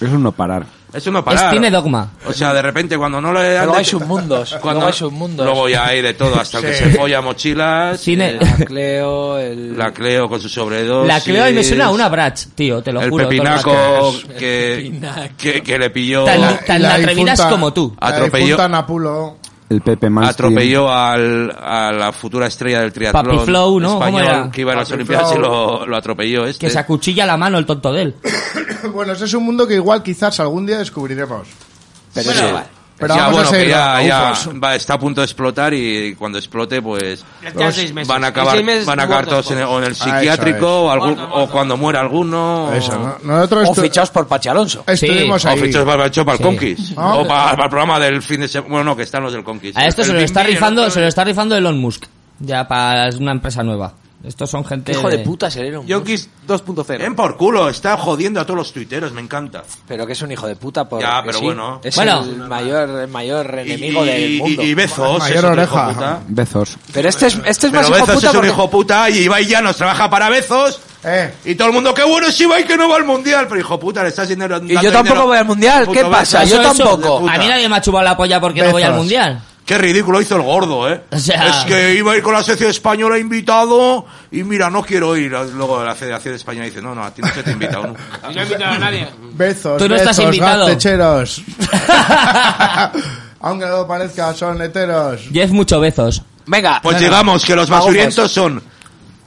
[SPEAKER 6] Es un no parar.
[SPEAKER 8] es uno
[SPEAKER 5] Es
[SPEAKER 8] parar.
[SPEAKER 5] cine dogma.
[SPEAKER 8] O sea, de repente cuando no le
[SPEAKER 12] Luego
[SPEAKER 8] han de-
[SPEAKER 12] hay submundos. Luego hay submundos.
[SPEAKER 8] Luego ya hay de todo, hasta que se folla mochilas,
[SPEAKER 5] Cine.
[SPEAKER 8] eh,
[SPEAKER 12] La Cleo, el...
[SPEAKER 8] la Cleo con su sobredosis.
[SPEAKER 5] La Cleo y me suena a una Bratz, tío, te lo
[SPEAKER 8] el
[SPEAKER 5] juro. todo el rato.
[SPEAKER 8] pepinaco que, que, que le pilló...
[SPEAKER 5] Tan- tan
[SPEAKER 4] La
[SPEAKER 5] atrevidas
[SPEAKER 4] difunta-
[SPEAKER 5] como tú.
[SPEAKER 4] la
[SPEAKER 8] Atropelló-
[SPEAKER 4] difunta Napulo.
[SPEAKER 6] El Pepe más.
[SPEAKER 8] atropelló al, a la futura estrella del triatlón
[SPEAKER 5] Papi Flow, ¿no? ¿Cómo
[SPEAKER 8] español
[SPEAKER 5] era?
[SPEAKER 8] que iba a las
[SPEAKER 4] Papi
[SPEAKER 8] Olimpiadas y
[SPEAKER 4] Flow.
[SPEAKER 8] lo, lo atropelló este.
[SPEAKER 5] Que se acuchilla la mano el tonto de él.
[SPEAKER 4] bueno, ese es un mundo que igual quizás algún día descubriremos.
[SPEAKER 8] Pero
[SPEAKER 4] Bueno,
[SPEAKER 8] sí.
[SPEAKER 4] vale. Pero
[SPEAKER 8] ya,
[SPEAKER 4] vamos a
[SPEAKER 8] bueno, que
[SPEAKER 4] seguir
[SPEAKER 8] ya,
[SPEAKER 4] con
[SPEAKER 8] ya
[SPEAKER 4] UFOs.
[SPEAKER 8] va, está a punto de explotar y cuando explote, pues
[SPEAKER 12] quedan seis meses.
[SPEAKER 8] van a
[SPEAKER 12] En
[SPEAKER 8] acabar,
[SPEAKER 12] seis meses
[SPEAKER 8] van a acabar
[SPEAKER 12] muertos
[SPEAKER 8] todos en el, o en el
[SPEAKER 4] Ah, eso
[SPEAKER 8] psiquiátrico
[SPEAKER 4] es.
[SPEAKER 8] o, algún- o cuando muera alguno.
[SPEAKER 4] Eso, ¿no?
[SPEAKER 8] o-
[SPEAKER 4] Nosotros
[SPEAKER 12] O
[SPEAKER 4] estu-
[SPEAKER 12] fichados por Pachi Alonso.
[SPEAKER 4] estuvimos
[SPEAKER 8] O
[SPEAKER 4] ahí.
[SPEAKER 8] fichos para el Chop al Conquist.
[SPEAKER 4] Ah.
[SPEAKER 8] O para, para el programa del fin de semana. Bueno, no, que están los del Conquist.
[SPEAKER 5] A esto
[SPEAKER 8] El
[SPEAKER 5] se lo
[SPEAKER 8] Bim
[SPEAKER 5] está
[SPEAKER 8] Bim, el
[SPEAKER 5] rifando,
[SPEAKER 8] otro-
[SPEAKER 5] se lo está rifando Elon Musk. Ya para es una empresa nueva. Estos son gente.
[SPEAKER 12] Hijo de puta es el Elon Musk.
[SPEAKER 7] Yonkis 2.0.
[SPEAKER 8] Ven por culo, está jodiendo a todos los tuiteros, me encanta.
[SPEAKER 12] Pero que es un hijo de puta por
[SPEAKER 8] Ya, pero
[SPEAKER 12] sí.
[SPEAKER 8] bueno.
[SPEAKER 12] Es
[SPEAKER 5] Bueno.
[SPEAKER 12] el mayor, el mayor enemigo
[SPEAKER 8] Y-
[SPEAKER 12] del
[SPEAKER 8] y-
[SPEAKER 12] mundo.
[SPEAKER 8] Y, y Bezos,
[SPEAKER 4] Mayor
[SPEAKER 8] es otro
[SPEAKER 4] oreja.
[SPEAKER 8] hijo puta.
[SPEAKER 6] Bezos.
[SPEAKER 12] Pero este es, este es
[SPEAKER 8] Pero
[SPEAKER 12] más hijo
[SPEAKER 8] Bezos
[SPEAKER 12] puta
[SPEAKER 8] es un
[SPEAKER 12] porque...
[SPEAKER 8] hijo puta y Ibai ya nos trabaja para Bezos.
[SPEAKER 4] Eh,
[SPEAKER 8] Y todo el mundo, qué bueno es Ibai que no va al mundial. Pero hijo puta, le estás dinero.
[SPEAKER 12] Y yo tampoco voy al mundial. ¿Qué pasa? Yo tampoco.
[SPEAKER 5] A mí nadie me ha chupado la polla porque no voy al
[SPEAKER 4] Bezos.
[SPEAKER 5] mundial.
[SPEAKER 8] Qué ridículo hizo el gordo, ¿eh?
[SPEAKER 5] O sea-
[SPEAKER 8] Es que iba a ir con la selección española invitado y mira, no quiero ir. Luego la Federación Española dice, no, no, a ti no se te ha invitado nunca.
[SPEAKER 7] No he invitado a nadie.
[SPEAKER 4] Bezos,
[SPEAKER 5] Tú no estás
[SPEAKER 4] bezos,
[SPEAKER 5] invitado.
[SPEAKER 4] gastecheros. Aunque no parezca, son heteros.
[SPEAKER 5] Jeff mucho bezos.
[SPEAKER 12] Venga.
[SPEAKER 8] Pues
[SPEAKER 12] bueno,
[SPEAKER 8] digamos que los
[SPEAKER 12] Magufas.
[SPEAKER 8] basurientos son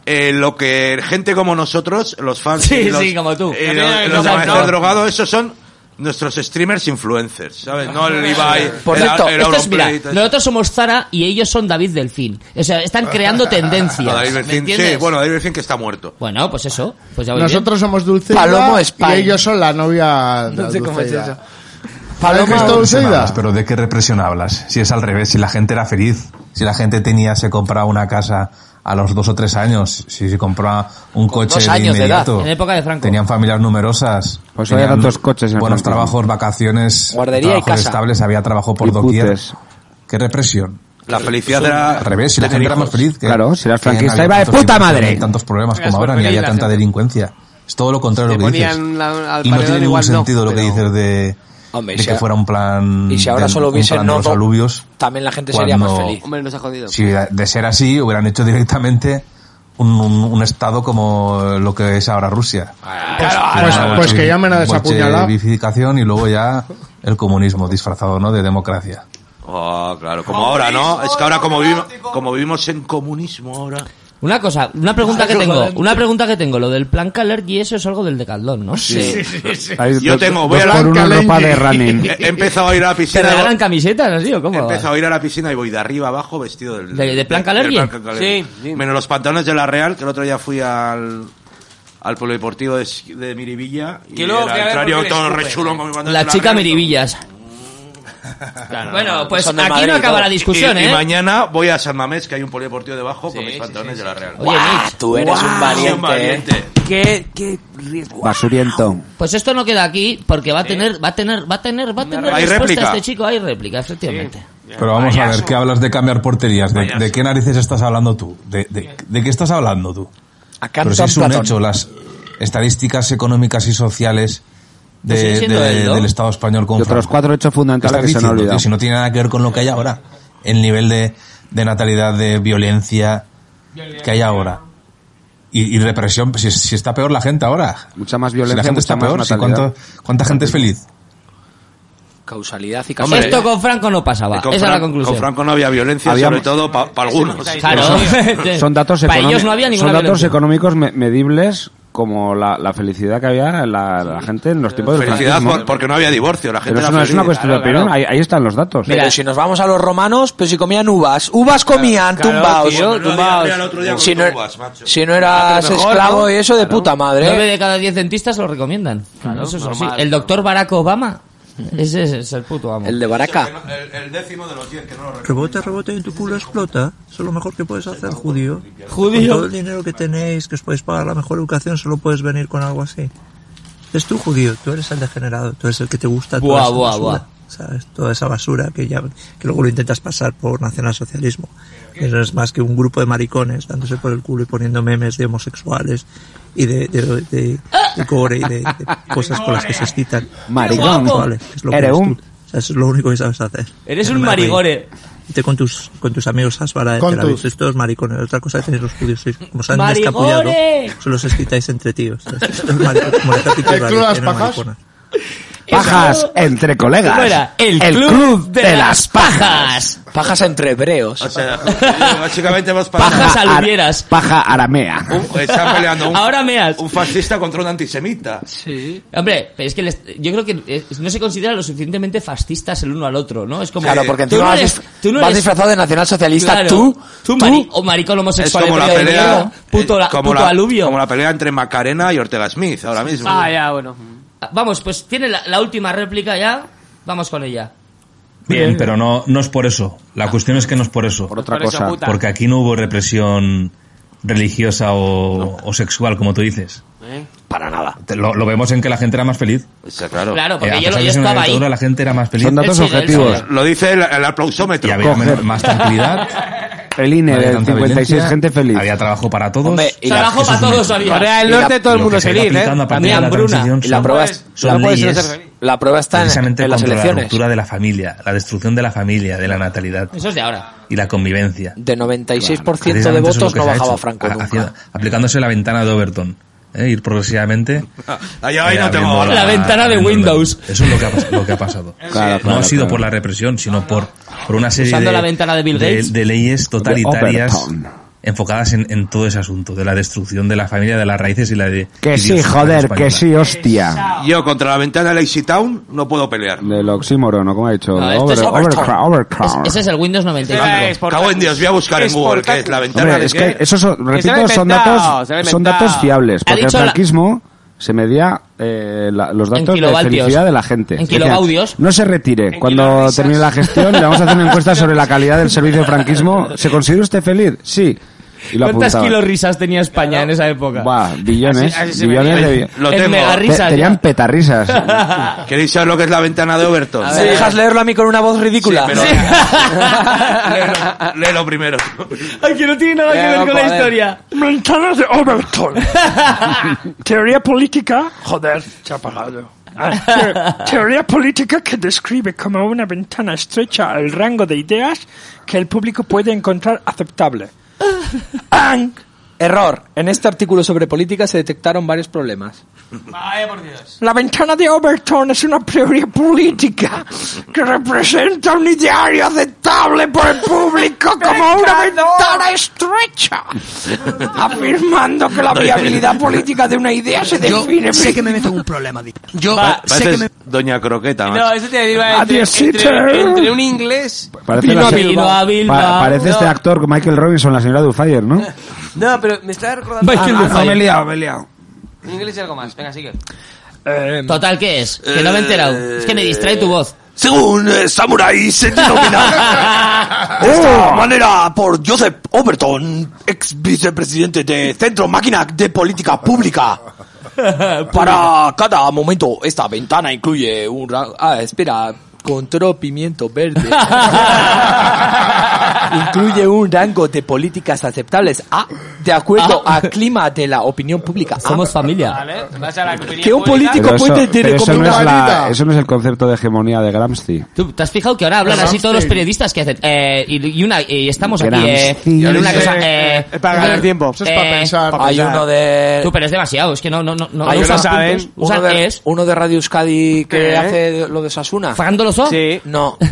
[SPEAKER 8] eh, lo que gente como nosotros, los fans...
[SPEAKER 5] Sí,
[SPEAKER 8] y los-
[SPEAKER 5] sí, como tú.
[SPEAKER 8] eh,
[SPEAKER 5] No
[SPEAKER 8] los
[SPEAKER 5] tiene
[SPEAKER 8] los
[SPEAKER 5] que
[SPEAKER 8] de
[SPEAKER 5] tocar,
[SPEAKER 8] amanecer
[SPEAKER 5] ¿no?
[SPEAKER 8] drogados, esos son nuestros streamers influencers, ¿sabes? No el Ibai,
[SPEAKER 12] Por
[SPEAKER 8] el,
[SPEAKER 12] cierto,
[SPEAKER 8] el
[SPEAKER 5] Esto es, mira,
[SPEAKER 8] Auronplay y todo eso.
[SPEAKER 5] nosotros somos Zara y ellos son David Delfín. O sea, están creando tendencias.
[SPEAKER 8] No, David
[SPEAKER 5] ¿me
[SPEAKER 8] Bercín, sí,
[SPEAKER 5] entiendes?
[SPEAKER 8] bueno, David Bercín que está muerto.
[SPEAKER 5] Bueno, pues eso. Pues ya voy bien.
[SPEAKER 4] Nosotros somos Dulceida
[SPEAKER 12] Palomo España.
[SPEAKER 4] y ellos son la novia de
[SPEAKER 12] No sé cómo es
[SPEAKER 4] Dulceida.
[SPEAKER 12] eso.
[SPEAKER 4] ¿Sabes qué es Dulceida?
[SPEAKER 13] Pero ¿de qué represión hablas? Si es al revés, si la gente era feliz, si la gente tenía, se compraba una casa a los dos o tres años, si se compraba un
[SPEAKER 12] Con
[SPEAKER 13] coche
[SPEAKER 12] dos
[SPEAKER 13] de
[SPEAKER 12] años de
[SPEAKER 13] inmediato.
[SPEAKER 5] edad, en época de Franco.
[SPEAKER 13] Tenían familias numerosas.
[SPEAKER 6] Pues
[SPEAKER 13] tenían
[SPEAKER 6] había tantos coches en el
[SPEAKER 13] buenos
[SPEAKER 6] franquismo.
[SPEAKER 13] trabajos, vacaciones,
[SPEAKER 12] Guardería y
[SPEAKER 13] trabajos
[SPEAKER 12] casa.
[SPEAKER 13] estables, había trabajo por
[SPEAKER 6] Y
[SPEAKER 13] doquier.
[SPEAKER 6] putes.
[SPEAKER 13] ¿Qué represión?
[SPEAKER 8] La felicidad era
[SPEAKER 13] Al revés, si la
[SPEAKER 8] tener
[SPEAKER 13] gente era más
[SPEAKER 8] hijos.
[SPEAKER 13] feliz. Que,
[SPEAKER 6] Claro, si eras
[SPEAKER 13] que no
[SPEAKER 6] franquista,
[SPEAKER 13] había
[SPEAKER 6] iba de
[SPEAKER 13] tantos
[SPEAKER 6] puta
[SPEAKER 13] impuestos,
[SPEAKER 6] madre.
[SPEAKER 13] ni tantos problemas
[SPEAKER 6] Eras
[SPEAKER 13] como ahora, ni
[SPEAKER 6] feliz,
[SPEAKER 13] había
[SPEAKER 6] la
[SPEAKER 13] tanta
[SPEAKER 6] gente.
[SPEAKER 13] delincuencia. Es todo lo contrario
[SPEAKER 6] Te
[SPEAKER 13] lo que dices.
[SPEAKER 6] ponían la- al
[SPEAKER 13] Y no
[SPEAKER 6] paredón
[SPEAKER 13] tiene ningún
[SPEAKER 6] igual no,
[SPEAKER 13] sentido lo que
[SPEAKER 6] pero-
[SPEAKER 13] dices de,
[SPEAKER 12] Hombre,
[SPEAKER 13] de
[SPEAKER 12] si
[SPEAKER 13] que
[SPEAKER 12] a-
[SPEAKER 13] fuera un plan.
[SPEAKER 12] y si ahora
[SPEAKER 13] del-
[SPEAKER 12] solo
[SPEAKER 13] un
[SPEAKER 12] hubiese
[SPEAKER 13] plan de los
[SPEAKER 12] no-
[SPEAKER 13] alubios.
[SPEAKER 12] También la gente sería
[SPEAKER 13] cuando-
[SPEAKER 12] más feliz.
[SPEAKER 21] Hombre, nos ha jodido.
[SPEAKER 13] Si de ser así, hubieran hecho directamente un, un- un estado como lo que es ahora Rusia.
[SPEAKER 12] Ah,
[SPEAKER 2] Ah,
[SPEAKER 4] pues-
[SPEAKER 13] Una
[SPEAKER 4] pues que llamen a
[SPEAKER 13] bolche-
[SPEAKER 4] desapuñalar.
[SPEAKER 13] bolchevificación y luego ya el comunismo disfrazado, ¿no? De democracia.
[SPEAKER 8] Oh, claro, como ahora, ¿no? Es que ahora como vivimos, como vivimos en comunismo ahora.
[SPEAKER 5] Una cosa, una pregunta
[SPEAKER 8] Ah,
[SPEAKER 5] que
[SPEAKER 8] qué
[SPEAKER 5] tengo,
[SPEAKER 8] joder.
[SPEAKER 5] una pregunta que tengo, lo del plan Caler y eso es algo del Decathlon, ¿no?
[SPEAKER 8] Sí, sí, sí, sí. Ahí Yo dos- tengo, voy dos a la-
[SPEAKER 5] hablar
[SPEAKER 8] por uno en ropa de running. He- he empezado a ir a la piscina.
[SPEAKER 5] ¿Te regalan camisetas así o cómo?
[SPEAKER 8] He empezado a ir a la piscina y voy de arriba abajo vestido del...
[SPEAKER 5] ¿De- de plan Calergi?
[SPEAKER 8] del plan Calergi.
[SPEAKER 5] Sí, sí.
[SPEAKER 8] Menos los pantalones de la Real, que el otro día fui al... Al polideportivo de, Esqui- de Miribilla. Y
[SPEAKER 5] Que luego
[SPEAKER 8] era
[SPEAKER 5] que a ver
[SPEAKER 8] contrario,
[SPEAKER 5] por qué le
[SPEAKER 8] todo
[SPEAKER 5] escupen.
[SPEAKER 8] rechulón con mi pantalón
[SPEAKER 5] La
[SPEAKER 8] de
[SPEAKER 5] chica
[SPEAKER 8] Real.
[SPEAKER 5] Miribillas. Bueno, pues
[SPEAKER 8] Son de
[SPEAKER 5] aquí
[SPEAKER 8] Madrid
[SPEAKER 5] no
[SPEAKER 8] y
[SPEAKER 5] acaba
[SPEAKER 8] todo.
[SPEAKER 5] la discusión,
[SPEAKER 8] Y- Y
[SPEAKER 5] ¿eh?
[SPEAKER 8] mañana voy a San Mamés, que hay un polideportivo debajo, con mis pantalones de la Real.
[SPEAKER 5] Oye, Mitch.
[SPEAKER 8] tú eres un valiente, ¿eh?
[SPEAKER 5] Qué, qué
[SPEAKER 6] Basuriento.
[SPEAKER 5] Pues esto no queda aquí porque va a tener, va a tener, va a tener, va a tener
[SPEAKER 6] Hay
[SPEAKER 5] respuesta
[SPEAKER 6] réplica.
[SPEAKER 5] este chico. Hay réplica, efectivamente.
[SPEAKER 13] Pero vamos a ver, ¿qué hablas de cambiar porterías? ¿De, de qué narices estás hablando tú? ¿De, de, de qué estás hablando tú? Pero si es un
[SPEAKER 12] Platón.
[SPEAKER 13] hecho, las estadísticas económicas y sociales de-
[SPEAKER 6] Lo sigue siendo
[SPEAKER 13] de-
[SPEAKER 6] él, ¿no?
[SPEAKER 13] del Estado español con
[SPEAKER 6] De otros
[SPEAKER 13] Franco.
[SPEAKER 6] cuatro hechos fundamentales
[SPEAKER 13] Estás
[SPEAKER 6] que se han
[SPEAKER 13] diciendo,
[SPEAKER 6] olvidado.
[SPEAKER 13] tío, si no tiene nada que ver con lo que hay ahora. El nivel de, de natalidad, de violencia que hay ahora. Y, y represión, pues, si, si está peor la gente ahora.
[SPEAKER 6] Mucha más
[SPEAKER 13] Si
[SPEAKER 6] violencia,
[SPEAKER 13] la gente
[SPEAKER 6] mucha
[SPEAKER 13] está
[SPEAKER 6] más
[SPEAKER 13] peor, si
[SPEAKER 6] natalidad.
[SPEAKER 13] cuánto- ¿cuánta gente es feliz?
[SPEAKER 12] Causalidad y
[SPEAKER 5] Hombre,
[SPEAKER 12] casualidad.
[SPEAKER 5] esto con Franco no pasaba.
[SPEAKER 8] Y con
[SPEAKER 5] Esa es la
[SPEAKER 8] Fran-
[SPEAKER 5] conclusión.
[SPEAKER 8] Con Franco no había violencia,
[SPEAKER 6] Había-
[SPEAKER 8] sobre todo para algunos.
[SPEAKER 5] Claro.
[SPEAKER 6] Son, son datos
[SPEAKER 5] Para
[SPEAKER 6] económicos,
[SPEAKER 5] ellos no había ninguna
[SPEAKER 6] son datos
[SPEAKER 5] violencia.
[SPEAKER 6] económicos me- medibles como la, la felicidad que había la, la gente en los tiempos de
[SPEAKER 8] Felicidad por- porque no había divorcio, la gente
[SPEAKER 6] Pero
[SPEAKER 8] era
[SPEAKER 6] eso no es
[SPEAKER 8] feliz.
[SPEAKER 6] una cuestión de
[SPEAKER 8] Claro,
[SPEAKER 6] opinión,
[SPEAKER 8] claro.
[SPEAKER 6] ahí, ahí están los datos.
[SPEAKER 8] Mira,
[SPEAKER 12] Pero si nos vamos a los romanos, pero si comían uvas. Uvas comían,
[SPEAKER 8] claro,
[SPEAKER 12] tumbaos.
[SPEAKER 8] tío, Menudo
[SPEAKER 12] tumbaos.
[SPEAKER 8] diarrea el otro día con
[SPEAKER 12] si, no, er-
[SPEAKER 8] uvas, macho.
[SPEAKER 12] si no eras
[SPEAKER 5] Ah, pero mejor,
[SPEAKER 12] esclavo
[SPEAKER 5] ¿no?
[SPEAKER 12] y eso, de puta madre.
[SPEAKER 5] Nueve de cada diez dentistas lo recomiendan. Eso es así.
[SPEAKER 12] normal.
[SPEAKER 5] El doctor Barack Obama. Ese es, es el puto amo. El de Baraka.
[SPEAKER 8] El, el décimo de los diez que no lo
[SPEAKER 18] Rebote, rebote y tu culo explota. Eso es lo mejor que puedes hacer, judío.
[SPEAKER 5] Judío.
[SPEAKER 18] Con todo el dinero que tenéis, que os podéis pagar la mejor educación, solo puedes venir con algo así. Es tú, judío. Tú eres el degenerado. Tú eres el que te gusta toda
[SPEAKER 5] Buah,
[SPEAKER 18] esa
[SPEAKER 5] buah,
[SPEAKER 18] basura. ¿Sabes? Toda esa basura que, ya, que luego lo intentas pasar por nacionalsocialismo. Eso es más que un grupo de maricones dándose por el culo y poniendo memes de homosexuales y de, de, de- de gore y de, de cosas con las que se excitan.
[SPEAKER 6] Maricón.
[SPEAKER 18] Homosexuales, es lo que
[SPEAKER 6] Eres
[SPEAKER 18] eres
[SPEAKER 6] un-
[SPEAKER 18] tú. O sea, eso es lo único que sabes hacer.
[SPEAKER 5] Eres
[SPEAKER 18] Ya
[SPEAKER 5] un
[SPEAKER 18] me reí.
[SPEAKER 5] marigore.
[SPEAKER 18] Y te con tus, con tus amigos Asbara de
[SPEAKER 5] Con
[SPEAKER 18] Tel Aviv,
[SPEAKER 5] tus.
[SPEAKER 18] sois todos maricones. Otra cosa que tenéis los judíos, sois, como se han
[SPEAKER 5] ¡Marigore!
[SPEAKER 18] descapullado, solo os excitáis entre tíos. ¿sabes? Sois maricones, como la Tati
[SPEAKER 4] ¿El club
[SPEAKER 18] Corral,
[SPEAKER 4] de las
[SPEAKER 18] que eran
[SPEAKER 4] pajas?
[SPEAKER 18] mariconas.
[SPEAKER 6] Pajas entre colegas.
[SPEAKER 18] ¿Cómo era?
[SPEAKER 5] El,
[SPEAKER 12] club,
[SPEAKER 5] de, las pajas.
[SPEAKER 12] Pajas entre hebreos.
[SPEAKER 8] O sea, básicamente hemos
[SPEAKER 5] Pajas
[SPEAKER 8] pasado- Uh,
[SPEAKER 5] aluvieras.
[SPEAKER 6] Paja aramea.
[SPEAKER 8] Un- Está peleando un,
[SPEAKER 5] Ahora meas.
[SPEAKER 8] un fascista contra un antisemita.
[SPEAKER 12] Sí.
[SPEAKER 5] Hombre, pero es que les- yo creo que eh, no se consideran lo suficientemente fascistas el uno al otro, ¿no? Es como.
[SPEAKER 12] Claro, porque
[SPEAKER 5] tú
[SPEAKER 12] encima
[SPEAKER 5] no
[SPEAKER 12] vas
[SPEAKER 5] eres,
[SPEAKER 12] dis-
[SPEAKER 5] tú no
[SPEAKER 12] vas
[SPEAKER 5] eres-
[SPEAKER 12] disfrazado de nacionalsocialista.
[SPEAKER 5] Claro.
[SPEAKER 12] Tú,
[SPEAKER 5] tú, mari- o maricón homosexual.
[SPEAKER 8] es como la
[SPEAKER 5] de mierda,
[SPEAKER 8] pelea,
[SPEAKER 5] Puto, la-
[SPEAKER 8] como
[SPEAKER 5] puto
[SPEAKER 8] la-
[SPEAKER 5] alubio.
[SPEAKER 8] como la pelea entre Macarena y Ortega Smith ahora mismo.
[SPEAKER 5] Ah,
[SPEAKER 21] ya, bueno.
[SPEAKER 5] Vamos, pues tiene la, la última réplica ya. Vamos con ella.
[SPEAKER 13] Bien, pero no, no es por eso. La cuestión es que no es por eso. Por
[SPEAKER 6] otra Por eso, cosa. puta.
[SPEAKER 13] Porque aquí no hubo represión religiosa o, o sexual, como tú dices.
[SPEAKER 2] ¿eh?
[SPEAKER 8] Para nada.
[SPEAKER 13] Te- Lo, lo vemos en que la gente era más feliz.
[SPEAKER 8] claro.
[SPEAKER 5] Claro, porque
[SPEAKER 13] Eh, a
[SPEAKER 5] yo, lo-
[SPEAKER 13] pesar de
[SPEAKER 5] yo
[SPEAKER 13] ser una
[SPEAKER 5] estaba ahí.
[SPEAKER 13] dictadura, La gente era más feliz.
[SPEAKER 6] Son datos Él sigue, él objetivos. sigue.
[SPEAKER 8] Lo dice el, el aplausómetro.
[SPEAKER 13] Y había men- más tranquilidad.
[SPEAKER 6] El INE
[SPEAKER 13] había
[SPEAKER 6] del
[SPEAKER 13] tanta
[SPEAKER 6] 56,
[SPEAKER 13] violencia,
[SPEAKER 6] gente feliz.
[SPEAKER 13] Había trabajo para todos.
[SPEAKER 6] Hombre, y la- Trabajo
[SPEAKER 13] Eso
[SPEAKER 6] para
[SPEAKER 13] es un
[SPEAKER 6] todos
[SPEAKER 13] hecho.
[SPEAKER 6] había. Corea del Y la- Norte, todo el y lo mundo que se ha ido feliz, ¿eh? aplicando a partir
[SPEAKER 13] Ni
[SPEAKER 6] de la
[SPEAKER 13] hambruna.
[SPEAKER 6] transición
[SPEAKER 12] Y la
[SPEAKER 6] son-
[SPEAKER 12] prueba, es-
[SPEAKER 13] son
[SPEAKER 12] la prueba es-
[SPEAKER 13] leyes
[SPEAKER 12] la prueba está en,
[SPEAKER 13] precisamente
[SPEAKER 12] en las
[SPEAKER 13] contra la
[SPEAKER 12] elecciones.
[SPEAKER 13] ruptura de la familia, la destrucción de la familia, de la natalidad
[SPEAKER 5] Eso es de ahora.
[SPEAKER 13] y la convivencia.
[SPEAKER 12] De 96% de
[SPEAKER 13] Precisamente eso es lo
[SPEAKER 12] votos
[SPEAKER 13] que
[SPEAKER 12] no
[SPEAKER 13] se ha
[SPEAKER 12] bajaba
[SPEAKER 13] hecho,
[SPEAKER 12] Franco
[SPEAKER 13] a-
[SPEAKER 12] nunca.
[SPEAKER 13] hacia- aplicándose la ventana de Overton. ¿eh? Ir progresivamente.
[SPEAKER 8] Allá ahí
[SPEAKER 13] eh,
[SPEAKER 8] no tengo
[SPEAKER 13] abriendo
[SPEAKER 8] ahora.
[SPEAKER 13] abriendo la- Eso es lo que ha, pas- lo que ha pasado.
[SPEAKER 6] claro,
[SPEAKER 13] no ha sido
[SPEAKER 6] claro.
[SPEAKER 13] por la represión, sino por, por una serie
[SPEAKER 5] Usando
[SPEAKER 13] de,
[SPEAKER 5] la ventana de Bill Gates.
[SPEAKER 13] de leyes
[SPEAKER 6] De
[SPEAKER 13] totalitarias
[SPEAKER 6] Overton.
[SPEAKER 13] enfocadas en, en todo ese asunto, de la destrucción de la familia, de las raíces y la de...
[SPEAKER 6] Que sí,
[SPEAKER 13] idiosincrasia
[SPEAKER 6] joder,
[SPEAKER 13] española.
[SPEAKER 6] que sí,
[SPEAKER 13] este
[SPEAKER 6] hostia.
[SPEAKER 8] Yo contra la ventana de Lazy Town no puedo pelear.
[SPEAKER 6] Del oxímoron, ¿no? como ha dicho.
[SPEAKER 5] No, esto es
[SPEAKER 6] Over-
[SPEAKER 5] Overton.
[SPEAKER 6] overcra- overcrown.
[SPEAKER 5] Ese Eh, es el Windows 95.
[SPEAKER 8] Cago en Dios, voy a buscar en Google qué es la ventana
[SPEAKER 6] Hombre,
[SPEAKER 8] de
[SPEAKER 6] es
[SPEAKER 8] qué.
[SPEAKER 6] que esos son,
[SPEAKER 8] lo ha
[SPEAKER 6] repito, son
[SPEAKER 8] inventado,
[SPEAKER 6] datos,
[SPEAKER 8] se lo ha
[SPEAKER 6] son
[SPEAKER 8] inventado.
[SPEAKER 6] datos fiables,
[SPEAKER 8] Ha
[SPEAKER 6] porque el
[SPEAKER 8] dicho la-
[SPEAKER 6] franquismo se medía eh, la- los datos de
[SPEAKER 5] kilovatios.
[SPEAKER 6] felicidad de la gente.
[SPEAKER 5] En
[SPEAKER 6] Decían,
[SPEAKER 5] kilovaudios.
[SPEAKER 6] No se retire. Cuando termine la gestión le vamos a hacer una encuesta sobre la calidad del servicio de franquismo. ¿Se considera usted feliz? Sí. Y lo
[SPEAKER 5] ¿Cuántas
[SPEAKER 6] apuntaban.
[SPEAKER 5] kilos risas tenía España en esa época?
[SPEAKER 6] Buah, billones,
[SPEAKER 5] Así- así se
[SPEAKER 6] billones
[SPEAKER 5] venía.
[SPEAKER 6] de
[SPEAKER 5] El megarrisas,
[SPEAKER 6] Te- Tenían petarrisas.
[SPEAKER 8] ¿Queréis saber lo que es la ventana de Overton?
[SPEAKER 12] ¿Me dejas leerlo a mí con una voz ridícula?
[SPEAKER 8] Léelo primero.
[SPEAKER 5] Ay, que no tiene nada que ver con la historia.
[SPEAKER 2] Mentanas de Overton. Teoría política. Joder, se ha apagado. Ah, te- Teoría política que describe como una ventana estrecha al rango de ideas que el público puede encontrar aceptable.
[SPEAKER 12] Error. En este artículo sobre política se detectaron varios problemas.
[SPEAKER 2] Vaya por Dios. La ventana de Overton es una teoría política que representa un ideario aceptable por el público como una ventana estrecha. afirmando que la viabilidad política de una idea se
[SPEAKER 16] Yo
[SPEAKER 2] define
[SPEAKER 16] sé que me
[SPEAKER 2] meto en un
[SPEAKER 16] problema.
[SPEAKER 2] Yo
[SPEAKER 8] Pa-
[SPEAKER 2] sé que
[SPEAKER 8] pareces
[SPEAKER 2] me-
[SPEAKER 8] Doña Croqueta, macho.
[SPEAKER 5] No, eso te iba entre,
[SPEAKER 2] Adiosito.
[SPEAKER 5] entre, entre un inglés
[SPEAKER 6] Parece
[SPEAKER 5] y
[SPEAKER 6] la-
[SPEAKER 5] no Bilbao.
[SPEAKER 6] Pa- parece
[SPEAKER 5] No.
[SPEAKER 6] este actor Michael Robinson, la señora Dufire, ¿no?
[SPEAKER 12] No, pero me estaba recordando...
[SPEAKER 6] Michael Ah, ah, Dufay. me he liado, me he
[SPEAKER 12] liado. En inglés y algo más. Venga, sigue. Eh,
[SPEAKER 5] Total, ¿qué es? Que no me he enterado. Es que me distrae tu voz.
[SPEAKER 16] Según eh, Samurai se
[SPEAKER 7] Oh,
[SPEAKER 16] denomina de
[SPEAKER 5] Oh.
[SPEAKER 16] esta manera por Joseph Overton, ex vicepresidente de Centro Máquina de Política Pública.
[SPEAKER 12] Para cada momento, esta ventana incluye un... ra- Ah, espera. Control pimiento verde. incluye un rango de políticas aceptables. Ah, de acuerdo
[SPEAKER 5] Ah.
[SPEAKER 12] a clima de la opinión pública. Ah.
[SPEAKER 5] Somos familia.
[SPEAKER 12] Que un político
[SPEAKER 6] Pero eso-
[SPEAKER 12] puede tener
[SPEAKER 6] pero eso
[SPEAKER 12] como
[SPEAKER 6] no,
[SPEAKER 12] una
[SPEAKER 6] es la-
[SPEAKER 12] vida.
[SPEAKER 6] eso no es el concepto de hegemonía de Gramsci.
[SPEAKER 5] ¿Tú te has fijado que ahora hablan así todos los periodistas que hacen? Eh, y, y una, y estamos aquí eh,
[SPEAKER 6] Gramsci.
[SPEAKER 5] en una
[SPEAKER 6] Eh,
[SPEAKER 5] cosa... Eh,
[SPEAKER 12] es para ganar tiempo. Eso es para pensar, para Hay pensar. uno de-
[SPEAKER 5] Tú, pero es demasiado. Es que no... no, no, no
[SPEAKER 12] Hay
[SPEAKER 5] no
[SPEAKER 12] uno-
[SPEAKER 5] usan puntos,
[SPEAKER 12] uno
[SPEAKER 5] Usan
[SPEAKER 12] de,
[SPEAKER 5] es...
[SPEAKER 12] uno de Radio Euskadi que
[SPEAKER 5] ¿Eh?
[SPEAKER 12] hace lo de Sasuna.
[SPEAKER 5] ¿Fagando los ojos?
[SPEAKER 12] Sí. No. Que,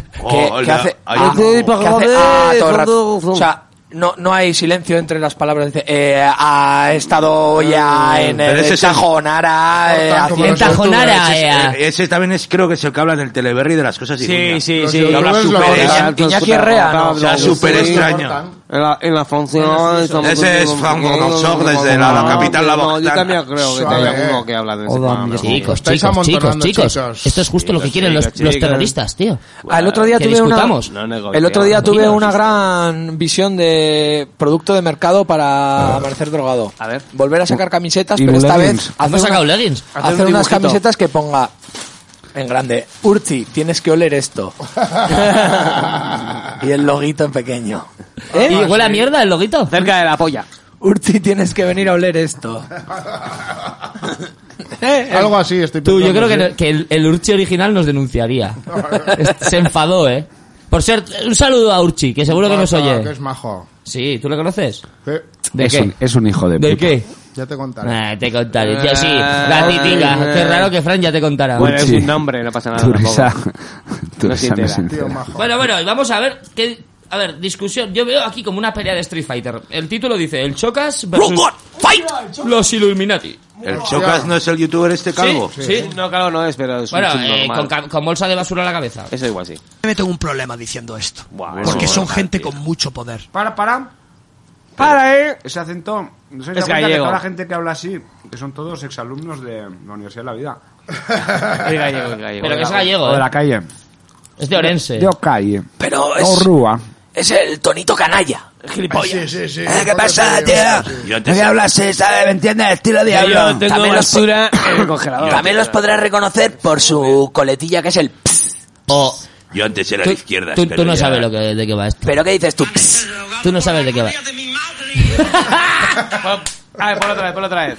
[SPEAKER 5] Hola,
[SPEAKER 12] que hace.
[SPEAKER 5] hay
[SPEAKER 12] ah,
[SPEAKER 5] uno.
[SPEAKER 12] que hace ah, todo el rato.
[SPEAKER 5] Fagando-
[SPEAKER 12] O sea, no, no hay silencio entre las palabras. Dice, eh, ha estado ya en
[SPEAKER 8] Pero ese
[SPEAKER 12] el
[SPEAKER 8] es el-
[SPEAKER 12] Tajonara. eh, haciendo-
[SPEAKER 5] eh,
[SPEAKER 8] Ese, es- ese también es, creo que es el que habla en el Teleberry de las cosas.
[SPEAKER 12] Sí,
[SPEAKER 8] irruñas.
[SPEAKER 12] sí,
[SPEAKER 8] Los
[SPEAKER 12] sí.
[SPEAKER 8] que habla
[SPEAKER 12] Los
[SPEAKER 8] súper
[SPEAKER 12] youtubers lo
[SPEAKER 8] extraño.
[SPEAKER 12] cortan, Iñaki Herrera, ¿no?
[SPEAKER 8] O sea,
[SPEAKER 12] Sí,
[SPEAKER 8] súper
[SPEAKER 12] sí,
[SPEAKER 8] extraño.
[SPEAKER 12] En la, en la función. estamos
[SPEAKER 8] Ese es
[SPEAKER 12] contigo,
[SPEAKER 8] Frank
[SPEAKER 12] porque-
[SPEAKER 8] Gonzog desde la- la capital
[SPEAKER 12] No, yo
[SPEAKER 8] lavoctana.
[SPEAKER 12] también creo que
[SPEAKER 8] Suave.
[SPEAKER 12] hay alguno que habla de ese
[SPEAKER 5] Hola,
[SPEAKER 12] programa.
[SPEAKER 5] amigos. Chicos, chicos, chicos, chicos, Esto es justo lo que quieren los,
[SPEAKER 12] chicos,
[SPEAKER 5] los
[SPEAKER 12] chicos.
[SPEAKER 5] terroristas, tío.
[SPEAKER 12] Ah, el otro día
[SPEAKER 5] Que
[SPEAKER 12] tuve una,
[SPEAKER 5] discutamos.
[SPEAKER 12] el otro día tuve una gran visión de producto de mercado para amanecer drogado. A ver, volver a sacar camisetas,
[SPEAKER 5] Uh, Y
[SPEAKER 12] pero esta
[SPEAKER 5] leggings.
[SPEAKER 12] vez
[SPEAKER 5] ¿Has
[SPEAKER 12] hacer
[SPEAKER 5] sacado
[SPEAKER 12] una-
[SPEAKER 5] leggings?
[SPEAKER 12] Hacer,
[SPEAKER 5] Hacer un
[SPEAKER 12] unas
[SPEAKER 5] dibujito.
[SPEAKER 12] camisetas que ponga en grande. Urti, tienes que oler esto. y el loguito en pequeño.
[SPEAKER 5] ¿Eh? ¿Y huele a mierda el loguito?
[SPEAKER 12] Ah, Cerca de la polla. Urti, tienes que venir a oler esto.
[SPEAKER 4] Algo así estoy
[SPEAKER 5] Tú, yo creo
[SPEAKER 4] pensando,
[SPEAKER 5] que,
[SPEAKER 4] sí.
[SPEAKER 5] no- que el, el Urchi original nos denunciaría. Se enfadó, ¿eh? Por ser un saludo a Urchi, que seguro que nos
[SPEAKER 4] Guapa,
[SPEAKER 5] oye.
[SPEAKER 4] Que es majo.
[SPEAKER 5] Sí, ¿tú lo conoces? ¿De
[SPEAKER 6] Es,
[SPEAKER 5] qué?
[SPEAKER 6] Un, es un hijo de
[SPEAKER 5] ¿De
[SPEAKER 6] puta.
[SPEAKER 5] qué?
[SPEAKER 4] Ya te contaré.
[SPEAKER 5] Ah, te contaré. Yo sí,
[SPEAKER 12] Ah,
[SPEAKER 5] gatitiga. Qué raro que Fran ya te contara.
[SPEAKER 12] Bueno, es
[SPEAKER 6] Uchi.
[SPEAKER 12] un nombre, no pasa nada.
[SPEAKER 6] Tu risa-
[SPEAKER 12] tampoco.
[SPEAKER 6] tu
[SPEAKER 12] No es
[SPEAKER 6] risa no es
[SPEAKER 12] sincera.
[SPEAKER 6] sincera.
[SPEAKER 5] Bueno, bueno, y vamos a ver qué... A ver, discusión. Yo veo aquí como una pelea de Street Fighter. El título dice, el Chocas versus
[SPEAKER 16] Fight
[SPEAKER 5] los Illuminati.
[SPEAKER 8] El Chocas no es el youtuber este calvo.
[SPEAKER 5] Sí, sí.
[SPEAKER 12] No, claro, no es, pero es
[SPEAKER 5] Bueno,
[SPEAKER 8] un
[SPEAKER 5] eh,
[SPEAKER 8] subnormal.
[SPEAKER 5] con, ca- con bolsa de basura en la cabeza.
[SPEAKER 12] Eso igual sí.
[SPEAKER 16] Me meto en un problema diciendo esto.
[SPEAKER 8] Bueno,
[SPEAKER 16] porque son
[SPEAKER 8] bueno,
[SPEAKER 16] gente con mucho poder.
[SPEAKER 6] Para, para. Para, eh. Ese acento. No sé si
[SPEAKER 12] Es
[SPEAKER 6] se da cuenta que
[SPEAKER 12] gallego.
[SPEAKER 6] toda la gente que habla así, que son todos exalumnos de la Universidad de la Vida.
[SPEAKER 12] Es gallego, es gallego.
[SPEAKER 5] Pero que es gallego,
[SPEAKER 6] O de la
[SPEAKER 5] ¿eh?
[SPEAKER 6] calle.
[SPEAKER 5] Es de Orense.
[SPEAKER 6] De calle.
[SPEAKER 16] Pero
[SPEAKER 6] O Rúa.
[SPEAKER 16] Es el tonito canalla. Gilipollas. Eh, ¿Qué
[SPEAKER 12] Todo
[SPEAKER 16] pasa,
[SPEAKER 12] lo que
[SPEAKER 16] tío?
[SPEAKER 12] sí.
[SPEAKER 16] ¿Por ¿Qué hablas, eh, ¿sabes? ¿Me entiendes? Estilo diablo.
[SPEAKER 12] Yo tengo
[SPEAKER 16] También los po-
[SPEAKER 12] basura en el congelador.
[SPEAKER 16] También los podrás reconocer por su coletilla que es el
[SPEAKER 5] O...
[SPEAKER 8] Yo antes era
[SPEAKER 5] Oh, Tú,
[SPEAKER 8] de izquierdas.
[SPEAKER 5] tú-
[SPEAKER 12] este
[SPEAKER 8] pero
[SPEAKER 5] tú no
[SPEAKER 8] ya-
[SPEAKER 12] eh.
[SPEAKER 5] sabes lo que, de qué va esto.
[SPEAKER 16] ¿Pero qué dices tú?
[SPEAKER 5] Tú no sabes de qué va.
[SPEAKER 12] A ver, ponlo otra vez, ponlo otra vez.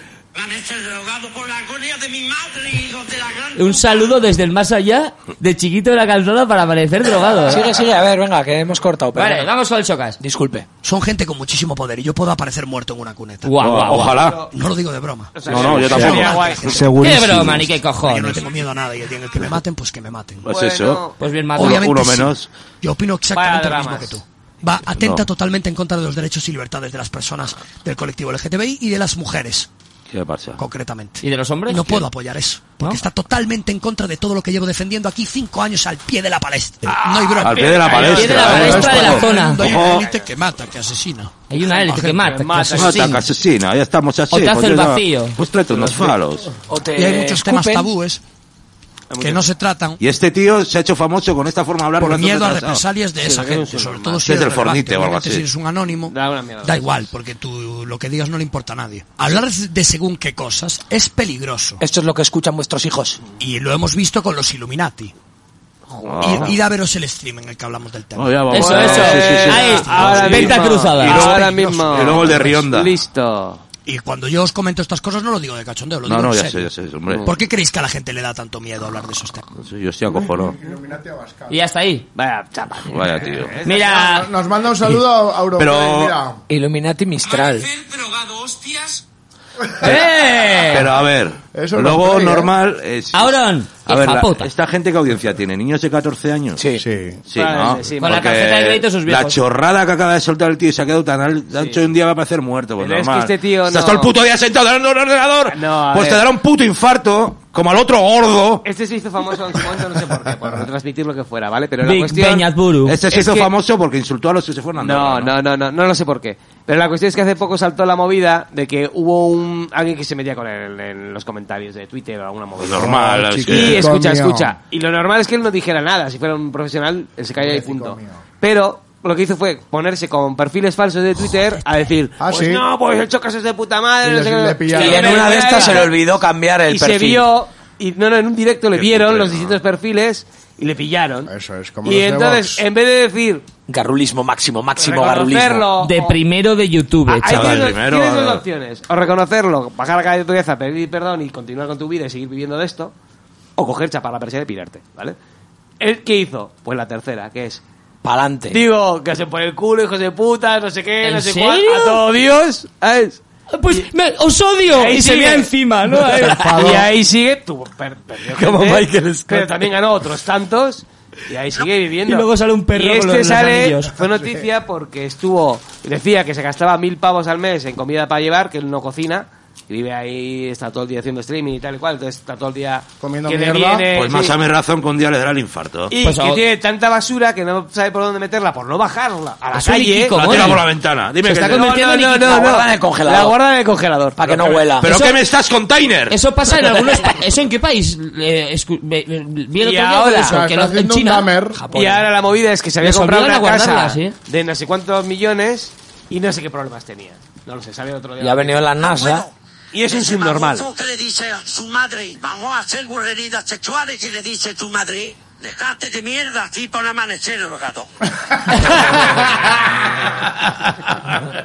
[SPEAKER 5] Un saludo desde el más allá de chiquito de la calzada para amanecer drogado. ¿eh?
[SPEAKER 12] Sigue, sigue, a ver, venga, que hemos cortado. pero
[SPEAKER 5] Vale,
[SPEAKER 12] bueno.
[SPEAKER 5] vamos con el chocas.
[SPEAKER 12] Disculpe.
[SPEAKER 16] Son gente con muchísimo poder y yo puedo aparecer muerto en una cuneta.
[SPEAKER 5] Guau, guau, guau.
[SPEAKER 8] Ojalá.
[SPEAKER 16] No lo digo de broma.
[SPEAKER 8] No, no, yo tampoco.
[SPEAKER 5] Sería guay.
[SPEAKER 8] Segurísimo.
[SPEAKER 5] Qué broma, ni qué cojones.
[SPEAKER 16] Yo no le tengo miedo a nada y el día en el que me maten, pues que me maten.
[SPEAKER 8] Pues eso.
[SPEAKER 5] Pues bien, Mateo.
[SPEAKER 16] Obviamente
[SPEAKER 8] Uno
[SPEAKER 16] sí.
[SPEAKER 8] menos.
[SPEAKER 16] Yo opino exactamente
[SPEAKER 5] Vaya
[SPEAKER 16] lo mismo que
[SPEAKER 5] dramas.
[SPEAKER 16] tú. Va atenta
[SPEAKER 8] No.
[SPEAKER 16] totalmente en contra de los derechos y libertades de las personas del colectivo LGTBI y de las mujeres,
[SPEAKER 8] ¿Qué pasa?
[SPEAKER 16] concretamente.
[SPEAKER 5] ¿Y de los hombres?
[SPEAKER 16] Y no puedo apoyar eso, porque está totalmente en contra de todo lo que llevo defendiendo aquí cinco años al pie de la palestra. No hay broma.
[SPEAKER 8] Al pie de la palestra.
[SPEAKER 5] pie de la palestra de la zona.
[SPEAKER 16] Hay una
[SPEAKER 8] Ojo.
[SPEAKER 16] élite que mata, que asesina.
[SPEAKER 5] Hay una élite que mata, que
[SPEAKER 8] Mata, que
[SPEAKER 5] asesina.
[SPEAKER 8] asesina, ya estamos así.
[SPEAKER 5] O te hace
[SPEAKER 8] pues
[SPEAKER 5] el
[SPEAKER 8] ya-
[SPEAKER 5] vacío.
[SPEAKER 8] Pues tráete unos faros.
[SPEAKER 12] O te
[SPEAKER 16] Y hay muchos temas
[SPEAKER 12] escupen.
[SPEAKER 16] tabúes
[SPEAKER 19] que no se tratan
[SPEAKER 8] Y este tío se ha hecho famoso con esta forma de hablar.
[SPEAKER 19] por
[SPEAKER 8] con
[SPEAKER 19] miedo a
[SPEAKER 8] nosotros.
[SPEAKER 19] represalias de
[SPEAKER 8] Sí,
[SPEAKER 19] esa
[SPEAKER 8] sí,
[SPEAKER 19] gente,
[SPEAKER 8] sí,
[SPEAKER 19] sobre
[SPEAKER 8] sí,
[SPEAKER 19] todo si
[SPEAKER 8] desde
[SPEAKER 19] eres
[SPEAKER 8] el fornite
[SPEAKER 19] relevante.
[SPEAKER 8] o algo
[SPEAKER 19] Obviamente,
[SPEAKER 8] así.
[SPEAKER 19] Si eres un anónimo, da igual, porque tú lo que digas no le importa a nadie. Hablar de según qué cosas es peligroso.
[SPEAKER 12] Esto es lo que escuchan vuestros hijos.
[SPEAKER 19] Y lo hemos visto con los Illuminati.
[SPEAKER 12] Joder.
[SPEAKER 19] Y, ir a veros el stream en el que hablamos del tema.
[SPEAKER 12] Oh, ya vamos. Eso, Bueno, eso. sí, sí, sí. Ahí está. Ahora Venta mismo. cruzada. Y luego- Ahora mismo.
[SPEAKER 8] Y luego el de Rionda.
[SPEAKER 12] Listo.
[SPEAKER 19] Y cuando yo os comento estas cosas no lo digo de cachondeo, lo
[SPEAKER 8] No,
[SPEAKER 19] digo
[SPEAKER 8] no,
[SPEAKER 19] en
[SPEAKER 8] ya
[SPEAKER 19] serio.
[SPEAKER 8] sé, ya sé, hombre.
[SPEAKER 19] ¿Por qué creéis que a la gente le da tanto miedo hablar de esos temas?
[SPEAKER 8] Yo estoy acojonado.
[SPEAKER 5] Y hasta ahí.
[SPEAKER 12] Vaya, chaval.
[SPEAKER 8] Vaya, tío.
[SPEAKER 5] Mira.
[SPEAKER 4] Nos, nos manda un saludo a, a Europlay,
[SPEAKER 8] Pero-
[SPEAKER 4] mira.
[SPEAKER 12] Illuminati Mistral.
[SPEAKER 5] ¡Eh!
[SPEAKER 8] Pero a ver,
[SPEAKER 4] Eso lo
[SPEAKER 8] luego
[SPEAKER 4] trae, ¿eh?
[SPEAKER 8] normal es...
[SPEAKER 5] Auron,
[SPEAKER 8] A ver, la-
[SPEAKER 5] hijapota.
[SPEAKER 8] ¿esta gente qué audiencia tiene? ¿Niños de 14 años? Sí.
[SPEAKER 4] Sí.
[SPEAKER 8] ¿no?
[SPEAKER 5] Sí, Con la tarjeta de crédito de sus viejos.
[SPEAKER 8] La chorrada que acaba de soltar el tío y se ha quedado tan alto, un día va a parecer muerto. Pues
[SPEAKER 12] Pero es
[SPEAKER 8] normal.
[SPEAKER 12] que este tío
[SPEAKER 8] Estás
[SPEAKER 12] no-
[SPEAKER 8] todo el puto día sentado delante de un ordenador.
[SPEAKER 12] No, a
[SPEAKER 8] pues te
[SPEAKER 12] ver.
[SPEAKER 8] dará un puto infarto, como al otro gordo.
[SPEAKER 7] Este se hizo famoso en su momento, no sé por qué, por retransmitir lo que fuera, ¿vale? Pero la
[SPEAKER 8] Big
[SPEAKER 7] cuestión...
[SPEAKER 8] Peñatburu. Este se
[SPEAKER 7] es
[SPEAKER 8] hizo
[SPEAKER 7] que-
[SPEAKER 8] famoso porque insultó a los que se fueron a
[SPEAKER 7] No,
[SPEAKER 8] Andorra,
[SPEAKER 7] no, no, no, no lo sé por qué. Pero la cuestión es que hace poco saltó la movida de que hubo un alguien que se metía con él en los comentarios de Twitter o alguna movida.
[SPEAKER 8] Pues normal, es que-
[SPEAKER 7] Y escucha,
[SPEAKER 8] Chico mío.
[SPEAKER 7] escucha. Y lo normal es que él no dijera nada. Si fuera un profesional, él se calla y punto. Pero lo que hizo fue ponerse con perfiles falsos de Twitter a decir,
[SPEAKER 12] Ah,
[SPEAKER 7] pues
[SPEAKER 12] sí.
[SPEAKER 7] no, pues el chocas es de puta madre, no sé qué.
[SPEAKER 12] Y en una de estas se le olvidó cambiar el
[SPEAKER 7] y
[SPEAKER 12] perfil.
[SPEAKER 7] se vio y no no en un directo le vieron los distintos perfiles y le pillaron
[SPEAKER 4] eso es
[SPEAKER 7] y entonces en vez de decir
[SPEAKER 12] Garrulismo máximo, máximo
[SPEAKER 7] Reconocerlo.
[SPEAKER 12] garrulismo.
[SPEAKER 7] De
[SPEAKER 5] primero de YouTube,
[SPEAKER 7] ahí tienes, dos- tienes dos
[SPEAKER 12] Primero.
[SPEAKER 7] opciones o reconocerlo bajar la cabeza pedir perdón y continuar con tu vida y seguir viviendo de esto o coger chapa la persiana y pirarte vale ¿El qué hizo? Pues la tercera, que es...
[SPEAKER 12] Pa'lante.
[SPEAKER 7] Digo, que se por el culo, hijos de puta, no sé qué,
[SPEAKER 12] ¿En
[SPEAKER 7] no sé
[SPEAKER 12] serio?
[SPEAKER 7] cuál, a todo Dios. ¿sabes?
[SPEAKER 5] Pues os odio.
[SPEAKER 7] ahí
[SPEAKER 5] y se
[SPEAKER 7] sigue.
[SPEAKER 5] vea encima, ¿no?
[SPEAKER 7] y ahí sigue, tu per- perdió
[SPEAKER 5] Como
[SPEAKER 7] gente,
[SPEAKER 5] Michael Scott.
[SPEAKER 7] Pero también ganó otros tantos y ahí sigue viviendo.
[SPEAKER 5] Y luego sale un perro con
[SPEAKER 7] Y este
[SPEAKER 5] los- los
[SPEAKER 7] sale,
[SPEAKER 5] anillos.
[SPEAKER 7] fue noticia porque estuvo, decía que se gastaba mil pavos al mes en comida para llevar, que él no cocina. Y vive ahí, está todo el día haciendo streaming y tal y cual, entonces está todo el día comiendo
[SPEAKER 8] pues más a mi razón que un día le dará el infarto.
[SPEAKER 7] Y
[SPEAKER 5] Pues
[SPEAKER 7] que tiene tanta basura que no sabe por dónde meterla, por no bajarla a la
[SPEAKER 8] Es un
[SPEAKER 7] calle.
[SPEAKER 8] Iquico, La tira Mori. por la ventana. Dime
[SPEAKER 7] Se
[SPEAKER 8] que
[SPEAKER 7] está
[SPEAKER 8] te- No,
[SPEAKER 7] convirtiendo
[SPEAKER 8] no, no,
[SPEAKER 7] en Iquico.
[SPEAKER 8] no.
[SPEAKER 7] La guarda en el congelador.
[SPEAKER 8] La guarda
[SPEAKER 7] en el congelador.
[SPEAKER 12] Para que no
[SPEAKER 8] Pero-
[SPEAKER 12] huela.
[SPEAKER 8] ¿Pero qué me estás, container?
[SPEAKER 5] Eso pasa en algunos... pa- ¿Eso en qué país? Eh, escu- ve- ve- vi el otro
[SPEAKER 7] Y
[SPEAKER 5] día
[SPEAKER 7] ahora-
[SPEAKER 5] eso,
[SPEAKER 7] Ah,
[SPEAKER 5] que
[SPEAKER 7] está
[SPEAKER 5] no- en
[SPEAKER 7] haciendo un
[SPEAKER 5] China.
[SPEAKER 7] damer.
[SPEAKER 5] Japón.
[SPEAKER 7] Y ahora la movida es que se había
[SPEAKER 5] Les
[SPEAKER 7] comprado
[SPEAKER 5] obligan
[SPEAKER 7] una
[SPEAKER 5] a guardarlas,
[SPEAKER 7] casa
[SPEAKER 5] ¿eh?
[SPEAKER 7] de no sé cuántos millones y no sé qué problemas tenía. No lo sé, sale otro día. Ah,
[SPEAKER 12] Y ha venido la NASA.
[SPEAKER 7] Y es un subnormal.
[SPEAKER 16] le dice a su madre, vamos a hacer burrerías sexuales y le dice tu madre, dejate de mierda, así para amanecer el gato.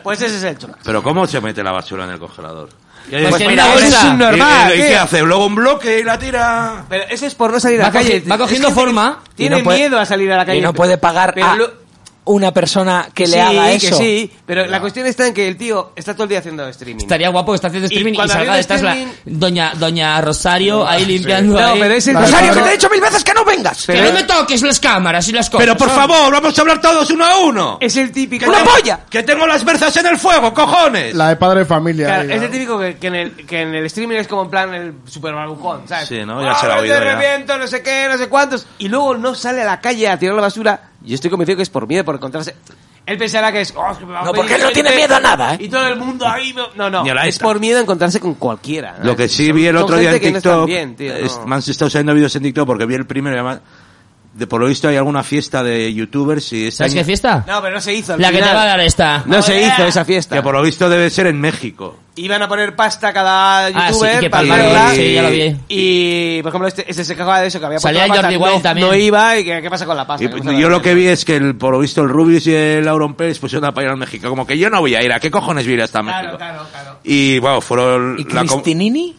[SPEAKER 7] Pues ese es el truco.
[SPEAKER 8] Pero ¿cómo se mete la basura en el congelador?
[SPEAKER 7] Pues Pues mira, mira, es un normal,
[SPEAKER 8] ¿Y, y
[SPEAKER 7] ¿qué?
[SPEAKER 8] qué hace? Luego un bloque y la tira.
[SPEAKER 7] Pero ese es por no salir
[SPEAKER 8] Va
[SPEAKER 7] a la calle.
[SPEAKER 8] cogi- va
[SPEAKER 7] Es
[SPEAKER 8] cogiendo
[SPEAKER 7] que tiene-
[SPEAKER 8] forma.
[SPEAKER 12] Y
[SPEAKER 7] Tiene
[SPEAKER 12] no puede-
[SPEAKER 7] miedo a salir a la calle.
[SPEAKER 12] Y no puede pagar
[SPEAKER 7] Pero
[SPEAKER 12] a
[SPEAKER 7] lo-
[SPEAKER 12] una persona que
[SPEAKER 7] Sí,
[SPEAKER 12] le haga eso.
[SPEAKER 7] Que sí, pero la cuestión está en que el tío está todo el día haciendo streaming.
[SPEAKER 5] Estaría guapo que está haciendo streaming y,
[SPEAKER 7] cuando
[SPEAKER 5] salga
[SPEAKER 7] haciendo
[SPEAKER 5] de estas la, doña, doña Rosario ahí limpiando
[SPEAKER 7] No,
[SPEAKER 5] ahí.
[SPEAKER 7] pero ese-
[SPEAKER 5] Rosario, que te he
[SPEAKER 12] dicho mil veces que no vengas.
[SPEAKER 5] Que no me toques las cámaras y las cosas.
[SPEAKER 8] Pero por favor, vamos a hablar todos uno a uno.
[SPEAKER 7] Es el típico.
[SPEAKER 8] ¡Una polla! Que tengo las berzas en el fuego, cojones.
[SPEAKER 4] La de padre de familia.
[SPEAKER 7] Claro,
[SPEAKER 4] ahí,
[SPEAKER 7] es
[SPEAKER 4] ¿no?
[SPEAKER 7] el típico que, que en el, que en el streaming es como en plan el super barbucón, ¿sabes?
[SPEAKER 8] Sí, ¿no? Ya se lo ha
[SPEAKER 7] me
[SPEAKER 8] oído, ya.
[SPEAKER 7] arrepiento, no sé qué, no sé cuántos. Y luego no sale a la calle a tirar la basura. Y estoy convencido que es por miedo, por encontrarse. Él pensará que es. "Oh, es que me va a
[SPEAKER 12] No,
[SPEAKER 7] pedir
[SPEAKER 12] porque él no
[SPEAKER 7] que
[SPEAKER 12] tiene
[SPEAKER 7] te-
[SPEAKER 12] miedo a nada, ¿eh?
[SPEAKER 7] Y todo el mundo ahí. me- No, no.
[SPEAKER 8] Ni a la
[SPEAKER 7] Es
[SPEAKER 8] ETA.
[SPEAKER 7] por miedo a encontrarse con cualquiera. ¿no?
[SPEAKER 8] Lo que sí
[SPEAKER 7] Son-
[SPEAKER 8] vi el
[SPEAKER 7] son
[SPEAKER 8] otro día en
[SPEAKER 7] gente que no están
[SPEAKER 8] TikTok, eh,
[SPEAKER 7] bien, tío,
[SPEAKER 8] es-
[SPEAKER 7] no.
[SPEAKER 8] me han estado saliendo vídeos en TikTok porque vi el primero y además, de, por lo visto hay alguna fiesta de youtubers y esa...
[SPEAKER 5] ¿Sabes qué fiesta? Ah,
[SPEAKER 7] No, pero no se hizo. al
[SPEAKER 5] La que te
[SPEAKER 7] final.
[SPEAKER 5] va a dar esta.
[SPEAKER 7] No se hizo esa fiesta.
[SPEAKER 8] Que por lo visto debe ser en México.
[SPEAKER 7] Iban a poner pasta cada youtuber
[SPEAKER 5] Ah, sí, que
[SPEAKER 7] para
[SPEAKER 5] palmaron,
[SPEAKER 7] verla.
[SPEAKER 5] sí, ya lo vi.
[SPEAKER 7] Y, por ejemplo, este, este se cagaba de eso, que había puesto
[SPEAKER 5] Salía
[SPEAKER 7] la pasta.
[SPEAKER 5] Jordi Wild
[SPEAKER 7] no,
[SPEAKER 5] también.
[SPEAKER 7] no iba y que, qué pasa con
[SPEAKER 5] Ah,
[SPEAKER 7] la pasta.
[SPEAKER 8] Y pues,
[SPEAKER 7] ¿Qué pasa con
[SPEAKER 8] yo
[SPEAKER 7] la
[SPEAKER 8] lo que vi es que el, por lo visto el Rubius y el Auron Pérez pusieron a payar en México. Como que yo no voy a ir, ¿a qué cojones voy a ir hasta México? Y bueno, fueron...
[SPEAKER 12] ¿Y
[SPEAKER 8] la com-
[SPEAKER 12] Cristinini?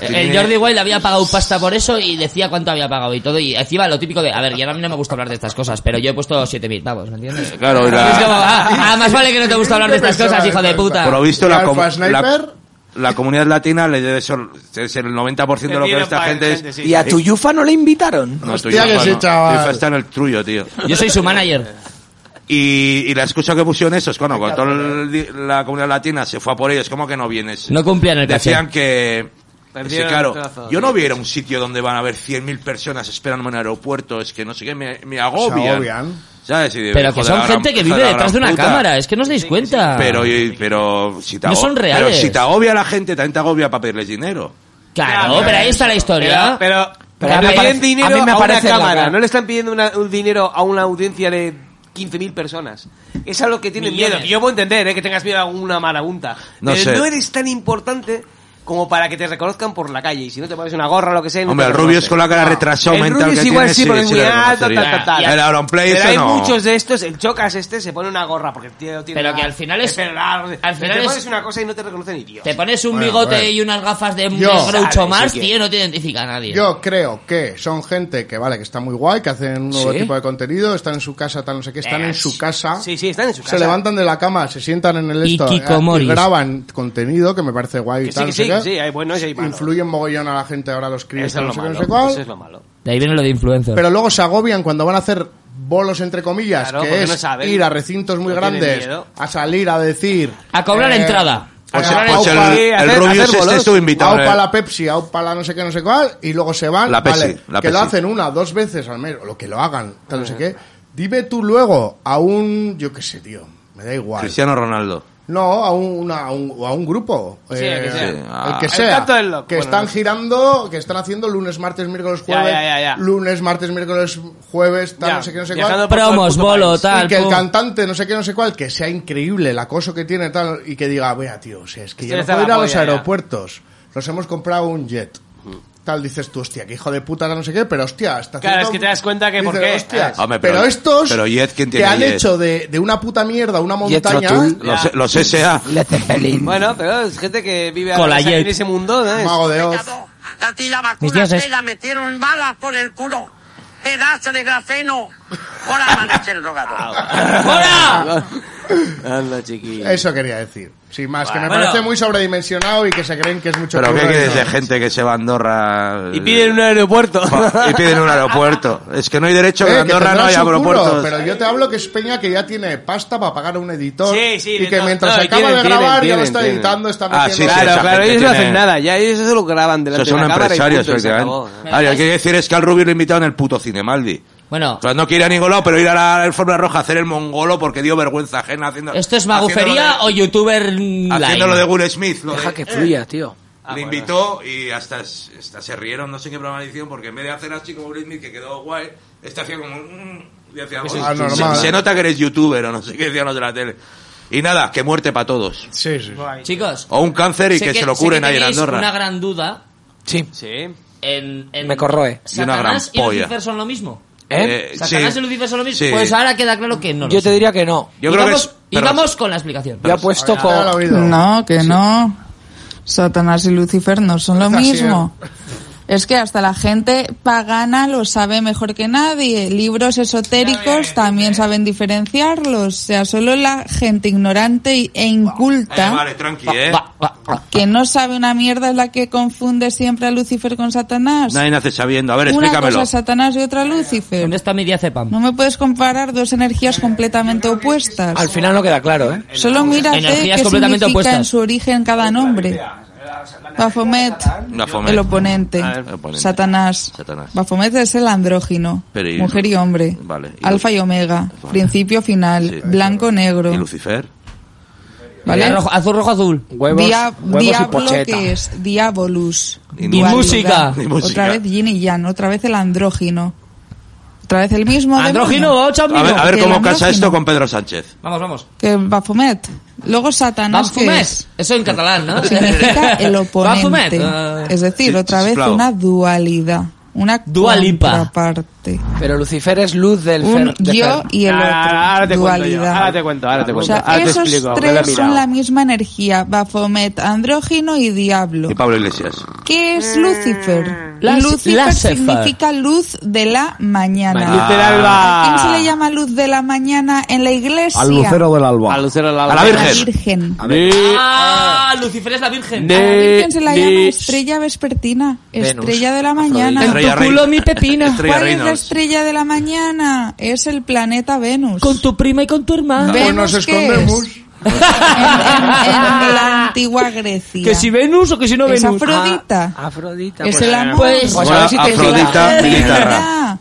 [SPEAKER 5] El Jordi Wild había pagado pasta por eso y decía cuánto había pagado y todo. Y encima lo típico de, a ver, ya a mí no me gusta hablar de estas cosas, pero yo he puesto 7.000, vamos, ¿me entiendes?
[SPEAKER 8] Eh, Claro, y la-
[SPEAKER 5] Es como, ah, ah, más vale que no te gusta hablar de estas cosas, hijo de puta.
[SPEAKER 8] Por lo visto, la, com-
[SPEAKER 5] Alpha
[SPEAKER 8] la-
[SPEAKER 5] Sniper.
[SPEAKER 8] la comunidad latina le debe ser, debe ser el 90% de lo que ve esta gente es...
[SPEAKER 12] ¿Y a tu Yufa no le invitaron?
[SPEAKER 8] No, tu Yufa no. Tu Yufa está en el trullo, tío.
[SPEAKER 5] Yo soy su manager.
[SPEAKER 8] Y, y la excusa que pusieron esos, bueno, cuando toda el- la comunidad latina se fue a por ellos, ¿cómo que no vienes?
[SPEAKER 5] No cumplían el caché.
[SPEAKER 8] Decían que...
[SPEAKER 5] Perdieron
[SPEAKER 8] sí, claro,
[SPEAKER 5] el trozo,
[SPEAKER 8] yo no viera un sitio donde van a haber 100.000 personas esperándome en el aeropuerto, es que no sé qué, me, me agobian.
[SPEAKER 4] agobian.
[SPEAKER 8] ¿Sabes? Y digo,
[SPEAKER 5] Pero
[SPEAKER 8] hijo
[SPEAKER 5] que
[SPEAKER 8] de
[SPEAKER 5] son
[SPEAKER 8] la gran-
[SPEAKER 5] gente que
[SPEAKER 8] hijo
[SPEAKER 5] vive
[SPEAKER 8] la
[SPEAKER 5] detrás de
[SPEAKER 8] gran
[SPEAKER 5] una
[SPEAKER 8] puta.
[SPEAKER 5] cámara, es que no os dais cuenta.
[SPEAKER 8] Pero, y- pero si te
[SPEAKER 5] No
[SPEAKER 8] ago-
[SPEAKER 5] son
[SPEAKER 8] pero
[SPEAKER 5] reales.
[SPEAKER 8] si te agobia la gente, también te agobia para pedirles dinero.
[SPEAKER 5] Claro, pero ahí está la historia.
[SPEAKER 7] Pero, pero Pero
[SPEAKER 12] a mí
[SPEAKER 7] le
[SPEAKER 12] me
[SPEAKER 7] piden
[SPEAKER 12] parece-
[SPEAKER 7] dinero
[SPEAKER 12] a
[SPEAKER 7] a,
[SPEAKER 12] mí me
[SPEAKER 7] una
[SPEAKER 12] parece la
[SPEAKER 7] cámara,
[SPEAKER 12] cara.
[SPEAKER 7] no le están pidiendo una- un dinero a una audiencia de 15.000 personas. Es a lo que tienen
[SPEAKER 12] Millones.
[SPEAKER 7] miedo. Yo puedo entender ¿eh? que tengas miedo a una marabunta.
[SPEAKER 8] No
[SPEAKER 7] pero
[SPEAKER 8] sé.
[SPEAKER 7] no eres tan importante como para que te reconozcan por la calle. Y si no te pones una gorra o lo que sea... no
[SPEAKER 8] Hombre,
[SPEAKER 7] te
[SPEAKER 8] el Rubio es
[SPEAKER 7] reconocen.
[SPEAKER 8] con la cara
[SPEAKER 7] No.
[SPEAKER 8] retrasado
[SPEAKER 7] el
[SPEAKER 8] mental
[SPEAKER 7] Rubio
[SPEAKER 8] que
[SPEAKER 7] es igual,
[SPEAKER 8] tiene,
[SPEAKER 7] sí,
[SPEAKER 8] sí,
[SPEAKER 7] porque
[SPEAKER 8] sí
[SPEAKER 7] es muy
[SPEAKER 8] le
[SPEAKER 7] alto,
[SPEAKER 8] reconocería.
[SPEAKER 7] tal, tal, tal.
[SPEAKER 8] El Aaron Play,
[SPEAKER 7] Pero
[SPEAKER 8] ese
[SPEAKER 7] hay
[SPEAKER 8] no.
[SPEAKER 7] muchos de estos, el Chocas este se pone una gorra porque el tío tiene
[SPEAKER 5] Pero
[SPEAKER 7] la-
[SPEAKER 5] que al final es-
[SPEAKER 7] el pelo largo.
[SPEAKER 5] al
[SPEAKER 7] Y
[SPEAKER 5] final
[SPEAKER 7] te
[SPEAKER 5] es-
[SPEAKER 7] pones una cosa y no te reconocen ni Dios.
[SPEAKER 5] Te pones un
[SPEAKER 4] Bueno, a
[SPEAKER 5] bigote
[SPEAKER 4] ver.
[SPEAKER 5] y unas gafas de
[SPEAKER 4] Yo.
[SPEAKER 5] de
[SPEAKER 4] Sabe,
[SPEAKER 5] Groucho
[SPEAKER 4] si
[SPEAKER 5] Marx,
[SPEAKER 4] quiere.
[SPEAKER 5] tío, no te identifica a nadie.
[SPEAKER 4] Yo creo que son gente que, vale, que está muy guay, que hacen un nuevo
[SPEAKER 5] Sí. Eh,
[SPEAKER 4] tipo de contenido, están en su casa, tal, no sé qué, están en su casa.
[SPEAKER 7] Sí, sí, están en su casa.
[SPEAKER 4] Se levantan de la cama, se sientan en el esto eh, y
[SPEAKER 7] Ikikomoris.
[SPEAKER 4] graban contenido que me parece guay y
[SPEAKER 7] Que sí,
[SPEAKER 4] tal.
[SPEAKER 7] que
[SPEAKER 4] no sé
[SPEAKER 7] sí,
[SPEAKER 4] qué.
[SPEAKER 7] que sí, hay buenos y hay malos.
[SPEAKER 4] Influyen mogollón a la gente ahora los críos,
[SPEAKER 7] Eso
[SPEAKER 4] tal,
[SPEAKER 7] es
[SPEAKER 4] no
[SPEAKER 7] lo
[SPEAKER 4] sé
[SPEAKER 7] malo,
[SPEAKER 4] qué, no sé cuál.
[SPEAKER 7] eso es lo malo.
[SPEAKER 5] De ahí viene lo de influencer.
[SPEAKER 4] Pero luego se agobian cuando van a hacer bolos entre comillas,
[SPEAKER 7] Claro,
[SPEAKER 4] que
[SPEAKER 7] porque no
[SPEAKER 4] es
[SPEAKER 7] saben.
[SPEAKER 4] ir a recintos muy
[SPEAKER 7] No tienen
[SPEAKER 4] grandes,
[SPEAKER 7] miedo.
[SPEAKER 4] a salir a decir eh,
[SPEAKER 5] A cobrar entrada.
[SPEAKER 8] Pues
[SPEAKER 4] a
[SPEAKER 8] el-
[SPEAKER 4] la
[SPEAKER 8] pues el-
[SPEAKER 4] Aupa-
[SPEAKER 8] el Hacer- Rubius hacer este bolos. estuvo invitado,
[SPEAKER 4] Aupa
[SPEAKER 8] eh.
[SPEAKER 4] la Pepsi, aupa la no sé qué, no sé cuál, y luego se van,
[SPEAKER 8] La Pepsi,
[SPEAKER 4] vale,
[SPEAKER 8] la
[SPEAKER 4] que lo
[SPEAKER 8] Pepsi.
[SPEAKER 4] hacen una, dos veces al mes, o lo que lo hagan, tal
[SPEAKER 7] Eh.
[SPEAKER 4] no sé qué. Dime tú luego a un, yo qué sé, tío, me da igual.
[SPEAKER 8] Cristiano Ronaldo.
[SPEAKER 4] No, a un, una- a un, a un grupo. eh,
[SPEAKER 8] Sí, el que sea. Sí,
[SPEAKER 4] El
[SPEAKER 8] ah.
[SPEAKER 4] que
[SPEAKER 8] El
[SPEAKER 4] sea.
[SPEAKER 8] tanto del loco.
[SPEAKER 4] que
[SPEAKER 8] Bueno,
[SPEAKER 4] están
[SPEAKER 8] no sé.
[SPEAKER 4] girando, que están haciendo lunes, martes, miércoles,
[SPEAKER 7] Ya,
[SPEAKER 4] jueves.
[SPEAKER 7] ya, ya, ya.
[SPEAKER 4] Lunes, martes, miércoles, jueves, tal,
[SPEAKER 7] Ya,
[SPEAKER 4] no sé qué, no sé
[SPEAKER 7] viajando
[SPEAKER 4] cuál.
[SPEAKER 7] por todo el Promos, puto bolo, país. tal,
[SPEAKER 4] Y que el
[SPEAKER 7] pum.
[SPEAKER 4] cantante, no sé qué, no sé cuál, que sea increíble el acoso que tiene, tal, y que diga, vea, tío, o sea, es
[SPEAKER 7] Esto
[SPEAKER 4] que ya
[SPEAKER 7] ya
[SPEAKER 4] no
[SPEAKER 7] está
[SPEAKER 4] puedo
[SPEAKER 7] la
[SPEAKER 4] ir a los
[SPEAKER 7] polla, ya". Mm.
[SPEAKER 4] aeropuertos. Nos hemos comprado un jet. Tal, dices tú, hostia, que hijo de puta, no sé qué, pero hostia, hasta
[SPEAKER 7] Claro,
[SPEAKER 4] cierto
[SPEAKER 7] es que te das cuenta que
[SPEAKER 4] Dice,
[SPEAKER 7] por qué.
[SPEAKER 4] "Hostia,
[SPEAKER 7] ¿sabes?
[SPEAKER 8] Hombre,
[SPEAKER 4] pero,
[SPEAKER 8] pero-
[SPEAKER 4] estos
[SPEAKER 8] pero Jet, ¿quién
[SPEAKER 4] que
[SPEAKER 8] tiene
[SPEAKER 4] han
[SPEAKER 8] Jet?
[SPEAKER 4] hecho de, de una puta mierda una montaña
[SPEAKER 8] Los, los SA.
[SPEAKER 7] Bueno, pero es gente que vive a-
[SPEAKER 8] Colayet.
[SPEAKER 7] en ese mundo, ¿no? Es-
[SPEAKER 4] Mago de Oz.
[SPEAKER 16] A ti la vacuna
[SPEAKER 7] Mis tíos
[SPEAKER 16] te
[SPEAKER 7] es-
[SPEAKER 16] la metieron balas por el culo. Pedazo de grafeno. Hola, amanecer
[SPEAKER 5] Ah,
[SPEAKER 16] drogado.
[SPEAKER 7] Anda, chiquillo.
[SPEAKER 4] Eso quería decir. Sin más, que me
[SPEAKER 7] Bueno.
[SPEAKER 4] parece muy sobredimensionado y que se creen que es mucho Eh,
[SPEAKER 8] ¿Pero qué
[SPEAKER 4] curro y
[SPEAKER 8] quieres
[SPEAKER 4] no.
[SPEAKER 8] de gente que se va a Andorra?
[SPEAKER 7] Y piden un aeropuerto.
[SPEAKER 8] Y piden un aeropuerto. Es que no hay derecho que en
[SPEAKER 4] Eh, que
[SPEAKER 8] Andorra no
[SPEAKER 4] tendrá
[SPEAKER 8] haya
[SPEAKER 4] su culo,
[SPEAKER 8] aeropuertos.
[SPEAKER 4] pero yo te hablo que es Peña que ya tiene pasta para pagar a un editor
[SPEAKER 7] Sí, sí,
[SPEAKER 4] y que
[SPEAKER 7] no,
[SPEAKER 4] mientras
[SPEAKER 7] no,
[SPEAKER 4] acaba
[SPEAKER 7] tienen,
[SPEAKER 4] de grabar
[SPEAKER 7] tienen,
[SPEAKER 4] ya lo está
[SPEAKER 7] tienen.
[SPEAKER 4] editando, está
[SPEAKER 8] Ah,
[SPEAKER 4] metiendo...
[SPEAKER 8] sí, sí,
[SPEAKER 7] Claro,
[SPEAKER 8] esa
[SPEAKER 7] claro,
[SPEAKER 8] gente
[SPEAKER 7] ellos no hacen
[SPEAKER 8] tiene-
[SPEAKER 7] nada, ya ellos eso lo graban delante
[SPEAKER 8] Esos son
[SPEAKER 7] de la cámara y
[SPEAKER 8] empresarios,
[SPEAKER 7] punto, y se acabó. ¿eh?
[SPEAKER 8] efectivamente. Ah, yo lo que quiero decir es que al Rubio lo invitaron en el puto Cinemaldi.
[SPEAKER 5] Bueno.
[SPEAKER 8] O sea, no quiere ir a ningún lado, pero ir a la alfombra roja a hacer el mongolo porque dio vergüenza ajena haciendo.
[SPEAKER 5] ¿Esto es
[SPEAKER 8] haciéndolo
[SPEAKER 5] magufería o youtuber
[SPEAKER 8] de-
[SPEAKER 5] mm,
[SPEAKER 8] Haciendo lo
[SPEAKER 5] line?
[SPEAKER 8] de Will Smith. lo
[SPEAKER 12] Deja
[SPEAKER 8] de- Eh.
[SPEAKER 12] que fluya, tío.
[SPEAKER 4] Ah,
[SPEAKER 8] Le invitó y hasta, hasta se rieron, no sé qué programa le hicieron, porque en vez de hacer así como Will Smith, que quedó guay, este hacía como. un- y hacía,
[SPEAKER 4] Eso
[SPEAKER 8] "Oye,
[SPEAKER 4] es
[SPEAKER 8] se-
[SPEAKER 4] Ah, normal".
[SPEAKER 8] se, nota que eres youtuber o no sé qué decían los de la tele. Y nada, que muerte para todos.
[SPEAKER 4] Sí, sí.
[SPEAKER 5] Chicos.
[SPEAKER 8] O un cáncer y
[SPEAKER 5] sé
[SPEAKER 8] que, se lo
[SPEAKER 5] sé
[SPEAKER 8] curen
[SPEAKER 5] que
[SPEAKER 8] ahí en
[SPEAKER 5] tenéis
[SPEAKER 8] Andorra. Eh,
[SPEAKER 5] una gran duda.
[SPEAKER 12] Sí.
[SPEAKER 7] Sí.
[SPEAKER 5] En, en
[SPEAKER 12] Me corroe.
[SPEAKER 8] Y una gran
[SPEAKER 5] ¿Satanás y
[SPEAKER 8] polla.
[SPEAKER 5] Lucifer son lo mismo?
[SPEAKER 8] ¿Eh? Eh,
[SPEAKER 5] ¿Satanás
[SPEAKER 8] sí.
[SPEAKER 5] y Lucifer son lo mismo?
[SPEAKER 8] Sí.
[SPEAKER 5] Pues ahora queda claro que no lo
[SPEAKER 12] Yo te
[SPEAKER 5] son.
[SPEAKER 12] diría que no.
[SPEAKER 5] y
[SPEAKER 8] creo que
[SPEAKER 5] vamos,
[SPEAKER 8] es-
[SPEAKER 5] y
[SPEAKER 8] pero-
[SPEAKER 5] vamos con la explicación.
[SPEAKER 12] Yo apuesto con...
[SPEAKER 22] No, que no. Satanás y Lucifer no son lo
[SPEAKER 5] Está
[SPEAKER 22] mismo. Es que hasta la gente pagana lo sabe mejor que nadie. Libros esotéricos también saben diferenciarlos. O sea, solo la gente ignorante y- e
[SPEAKER 8] Eh,
[SPEAKER 22] inculta
[SPEAKER 8] vale, tranqui, eh.
[SPEAKER 22] que no sabe una mierda es la que confunde siempre a Lucifer con Satanás.
[SPEAKER 8] Nadie nace sabiendo. A ver,
[SPEAKER 22] Una
[SPEAKER 8] explícamelo.
[SPEAKER 22] cosa es Satanás y otra Lucifer. ¿Dónde
[SPEAKER 5] está mi diazepam?
[SPEAKER 22] No me puedes comparar dos energías completamente opuestas.
[SPEAKER 12] Al final no queda claro, ¿eh?
[SPEAKER 22] Solo mírate
[SPEAKER 12] Energías
[SPEAKER 22] qué
[SPEAKER 12] completamente
[SPEAKER 22] significa
[SPEAKER 12] opuestas.
[SPEAKER 22] en su origen cada nombre. Bafomet,
[SPEAKER 8] Baphomet.
[SPEAKER 22] el oponente.
[SPEAKER 8] Ah, el oponente.
[SPEAKER 22] Satanás.
[SPEAKER 8] Satanás.
[SPEAKER 22] Bafomet es el andrógino.
[SPEAKER 8] Pero y-
[SPEAKER 22] mujer y hombre.
[SPEAKER 8] Vale. Y
[SPEAKER 22] Alfa y omega. Principio final. Blanco-negro.
[SPEAKER 8] ¿Y Lucifer?
[SPEAKER 22] ¿Vale?
[SPEAKER 5] Rojo- azul, rojo, azul.
[SPEAKER 22] Dia- diablo que es diabolus.
[SPEAKER 5] Y
[SPEAKER 22] dualidad.
[SPEAKER 5] música. Y música.
[SPEAKER 22] Otra vez yin y yang. Otra vez el andrógino. Otra vez el mismo.
[SPEAKER 5] Andrógino,
[SPEAKER 22] demonio.
[SPEAKER 5] ocho,
[SPEAKER 8] A ver, a ver
[SPEAKER 22] El
[SPEAKER 8] cómo casa
[SPEAKER 22] andrógino.
[SPEAKER 8] esto con Pedro Sánchez.
[SPEAKER 5] Vamos, vamos.
[SPEAKER 22] Que Bafomet. Luego Satanás. que
[SPEAKER 5] Bafomet.
[SPEAKER 22] es-
[SPEAKER 5] Eso en catalán, ¿no? Ah.
[SPEAKER 22] significa el oponente.
[SPEAKER 5] Bafomet.
[SPEAKER 22] Es decir,
[SPEAKER 5] Sí,
[SPEAKER 22] otra
[SPEAKER 5] sí,
[SPEAKER 22] vez
[SPEAKER 5] claro.
[SPEAKER 22] una dualidad. Una
[SPEAKER 5] Dualipa.
[SPEAKER 22] contraparte.
[SPEAKER 12] Pero Lucifer es luz del
[SPEAKER 22] Un
[SPEAKER 12] fer- de
[SPEAKER 22] yo
[SPEAKER 12] fer-
[SPEAKER 22] y el otro.
[SPEAKER 7] ahora te cuento yo,
[SPEAKER 22] dualidad.
[SPEAKER 7] ahora te cuento, ahora te
[SPEAKER 22] O
[SPEAKER 7] cuento.
[SPEAKER 22] sea,
[SPEAKER 7] ahora te
[SPEAKER 22] esos
[SPEAKER 7] explico, que lo he
[SPEAKER 22] tres son
[SPEAKER 7] mirado.
[SPEAKER 22] la misma energía. Bafomet, andrógino y diablo.
[SPEAKER 8] Y Pablo Iglesias.
[SPEAKER 22] ¿Qué es Lucifer?
[SPEAKER 5] Mm. Las-
[SPEAKER 22] Lucifer
[SPEAKER 5] Lucifer.
[SPEAKER 22] significa luz de la mañana.
[SPEAKER 23] Luz del alba.
[SPEAKER 22] ¿A quién se le llama luz de la mañana en la iglesia?
[SPEAKER 23] Al lucero del alba. Al lucero del
[SPEAKER 22] alba. A la Virgen.
[SPEAKER 23] A ver.
[SPEAKER 5] Ah, Lucifer es la virgen.
[SPEAKER 22] A la Virgen se la llama estrella vespertina,
[SPEAKER 5] Venus.
[SPEAKER 22] estrella de la mañana.
[SPEAKER 5] En tu Estrella culo reina. mi pepino. Estrella
[SPEAKER 22] ¿Cuál es la
[SPEAKER 5] Reynolds.
[SPEAKER 22] estrella de la mañana? Es el planeta Venus.
[SPEAKER 5] Con tu prima y con tu hermana.
[SPEAKER 22] Venus,
[SPEAKER 5] Pues nos
[SPEAKER 22] ¿qué
[SPEAKER 5] escondemos.
[SPEAKER 22] es? en, en- en la antigua Grecia.
[SPEAKER 5] Que si Venus o que si no
[SPEAKER 22] Es
[SPEAKER 5] Venus. Ah,
[SPEAKER 22] Afrodita.
[SPEAKER 12] Afrodita.
[SPEAKER 22] Es
[SPEAKER 5] eh,
[SPEAKER 12] pues,
[SPEAKER 22] el amor.
[SPEAKER 12] Pues,
[SPEAKER 22] Pues,
[SPEAKER 12] a ver si te
[SPEAKER 22] Afrodita,
[SPEAKER 12] fijas.
[SPEAKER 22] guitarra.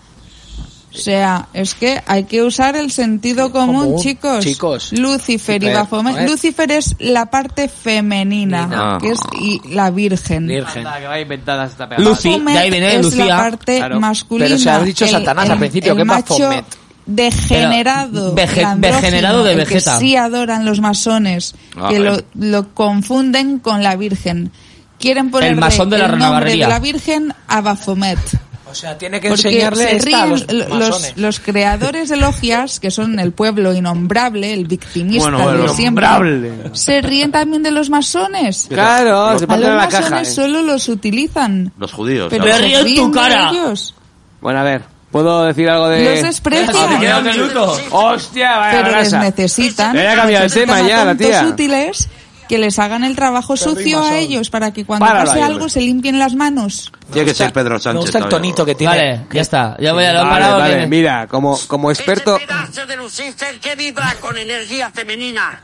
[SPEAKER 22] O O sea, es que hay que usar el sentido común,
[SPEAKER 12] Común,
[SPEAKER 22] chicos.
[SPEAKER 12] chicos.
[SPEAKER 22] Lucifer y
[SPEAKER 12] Lucifer,
[SPEAKER 22] Baphomet.
[SPEAKER 12] joder.
[SPEAKER 22] Lucifer es la parte femenina,
[SPEAKER 12] Ah.
[SPEAKER 22] que es y la virgen.
[SPEAKER 7] Anda, que va inventada esta pegada.
[SPEAKER 22] Lucy, de ahí viene
[SPEAKER 7] Baphomet
[SPEAKER 22] Lucía.
[SPEAKER 7] es
[SPEAKER 22] la parte masculina.
[SPEAKER 7] Pero se ha dicho
[SPEAKER 22] el-
[SPEAKER 7] Satanás al
[SPEAKER 22] el-
[SPEAKER 7] principio,
[SPEAKER 22] el
[SPEAKER 7] que es
[SPEAKER 22] macho
[SPEAKER 7] Baphomet.
[SPEAKER 22] Degenerado.
[SPEAKER 5] Pero vege-
[SPEAKER 22] el andrógino,
[SPEAKER 5] degenerado de
[SPEAKER 22] el que
[SPEAKER 5] Vegeta.
[SPEAKER 22] sí adoran los masones,
[SPEAKER 5] Ah,
[SPEAKER 12] eh.
[SPEAKER 22] que lo,
[SPEAKER 5] el-
[SPEAKER 22] lo confunden con la virgen. Quieren ponerle
[SPEAKER 5] El masón de la
[SPEAKER 22] el nombre de
[SPEAKER 5] renavarría.
[SPEAKER 22] la virgen a Baphomet.
[SPEAKER 12] O sea, tiene que
[SPEAKER 22] Porque
[SPEAKER 12] enseñarle
[SPEAKER 22] se
[SPEAKER 12] esta
[SPEAKER 22] ríen
[SPEAKER 12] a los
[SPEAKER 22] lo- los,
[SPEAKER 12] masones.
[SPEAKER 22] los creadores de logias, que son el pueblo innombrable, el victimista
[SPEAKER 12] Bueno, bueno,
[SPEAKER 22] de siempre,
[SPEAKER 12] innombrable.
[SPEAKER 22] se ríen también de los masones.
[SPEAKER 7] Claro,
[SPEAKER 22] Los-
[SPEAKER 7] se ponen
[SPEAKER 22] a
[SPEAKER 7] en
[SPEAKER 22] los
[SPEAKER 7] la caja,
[SPEAKER 22] masones
[SPEAKER 7] eh.
[SPEAKER 22] solo los utilizan.
[SPEAKER 10] Los judíos.
[SPEAKER 22] Pero
[SPEAKER 7] Me
[SPEAKER 22] se
[SPEAKER 7] río en tu
[SPEAKER 22] ríen de
[SPEAKER 7] cara.
[SPEAKER 22] ellos.
[SPEAKER 7] Bueno, a ver, ¿puedo decir algo de...?
[SPEAKER 22] Los desprecian. Ah, me queda un minuto.
[SPEAKER 7] ¡Hostia, vaya
[SPEAKER 22] pero les
[SPEAKER 7] brasa!
[SPEAKER 22] necesitan.
[SPEAKER 7] Ya ha cambiado el
[SPEAKER 22] necesitan
[SPEAKER 7] tema
[SPEAKER 22] a
[SPEAKER 7] ya, la
[SPEAKER 22] tontos
[SPEAKER 7] tía.
[SPEAKER 22] útiles que les hagan el trabajo sucio a ellos para que cuando
[SPEAKER 10] Páralo
[SPEAKER 22] pase
[SPEAKER 10] ahí,
[SPEAKER 22] algo
[SPEAKER 10] hombre.
[SPEAKER 22] se limpien las manos.
[SPEAKER 10] Tiene que ser Pedro Sánchez.
[SPEAKER 7] gusta el
[SPEAKER 10] todavía.
[SPEAKER 7] tonito que
[SPEAKER 5] tiene. Vale, ya está. Ya voy a lo
[SPEAKER 7] Vale,
[SPEAKER 5] parado.
[SPEAKER 7] vale,
[SPEAKER 5] tiene.
[SPEAKER 7] mira, como, como experto,
[SPEAKER 16] Pedazo de Lucifer que vibra con energía femenina.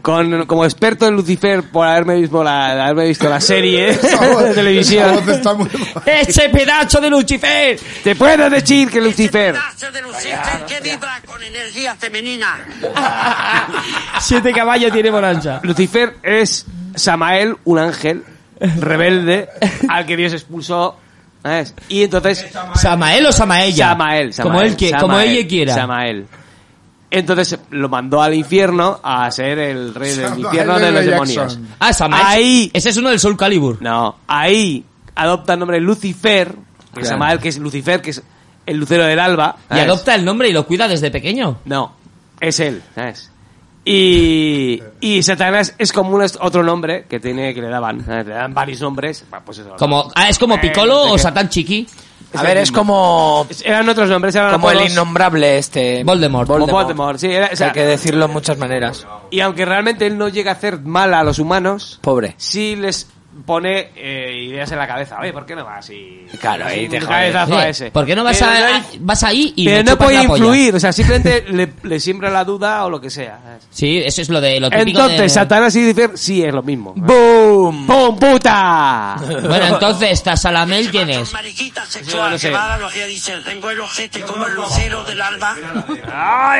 [SPEAKER 7] con, como experto en Lucifer por haberme visto la, de haberme visto la serie de televisión,
[SPEAKER 5] ¡Ese pedazo de Lucifer!
[SPEAKER 7] te puedo decir que Lucifer...
[SPEAKER 16] Pedazo de Lucifer que vibra con energía femenina.
[SPEAKER 7] Siete caballos tiene bonanza. Lucifer es Samael, un ángel rebelde al que Dios expulsó. ¿sabes? Y entonces.
[SPEAKER 5] ¿Samael o Samaella?
[SPEAKER 7] Samael, Samael,
[SPEAKER 5] Como él que- como
[SPEAKER 7] Samael,
[SPEAKER 5] ella quiera.
[SPEAKER 7] Samael. Entonces lo mandó al infierno a ser el rey del
[SPEAKER 5] Samael
[SPEAKER 7] infierno de
[SPEAKER 5] L.
[SPEAKER 7] los
[SPEAKER 5] Jackson.
[SPEAKER 7] demonios.
[SPEAKER 5] Ah, Samael.
[SPEAKER 7] Ahí.
[SPEAKER 5] Ese es uno del Soul Calibur.
[SPEAKER 7] No, ahí adopta el nombre Lucifer, que
[SPEAKER 5] Claro.
[SPEAKER 7] es Samael, que es Lucifer, que es el lucero del alba.
[SPEAKER 5] Y
[SPEAKER 7] ¿sabes?
[SPEAKER 5] adopta el nombre y lo cuida desde pequeño.
[SPEAKER 7] Ah,
[SPEAKER 5] Ah,
[SPEAKER 7] No, es él, ¿sabes? Y, y Satanás es como un, es otro nombre que tiene que le daban, ¿sabes? le dan varios nombres, bah, pues eso.
[SPEAKER 5] Como, ah, es como
[SPEAKER 7] Eh,
[SPEAKER 5] Piccolo
[SPEAKER 7] no sé
[SPEAKER 5] o
[SPEAKER 7] qué.
[SPEAKER 5] Satán Chiqui.
[SPEAKER 7] A ver, es
[SPEAKER 12] como...
[SPEAKER 7] Eran otros nombres, eran
[SPEAKER 12] Como el
[SPEAKER 7] apodos.
[SPEAKER 12] innombrable este...
[SPEAKER 5] Voldemort.
[SPEAKER 7] Como Voldemort, sí, era- o sea-
[SPEAKER 12] Hay que decirlo en muchas maneras.
[SPEAKER 7] Y aunque realmente él no llega a hacer mal a los humanos,
[SPEAKER 12] Pobre.
[SPEAKER 7] sí les pone eh, ideas en la cabeza. Oye, ¿por qué no vas? Y,
[SPEAKER 12] Claro, ahí te
[SPEAKER 7] un
[SPEAKER 12] jodes.
[SPEAKER 7] cabezazo a
[SPEAKER 12] Oye,
[SPEAKER 7] ese.
[SPEAKER 5] ¿Por qué no vas,
[SPEAKER 7] Pero
[SPEAKER 5] a,
[SPEAKER 7] hay-
[SPEAKER 5] vas ahí y
[SPEAKER 7] pero
[SPEAKER 5] le
[SPEAKER 7] no
[SPEAKER 5] chupas
[SPEAKER 7] puede
[SPEAKER 5] la polla?
[SPEAKER 7] influir, o sea, simplemente le, le siembra la duda o lo que sea. ¿sabes?
[SPEAKER 5] Sí, eso es lo de lo típico
[SPEAKER 7] Entonces,
[SPEAKER 5] de-
[SPEAKER 7] Satanás y Lucifer sí es lo mismo. ¡Boom! ¡Boom, puta!
[SPEAKER 5] Bueno, entonces, Tazalamel, ¿quién es?
[SPEAKER 16] Sexual,
[SPEAKER 5] no sé.
[SPEAKER 16] que va a la logia, dice, tengo el ojete como el lucero del alba.
[SPEAKER 7] Ah,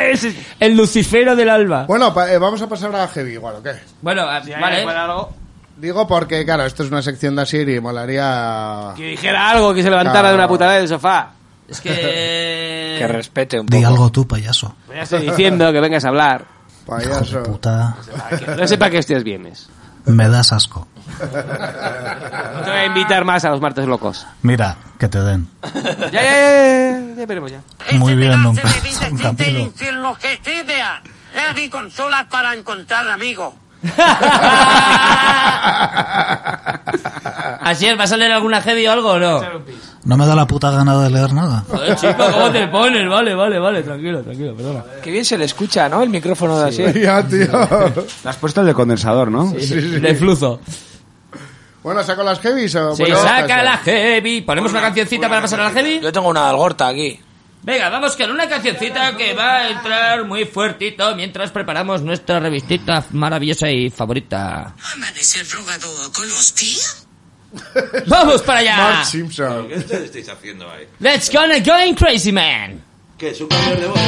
[SPEAKER 5] El Lucifero del alba.
[SPEAKER 4] Bueno, pa- eh, vamos a pasar a Heavy igual, ¿o qué?
[SPEAKER 5] Bueno, ah, vale.
[SPEAKER 4] Digo porque, claro, esto es una sección de Asir y molaría...
[SPEAKER 7] Que dijera algo, que se levantara de una puta vez del sofá.
[SPEAKER 5] Es que...
[SPEAKER 12] Que respete un
[SPEAKER 19] Di
[SPEAKER 12] poco.
[SPEAKER 19] algo tú, payaso.
[SPEAKER 7] Ya estoy diciendo que vengas a hablar.
[SPEAKER 4] Payaso.
[SPEAKER 19] Puta,
[SPEAKER 7] No sé para qué hostias vienes.
[SPEAKER 19] me das asco.
[SPEAKER 7] No te voy a invitar más a los martes locos.
[SPEAKER 19] Mira, que te den.
[SPEAKER 7] Ya, ya, ya, ya, ya veremos ya.
[SPEAKER 19] Muy bien, un,
[SPEAKER 16] Se divide
[SPEAKER 19] un
[SPEAKER 16] siete
[SPEAKER 19] capítulo.
[SPEAKER 16] infiernos que te vea. Es mi consola para encontrar amigos.
[SPEAKER 5] Así es, ¿vas a leer alguna heavy o algo o no?
[SPEAKER 19] No me da la puta gana de leer nada.
[SPEAKER 5] Joder, chico, ¿cómo te pones? Vale, vale, vale, tranquilo, tranquilo, perdona.
[SPEAKER 12] Qué bien se le escucha, ¿no? El micrófono de así.
[SPEAKER 4] Ya, tío.
[SPEAKER 6] Le has puesto el de condensador, ¿no?
[SPEAKER 5] De fluzo.
[SPEAKER 4] Bueno, ¿saco las heavies o...?
[SPEAKER 5] Sí,
[SPEAKER 4] bueno,
[SPEAKER 5] saca
[SPEAKER 4] estas?
[SPEAKER 5] la heavy. ¿Ponemos una cancioncita para pasar a la heavy?
[SPEAKER 12] Yo tengo una algorta aquí.
[SPEAKER 5] Venga, vamos con una cancioncita que va a entrar muy fuertito mientras preparamos nuestra revistita maravillosa y favorita.
[SPEAKER 20] Amanecer drogado con hostia.
[SPEAKER 5] ¡Vamos para allá!
[SPEAKER 4] Mark Simpson.
[SPEAKER 8] ¿Qué estáis haciendo ahí?
[SPEAKER 5] ¡Let's gonna going crazy, man!
[SPEAKER 8] ¿Qué? ¿Es un cambio de voz?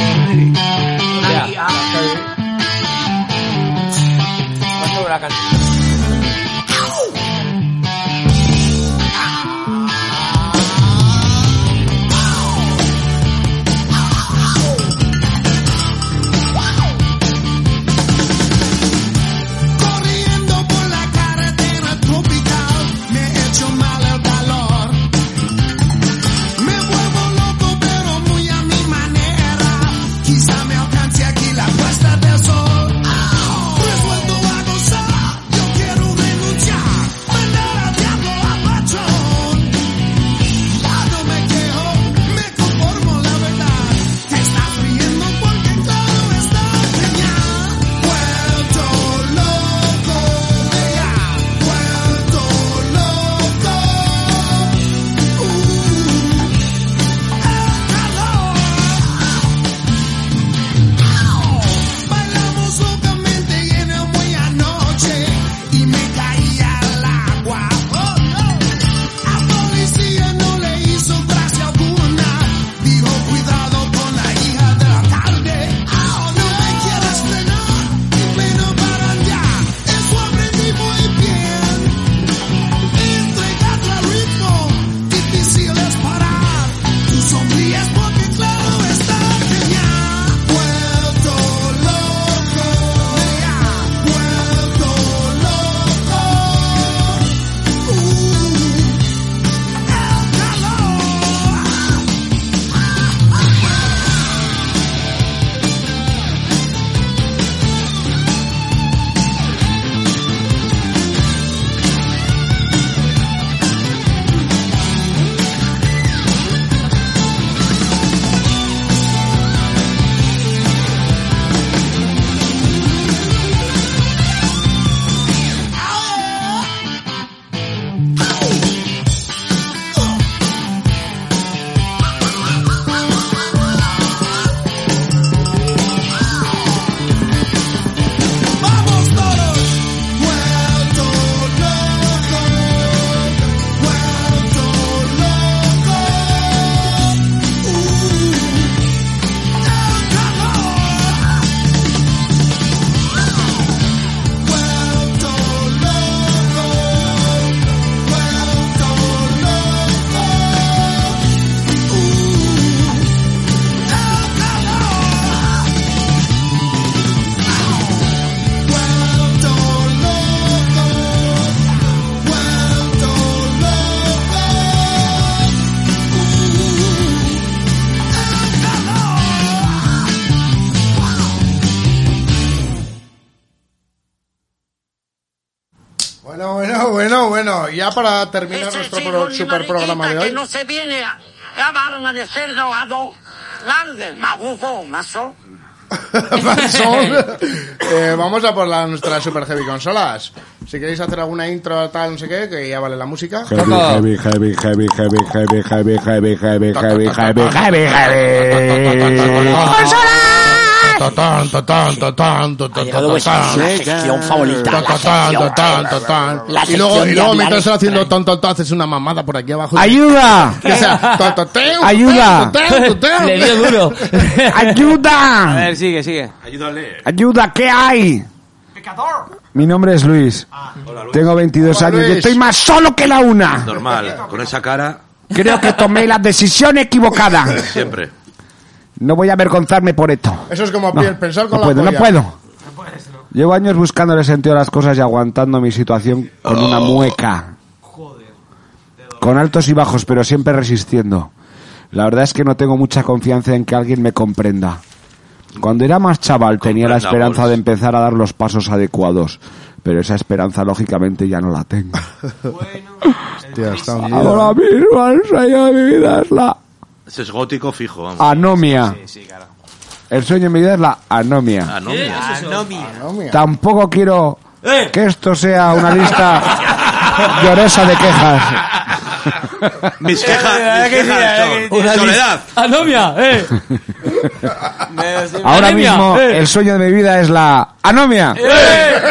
[SPEAKER 12] ¿Cuánto dura la canción?
[SPEAKER 20] Corriendo por la carretera tropical, me he hecho mal el calor. Me vuelvo loco, pero muy a mi manera. Quizá me alcance aquí la puesta del sol. Resuelto a gozar, yo quiero renunciar.
[SPEAKER 2] Uh, Oh, "Oh,
[SPEAKER 4] Bueno, bueno, bueno, bueno. Ya para terminar
[SPEAKER 16] Ese
[SPEAKER 4] nuestro
[SPEAKER 16] chico
[SPEAKER 4] pro-
[SPEAKER 16] ni
[SPEAKER 4] super programa de
[SPEAKER 16] mariquita
[SPEAKER 4] hoy.
[SPEAKER 16] Que no se viene a acabar amanecer drogado. Largue, magufo, mazo.
[SPEAKER 4] Son- Eh, vamos a por la, nuestra super heavy consolas. Si queréis hacer alguna intro, tal, no sé qué, que ya vale la música.
[SPEAKER 6] Heavy, heavy, heavy, heavy, heavy, heavy, heavy, heavy, heavy, heavy, heavy, heavy.
[SPEAKER 4] Ha
[SPEAKER 7] llegado vuestra sección favorita, la sección. eh, La
[SPEAKER 4] Y luego,
[SPEAKER 7] sección
[SPEAKER 4] y
[SPEAKER 7] de
[SPEAKER 4] luego
[SPEAKER 7] hablar
[SPEAKER 4] mientras estás haciendo ton, ton, ton, haces una mamada por aquí abajo.
[SPEAKER 7] ¡Ayuda!
[SPEAKER 4] O sea, ton, ton, teu,
[SPEAKER 7] ¡Ayuda!
[SPEAKER 4] teu, teu, teu.
[SPEAKER 7] Le dio duro.
[SPEAKER 12] ¡Ayuda! A ver, sigue, sigue.
[SPEAKER 8] Ayúdale.
[SPEAKER 6] Ayuda, ¿qué hay? Mi nombre es Luis. Tengo 22
[SPEAKER 8] Ah, Hola,
[SPEAKER 6] años y
[SPEAKER 8] Luis.
[SPEAKER 6] estoy más solo que la una.
[SPEAKER 8] Normal, con esa cara,
[SPEAKER 6] Ah. Creo que tomé la decisión equivocada.
[SPEAKER 8] siempre.
[SPEAKER 6] No voy a avergonzarme por esto.
[SPEAKER 4] Eso es como
[SPEAKER 6] No,
[SPEAKER 4] piel- pensar con
[SPEAKER 6] no
[SPEAKER 4] la
[SPEAKER 6] puedo,
[SPEAKER 4] polla.
[SPEAKER 6] no puedo. Llevo años buscándole sentido a las cosas y aguantando mi situación con una mueca. Con altos y bajos, pero siempre resistiendo. La verdad es que no tengo mucha confianza en que alguien me comprenda. Cuando era más chaval tenía la
[SPEAKER 8] Comprenda,
[SPEAKER 6] esperanza
[SPEAKER 8] Bols.
[SPEAKER 6] de empezar a dar los pasos adecuados, pero esa esperanza lógicamente ya no la tengo.
[SPEAKER 4] Hostia, está hundido.
[SPEAKER 6] Ahora mismo el sueño de mi vida es la
[SPEAKER 8] Ese es gótico fijo, vamos.
[SPEAKER 6] anomia. El sueño de mi vida es la anomia.
[SPEAKER 8] Anomia.
[SPEAKER 6] Tampoco quiero que esto sea una lista llorosa de quejas.
[SPEAKER 8] Mis quejas, mis quejas son soledad.
[SPEAKER 5] Anomia, eh.
[SPEAKER 6] Ahora
[SPEAKER 5] Anemia,
[SPEAKER 6] mismo
[SPEAKER 5] eh.
[SPEAKER 6] el sueño de mi vida es la anomia.
[SPEAKER 7] ¡Eh!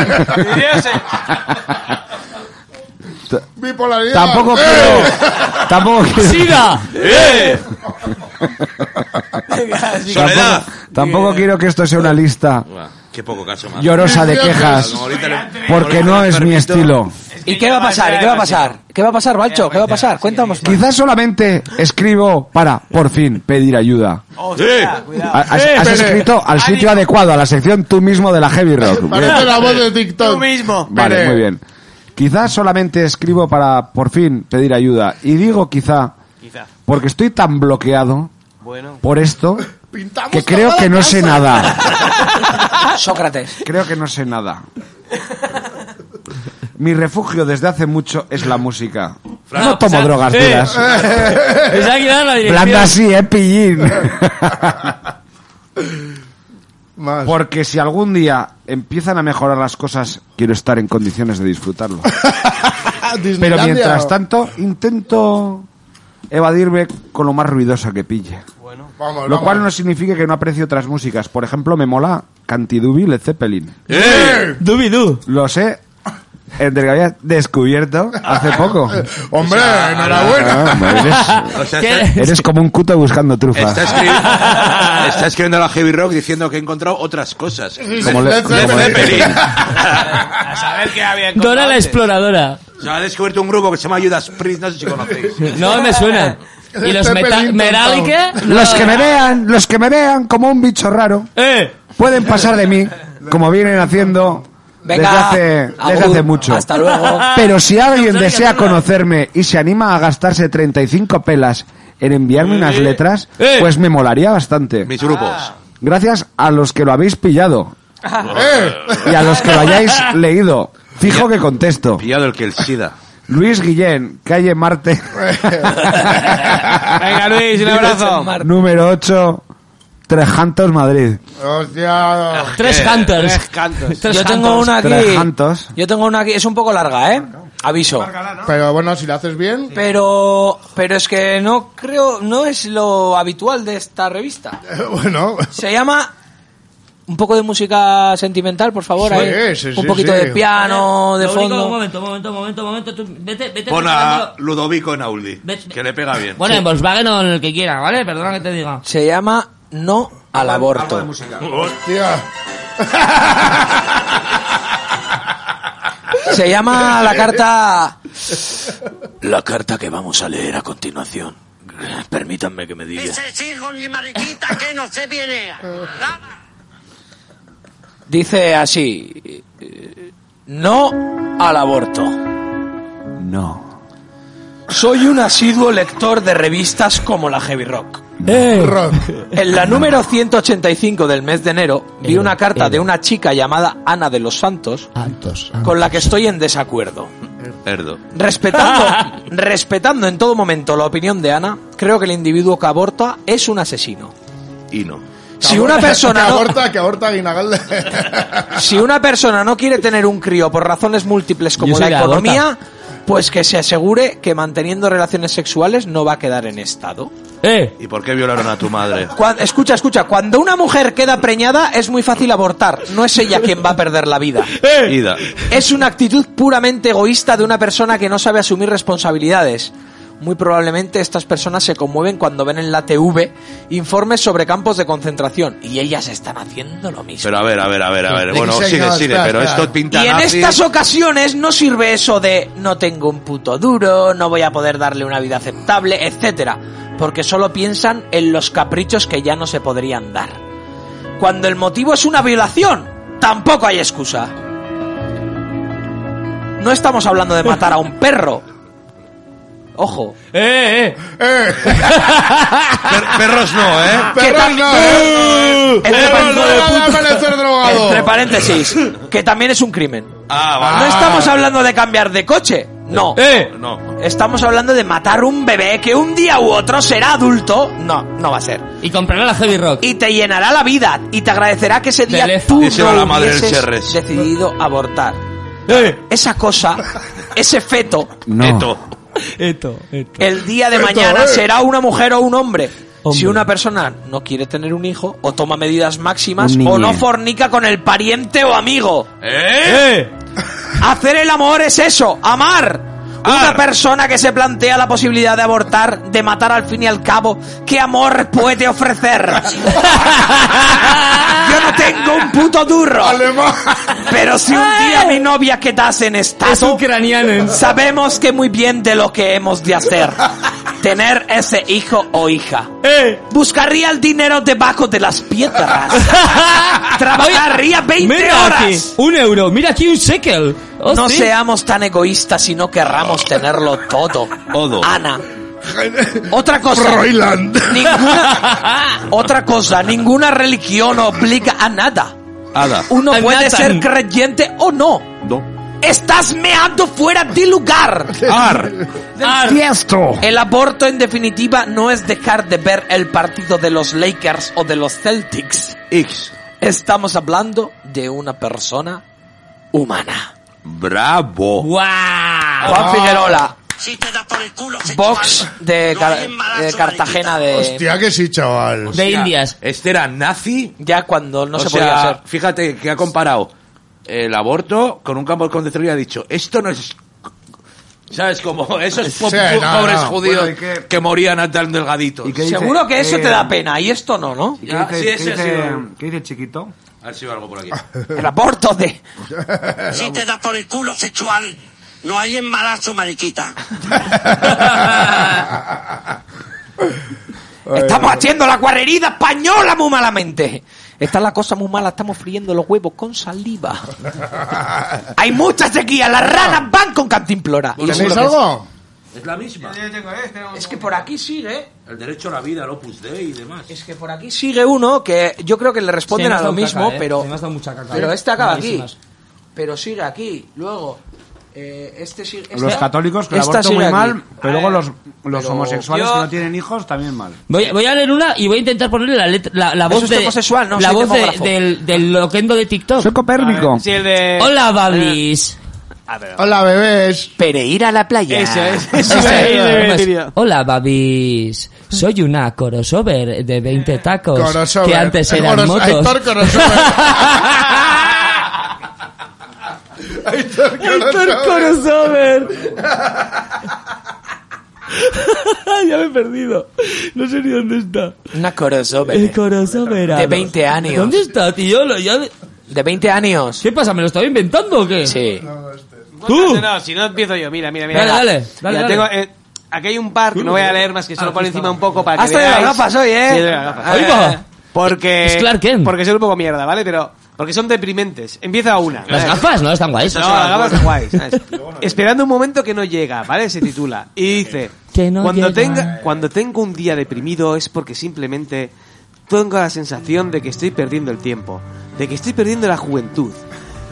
[SPEAKER 6] T-
[SPEAKER 4] Bipolaridad. ¡Eh!
[SPEAKER 6] Tampoco quiero. Tampoco quiero.
[SPEAKER 7] ¡Sida! ¡Eh!
[SPEAKER 6] Tampoco, tampoco quiero que esto sea una lista
[SPEAKER 8] Qué poco caso más.
[SPEAKER 6] llorosa de quejas.
[SPEAKER 8] Como ahorita le-
[SPEAKER 6] Porque no es mi estilo.
[SPEAKER 12] ¿Y qué va a pasar? ¿Y qué va a pasar? ¿Qué va a pasar, Balcho? ¿Qué va a pasar? Cuéntanos.
[SPEAKER 6] Quizás solamente escribo para, por fin, pedir ayuda. Ha- Has,
[SPEAKER 12] Eh,
[SPEAKER 6] has
[SPEAKER 12] Pere.
[SPEAKER 6] escrito al sitio adecuado, a la sección tú mismo de la Heavy Rock.
[SPEAKER 4] Parece la voz de TikTok. Tú mismo.
[SPEAKER 6] Vale, muy bien. Quizás solamente escribo para, por fin, pedir ayuda. Y digo quizá,
[SPEAKER 12] Quizá.
[SPEAKER 6] porque estoy tan bloqueado
[SPEAKER 12] Bueno.
[SPEAKER 6] por esto
[SPEAKER 12] Pintamos
[SPEAKER 6] que creo
[SPEAKER 12] toda
[SPEAKER 6] que
[SPEAKER 12] la
[SPEAKER 6] no sé
[SPEAKER 12] casa.
[SPEAKER 6] nada.
[SPEAKER 12] Sócrates.
[SPEAKER 6] Creo que no sé nada. Mi refugio desde hace mucho es la música. No tomo drogas
[SPEAKER 7] eh.
[SPEAKER 6] duras.
[SPEAKER 7] Pensaba que iba a dar la dirección.
[SPEAKER 6] Blanda así, eh, pillín. Porque si algún día empiezan a mejorar las cosas, quiero estar en condiciones de disfrutarlo.
[SPEAKER 4] Ah,
[SPEAKER 6] Pero
[SPEAKER 4] Disneylandia.
[SPEAKER 6] mientras tanto, intento evadirme con lo más ruidosa que pille.
[SPEAKER 4] Vamos,
[SPEAKER 6] Lo
[SPEAKER 4] vamos.
[SPEAKER 6] cual no significa que no aprecie otras músicas. Por ejemplo, me mola Cantidubi Led Zeppelin.
[SPEAKER 4] ¡Eh!
[SPEAKER 6] Dubidu. Los he entre que había descubierto hace poco.
[SPEAKER 4] Hombre,
[SPEAKER 6] Ah,
[SPEAKER 4] enhorabuena.
[SPEAKER 6] hombre, eres,
[SPEAKER 8] O sea, está,
[SPEAKER 6] eres como un cuto buscando trufas.
[SPEAKER 8] está escribi- está escribiendo la Heavy Rock diciendo que he encontrado otras cosas.
[SPEAKER 6] Como le-
[SPEAKER 8] Led
[SPEAKER 6] como le-
[SPEAKER 8] Zeppelin.
[SPEAKER 12] A saber qué había
[SPEAKER 5] Dora la exploradora.
[SPEAKER 8] O sea, ha descubierto un grupo que se llama Judas Priest, no sé si conocéis.
[SPEAKER 5] No me suena. Y
[SPEAKER 8] Este
[SPEAKER 5] los meta Metallica.
[SPEAKER 6] Los
[SPEAKER 5] no.
[SPEAKER 6] que me vean, los que me vean como un bicho raro, pueden pasar de mí, como vienen haciendo
[SPEAKER 12] Venga,
[SPEAKER 6] desde, hace, desde
[SPEAKER 12] agur,
[SPEAKER 6] hace mucho.
[SPEAKER 12] hasta luego.
[SPEAKER 6] Pero si alguien desea conocerme y se anima a gastarse 35 pelas en enviarme unas letras, pues me molaría bastante. Ah.
[SPEAKER 8] Mis grupos.
[SPEAKER 6] Gracias a los que lo habéis pillado y a los que lo hayáis leído. Fijo que contesto.
[SPEAKER 8] Pillado el que el SIDA.
[SPEAKER 6] Luis Guillén, calle Marte.
[SPEAKER 12] Venga, Luis, un abrazo.
[SPEAKER 6] Número 8, Trejantos, Madrid.
[SPEAKER 4] Hostia.
[SPEAKER 5] Tres cantos.
[SPEAKER 12] Tres cantos.
[SPEAKER 5] Tres
[SPEAKER 12] Yo
[SPEAKER 5] cantos.
[SPEAKER 12] tengo una aquí.
[SPEAKER 6] Tres cantos.
[SPEAKER 12] Yo tengo una aquí. Es un poco larga, ¿eh? Aviso.
[SPEAKER 4] Pero bueno, si lo haces bien.
[SPEAKER 12] Pero, pero es que no creo, no es lo habitual de esta revista.
[SPEAKER 4] Bueno.
[SPEAKER 12] Se llama un poco de música sentimental, por favor.
[SPEAKER 24] Sí,
[SPEAKER 12] ahí.
[SPEAKER 24] sí,
[SPEAKER 12] un
[SPEAKER 24] sí,
[SPEAKER 12] poquito
[SPEAKER 24] sí.
[SPEAKER 12] de piano, de
[SPEAKER 24] Lo único, un
[SPEAKER 12] fondo.
[SPEAKER 24] momento, un momento, un momento, un momento. Tú, vete, vete.
[SPEAKER 8] Pon
[SPEAKER 24] pensando-
[SPEAKER 8] a Ludovico en Audi, que le pega bien.
[SPEAKER 24] Bueno, en Volkswagen o en el que quiera, ¿vale? Perdona que te diga.
[SPEAKER 12] Se llama No al aborto.
[SPEAKER 4] Hostia.
[SPEAKER 12] Se llama la carta.
[SPEAKER 25] La carta que vamos a leer a continuación. Permítanme que me diga.
[SPEAKER 16] Ese chico ni mariquita que no se viene. a-
[SPEAKER 12] Dice así. eh, No al aborto.
[SPEAKER 6] No.
[SPEAKER 12] Soy un asiduo lector de revistas como la Heavy Rock.
[SPEAKER 26] Eh.
[SPEAKER 20] Rock.
[SPEAKER 12] En la número 185 del mes de enero vi una carta de una chica llamada Ana de los Santos
[SPEAKER 20] Antos.
[SPEAKER 12] con la que estoy en desacuerdo.
[SPEAKER 10] Erdo.
[SPEAKER 12] Respetando, respetando en todo momento la opinión de Ana, creo que el individuo que aborta es un asesino.
[SPEAKER 10] Y no.
[SPEAKER 12] Si una persona
[SPEAKER 4] Que
[SPEAKER 12] no,
[SPEAKER 4] aborta, que aborta Guinagalde.
[SPEAKER 12] si una persona no quiere tener un crío por razones múltiples
[SPEAKER 4] Yo
[SPEAKER 12] como
[SPEAKER 4] soy
[SPEAKER 12] la
[SPEAKER 4] de
[SPEAKER 12] economía, pues que se asegure que manteniendo relaciones sexuales no va a quedar en estado.
[SPEAKER 10] ¿Y por qué violaron a tu madre?
[SPEAKER 12] Cuan- escucha, escucha, cuando una mujer queda preñada es muy fácil abortar, no es ella quien va a perder la vida.
[SPEAKER 8] ¡Eh!
[SPEAKER 10] Ida.
[SPEAKER 12] Es una actitud puramente egoísta de una persona que no sabe asumir responsabilidades. Muy probablemente estas personas se conmueven cuando ven en la TV informes sobre campos de concentración y ellas están haciendo lo mismo.
[SPEAKER 10] Pero a ver, a ver, a ver, a ver.
[SPEAKER 12] Sí,
[SPEAKER 10] Bueno,
[SPEAKER 12] señor,
[SPEAKER 10] sigue, sigue,
[SPEAKER 12] espera,
[SPEAKER 10] pero
[SPEAKER 12] espera.
[SPEAKER 10] esto pinta
[SPEAKER 12] Y en
[SPEAKER 10] nazi.
[SPEAKER 12] estas ocasiones no sirve eso de no tengo un puto duro, no voy a poder darle una vida aceptable, etcétera, porque solo piensan en los caprichos que ya no se podrían dar. Cuando el motivo es una violación, tampoco hay excusa. No estamos hablando de matar a un perro. Ojo.
[SPEAKER 15] ¡Eh,
[SPEAKER 4] eh!
[SPEAKER 10] perros no, ¿eh?
[SPEAKER 12] Que
[SPEAKER 4] Perros
[SPEAKER 12] tam-
[SPEAKER 4] no,
[SPEAKER 12] ¡Eh!
[SPEAKER 4] eh.
[SPEAKER 12] Entre
[SPEAKER 4] Perros
[SPEAKER 12] pan-
[SPEAKER 4] no van a amanecer drogado.
[SPEAKER 12] Entre paréntesis, que también es un crimen.
[SPEAKER 10] Ah, Eh.
[SPEAKER 12] No estamos hablando de cambiar de coche. No.
[SPEAKER 5] Eh.
[SPEAKER 10] No.
[SPEAKER 12] Estamos hablando de matar un bebé que un día u otro será adulto. No, no va a ser.
[SPEAKER 5] Y comprará la Heavy Rock.
[SPEAKER 12] Y te llenará la vida y te agradecerá que ese día
[SPEAKER 5] Teleza.
[SPEAKER 12] tú
[SPEAKER 10] Díselo
[SPEAKER 12] no
[SPEAKER 10] a la madre del
[SPEAKER 12] hubieses
[SPEAKER 10] Serres.
[SPEAKER 12] decidido abortar.
[SPEAKER 5] Eh.
[SPEAKER 12] Esa cosa, ese feto,
[SPEAKER 10] Eto.
[SPEAKER 15] Esto, esto.
[SPEAKER 12] el día de
[SPEAKER 15] Feto,
[SPEAKER 12] mañana
[SPEAKER 15] eh.
[SPEAKER 12] será una mujer o un hombre.
[SPEAKER 15] Hombre.
[SPEAKER 12] Si una persona no quiere tener un hijo, o toma medidas máximas,
[SPEAKER 15] Un
[SPEAKER 12] o no
[SPEAKER 15] niñe.
[SPEAKER 12] fornica con el pariente o amigo.
[SPEAKER 10] ¿Eh?
[SPEAKER 12] Hacer el amor es eso, amar. Una persona que se plantea la posibilidad de abortar, de matar al fin y al cabo, ¿qué amor puede ofrecer? Yo no tengo un puto duro. Pero si un día mi novia quedase en estado, sabemos que muy bien de lo que hemos de hacer. Tener ese hijo o hija. Buscaría el dinero debajo de las piedras. Trabajaría 20
[SPEAKER 15] Mira
[SPEAKER 12] horas.
[SPEAKER 15] aquí, un euro, mira aquí un Oh, shekel.
[SPEAKER 12] No
[SPEAKER 15] Hostia.
[SPEAKER 12] seamos tan egoístas si no querramos tenerlo todo. Ana. Otra cosa.
[SPEAKER 20] Froilán.
[SPEAKER 12] Ninguna, otra cosa, ninguna religión obliga a nada.
[SPEAKER 10] Ada.
[SPEAKER 12] Uno
[SPEAKER 10] A
[SPEAKER 12] puede
[SPEAKER 10] nada.
[SPEAKER 12] ser creyente o no.
[SPEAKER 10] No.
[SPEAKER 12] Estás meando fuera de lugar.
[SPEAKER 10] Ar.
[SPEAKER 12] El aborto en definitiva no es dejar de ver el partido de los Lakers o de los Celtics. Estamos hablando de una persona humana.
[SPEAKER 10] Bravo.
[SPEAKER 12] Juan Figuerola. Box de, Car- de Cartagena de,
[SPEAKER 4] Hostia, que sí, chaval.
[SPEAKER 12] de Indias.
[SPEAKER 10] Este era nazi.
[SPEAKER 12] Ya cuando no
[SPEAKER 10] O
[SPEAKER 12] se
[SPEAKER 10] sea,
[SPEAKER 12] podía hacer.
[SPEAKER 10] Fíjate que ha comparado el aborto con un campo de concentración y ha dicho, esto no es... ¿Sabes? Como esos po-
[SPEAKER 12] Sí,
[SPEAKER 10] po-
[SPEAKER 12] no,
[SPEAKER 10] pobres
[SPEAKER 12] no.
[SPEAKER 10] judíos
[SPEAKER 12] Bueno, ¿y
[SPEAKER 10] que... morían tan delgaditos.
[SPEAKER 12] Seguro que eso te da pena y esto no, ¿no?
[SPEAKER 10] qué Ya, dice- Ah, sí, ese qué ha dice- sido.
[SPEAKER 6] ¿Qué dice el chiquito?
[SPEAKER 10] Ha sido algo por aquí.
[SPEAKER 12] El aborto de...
[SPEAKER 16] Si te da por el culo sexual, no hay embarazo, mariquita.
[SPEAKER 12] Estamos haciendo la guarrerida española muy malamente. Está la cosa muy mala, estamos friendo los huevos con saliva. Hay mucha sequía, las ranas van con cantimplora. Y seguro
[SPEAKER 4] ¿Tenéis
[SPEAKER 12] que-
[SPEAKER 4] algo?
[SPEAKER 10] Es la misma. este,
[SPEAKER 12] Es que por aquí sigue.
[SPEAKER 10] El derecho a la vida, el Opus Dei y demás.
[SPEAKER 12] Es que por aquí Sigue uno que yo creo que le responden
[SPEAKER 5] Sí, me
[SPEAKER 12] a
[SPEAKER 5] has
[SPEAKER 12] lo
[SPEAKER 5] dado
[SPEAKER 12] mismo,
[SPEAKER 5] caca, ¿eh?
[SPEAKER 12] pero...
[SPEAKER 5] Sí, me has dado mucha caca.
[SPEAKER 12] pero
[SPEAKER 5] ¿eh?
[SPEAKER 12] este acaba aquí.
[SPEAKER 5] Malísimas.
[SPEAKER 12] Pero sigue aquí. Luego, eh, este sigue...
[SPEAKER 6] Los
[SPEAKER 12] esta-
[SPEAKER 6] católicos que lo
[SPEAKER 12] esta
[SPEAKER 6] aborto
[SPEAKER 12] sigue
[SPEAKER 6] muy
[SPEAKER 12] aquí.
[SPEAKER 6] mal, pero luego los, los
[SPEAKER 12] Pero
[SPEAKER 6] homosexuales
[SPEAKER 12] yo-
[SPEAKER 6] que no tienen hijos también mal.
[SPEAKER 5] Voy, voy a leer una y voy a intentar ponerle la, letra- la, la
[SPEAKER 6] Eso
[SPEAKER 5] voz
[SPEAKER 6] es
[SPEAKER 5] de
[SPEAKER 6] homosexual, no
[SPEAKER 5] la
[SPEAKER 6] soy
[SPEAKER 5] voz de-
[SPEAKER 6] demógrafo.
[SPEAKER 5] del, del loquendo de TikTok. Ah, Soy
[SPEAKER 6] Copérnico.
[SPEAKER 7] Sí, el de...
[SPEAKER 5] Hola, Babis.
[SPEAKER 4] Hola, bebés.
[SPEAKER 5] Pereira a la
[SPEAKER 6] Ah,
[SPEAKER 5] playa.
[SPEAKER 7] Eso es,
[SPEAKER 4] eso es, ahí debería ir yo.
[SPEAKER 5] Hola, Babis. Soy una crossover de 20 tacos
[SPEAKER 4] Crossover.
[SPEAKER 5] que antes
[SPEAKER 4] El
[SPEAKER 5] eran
[SPEAKER 4] coros-
[SPEAKER 5] motos.
[SPEAKER 4] Aitor crossover. Aitor
[SPEAKER 5] ya me he perdido. No sé ni dónde está.
[SPEAKER 12] Una crossover.
[SPEAKER 5] El crossover.
[SPEAKER 12] De 20 años.
[SPEAKER 5] ¿Dónde está, tío? Lo- ya-
[SPEAKER 12] De 20 años.
[SPEAKER 5] ¿Qué pasa? ¿Me lo estaba inventando o qué?
[SPEAKER 12] Sí.
[SPEAKER 7] No, no, si no empiezo yo, mira, mira, mira.
[SPEAKER 5] Dale, dale, dale,
[SPEAKER 7] Mira,
[SPEAKER 5] dale.
[SPEAKER 7] tengo, eh, aquí hay un par que no voy a leer más que solo por encima un poco
[SPEAKER 5] Ah,
[SPEAKER 7] para que
[SPEAKER 12] Has traído
[SPEAKER 7] veáis.
[SPEAKER 12] las gafas hoy, ¿eh?
[SPEAKER 7] Sí, he traído las gafas. Eh,
[SPEAKER 12] Ahí va.
[SPEAKER 7] Porque...
[SPEAKER 5] Es Clark Kent.
[SPEAKER 7] Porque soy un poco mierda, ¿vale? Pero Porque son deprimentes. Empieza una.
[SPEAKER 5] Las gafas, ¿no? Están guays.
[SPEAKER 7] No, las gafas están guays. ¿sabes? Esperando un momento que no llega, ¿vale? Se titula. Y dice,
[SPEAKER 5] no
[SPEAKER 7] cuando,
[SPEAKER 5] llega.
[SPEAKER 7] tenga, cuando tengo un día deprimido es porque simplemente tengo la sensación de que estoy perdiendo el tiempo, de que estoy perdiendo la juventud.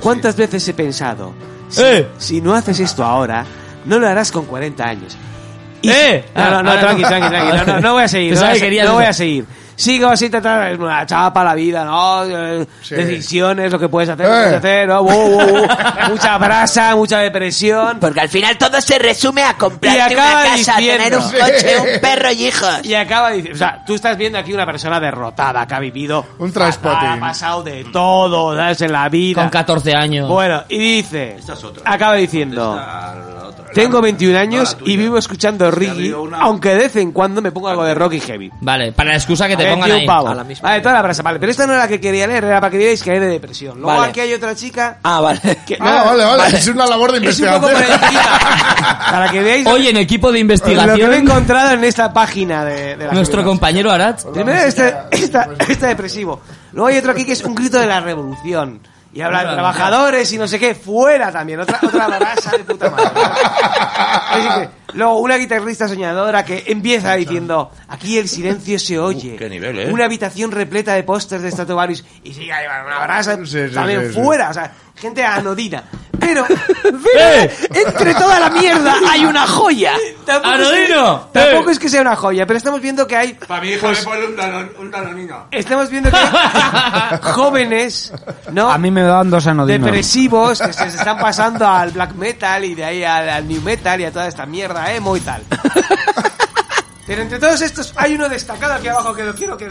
[SPEAKER 7] ¿Cuántas veces he pensado, si,
[SPEAKER 21] ¡Eh!
[SPEAKER 7] si no haces esto ahora, no lo harás con 40 años?
[SPEAKER 21] ¡Eh!
[SPEAKER 7] No, no, no,
[SPEAKER 21] Ahora
[SPEAKER 7] tranqui,
[SPEAKER 21] no.
[SPEAKER 7] tranqui, tranqui. No, no, no voy a seguir. No
[SPEAKER 21] Pensaba
[SPEAKER 7] voy a,
[SPEAKER 21] que
[SPEAKER 7] se-
[SPEAKER 21] querías
[SPEAKER 7] no
[SPEAKER 21] eso.
[SPEAKER 7] voy a seguir. Sigo así, ta, ta, es una chapa la vida, ¿no? Eh,
[SPEAKER 21] Sí. ¡Eh!
[SPEAKER 7] Decisiones, lo que puedes hacer, lo que puedes hacer, ¿no? Wow, wow, wow. Mucha brasa, mucha depresión. Porque al final todo se resume a
[SPEAKER 1] comprarte una casa, tener un coche, un perro
[SPEAKER 7] y hijos. Y acaba diciendo, o sea, tú estás viendo aquí una persona derrotada que ha vivido. Un
[SPEAKER 4] transporting.
[SPEAKER 7] Ha pasado de todo, ¿sabes? En la vida.
[SPEAKER 5] Con 14 años.
[SPEAKER 7] Bueno, y dice, acaba diciendo, tengo 21 años y vivo escuchando reggae, aunque de vez en cuando me pongo algo de rock y heavy.
[SPEAKER 5] Vale, para la excusa que te
[SPEAKER 7] 21
[SPEAKER 5] pongan ahí.
[SPEAKER 7] pavos. Vale, toda la brasa, vale. Pero esta no era la que quería leer, era para que vierais que hay de depresión. Luego
[SPEAKER 4] Vale.
[SPEAKER 7] aquí hay otra chica.
[SPEAKER 12] Ah, vale.
[SPEAKER 4] Ah, vale, vale, es una labor de
[SPEAKER 7] Es un poco
[SPEAKER 4] investigación.
[SPEAKER 7] Para que veáis
[SPEAKER 5] Oye, en equipo de
[SPEAKER 7] lo que me he
[SPEAKER 5] investigación,
[SPEAKER 7] encontrado en esta página de, de la
[SPEAKER 5] nuestro
[SPEAKER 7] seguridad.
[SPEAKER 5] compañero Arat.
[SPEAKER 7] Primero este, esta- este depresivo. Luego hay otro aquí que es un grito de la revolución. Y habla de trabajadores y no sé qué. Fuera también. Otra, otra brasa de puta madre. Así que, luego una guitarrista soñadora que empieza diciendo aquí el silencio se oye.
[SPEAKER 10] Qué nivel, ¿eh?
[SPEAKER 7] Una habitación repleta de pósters de estatuarios y sigue ahí, una brasa también
[SPEAKER 10] sí, ¡Eh! sí.
[SPEAKER 7] fuera. O sea, gente anodina. Pero, entre toda la mierda hay una joya. Tampoco es que-
[SPEAKER 10] ¡Anodino!
[SPEAKER 7] Tampoco es que sea una joya, pero estamos viendo que hay
[SPEAKER 10] Para mi hija me pone un, danon- un danonino.
[SPEAKER 7] Estamos viendo que jóvenes ¿no?
[SPEAKER 6] A mí me dan dos anodinos.
[SPEAKER 7] depresivos que se se están pasando al black metal y de ahí al, al new metal y a toda esta mierda emo y tal. Pero entre todos estos hay uno destacado aquí abajo que lo quiero que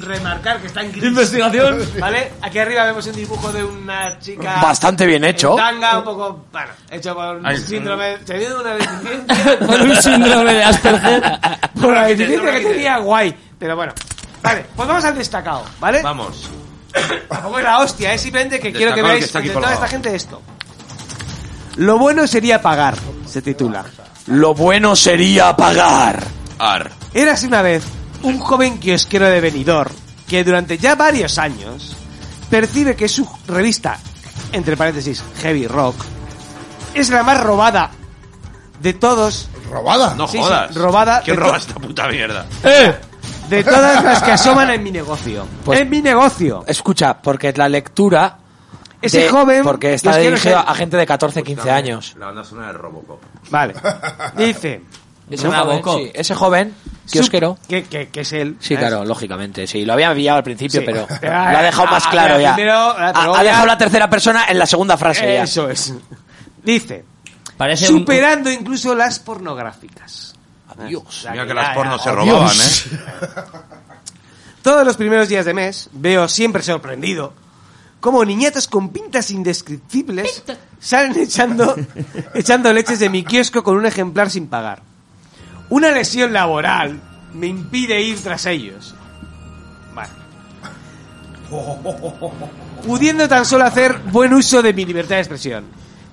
[SPEAKER 7] remarcar que está en gris.
[SPEAKER 5] Investigación.
[SPEAKER 7] ¿Vale? Aquí arriba vemos un dibujo de una chica
[SPEAKER 2] Bastante bien hecho.
[SPEAKER 7] en Tanga un poco, bueno, hecho con
[SPEAKER 2] Ay.
[SPEAKER 7] un síndrome, teniendo una deficiencia
[SPEAKER 5] Con un síndrome de Asperger.
[SPEAKER 7] por la deficiencia que tenía, guay. Pero bueno. Vale, pues vamos al destacado, ¿vale?
[SPEAKER 10] Vamos.
[SPEAKER 7] Tampoco es la hostia, es simplemente que quiero que
[SPEAKER 10] Destacado que
[SPEAKER 7] veáis
[SPEAKER 10] está aquí
[SPEAKER 7] entre toda
[SPEAKER 10] colgado.
[SPEAKER 7] esta gente esto. Lo bueno sería pagar, se titula.
[SPEAKER 2] Lo bueno sería pagar.
[SPEAKER 10] Ar.
[SPEAKER 7] Érase una vez un joven kiosquero de Benidorm que durante ya varios años percibe que su revista, entre paréntesis, Heavy Rock, es la más robada de todos.
[SPEAKER 4] ¿Robada?
[SPEAKER 10] No
[SPEAKER 7] Sí, sí,
[SPEAKER 10] jodas.
[SPEAKER 7] robada.
[SPEAKER 10] ¿Quién
[SPEAKER 7] de
[SPEAKER 10] roba
[SPEAKER 7] to-
[SPEAKER 10] esta puta mierda?
[SPEAKER 12] ¡Eh!
[SPEAKER 5] ¡Eh!
[SPEAKER 7] De todas las que asoman en mi negocio. en mi negocio.
[SPEAKER 12] Pues Escucha, porque la lectura.
[SPEAKER 7] Ese joven-
[SPEAKER 12] Porque está
[SPEAKER 7] es que no
[SPEAKER 12] dirigido
[SPEAKER 7] sé-
[SPEAKER 12] a gente de 14, 15 años.
[SPEAKER 10] La banda sonora de Robocop.
[SPEAKER 7] Vale. Dice.
[SPEAKER 12] Ese joven, sí, ese joven, kiosquero.
[SPEAKER 7] Que, que, que es él. ¿eh?
[SPEAKER 12] Sí,
[SPEAKER 7] ¿sabes?
[SPEAKER 12] claro, lógicamente. Sí, lo había pillado al principio,
[SPEAKER 7] Sí.
[SPEAKER 12] pero
[SPEAKER 7] Pero,
[SPEAKER 12] lo ha dejado
[SPEAKER 7] ah,
[SPEAKER 12] más
[SPEAKER 7] ah,
[SPEAKER 12] claro
[SPEAKER 7] pero
[SPEAKER 12] ya.
[SPEAKER 7] primero, ah, pero
[SPEAKER 12] ha, ha
[SPEAKER 7] ya-
[SPEAKER 12] dejado la tercera persona en la segunda frase ya.
[SPEAKER 7] Eso es. Dice.
[SPEAKER 5] Parece un-
[SPEAKER 7] superando incluso las pornográficas. Adiós.
[SPEAKER 10] Ah, Mira que las pornos se
[SPEAKER 7] Adiós.
[SPEAKER 10] robaban, ¿eh?
[SPEAKER 7] Todos los primeros días de mes veo siempre sorprendido cómo niñatos con pintas indescriptibles salen echando, echando leches de mi kiosco con un ejemplar sin pagar. Una lesión laboral me impide ir tras ellos. Vale. Pudiendo tan solo hacer buen uso de mi libertad de expresión.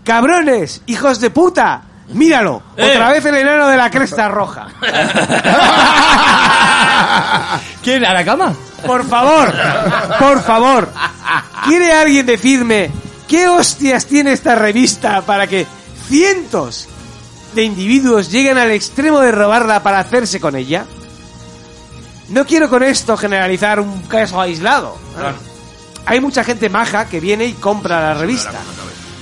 [SPEAKER 7] ¡Cabrones! ¡Hijos de puta! ¡Míralo!
[SPEAKER 5] Eh.
[SPEAKER 7] Otra vez el enano de la cresta roja.
[SPEAKER 5] ¿Quién? ¿A la cama?
[SPEAKER 7] Por favor, por favor. ¿Quiere alguien decirme qué hostias tiene esta revista para que cientos de individuos lleguen al extremo de robarla para hacerse con ella? No quiero con esto generalizar un caso aislado. Hay mucha gente maja que viene y compra la revista.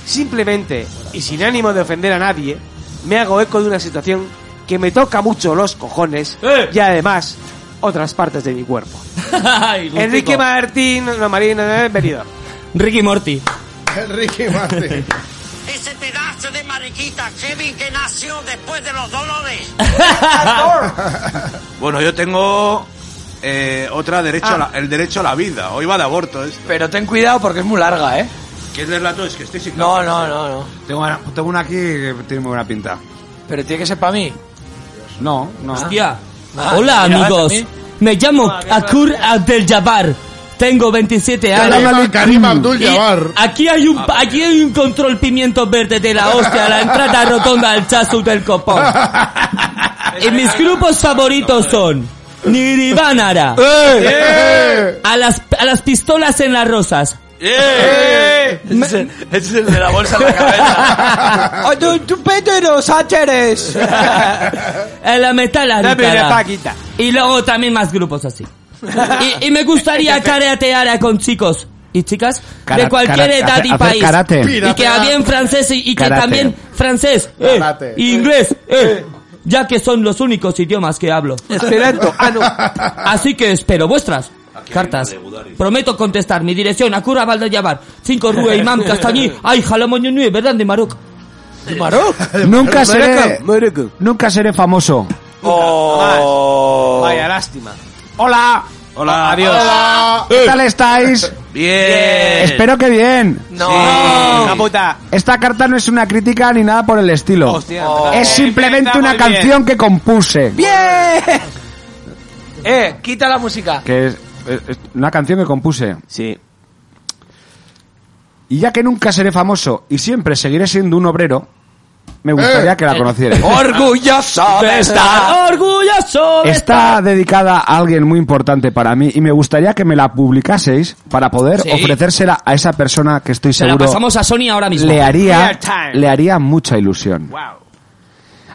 [SPEAKER 7] Simplemente, y sin ánimo de ofender a nadie, me hago eco de una situación que me toca mucho los cojones y además otras partes de mi cuerpo. Enrique Martín, no, Marín, eh, Benidorm.
[SPEAKER 5] Ricky Morty.
[SPEAKER 4] Ricky Martin.
[SPEAKER 16] Ese pedazo de mariquita, Kevin, que nació después de los dolores.
[SPEAKER 10] Bueno, yo tengo eh, otra derecho a la- el derecho a la vida. Hoy va de aborto esto.
[SPEAKER 12] Pero ten cuidado porque es muy larga, ¿eh?
[SPEAKER 10] ¿Quieres leerla tú? Es que estoy sin
[SPEAKER 12] No, no, no, no.
[SPEAKER 6] Tengo una, tengo una aquí que tiene muy buena pinta.
[SPEAKER 12] Pero tiene que ser para mí.
[SPEAKER 6] No, no.
[SPEAKER 12] Hostia.
[SPEAKER 6] Ah,
[SPEAKER 5] Hola
[SPEAKER 6] mira,
[SPEAKER 5] amigos,
[SPEAKER 6] también.
[SPEAKER 5] me llamo
[SPEAKER 8] Ah,
[SPEAKER 5] Akur Abdel Jabbar. Tengo 27 años. Mm.
[SPEAKER 4] Karim- Karim Abdul-Jabbar.
[SPEAKER 5] Y Aquí hay un
[SPEAKER 8] Ah,
[SPEAKER 5] aquí hay un control pimiento verde de la hostia, la entrada rotonda al chazo del copón. Y mis grupos favoritos son Nirvana,
[SPEAKER 21] ¡Eh!
[SPEAKER 5] a las a las pistolas en las rosas,
[SPEAKER 8] ¡Eh! Ese es el de la bolsa en la cabeza.
[SPEAKER 27] ¡Oh, tu, tu pedo y los ácheres!
[SPEAKER 5] En Eh, la metal
[SPEAKER 27] Dame
[SPEAKER 5] Aricada.
[SPEAKER 27] una paquita.
[SPEAKER 5] Y luego también más grupos así. Y, y me gustaría karatear a con chicos y chicas
[SPEAKER 26] Cara-
[SPEAKER 5] de cualquier
[SPEAKER 26] cara-
[SPEAKER 5] edad
[SPEAKER 26] hacer-
[SPEAKER 5] y
[SPEAKER 26] hacer
[SPEAKER 5] país.
[SPEAKER 26] karate.
[SPEAKER 5] Y que hablen francés y, y que
[SPEAKER 26] Karate.
[SPEAKER 5] también francés eh,
[SPEAKER 26] Karate.
[SPEAKER 5] y inglés, eh, ya que son los únicos idiomas que hablo. Esperanto, ah, no. Así que espero vuestras cartas. Prometo contestar mi dirección a Cura Valdellabar, 5 Rue Imam Castañí, ay, Jalamón Ñuñue, ¿verdad? De Maroc. ¿De Maroc?
[SPEAKER 26] Nunca seré, nunca seré famoso.
[SPEAKER 7] Oh. Vaya lástima.
[SPEAKER 26] Hola.
[SPEAKER 7] Ah, Hola. Adiós. Eh,
[SPEAKER 26] Hola. ¿Qué tal estáis?
[SPEAKER 7] Bien.
[SPEAKER 26] Espero que bien.
[SPEAKER 7] No. La puta.
[SPEAKER 26] Esta carta no es una crítica ni nada por el estilo.
[SPEAKER 7] Hostia.
[SPEAKER 26] es simplemente una canción que compuse.
[SPEAKER 7] ¡Bien! Eh, quita la música.
[SPEAKER 26] Que es, es- es una canción que compuse.
[SPEAKER 7] Sí.
[SPEAKER 26] Y ya que nunca seré famoso y siempre seguiré siendo un obrero, me
[SPEAKER 12] Eh.
[SPEAKER 26] gustaría que la conocierais.
[SPEAKER 8] Orgulloso de estar.
[SPEAKER 5] Orgulloso de
[SPEAKER 26] Está dedicada a alguien muy importante para mí y me gustaría que me la publicaseis para poder
[SPEAKER 5] Sí.
[SPEAKER 26] ofrecérsela a esa persona que estoy
[SPEAKER 5] Se la
[SPEAKER 26] seguro
[SPEAKER 5] pasamos a Sony ahora mismo.
[SPEAKER 26] le haría le haría mucha ilusión.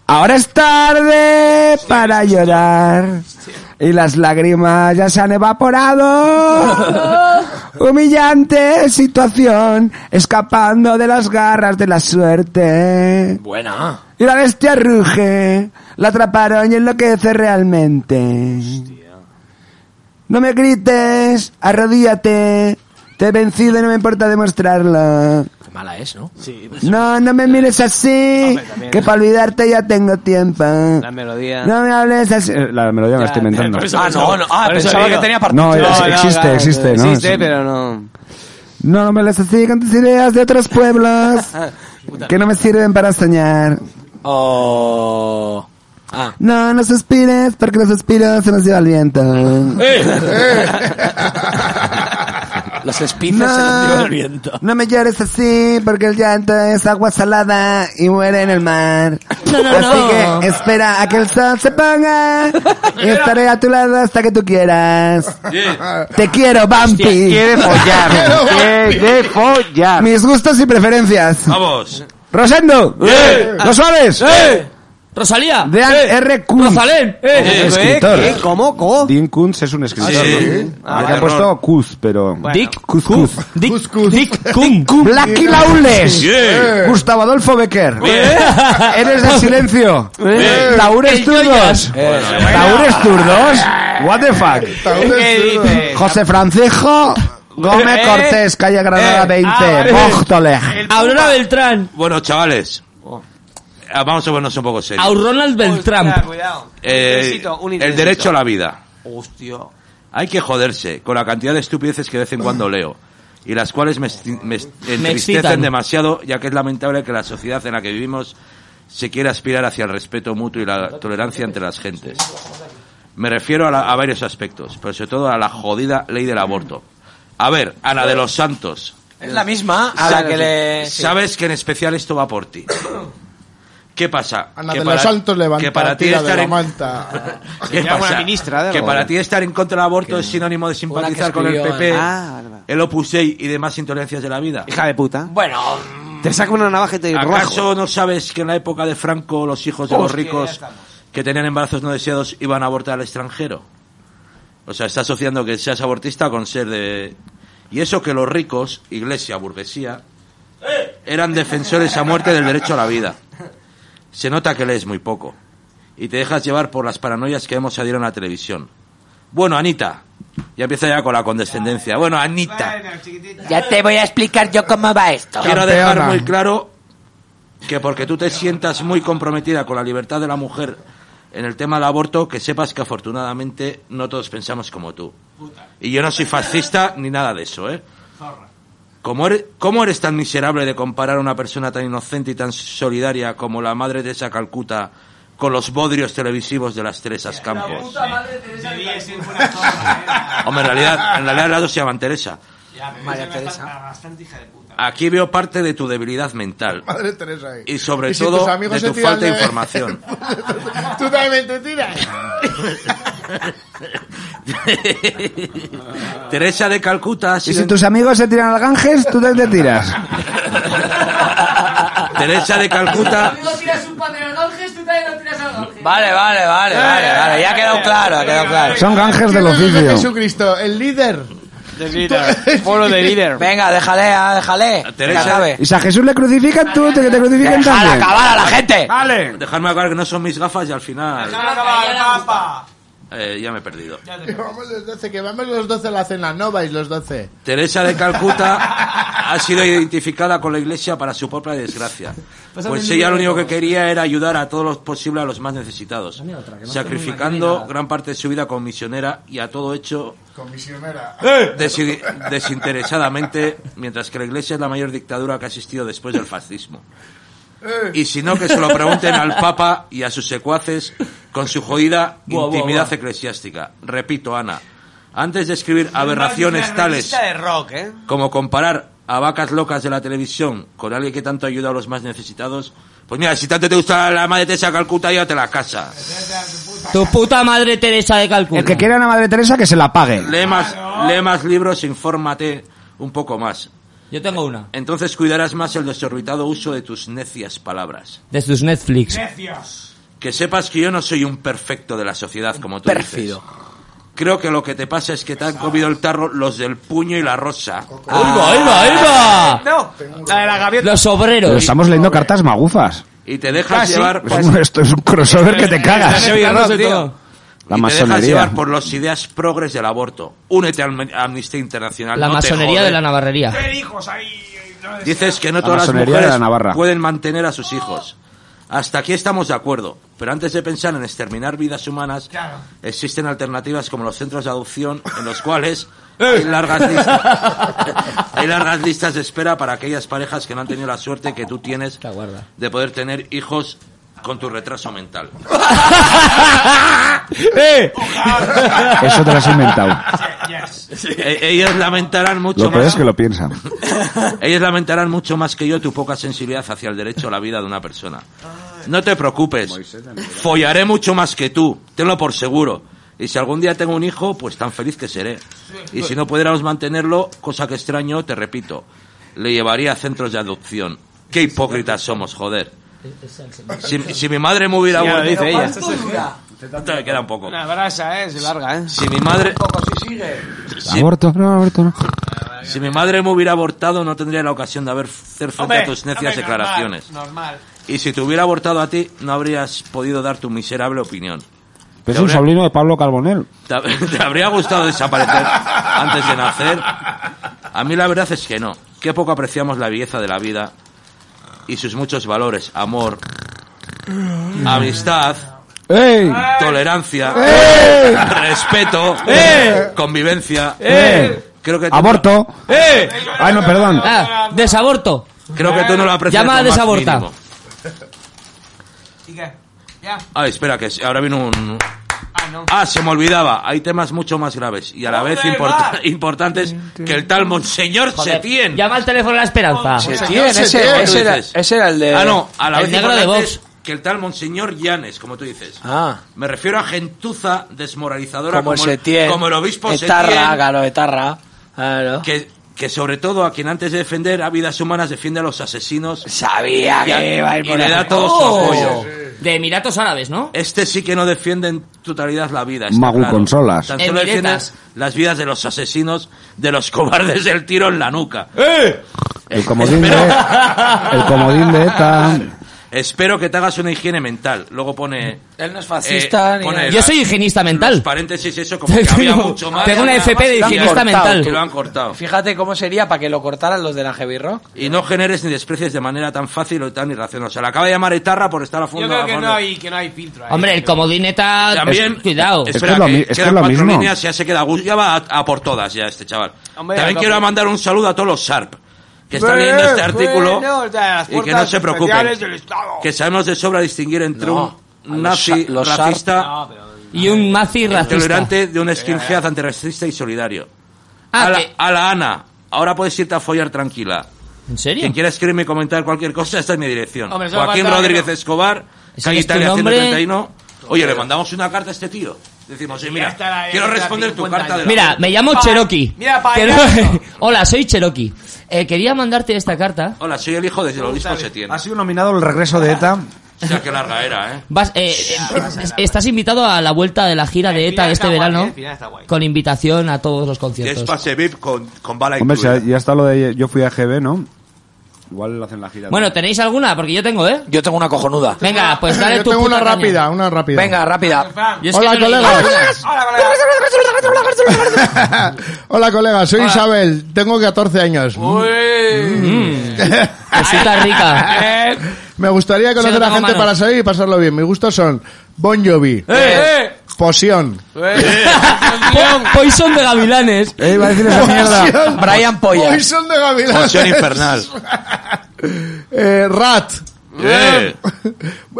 [SPEAKER 26] Ahora es tarde para llorar y las lágrimas ya se han evaporado. Humillante situación, escapando de las garras de la suerte.
[SPEAKER 8] Buena.
[SPEAKER 26] Y la bestia ruge, la atraparon y enloquece realmente. No me grites, arrodíllate, te he vencido y no me importa demostrarlo.
[SPEAKER 12] Mala es, ¿no? Sí.
[SPEAKER 5] pues
[SPEAKER 26] No, no me mires así,
[SPEAKER 12] también.
[SPEAKER 26] que para olvidarte ya tengo tiempo. La
[SPEAKER 7] melodía.
[SPEAKER 26] No me hables así. Eh, La melodía me la estoy inventando.
[SPEAKER 7] Ah, no, no. Ah, pensaba que tenía
[SPEAKER 26] No,
[SPEAKER 7] partitura.
[SPEAKER 26] es- existe, existe, ¿no?
[SPEAKER 7] Existe,
[SPEAKER 26] Es-
[SPEAKER 7] pero no.
[SPEAKER 26] No, no me hables así con tus ideas de otros pueblos que no me sirven para soñar.
[SPEAKER 12] Oh. Ah.
[SPEAKER 26] No, no suspires porque los suspiros se nos lleva el viento.
[SPEAKER 12] Eh,
[SPEAKER 8] Eh.
[SPEAKER 12] Los espizos se los dio el viento.
[SPEAKER 26] no me llores así porque el llanto es agua salada y muere en el mar.
[SPEAKER 12] No, no,
[SPEAKER 26] así
[SPEAKER 12] no.
[SPEAKER 26] que espera a que el sol se ponga y estaré a tu lado hasta que tú quieras. Te quiero, Bampi.
[SPEAKER 6] quiere follar.
[SPEAKER 26] quiere follar. Mis gustos y preferencias.
[SPEAKER 8] Vamos.
[SPEAKER 26] Rosendo. eh, ¿Lo sabes?
[SPEAKER 5] Rosalía.
[SPEAKER 26] De R. Kunz.
[SPEAKER 5] Rosalén.
[SPEAKER 26] Un escritor.
[SPEAKER 5] eh,
[SPEAKER 7] ¿Cómo? ¿Cómo?
[SPEAKER 26] Dean Kunz es un escritor.
[SPEAKER 7] Ah, sí.
[SPEAKER 26] ¿no?
[SPEAKER 7] Ah,
[SPEAKER 26] Aquí
[SPEAKER 7] vale.
[SPEAKER 26] ha puesto Kuz, pero...
[SPEAKER 7] Dick
[SPEAKER 26] Kuz, Kuz.
[SPEAKER 5] Dick Dick Kun.
[SPEAKER 26] Blacky Laules.
[SPEAKER 6] Yeah.
[SPEAKER 26] Gustavo Adolfo Becker.
[SPEAKER 5] Eh.
[SPEAKER 26] Eres de silencio.
[SPEAKER 6] Bien.
[SPEAKER 26] Taúres
[SPEAKER 6] El
[SPEAKER 26] Turdos.
[SPEAKER 5] Eh,
[SPEAKER 26] Taúres Turdos. What the fuck. José Francisco Gómez
[SPEAKER 8] Eh.
[SPEAKER 26] Cortés, calle Granada
[SPEAKER 8] Eh.
[SPEAKER 26] 20.
[SPEAKER 8] Ah, vale. Eh,
[SPEAKER 26] Móstoles.
[SPEAKER 5] Aurora Beltrán.
[SPEAKER 8] Bueno, chavales.
[SPEAKER 12] Oh.
[SPEAKER 8] Ah, Vamos a ponernos un poco serios.
[SPEAKER 5] Aur Ronald Beltrán.
[SPEAKER 8] Eh,
[SPEAKER 7] intensito, un
[SPEAKER 8] el
[SPEAKER 7] intensito.
[SPEAKER 8] derecho a la vida.
[SPEAKER 7] Hostia.
[SPEAKER 8] Hay que joderse con la cantidad de estupideces que de vez en cuando leo y las cuales me, esti- me est- entristecen
[SPEAKER 5] excitan.
[SPEAKER 8] demasiado, ya que es lamentable que la sociedad en la que vivimos se quiera aspirar hacia el respeto mutuo y la tolerancia entre las gentes. Me refiero a, la- a varios aspectos, pero sobre todo a la jodida ley del aborto. A ver, Ana de los Santos,
[SPEAKER 12] Es la misma a la que le... sí.
[SPEAKER 8] sabes que en especial esto va por ti. ¿Qué pasa?
[SPEAKER 4] Ana
[SPEAKER 8] Que
[SPEAKER 4] de
[SPEAKER 8] para-
[SPEAKER 4] los Santos levanta
[SPEAKER 8] que para ti
[SPEAKER 4] tira de
[SPEAKER 8] estar
[SPEAKER 4] la
[SPEAKER 8] en-
[SPEAKER 4] manta.
[SPEAKER 8] ¿Qué
[SPEAKER 4] Sería buena
[SPEAKER 8] pasa?
[SPEAKER 4] ministra de
[SPEAKER 8] que
[SPEAKER 4] algo.
[SPEAKER 8] para ti estar en contra del aborto es sinónimo de simpatizar con el
[SPEAKER 7] escribió,
[SPEAKER 8] PP,
[SPEAKER 7] ah, vale,
[SPEAKER 8] el Opus Dei y demás intolerancias de la vida.
[SPEAKER 7] Hija de puta.
[SPEAKER 8] Bueno,
[SPEAKER 7] Te saco una navaja y te rajo.
[SPEAKER 8] ¿acaso no sabes que en la época de Franco los hijos de los
[SPEAKER 7] Hostia, ya
[SPEAKER 8] ricos
[SPEAKER 7] estamos.
[SPEAKER 8] que tenían embarazos no deseados iban a abortar al extranjero? O sea, está asociando que seas abortista con ser de... Y eso que los ricos, iglesia, burguesía,
[SPEAKER 7] ¡Eh!
[SPEAKER 8] eran defensores a muerte del derecho a la vida. Se nota que lees muy poco y te dejas llevar por las paranoias que hemos salido en la televisión. Bueno, Anita, ya empieza ya con la condescendencia. Bueno, Anita,
[SPEAKER 12] Ya te voy a explicar yo cómo va esto.
[SPEAKER 8] quiero dejar muy claro que porque tú te sientas muy comprometida con la libertad de la mujer en el tema del aborto, que sepas que afortunadamente no todos pensamos como tú. Y yo no soy fascista ni nada de eso, ¿eh? ¿Cómo eres, ¿Cómo eres tan miserable de comparar a una persona tan inocente y tan solidaria como la madre de esa Calcuta con los bodrios televisivos de las Teresas Campos? Hombre, en realidad, en realidad las dos se llaman Teresa.
[SPEAKER 12] María Teresa.
[SPEAKER 7] Bastante hija de puta.
[SPEAKER 8] Aquí veo parte de tu debilidad mental
[SPEAKER 4] Madre Teresa. ahí.
[SPEAKER 8] y sobre
[SPEAKER 4] Y si
[SPEAKER 8] todo
[SPEAKER 4] tus amigos
[SPEAKER 8] de
[SPEAKER 4] se
[SPEAKER 8] tu
[SPEAKER 4] tiran
[SPEAKER 8] falta de
[SPEAKER 4] de-
[SPEAKER 8] información.
[SPEAKER 4] Tú también te tiras.
[SPEAKER 8] Teresa de Calcuta. ha
[SPEAKER 26] Y
[SPEAKER 8] sido-
[SPEAKER 26] si tus amigos se tiran al Ganges, tú te tiras.
[SPEAKER 8] Teresa de Calcuta.
[SPEAKER 5] tiras un padre al Ganges, tú también lo tiras al Ganges.
[SPEAKER 12] Vale, vale, vale, vale, vale. Ya ha quedado claro, ha quedado claro.
[SPEAKER 26] Son Ganges del oficio.
[SPEAKER 4] Jesucristo, el líder.
[SPEAKER 7] El líder. Polo de líder.
[SPEAKER 12] Venga, déjale, ah, déjale.
[SPEAKER 8] Teresa-
[SPEAKER 12] Que acabe.
[SPEAKER 26] Y si a Jesús le crucifican, tú te, que te crucifiquen
[SPEAKER 12] Déjale
[SPEAKER 26] también.
[SPEAKER 12] acabar a la gente.
[SPEAKER 8] Vale. Dejadme acabar que no son mis gafas y al final.
[SPEAKER 4] Vamos
[SPEAKER 8] Eh, ya me he perdido.
[SPEAKER 4] los 12, que vamos los 12 a la cena, no vais los 12.
[SPEAKER 8] Teresa de Calcuta ha sido identificada con la iglesia para su propia desgracia.
[SPEAKER 4] Pásame
[SPEAKER 8] Pues
[SPEAKER 4] el
[SPEAKER 8] ella lo
[SPEAKER 4] libro.
[SPEAKER 8] único que quería era ayudar a todos los posible a los más necesitados,
[SPEAKER 4] Dame otra, que no estoy muy
[SPEAKER 8] sacrificando
[SPEAKER 4] maquinada.
[SPEAKER 8] gran parte de su vida como misionera y a todo hecho
[SPEAKER 4] Comisionera.
[SPEAKER 12] Eh.
[SPEAKER 8] desi- desinteresadamente, mientras que la iglesia es la mayor dictadura que ha existido después del fascismo.
[SPEAKER 5] Eh.
[SPEAKER 8] Y si no, que se lo pregunten al Papa y a sus secuaces con su jodida
[SPEAKER 12] Buah, buah,
[SPEAKER 8] intimidad
[SPEAKER 12] buah.
[SPEAKER 8] eclesiástica. Repito, Ana, antes de escribir aberraciones tales
[SPEAKER 7] Revista de rock, ¿eh?
[SPEAKER 8] como comparar a vacas locas de la televisión con alguien que tanto ayuda a los más necesitados, pues mira, si tanto te gusta la madre Teresa de Calcuta, llévate la casa.
[SPEAKER 5] Tu puta madre Teresa de Calcuta.
[SPEAKER 26] El que quiera a la Madre Teresa, que se la pague.
[SPEAKER 8] Lee más, lee más libros, infórmate un poco más.
[SPEAKER 5] Yo tengo una.
[SPEAKER 8] Entonces cuidarás más el desorbitado uso de tus necias palabras.
[SPEAKER 5] De sus Netflix.
[SPEAKER 8] Que sepas que yo no soy un perfecto de la sociedad, como tú
[SPEAKER 12] Pérfido.
[SPEAKER 8] dices. Creo que lo que te pasa es que te han comido el tarro los del puño y la rosa.
[SPEAKER 5] Ah. ¡Ahí va, ahí va, ahí va!
[SPEAKER 7] No, la de la gaviota.
[SPEAKER 5] Los obreros.
[SPEAKER 26] Pero estamos leyendo cartas magufas.
[SPEAKER 8] Y te dejas
[SPEAKER 5] Ah,
[SPEAKER 26] Ah,
[SPEAKER 7] Casi,
[SPEAKER 8] llevar...
[SPEAKER 26] Es un- Pues, esto es un crossover que te cagas. La
[SPEAKER 8] y te dejas
[SPEAKER 26] masonería.
[SPEAKER 8] llevar por las ideas progres del aborto. Únete a Am- Amnistía Internacional.
[SPEAKER 5] La
[SPEAKER 8] no te
[SPEAKER 5] masonería
[SPEAKER 8] jode.
[SPEAKER 5] de la navarrería.
[SPEAKER 8] Dices que no
[SPEAKER 26] La
[SPEAKER 8] todas las
[SPEAKER 26] masonería
[SPEAKER 8] mujeres
[SPEAKER 26] de la Navarra.
[SPEAKER 8] pueden mantener a sus hijos. Hasta aquí estamos de acuerdo. Pero antes de pensar en exterminar vidas humanas, existen alternativas como los centros de adopción en los cuales hay largas listas, hay largas listas de espera para aquellas parejas que no han tenido la suerte que tú tienes de poder tener hijos con tu retraso mental. ¡Eh!
[SPEAKER 26] Eso te lo has inventado.
[SPEAKER 8] E- Ellas lamentarán mucho
[SPEAKER 26] Lo peor
[SPEAKER 8] más.
[SPEAKER 26] es que lo piensan.
[SPEAKER 8] Ellos lamentarán mucho más que yo tu poca sensibilidad hacia el derecho a la vida de una persona. No te preocupes. Follaré mucho más que tú, tenlo por seguro. Y si algún día tengo un hijo, pues tan feliz que seré. Y si no pudiéramos mantenerlo, cosa que extraño, te repito, le llevaría a centros de adopción. Qué hipócritas somos, joder.
[SPEAKER 7] E-,
[SPEAKER 8] Si, si mi madre me hubiera
[SPEAKER 7] Ya lo
[SPEAKER 8] vuelto-
[SPEAKER 7] dice ella.
[SPEAKER 8] Todavía queda un poco.
[SPEAKER 7] Una brasa, ¿eh? Se larga, ¿eh?
[SPEAKER 8] Si mi madre, Sí.
[SPEAKER 26] Aborto, no, aborto, no.
[SPEAKER 8] si mi madre me hubiera abortado, no tendría la ocasión de haber hacer frente a tus necias declaraciones.
[SPEAKER 7] Normal.
[SPEAKER 8] Y si te hubiera abortado a ti, no habrías podido dar tu miserable opinión.
[SPEAKER 26] Es un sobrino de Pablo Carbonell.
[SPEAKER 8] ¿Te, hab- te habría gustado desaparecer antes de nacer? A mí la verdad es que no. Qué poco apreciamos la belleza de la vida y sus muchos valores. Amor, amistad, Eh.
[SPEAKER 26] ¡Ey!
[SPEAKER 8] tolerancia,
[SPEAKER 26] ¡Eh!
[SPEAKER 8] respeto,
[SPEAKER 26] ¡Eh!
[SPEAKER 8] convivencia.
[SPEAKER 26] ¡Eh!
[SPEAKER 8] Creo que tú-
[SPEAKER 26] ¡Aborto! Ay, no, perdón.
[SPEAKER 5] ¡Eh! Ah, desaborto.
[SPEAKER 8] Creo que tú no lo aprecias.
[SPEAKER 5] Llama a
[SPEAKER 8] lo más
[SPEAKER 5] desaborta.
[SPEAKER 8] mínimo. Ah, espera, que ahora vino un... Ah, se me olvidaba. Hay temas mucho más graves y a la vez importa- importantes que el tal Monseñor
[SPEAKER 5] Joder,
[SPEAKER 8] Setién.
[SPEAKER 5] Llama al teléfono a la esperanza.
[SPEAKER 8] Setién,
[SPEAKER 12] ese- ese era-
[SPEAKER 8] dices.
[SPEAKER 12] ese era el de-
[SPEAKER 8] Ah, no, a la
[SPEAKER 5] el
[SPEAKER 8] vez
[SPEAKER 5] negro de
[SPEAKER 8] importantes que el tal Monseñor Llanes, como tú dices.
[SPEAKER 12] Ah.
[SPEAKER 8] Me refiero a gentuza desmoralizadora
[SPEAKER 12] Como
[SPEAKER 8] como,
[SPEAKER 12] el Setién.
[SPEAKER 8] el, como el obispo
[SPEAKER 12] Etarra,
[SPEAKER 8] Setién,
[SPEAKER 12] claro, etarra. Claro.
[SPEAKER 8] que, que sobre todo a quien antes de defender a vidas humanas defiende a los asesinos.
[SPEAKER 12] Sabía
[SPEAKER 8] y a-
[SPEAKER 12] que iba a ir
[SPEAKER 8] y
[SPEAKER 12] por
[SPEAKER 8] le
[SPEAKER 12] ahí.
[SPEAKER 8] da todo
[SPEAKER 5] Oh.
[SPEAKER 8] su apoyo.
[SPEAKER 5] De Emiratos Árabes, ¿no?
[SPEAKER 8] Este sí que no defiende en totalidad la vida. está
[SPEAKER 26] Magu
[SPEAKER 8] claro.
[SPEAKER 26] consolas.
[SPEAKER 8] Tan solo defiende
[SPEAKER 5] Emiretas.
[SPEAKER 8] las vidas de los asesinos, de los cobardes del tiro en la nuca.
[SPEAKER 5] Eh.
[SPEAKER 8] ¡Eh!
[SPEAKER 26] El comodín de... El comodín de ETA.
[SPEAKER 8] Espero que te hagas una higiene mental. Luego pone... eh,
[SPEAKER 12] Él no es fascista ni nada.
[SPEAKER 5] Yo soy higienista mental.
[SPEAKER 8] Paréntesis, eso como que había mucho más.
[SPEAKER 5] Tengo una FP de
[SPEAKER 12] Lo han
[SPEAKER 5] higienista
[SPEAKER 12] cortado,
[SPEAKER 5] mental.
[SPEAKER 8] Que lo han cortado.
[SPEAKER 12] Fíjate cómo sería para que lo cortaran los de la Heavy Rock.
[SPEAKER 8] Y no generes ni desprecies de manera tan fácil o tan irracional. O sea, la acaba de llamar etarra por estar a fondo.
[SPEAKER 7] Yo
[SPEAKER 8] a
[SPEAKER 7] creo que
[SPEAKER 8] fondo.
[SPEAKER 7] no hay, que no hay filtro ahí.
[SPEAKER 5] Hombre, el comodineta.
[SPEAKER 8] También,
[SPEAKER 5] Cuidado.
[SPEAKER 8] Espera,
[SPEAKER 26] Es que es lo
[SPEAKER 8] que
[SPEAKER 26] mi- es que es
[SPEAKER 8] quedan
[SPEAKER 26] lo
[SPEAKER 8] cuatro
[SPEAKER 26] mismo.
[SPEAKER 8] líneas, ya se queda. Gus- Ya va a, a por todas ya este chaval.
[SPEAKER 7] Hombre,
[SPEAKER 8] También
[SPEAKER 7] no,
[SPEAKER 8] quiero
[SPEAKER 7] pero-
[SPEAKER 8] mandar un saludo a todos los Sharp que están leyendo este artículo
[SPEAKER 7] Bueno, o sea, las
[SPEAKER 8] y que no
[SPEAKER 7] puertas
[SPEAKER 8] se preocupen.
[SPEAKER 7] especiales del Estado.
[SPEAKER 8] Que sabemos de sobra distinguir entre
[SPEAKER 12] No, a
[SPEAKER 8] un
[SPEAKER 12] los
[SPEAKER 8] nazi
[SPEAKER 12] Sharp- los Sharp-
[SPEAKER 8] racista,
[SPEAKER 5] Y un mazi racista.
[SPEAKER 8] tolerante de un skinhead antirracista y solidario.
[SPEAKER 5] Ah,
[SPEAKER 8] a, la,
[SPEAKER 5] que-
[SPEAKER 8] a la Ana, ahora puedes irte a follar tranquila.
[SPEAKER 5] ¿En serio?
[SPEAKER 8] Quien quiera escribirme y comentar cualquier cosa, esta es mi dirección.
[SPEAKER 7] Hombre, solo
[SPEAKER 8] Joaquín
[SPEAKER 7] faltaba que
[SPEAKER 8] Rodríguez
[SPEAKER 7] no.
[SPEAKER 8] Escobar,
[SPEAKER 5] Ese
[SPEAKER 8] calle
[SPEAKER 5] es tu
[SPEAKER 8] Italia
[SPEAKER 5] nombre.
[SPEAKER 8] 131. Oye, le mandamos una carta a este tío. Decimos, oye,
[SPEAKER 5] Ya
[SPEAKER 8] mira,
[SPEAKER 5] está la-
[SPEAKER 8] quiero
[SPEAKER 5] la
[SPEAKER 8] responder tu
[SPEAKER 5] 50
[SPEAKER 8] carta de la- Ah.
[SPEAKER 5] Mira, me llamo
[SPEAKER 8] Pa-
[SPEAKER 5] Cherokee.
[SPEAKER 8] Mira,
[SPEAKER 5] Que no-
[SPEAKER 8] payaso.
[SPEAKER 5] Hola, soy Cherokee. Eh, quería mandarte esta carta.
[SPEAKER 8] Hola, soy el hijo de los obispos Setién.
[SPEAKER 26] Ha sido nominado el regreso de ETA.
[SPEAKER 8] O sea, qué larga era, ¿eh?
[SPEAKER 5] Vas, eh, eh, es- estás invitado a la vuelta de la gira de ETA este
[SPEAKER 8] eh,
[SPEAKER 5] verano con invitación a todos los
[SPEAKER 8] Es
[SPEAKER 5] conciertos.
[SPEAKER 8] pase VIP con, con bala
[SPEAKER 12] Eh,
[SPEAKER 26] Hombre, si
[SPEAKER 8] incluida.
[SPEAKER 26] ya está lo de yo fui a GB, ¿no? Igual lo hacen la gira.
[SPEAKER 5] Bueno, ¿tenéis alguna? Porque yo tengo, ¿eh?
[SPEAKER 12] Yo tengo una cojonuda.
[SPEAKER 5] Venga, pues dale
[SPEAKER 4] Yo
[SPEAKER 5] tu
[SPEAKER 4] tengo
[SPEAKER 5] puta
[SPEAKER 4] una
[SPEAKER 5] caña.
[SPEAKER 4] rápida, una rápida.
[SPEAKER 12] Venga, rápida.
[SPEAKER 5] Yo es que
[SPEAKER 4] Hola,
[SPEAKER 5] no le-
[SPEAKER 4] colegas. Hola, colegas. Soy Isabel. Tengo 14 años.
[SPEAKER 5] Eh.
[SPEAKER 8] Mm.
[SPEAKER 6] Mm.
[SPEAKER 5] Cosita Mm. rica.
[SPEAKER 8] Eh.
[SPEAKER 4] Me gustaría
[SPEAKER 5] Sí,
[SPEAKER 4] conocer
[SPEAKER 5] lo
[SPEAKER 4] a
[SPEAKER 5] tengo
[SPEAKER 4] gente
[SPEAKER 5] mano.
[SPEAKER 4] para salir y pasarlo bien. Mis gustos son Bon Jovi,
[SPEAKER 5] ¡Eh!
[SPEAKER 4] Posión,
[SPEAKER 5] Po- Poison de Gavilanes.
[SPEAKER 26] Eh, iba a decir esa mierda.
[SPEAKER 12] Brian Polla.
[SPEAKER 4] Poison de Gavilanes.
[SPEAKER 8] Pasión infernal.
[SPEAKER 4] eh, Rat,
[SPEAKER 8] Eh,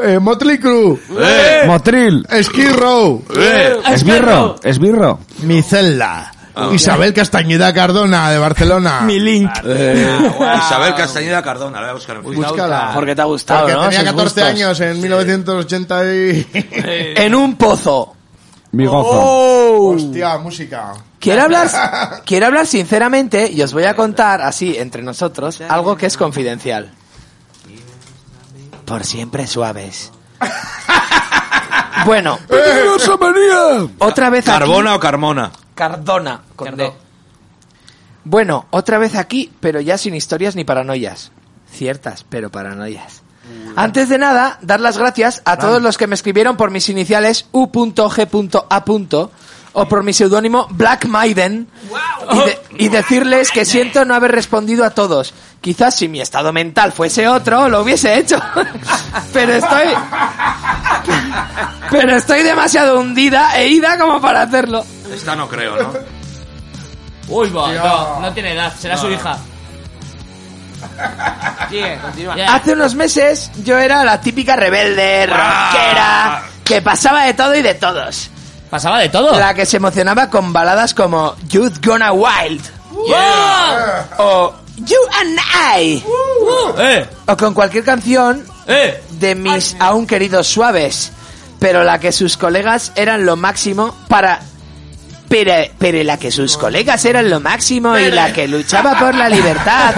[SPEAKER 4] eh, Motley Crue,
[SPEAKER 26] Motril.
[SPEAKER 4] Skid Row,
[SPEAKER 8] Eh.
[SPEAKER 26] Esbirro. Esbirro.
[SPEAKER 4] Micella,
[SPEAKER 8] Ah.
[SPEAKER 4] Isabel Castañeda Cardona de Barcelona. Mi link.
[SPEAKER 12] eh,
[SPEAKER 8] Ah, Eh. Isabel Castañeda Cardona, la voy a buscar en Facebook.
[SPEAKER 4] Búscala.
[SPEAKER 12] Porque te ha gustado,
[SPEAKER 4] Porque
[SPEAKER 12] ¿no?
[SPEAKER 4] tenía
[SPEAKER 12] Sus
[SPEAKER 4] 14
[SPEAKER 12] gustos.
[SPEAKER 4] años en 1980 y...
[SPEAKER 12] En un pozo.
[SPEAKER 26] Mi gozo.
[SPEAKER 12] Oh.
[SPEAKER 4] Hostia, música.
[SPEAKER 12] Quiero hablar, quiero hablar sinceramente y os voy a contar así entre nosotros algo que es confidencial. Por siempre suaves. Bueno,
[SPEAKER 26] ¡Eh,
[SPEAKER 12] otra vez aquí-
[SPEAKER 8] ¿Carbona o Carmona?
[SPEAKER 12] Cardona con D. Bueno, otra vez aquí, pero ya sin historias ni paranoias. Ciertas, pero paranoias. Antes de nada, dar las gracias a todos los que me escribieron por mis iniciales u.g.a. o por mi seudónimo Black Maiden y, de- y decirles que siento no haber respondido a todos. Quizás si mi estado mental fuese otro, lo hubiese hecho. pero estoy pero estoy demasiado hundida e ida como para hacerlo.
[SPEAKER 8] Esta no creo, ¿no?
[SPEAKER 5] Uy, va, no, no tiene edad, será su hija. Ya.
[SPEAKER 12] Hace unos meses yo era la típica rebelde, rockera, que pasaba de todo y de todos.
[SPEAKER 5] Pasaba de todo.
[SPEAKER 12] La que se emocionaba con baladas como Youth Gonna Wild o You and I.
[SPEAKER 5] Eh,
[SPEAKER 12] O con cualquier canción
[SPEAKER 5] eh.
[SPEAKER 12] de mis aún queridos suaves, pero la que sus colegas eran lo máximo para... Pero, pero la que sus colegas eran lo máximo y la que luchaba por la libertad.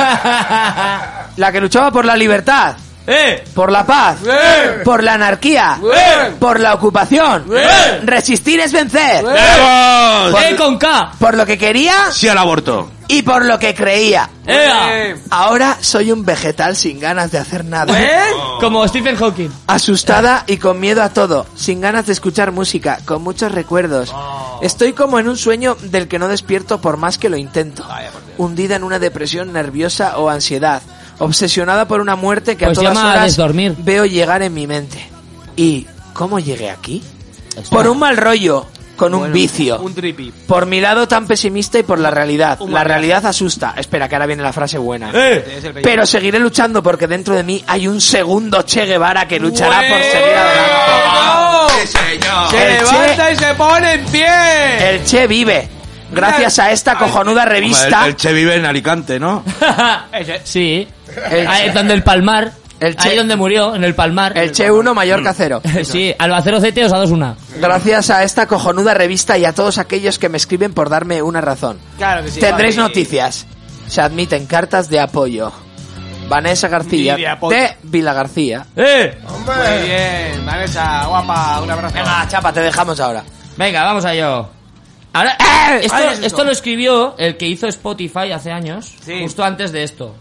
[SPEAKER 12] La que luchaba por la libertad.
[SPEAKER 5] ¡Eh!
[SPEAKER 12] Por la paz.
[SPEAKER 5] ¡Eh!
[SPEAKER 12] Por la anarquía.
[SPEAKER 5] ¡Eh!
[SPEAKER 12] Por la ocupación.
[SPEAKER 5] ¡Eh!
[SPEAKER 12] Resistir es vencer.
[SPEAKER 8] ¡Vamos!
[SPEAKER 5] ¡Eh con K!
[SPEAKER 12] Por lo que quería
[SPEAKER 8] Sí al aborto.
[SPEAKER 12] y por lo que creía.
[SPEAKER 5] ¡Eh!
[SPEAKER 12] Ahora soy un vegetal sin ganas de hacer nada.
[SPEAKER 5] ¿Eh?
[SPEAKER 12] Eh.
[SPEAKER 8] Oh.
[SPEAKER 5] Como Stephen Hawking.
[SPEAKER 12] Asustada y con miedo a todo, sin ganas de escuchar música, con muchos recuerdos. Estoy como en un sueño del que no despierto por más que lo intento. Hundida en una depresión nerviosa o ansiedad, obsesionada por una muerte que
[SPEAKER 5] Pues
[SPEAKER 12] a todas
[SPEAKER 5] llama a
[SPEAKER 12] horas
[SPEAKER 5] desdormir.
[SPEAKER 12] veo llegar en mi mente. ¿Y cómo llegué aquí? Por un mal rollo, con un vicio.
[SPEAKER 7] Un tripi.
[SPEAKER 12] Por mi lado tan pesimista y por la realidad.
[SPEAKER 7] Un
[SPEAKER 12] La
[SPEAKER 7] mal-
[SPEAKER 12] realidad asusta. Espera, que ahora viene la frase buena.
[SPEAKER 7] Es el
[SPEAKER 12] Pero seguiré luchando porque dentro de mí hay un segundo Che Guevara que luchará por seguir adelante.
[SPEAKER 8] ¡Sí, señor!
[SPEAKER 12] El
[SPEAKER 7] Se levanta y se pone en pie.
[SPEAKER 12] El Che vive. Gracias a esta cojonuda
[SPEAKER 8] Hombre,
[SPEAKER 12] revista.
[SPEAKER 8] El, el Che vive en Alicante, ¿no?
[SPEAKER 5] Sí.
[SPEAKER 12] El
[SPEAKER 5] Ahí
[SPEAKER 12] Che-
[SPEAKER 5] donde el Palmar.
[SPEAKER 12] El Che-
[SPEAKER 5] Ahí donde murió, en el Palmar.
[SPEAKER 12] El Che 1 mayor que a cero.
[SPEAKER 5] Sí, Albacero CT os ha dado una.
[SPEAKER 12] Gracias a esta cojonuda revista y a todos aquellos que me escriben por darme una razón.
[SPEAKER 7] Claro que sí.
[SPEAKER 12] Tendréis
[SPEAKER 7] papi.
[SPEAKER 12] noticias. Se admiten cartas de apoyo. Vanessa García
[SPEAKER 7] Ni de apoyo.
[SPEAKER 12] de Vila García.
[SPEAKER 5] ¡Eh!
[SPEAKER 7] Muy bien, Vanessa, guapa, un abrazo.
[SPEAKER 12] Venga, chapa, te dejamos ahora.
[SPEAKER 5] Venga, vamos allá. Ahora,
[SPEAKER 12] ¡Eh!
[SPEAKER 5] esto,
[SPEAKER 12] Ahí es
[SPEAKER 5] esto lo escribió el que hizo Spotify hace años,
[SPEAKER 7] Sí.
[SPEAKER 5] justo antes de esto.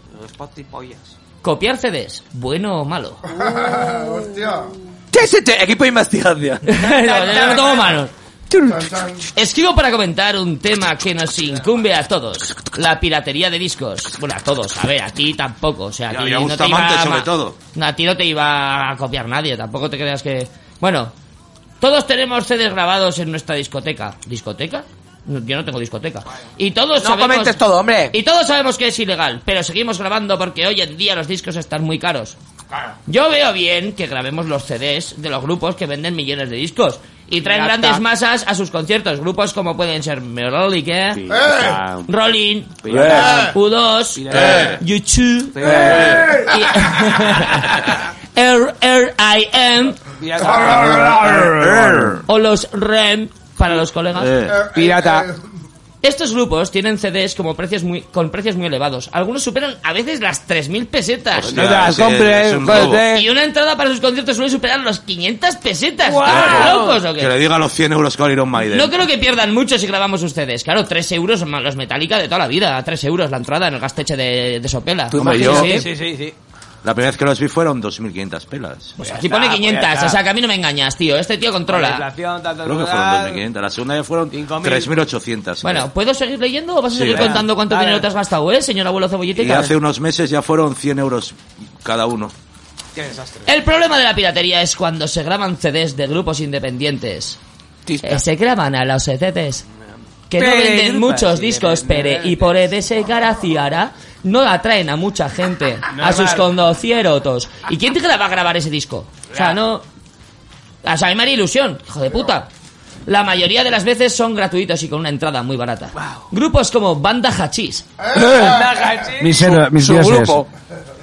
[SPEAKER 5] Copiar CDs, bueno o malo.
[SPEAKER 4] Ah, Hostia.
[SPEAKER 12] TST, este equipo de investigación.
[SPEAKER 5] no, yo no tengo manos. Escribo para comentar un tema que nos incumbe a todos. La piratería de discos. Bueno, a todos. A ver, a ti tampoco. O sea, a
[SPEAKER 8] Y
[SPEAKER 5] ti
[SPEAKER 8] a- y a
[SPEAKER 5] no te
[SPEAKER 8] Bustamante,
[SPEAKER 5] iba a...
[SPEAKER 8] sobre todo.
[SPEAKER 5] No, a ti no te iba a copiar nadie. Tampoco te creas que... Bueno, todos tenemos CDs grabados en nuestra discoteca. ¿Discoteca? No, yo no tengo discoteca. Y todos
[SPEAKER 12] No
[SPEAKER 5] sabemos...
[SPEAKER 12] comentes todo, hombre.
[SPEAKER 5] Y todos sabemos que es ilegal, pero seguimos grabando porque hoy en día los discos están muy caros. Yo veo bien que grabemos los CDs de los grupos que venden millones de discos y traen
[SPEAKER 7] Ya
[SPEAKER 5] grandes
[SPEAKER 7] está.
[SPEAKER 5] masas a sus conciertos. Grupos como pueden ser Merolic, ¿eh?
[SPEAKER 26] Ah,
[SPEAKER 5] Rolling,
[SPEAKER 26] Pirata.
[SPEAKER 5] U2,
[SPEAKER 7] Eh.
[SPEAKER 5] YouTube, Eh. y- R- R.I.M.
[SPEAKER 7] Pirata.
[SPEAKER 5] o los REM. para los colegas.
[SPEAKER 7] Eh. Pirata.
[SPEAKER 5] Estos grupos tienen CDs como precios muy, con precios muy elevados. Algunos superan a veces las 3.000 pesetas.
[SPEAKER 7] Hostia, No te las sí, compres, es un robo. joder.
[SPEAKER 5] Y una entrada para sus conciertos suele superar los 500 pesetas.
[SPEAKER 7] ¡Guau!
[SPEAKER 5] ¿Están locos o qué?
[SPEAKER 8] Que le diga los 100 euros con Iron Maiden.
[SPEAKER 5] No creo que pierdan mucho si grabamos ustedes. Claro, 3 euros más los Metallica de toda la vida. 3 euros la entrada en el gasteche de, de Sopela.
[SPEAKER 8] Tú Hombre, imagínate. yo-
[SPEAKER 5] Sí, sí, sí.
[SPEAKER 8] La primera vez que los vi fueron 2.500 pelas.
[SPEAKER 5] Pues aquí pone 500, o sea que a mí no me engañas, tío. Este tío controla.
[SPEAKER 8] Creo que fueron 2.500. La segunda vez fueron 3.800.
[SPEAKER 5] Bueno, ¿puedo seguir leyendo o vas a
[SPEAKER 8] Sí,
[SPEAKER 5] seguir
[SPEAKER 8] venga.
[SPEAKER 5] contando cuánto
[SPEAKER 8] Dale.
[SPEAKER 5] dinero te has gastado, eh, señor abuelo cebollita?
[SPEAKER 8] Y
[SPEAKER 5] tal?
[SPEAKER 8] hace unos meses ya fueron 100 euros cada uno.
[SPEAKER 7] Qué desastre.
[SPEAKER 5] El problema de la piratería es cuando se graban CDs de grupos independientes. Eh, se graban a los CDs. Que no
[SPEAKER 21] Pere,
[SPEAKER 5] venden
[SPEAKER 21] grupas
[SPEAKER 5] muchos discos, Pere, y por ese garaciara no atraen a mucha gente, a
[SPEAKER 21] Normal.
[SPEAKER 5] sus condocieros. ¿Y quién te graba a grabar ese disco? O sea, no... O sea, hay mera ilusión, hijo de puta. La mayoría de las veces son gratuitos y con una entrada muy barata. Grupos como Banda Hachís.
[SPEAKER 26] Mis, héroes, mis dioses.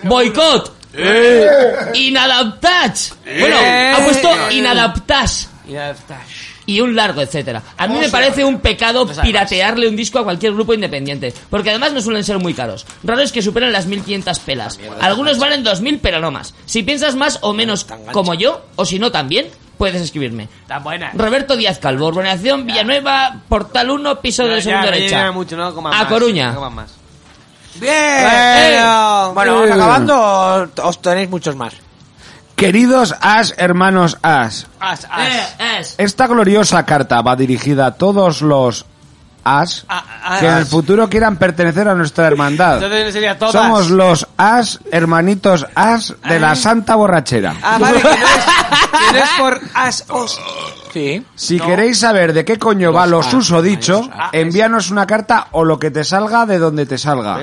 [SPEAKER 5] Boicot. Inadaptats. Bueno,
[SPEAKER 21] Eh.
[SPEAKER 5] ha puesto inadaptas.
[SPEAKER 7] Inadaptas.
[SPEAKER 5] Y un largo etcétera. A mí
[SPEAKER 7] O
[SPEAKER 5] me
[SPEAKER 7] sea,
[SPEAKER 5] parece un pecado
[SPEAKER 7] Oh, pues además.
[SPEAKER 5] piratearle un disco a cualquier grupo independiente. Porque además no suelen ser muy caros. Raro es que superen las 1500 pelas. Algunos valen 2000, pero no más. Si piensas más o menos como yo, o si no también, puedes escribirme.
[SPEAKER 7] Está buena.
[SPEAKER 5] Roberto Díaz Calvo, Urbanación Villanueva, Portal 1, piso de
[SPEAKER 7] Ya,
[SPEAKER 5] segunda
[SPEAKER 7] ya,
[SPEAKER 5] derecha.
[SPEAKER 7] ya, mucho, no comas
[SPEAKER 5] A
[SPEAKER 7] más,
[SPEAKER 5] Coruña.
[SPEAKER 7] no comas más.
[SPEAKER 12] ¡Eh! Bueno, bueno, vamos
[SPEAKER 26] Eh.
[SPEAKER 12] acabando. o- Os tenéis muchos más.
[SPEAKER 26] Queridos as, hermanos as.
[SPEAKER 7] As, as.
[SPEAKER 26] Esta gloriosa carta va dirigida a todos los as
[SPEAKER 7] as.
[SPEAKER 26] que en el futuro quieran pertenecer a nuestra hermandad.
[SPEAKER 7] Entonces sería todas.
[SPEAKER 26] Somos los as, hermanitos as de
[SPEAKER 7] Eh.
[SPEAKER 26] la Santa Borrachera.
[SPEAKER 12] Ah, vale, que no es, que no es por as os. Sí.
[SPEAKER 26] Si queréis saber de qué coño va lo susodicho, envíanos una carta o lo que te salga de donde te salga,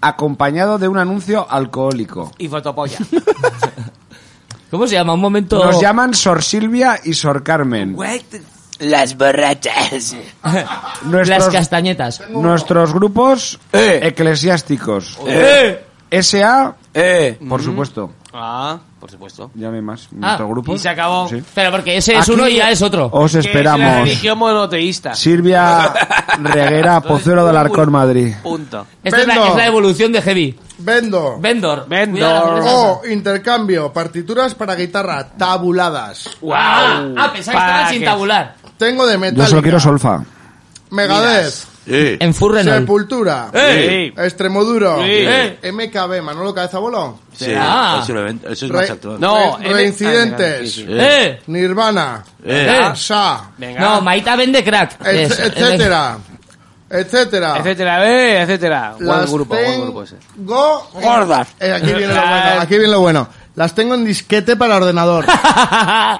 [SPEAKER 26] acompañado de un anuncio alcohólico.
[SPEAKER 7] Y fotopolla.
[SPEAKER 5] ¿Cómo se llama? Un momento.
[SPEAKER 26] Nos llaman Sor Silvia y Sor Carmen.
[SPEAKER 5] Las borrachas. Las
[SPEAKER 26] Nuestros-
[SPEAKER 5] castañetas.
[SPEAKER 26] Nuestros grupos
[SPEAKER 7] Eh.
[SPEAKER 26] eclesiásticos.
[SPEAKER 7] Oh.
[SPEAKER 5] Eh.
[SPEAKER 26] SA,
[SPEAKER 12] Mm.
[SPEAKER 26] por supuesto.
[SPEAKER 7] Ah, por supuesto.
[SPEAKER 26] Llame más.
[SPEAKER 7] Ah,
[SPEAKER 26] Nuestro grupo.
[SPEAKER 7] y se acabó.
[SPEAKER 26] Sí.
[SPEAKER 5] Pero porque ese es uno y ya es otro.
[SPEAKER 26] Os
[SPEAKER 7] Que es la
[SPEAKER 26] esperamos.
[SPEAKER 7] religión monoteísta.
[SPEAKER 26] Silvia Reguera, Pozuelo de Alarcón, Madrid.
[SPEAKER 7] Punto.
[SPEAKER 5] Esta es la,
[SPEAKER 4] Vendo.
[SPEAKER 5] es la evolución de Heavy.
[SPEAKER 4] Vendo.
[SPEAKER 5] Vendor.
[SPEAKER 4] O intercambio, partituras para guitarra, tabuladas.
[SPEAKER 5] ¡Wow! Ah, pensaba que estaban sin tabular.
[SPEAKER 4] Tengo de
[SPEAKER 26] Yo solo
[SPEAKER 4] Metallica,
[SPEAKER 26] quiero solfa.
[SPEAKER 4] Megadez,
[SPEAKER 5] En Furrenol.
[SPEAKER 4] Sepultura,
[SPEAKER 26] Eh.
[SPEAKER 4] Extremoduro,
[SPEAKER 26] Sí. Eh.
[SPEAKER 4] MKB, Manolo Cabezabuelo.
[SPEAKER 8] Sí,
[SPEAKER 6] Ah.
[SPEAKER 8] eso, lo ven- eso es
[SPEAKER 4] Re-
[SPEAKER 8] más actual.
[SPEAKER 4] No,
[SPEAKER 8] Eh,
[SPEAKER 4] Reincidentes,
[SPEAKER 8] sí, sí. Eh.
[SPEAKER 4] Nirvana,
[SPEAKER 8] Eh.
[SPEAKER 4] Sa,
[SPEAKER 5] No, Maita vende crack.
[SPEAKER 4] et-
[SPEAKER 5] Es-
[SPEAKER 4] etcétera, etcétera.
[SPEAKER 7] Etcétera, eh, etcétera. Buen
[SPEAKER 4] Las
[SPEAKER 7] grupo, buen
[SPEAKER 4] tengo-
[SPEAKER 7] grupo ese.
[SPEAKER 4] Go.
[SPEAKER 7] Gordas.
[SPEAKER 4] Eh, aquí viene lo bueno. Aquí viene lo bueno. Las tengo en disquete para ordenador.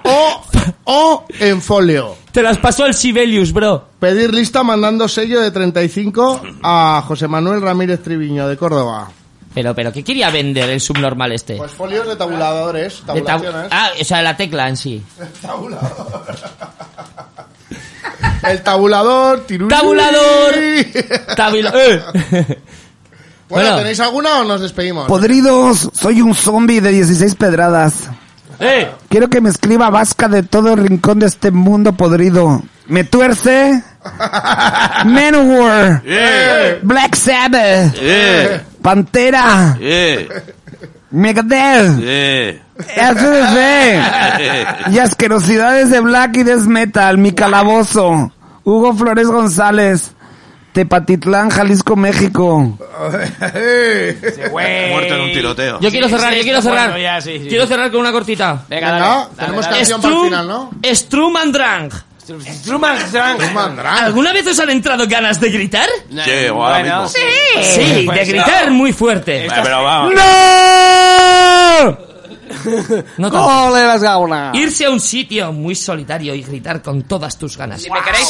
[SPEAKER 4] o, o en folio.
[SPEAKER 5] Te las pasó el Sibelius, bro.
[SPEAKER 4] Pedir lista mandando sello de 35 a José Manuel Ramírez Triviño de Córdoba.
[SPEAKER 5] Pero, pero, ¿qué quería vender el subnormal este?
[SPEAKER 4] Pues folios de tabuladores,
[SPEAKER 5] De tab-
[SPEAKER 4] tabulaciones.
[SPEAKER 5] ah, o sea, la tecla en sí.
[SPEAKER 4] Tabulador. El tabulador, tirulí.
[SPEAKER 5] Tabulador.
[SPEAKER 4] Tabula Bueno,
[SPEAKER 26] Bueno.
[SPEAKER 4] ¿tenéis alguna o nos despedimos?
[SPEAKER 26] Podridos, soy un zombie de 16 pedradas. Quiero que me escriba vasca de todo el rincón de este mundo podrido. Me tuerce. Manowar. Black Sabbath.
[SPEAKER 20] Eh.
[SPEAKER 26] Pantera.
[SPEAKER 20] Eh.
[SPEAKER 26] Megadeth.
[SPEAKER 20] Eh.
[SPEAKER 26] ACDC. Y asquerosidades de Black y Death Metal. Mi calabozo. Hugo Flores González. Tepatitlán, Jalisco, México.
[SPEAKER 8] Muerto en un tiroteo.
[SPEAKER 5] Yo quiero cerrar, yo quiero cerrar.
[SPEAKER 7] bueno, ya, sí, sí.
[SPEAKER 5] Quiero cerrar con una cortita.
[SPEAKER 7] Venga, dale, Venga, dale, tenemos dale. canción para el final, ¿no?
[SPEAKER 5] Strum and Drang.
[SPEAKER 7] Strum and Drang.
[SPEAKER 5] ¿Alguna vez os han entrado ganas de gritar?
[SPEAKER 8] Sí, o ahora
[SPEAKER 5] Bueno,
[SPEAKER 8] mismo.
[SPEAKER 5] sí. Sí,
[SPEAKER 7] pues,
[SPEAKER 5] de gritar muy fuerte.
[SPEAKER 8] Vale, pero vamos.
[SPEAKER 5] No tanto.
[SPEAKER 7] ¡Ole, las gaunas!
[SPEAKER 5] Irse a un sitio muy solitario y gritar con todas tus ganas.
[SPEAKER 7] Si me queréis,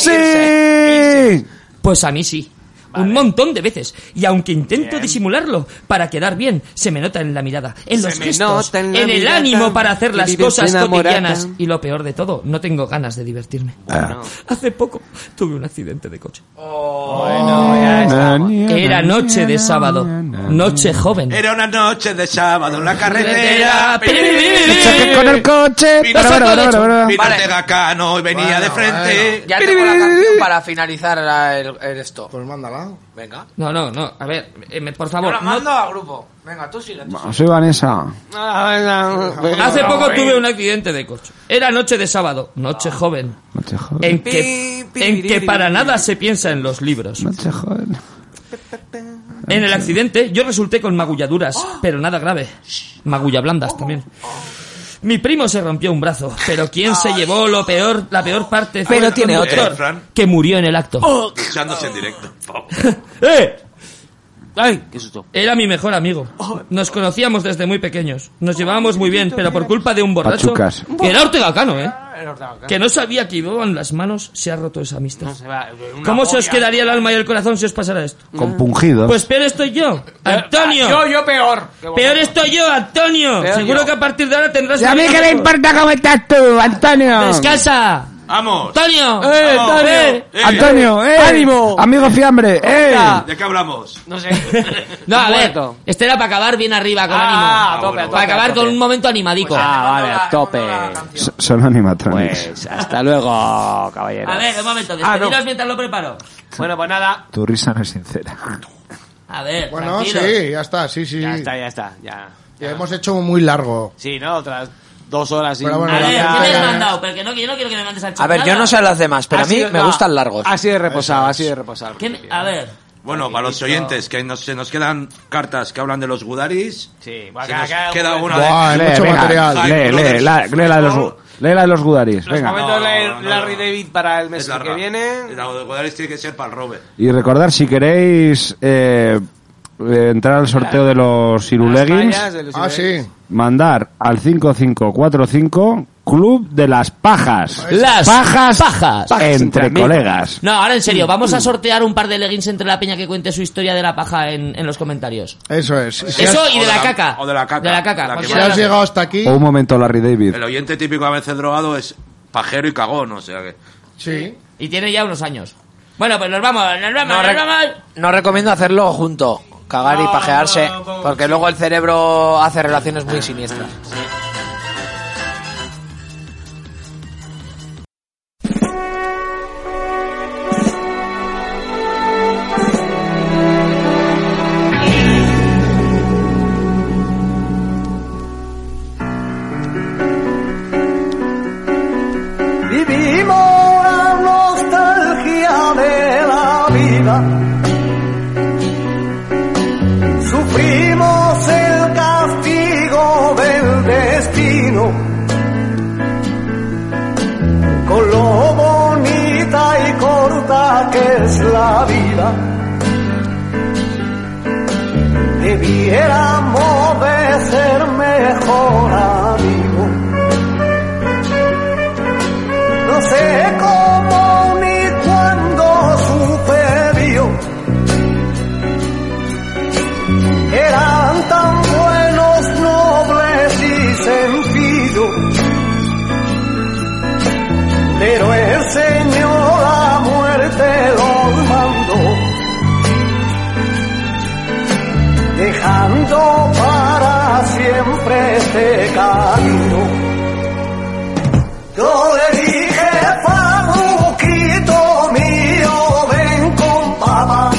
[SPEAKER 5] sí. Pues a mí sí. un montón de veces. Y aunque intento disimularlo para quedar bien, se me nota en la mirada, en
[SPEAKER 7] Se
[SPEAKER 5] los
[SPEAKER 7] me
[SPEAKER 5] gestos,
[SPEAKER 7] nota en
[SPEAKER 5] en,
[SPEAKER 7] la
[SPEAKER 5] el
[SPEAKER 7] mirada,
[SPEAKER 5] ánimo para hacer
[SPEAKER 7] que
[SPEAKER 5] las
[SPEAKER 7] vives
[SPEAKER 5] cosas
[SPEAKER 7] enamorada.
[SPEAKER 5] cotidianas. Y lo peor de todo, no tengo ganas de divertirme. Hace poco tuve un accidente de coche.
[SPEAKER 7] Oh.
[SPEAKER 5] Era noche de sábado, noche joven.
[SPEAKER 8] Era una noche de sábado en la carretera.
[SPEAKER 5] choqué con el
[SPEAKER 8] coche. Vino
[SPEAKER 5] Pero, pero,
[SPEAKER 8] Vino
[SPEAKER 5] pero, pero.
[SPEAKER 8] Vino
[SPEAKER 12] Vale.
[SPEAKER 8] Tegacano y venía de frente.
[SPEAKER 12] Ya tengo la canción para finalizar la- el, el esto. Pues
[SPEAKER 4] mándala.
[SPEAKER 12] Venga.
[SPEAKER 5] No, no, no. A ver, eh, me- por favor.
[SPEAKER 12] Ahora
[SPEAKER 5] no-
[SPEAKER 12] mando a grupo. Venga, tú sigue. tú
[SPEAKER 26] Soy Vanessa.
[SPEAKER 5] Ah, Hace poco tuve un accidente de coche. Era noche de sábado, Ah. noche joven. En que, en que para nada se piensa en los libros. En el accidente yo resulté con magulladuras, pero nada grave. Magulladblandas también. Mi primo se rompió un brazo, pero ¿quién se llevó lo peor, la peor parte? fue
[SPEAKER 8] Pero
[SPEAKER 5] el
[SPEAKER 8] tiene otro.
[SPEAKER 5] conductor,
[SPEAKER 8] Eh, Fran.
[SPEAKER 5] Que murió en el acto.
[SPEAKER 12] Oh,
[SPEAKER 8] Duchándose en directo.
[SPEAKER 5] Oh. ¡Eh! ¡Ay! ¿Qué Era mi mejor amigo. Nos conocíamos desde muy pequeños. Nos llevábamos muy bien, pero por culpa de un borracho.
[SPEAKER 26] Pachucas.
[SPEAKER 5] Que era Ortega Cano, ¿eh? Que
[SPEAKER 7] no
[SPEAKER 5] no sabía que iban las manos, se ha roto esa amistad.
[SPEAKER 7] se va. una
[SPEAKER 5] ¿Cómo se os
[SPEAKER 7] agobia.
[SPEAKER 5] quedaría el alma y el corazón si os pasara esto?
[SPEAKER 26] Compungidos.
[SPEAKER 5] Pues peor estoy yo, Antonio.
[SPEAKER 12] Yo, yo peor.
[SPEAKER 5] Peor estoy yo, Antonio.
[SPEAKER 12] Peor
[SPEAKER 5] Seguro
[SPEAKER 12] yo.
[SPEAKER 5] que a partir de ahora tendrás.
[SPEAKER 12] ¿Y a
[SPEAKER 5] una
[SPEAKER 12] mí
[SPEAKER 5] vida
[SPEAKER 12] qué le
[SPEAKER 5] mejor.
[SPEAKER 12] importa
[SPEAKER 7] cómo estás tú, Antonio?
[SPEAKER 5] ¡Descansa!
[SPEAKER 8] ¡Vamos!
[SPEAKER 5] ¡Antonio!
[SPEAKER 8] ¡Eh,
[SPEAKER 5] Vamos.
[SPEAKER 8] Antonio!
[SPEAKER 5] ¡Eh!
[SPEAKER 26] Antonio, eh, Amigo fiambre, eh.
[SPEAKER 8] ¿De qué hablamos?
[SPEAKER 5] No sé. No, a ver. Este era para acabar bien arriba con
[SPEAKER 7] Ah,
[SPEAKER 5] ánimo.
[SPEAKER 7] a tope, a tope,
[SPEAKER 5] para acabar
[SPEAKER 7] a tope.
[SPEAKER 5] con un momento animadico.
[SPEAKER 7] Ah, vale, a tope.
[SPEAKER 26] So- Son animatronics.
[SPEAKER 7] Hasta luego, caballero.
[SPEAKER 5] A ver, un momento.
[SPEAKER 7] Ah, no.
[SPEAKER 5] Despediros mientras lo preparo.
[SPEAKER 7] Bueno, pues nada.
[SPEAKER 26] Tu risa no es sincera.
[SPEAKER 5] A ver,
[SPEAKER 4] Bueno,
[SPEAKER 7] tranquilos.
[SPEAKER 4] sí, ya está, sí, sí.
[SPEAKER 7] Ya está, ya está. Ya.
[SPEAKER 4] Ya hemos hecho muy largo.
[SPEAKER 7] Sí, ¿no? Otras dos horas y...
[SPEAKER 4] Pero bueno,
[SPEAKER 7] Ah,
[SPEAKER 4] la-
[SPEAKER 7] ya,
[SPEAKER 5] ¿Qué le
[SPEAKER 7] ya,
[SPEAKER 5] has
[SPEAKER 7] ya.
[SPEAKER 5] mandado? Porque no, yo no quiero que me mandes al chat
[SPEAKER 12] A ver, yo
[SPEAKER 5] nada.
[SPEAKER 12] no sé a los demás, pero a
[SPEAKER 7] Así
[SPEAKER 12] mí
[SPEAKER 7] es,
[SPEAKER 4] Ah,
[SPEAKER 12] me
[SPEAKER 7] no.
[SPEAKER 12] gustan largos.
[SPEAKER 7] Así de reposado, así de reposado.
[SPEAKER 5] ¿Qué me- A ver.
[SPEAKER 8] Bueno, para los oyentes, que nos, se nos quedan cartas que hablan de los Gudaris.
[SPEAKER 7] Sí,
[SPEAKER 8] se nos queda una
[SPEAKER 26] Buah,
[SPEAKER 8] de...
[SPEAKER 26] lee, venga, Lee, lee, la, lee la de los, gu- lee la de los gudaris.
[SPEAKER 7] Los
[SPEAKER 26] Venga.
[SPEAKER 7] momentos de Larry David para el mes
[SPEAKER 8] Es larga.
[SPEAKER 7] que viene.
[SPEAKER 8] La de Gudaris tiene que ser para el Robert.
[SPEAKER 26] Y recordar, si queréis eh, eh, entrar al sorteo de los Siruleggings,
[SPEAKER 4] Ah, sí.
[SPEAKER 26] mandar al 5545 Club de las Pajas.
[SPEAKER 5] Las
[SPEAKER 26] pajas,
[SPEAKER 5] pajas.
[SPEAKER 26] entre colegas.
[SPEAKER 5] No, ahora en serio, vamos a sortear un par de leggings entre la peña que cuente su historia de la paja en, en los comentarios.
[SPEAKER 4] Eso es. Si
[SPEAKER 5] Eso
[SPEAKER 4] has-
[SPEAKER 5] y de la, caca.
[SPEAKER 8] O de la caca.
[SPEAKER 5] De la caca.
[SPEAKER 8] La que
[SPEAKER 4] Pues, Si
[SPEAKER 8] más-
[SPEAKER 4] has llegado hasta aquí,
[SPEAKER 26] O un momento, Larry David.
[SPEAKER 8] El oyente típico a veces drogado es pajero y cagón, o sea que...
[SPEAKER 4] Sí.
[SPEAKER 5] Y tiene ya unos años. Bueno, pues nos vamos, nos vamos,
[SPEAKER 12] No,
[SPEAKER 5] nos
[SPEAKER 12] re-
[SPEAKER 5] vamos.
[SPEAKER 12] no recomiendo hacerlo junto, cagar y pajearse, porque luego el cerebro hace relaciones muy siniestras.
[SPEAKER 20] Vivimos la nostalgia de la vida. Sufrimos el castigo del destino. Con lo bonita y corta que es la vida. Debiéramos de ser mejor amigos. No sé cómo ni cuándo sucedió. Eran tan buenos, nobles y sencillos. Pero el Señor la muerte los mandó. Dejando para siempre este camino. Yo le dije, Fabuquito mío, ven con papá.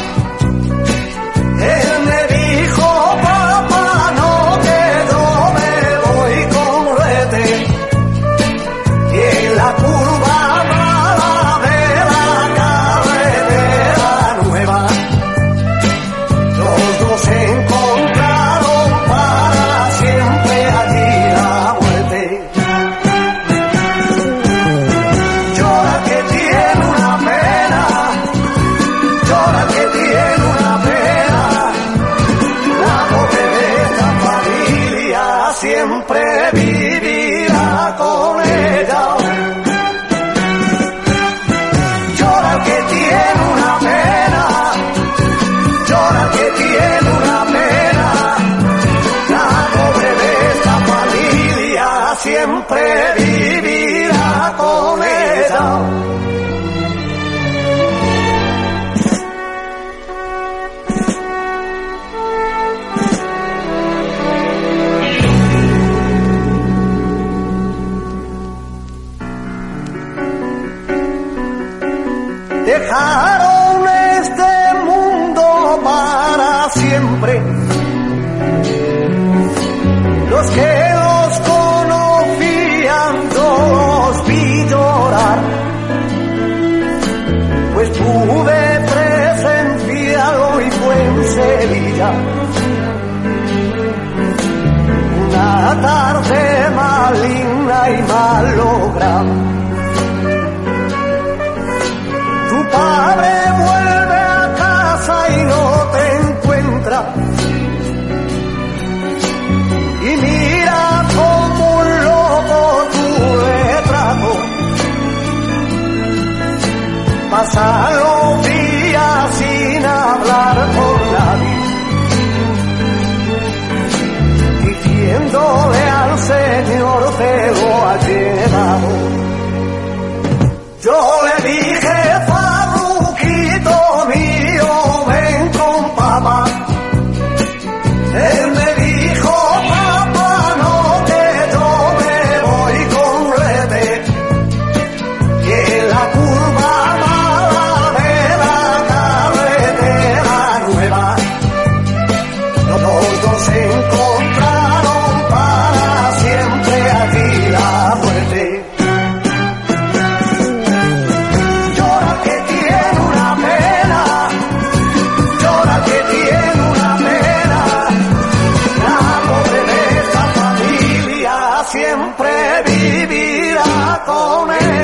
[SPEAKER 20] Él me dijo, papá, no que yo me voy con rete. Y en la curva mala de la carretera nueva, los dos se encontraron para siempre allí la vuelta. dejaron este mundo para siempre. Los que los conocían todos vi llorar, pues pude presenciarlo y fue en Sevilla. Una tarde maligna y malograda. Tu padre vuelve a casa y no te encuentra. Y mira como un loco tu retrato. Pasan los días sin hablar con nadie. Diciéndole al Señor te lo ha llevado. Yo le dije, Farruquito mío, ven con papá. Él me dijo, papá, no que yo me voy con Rebe. Que en la curva mala de la carretera nueva, los dos se encontraron para siempre aquí la muerte. Llora que tiene una pena, llora que tiene una pena. La pobre de esta familia siempre vivirá con él.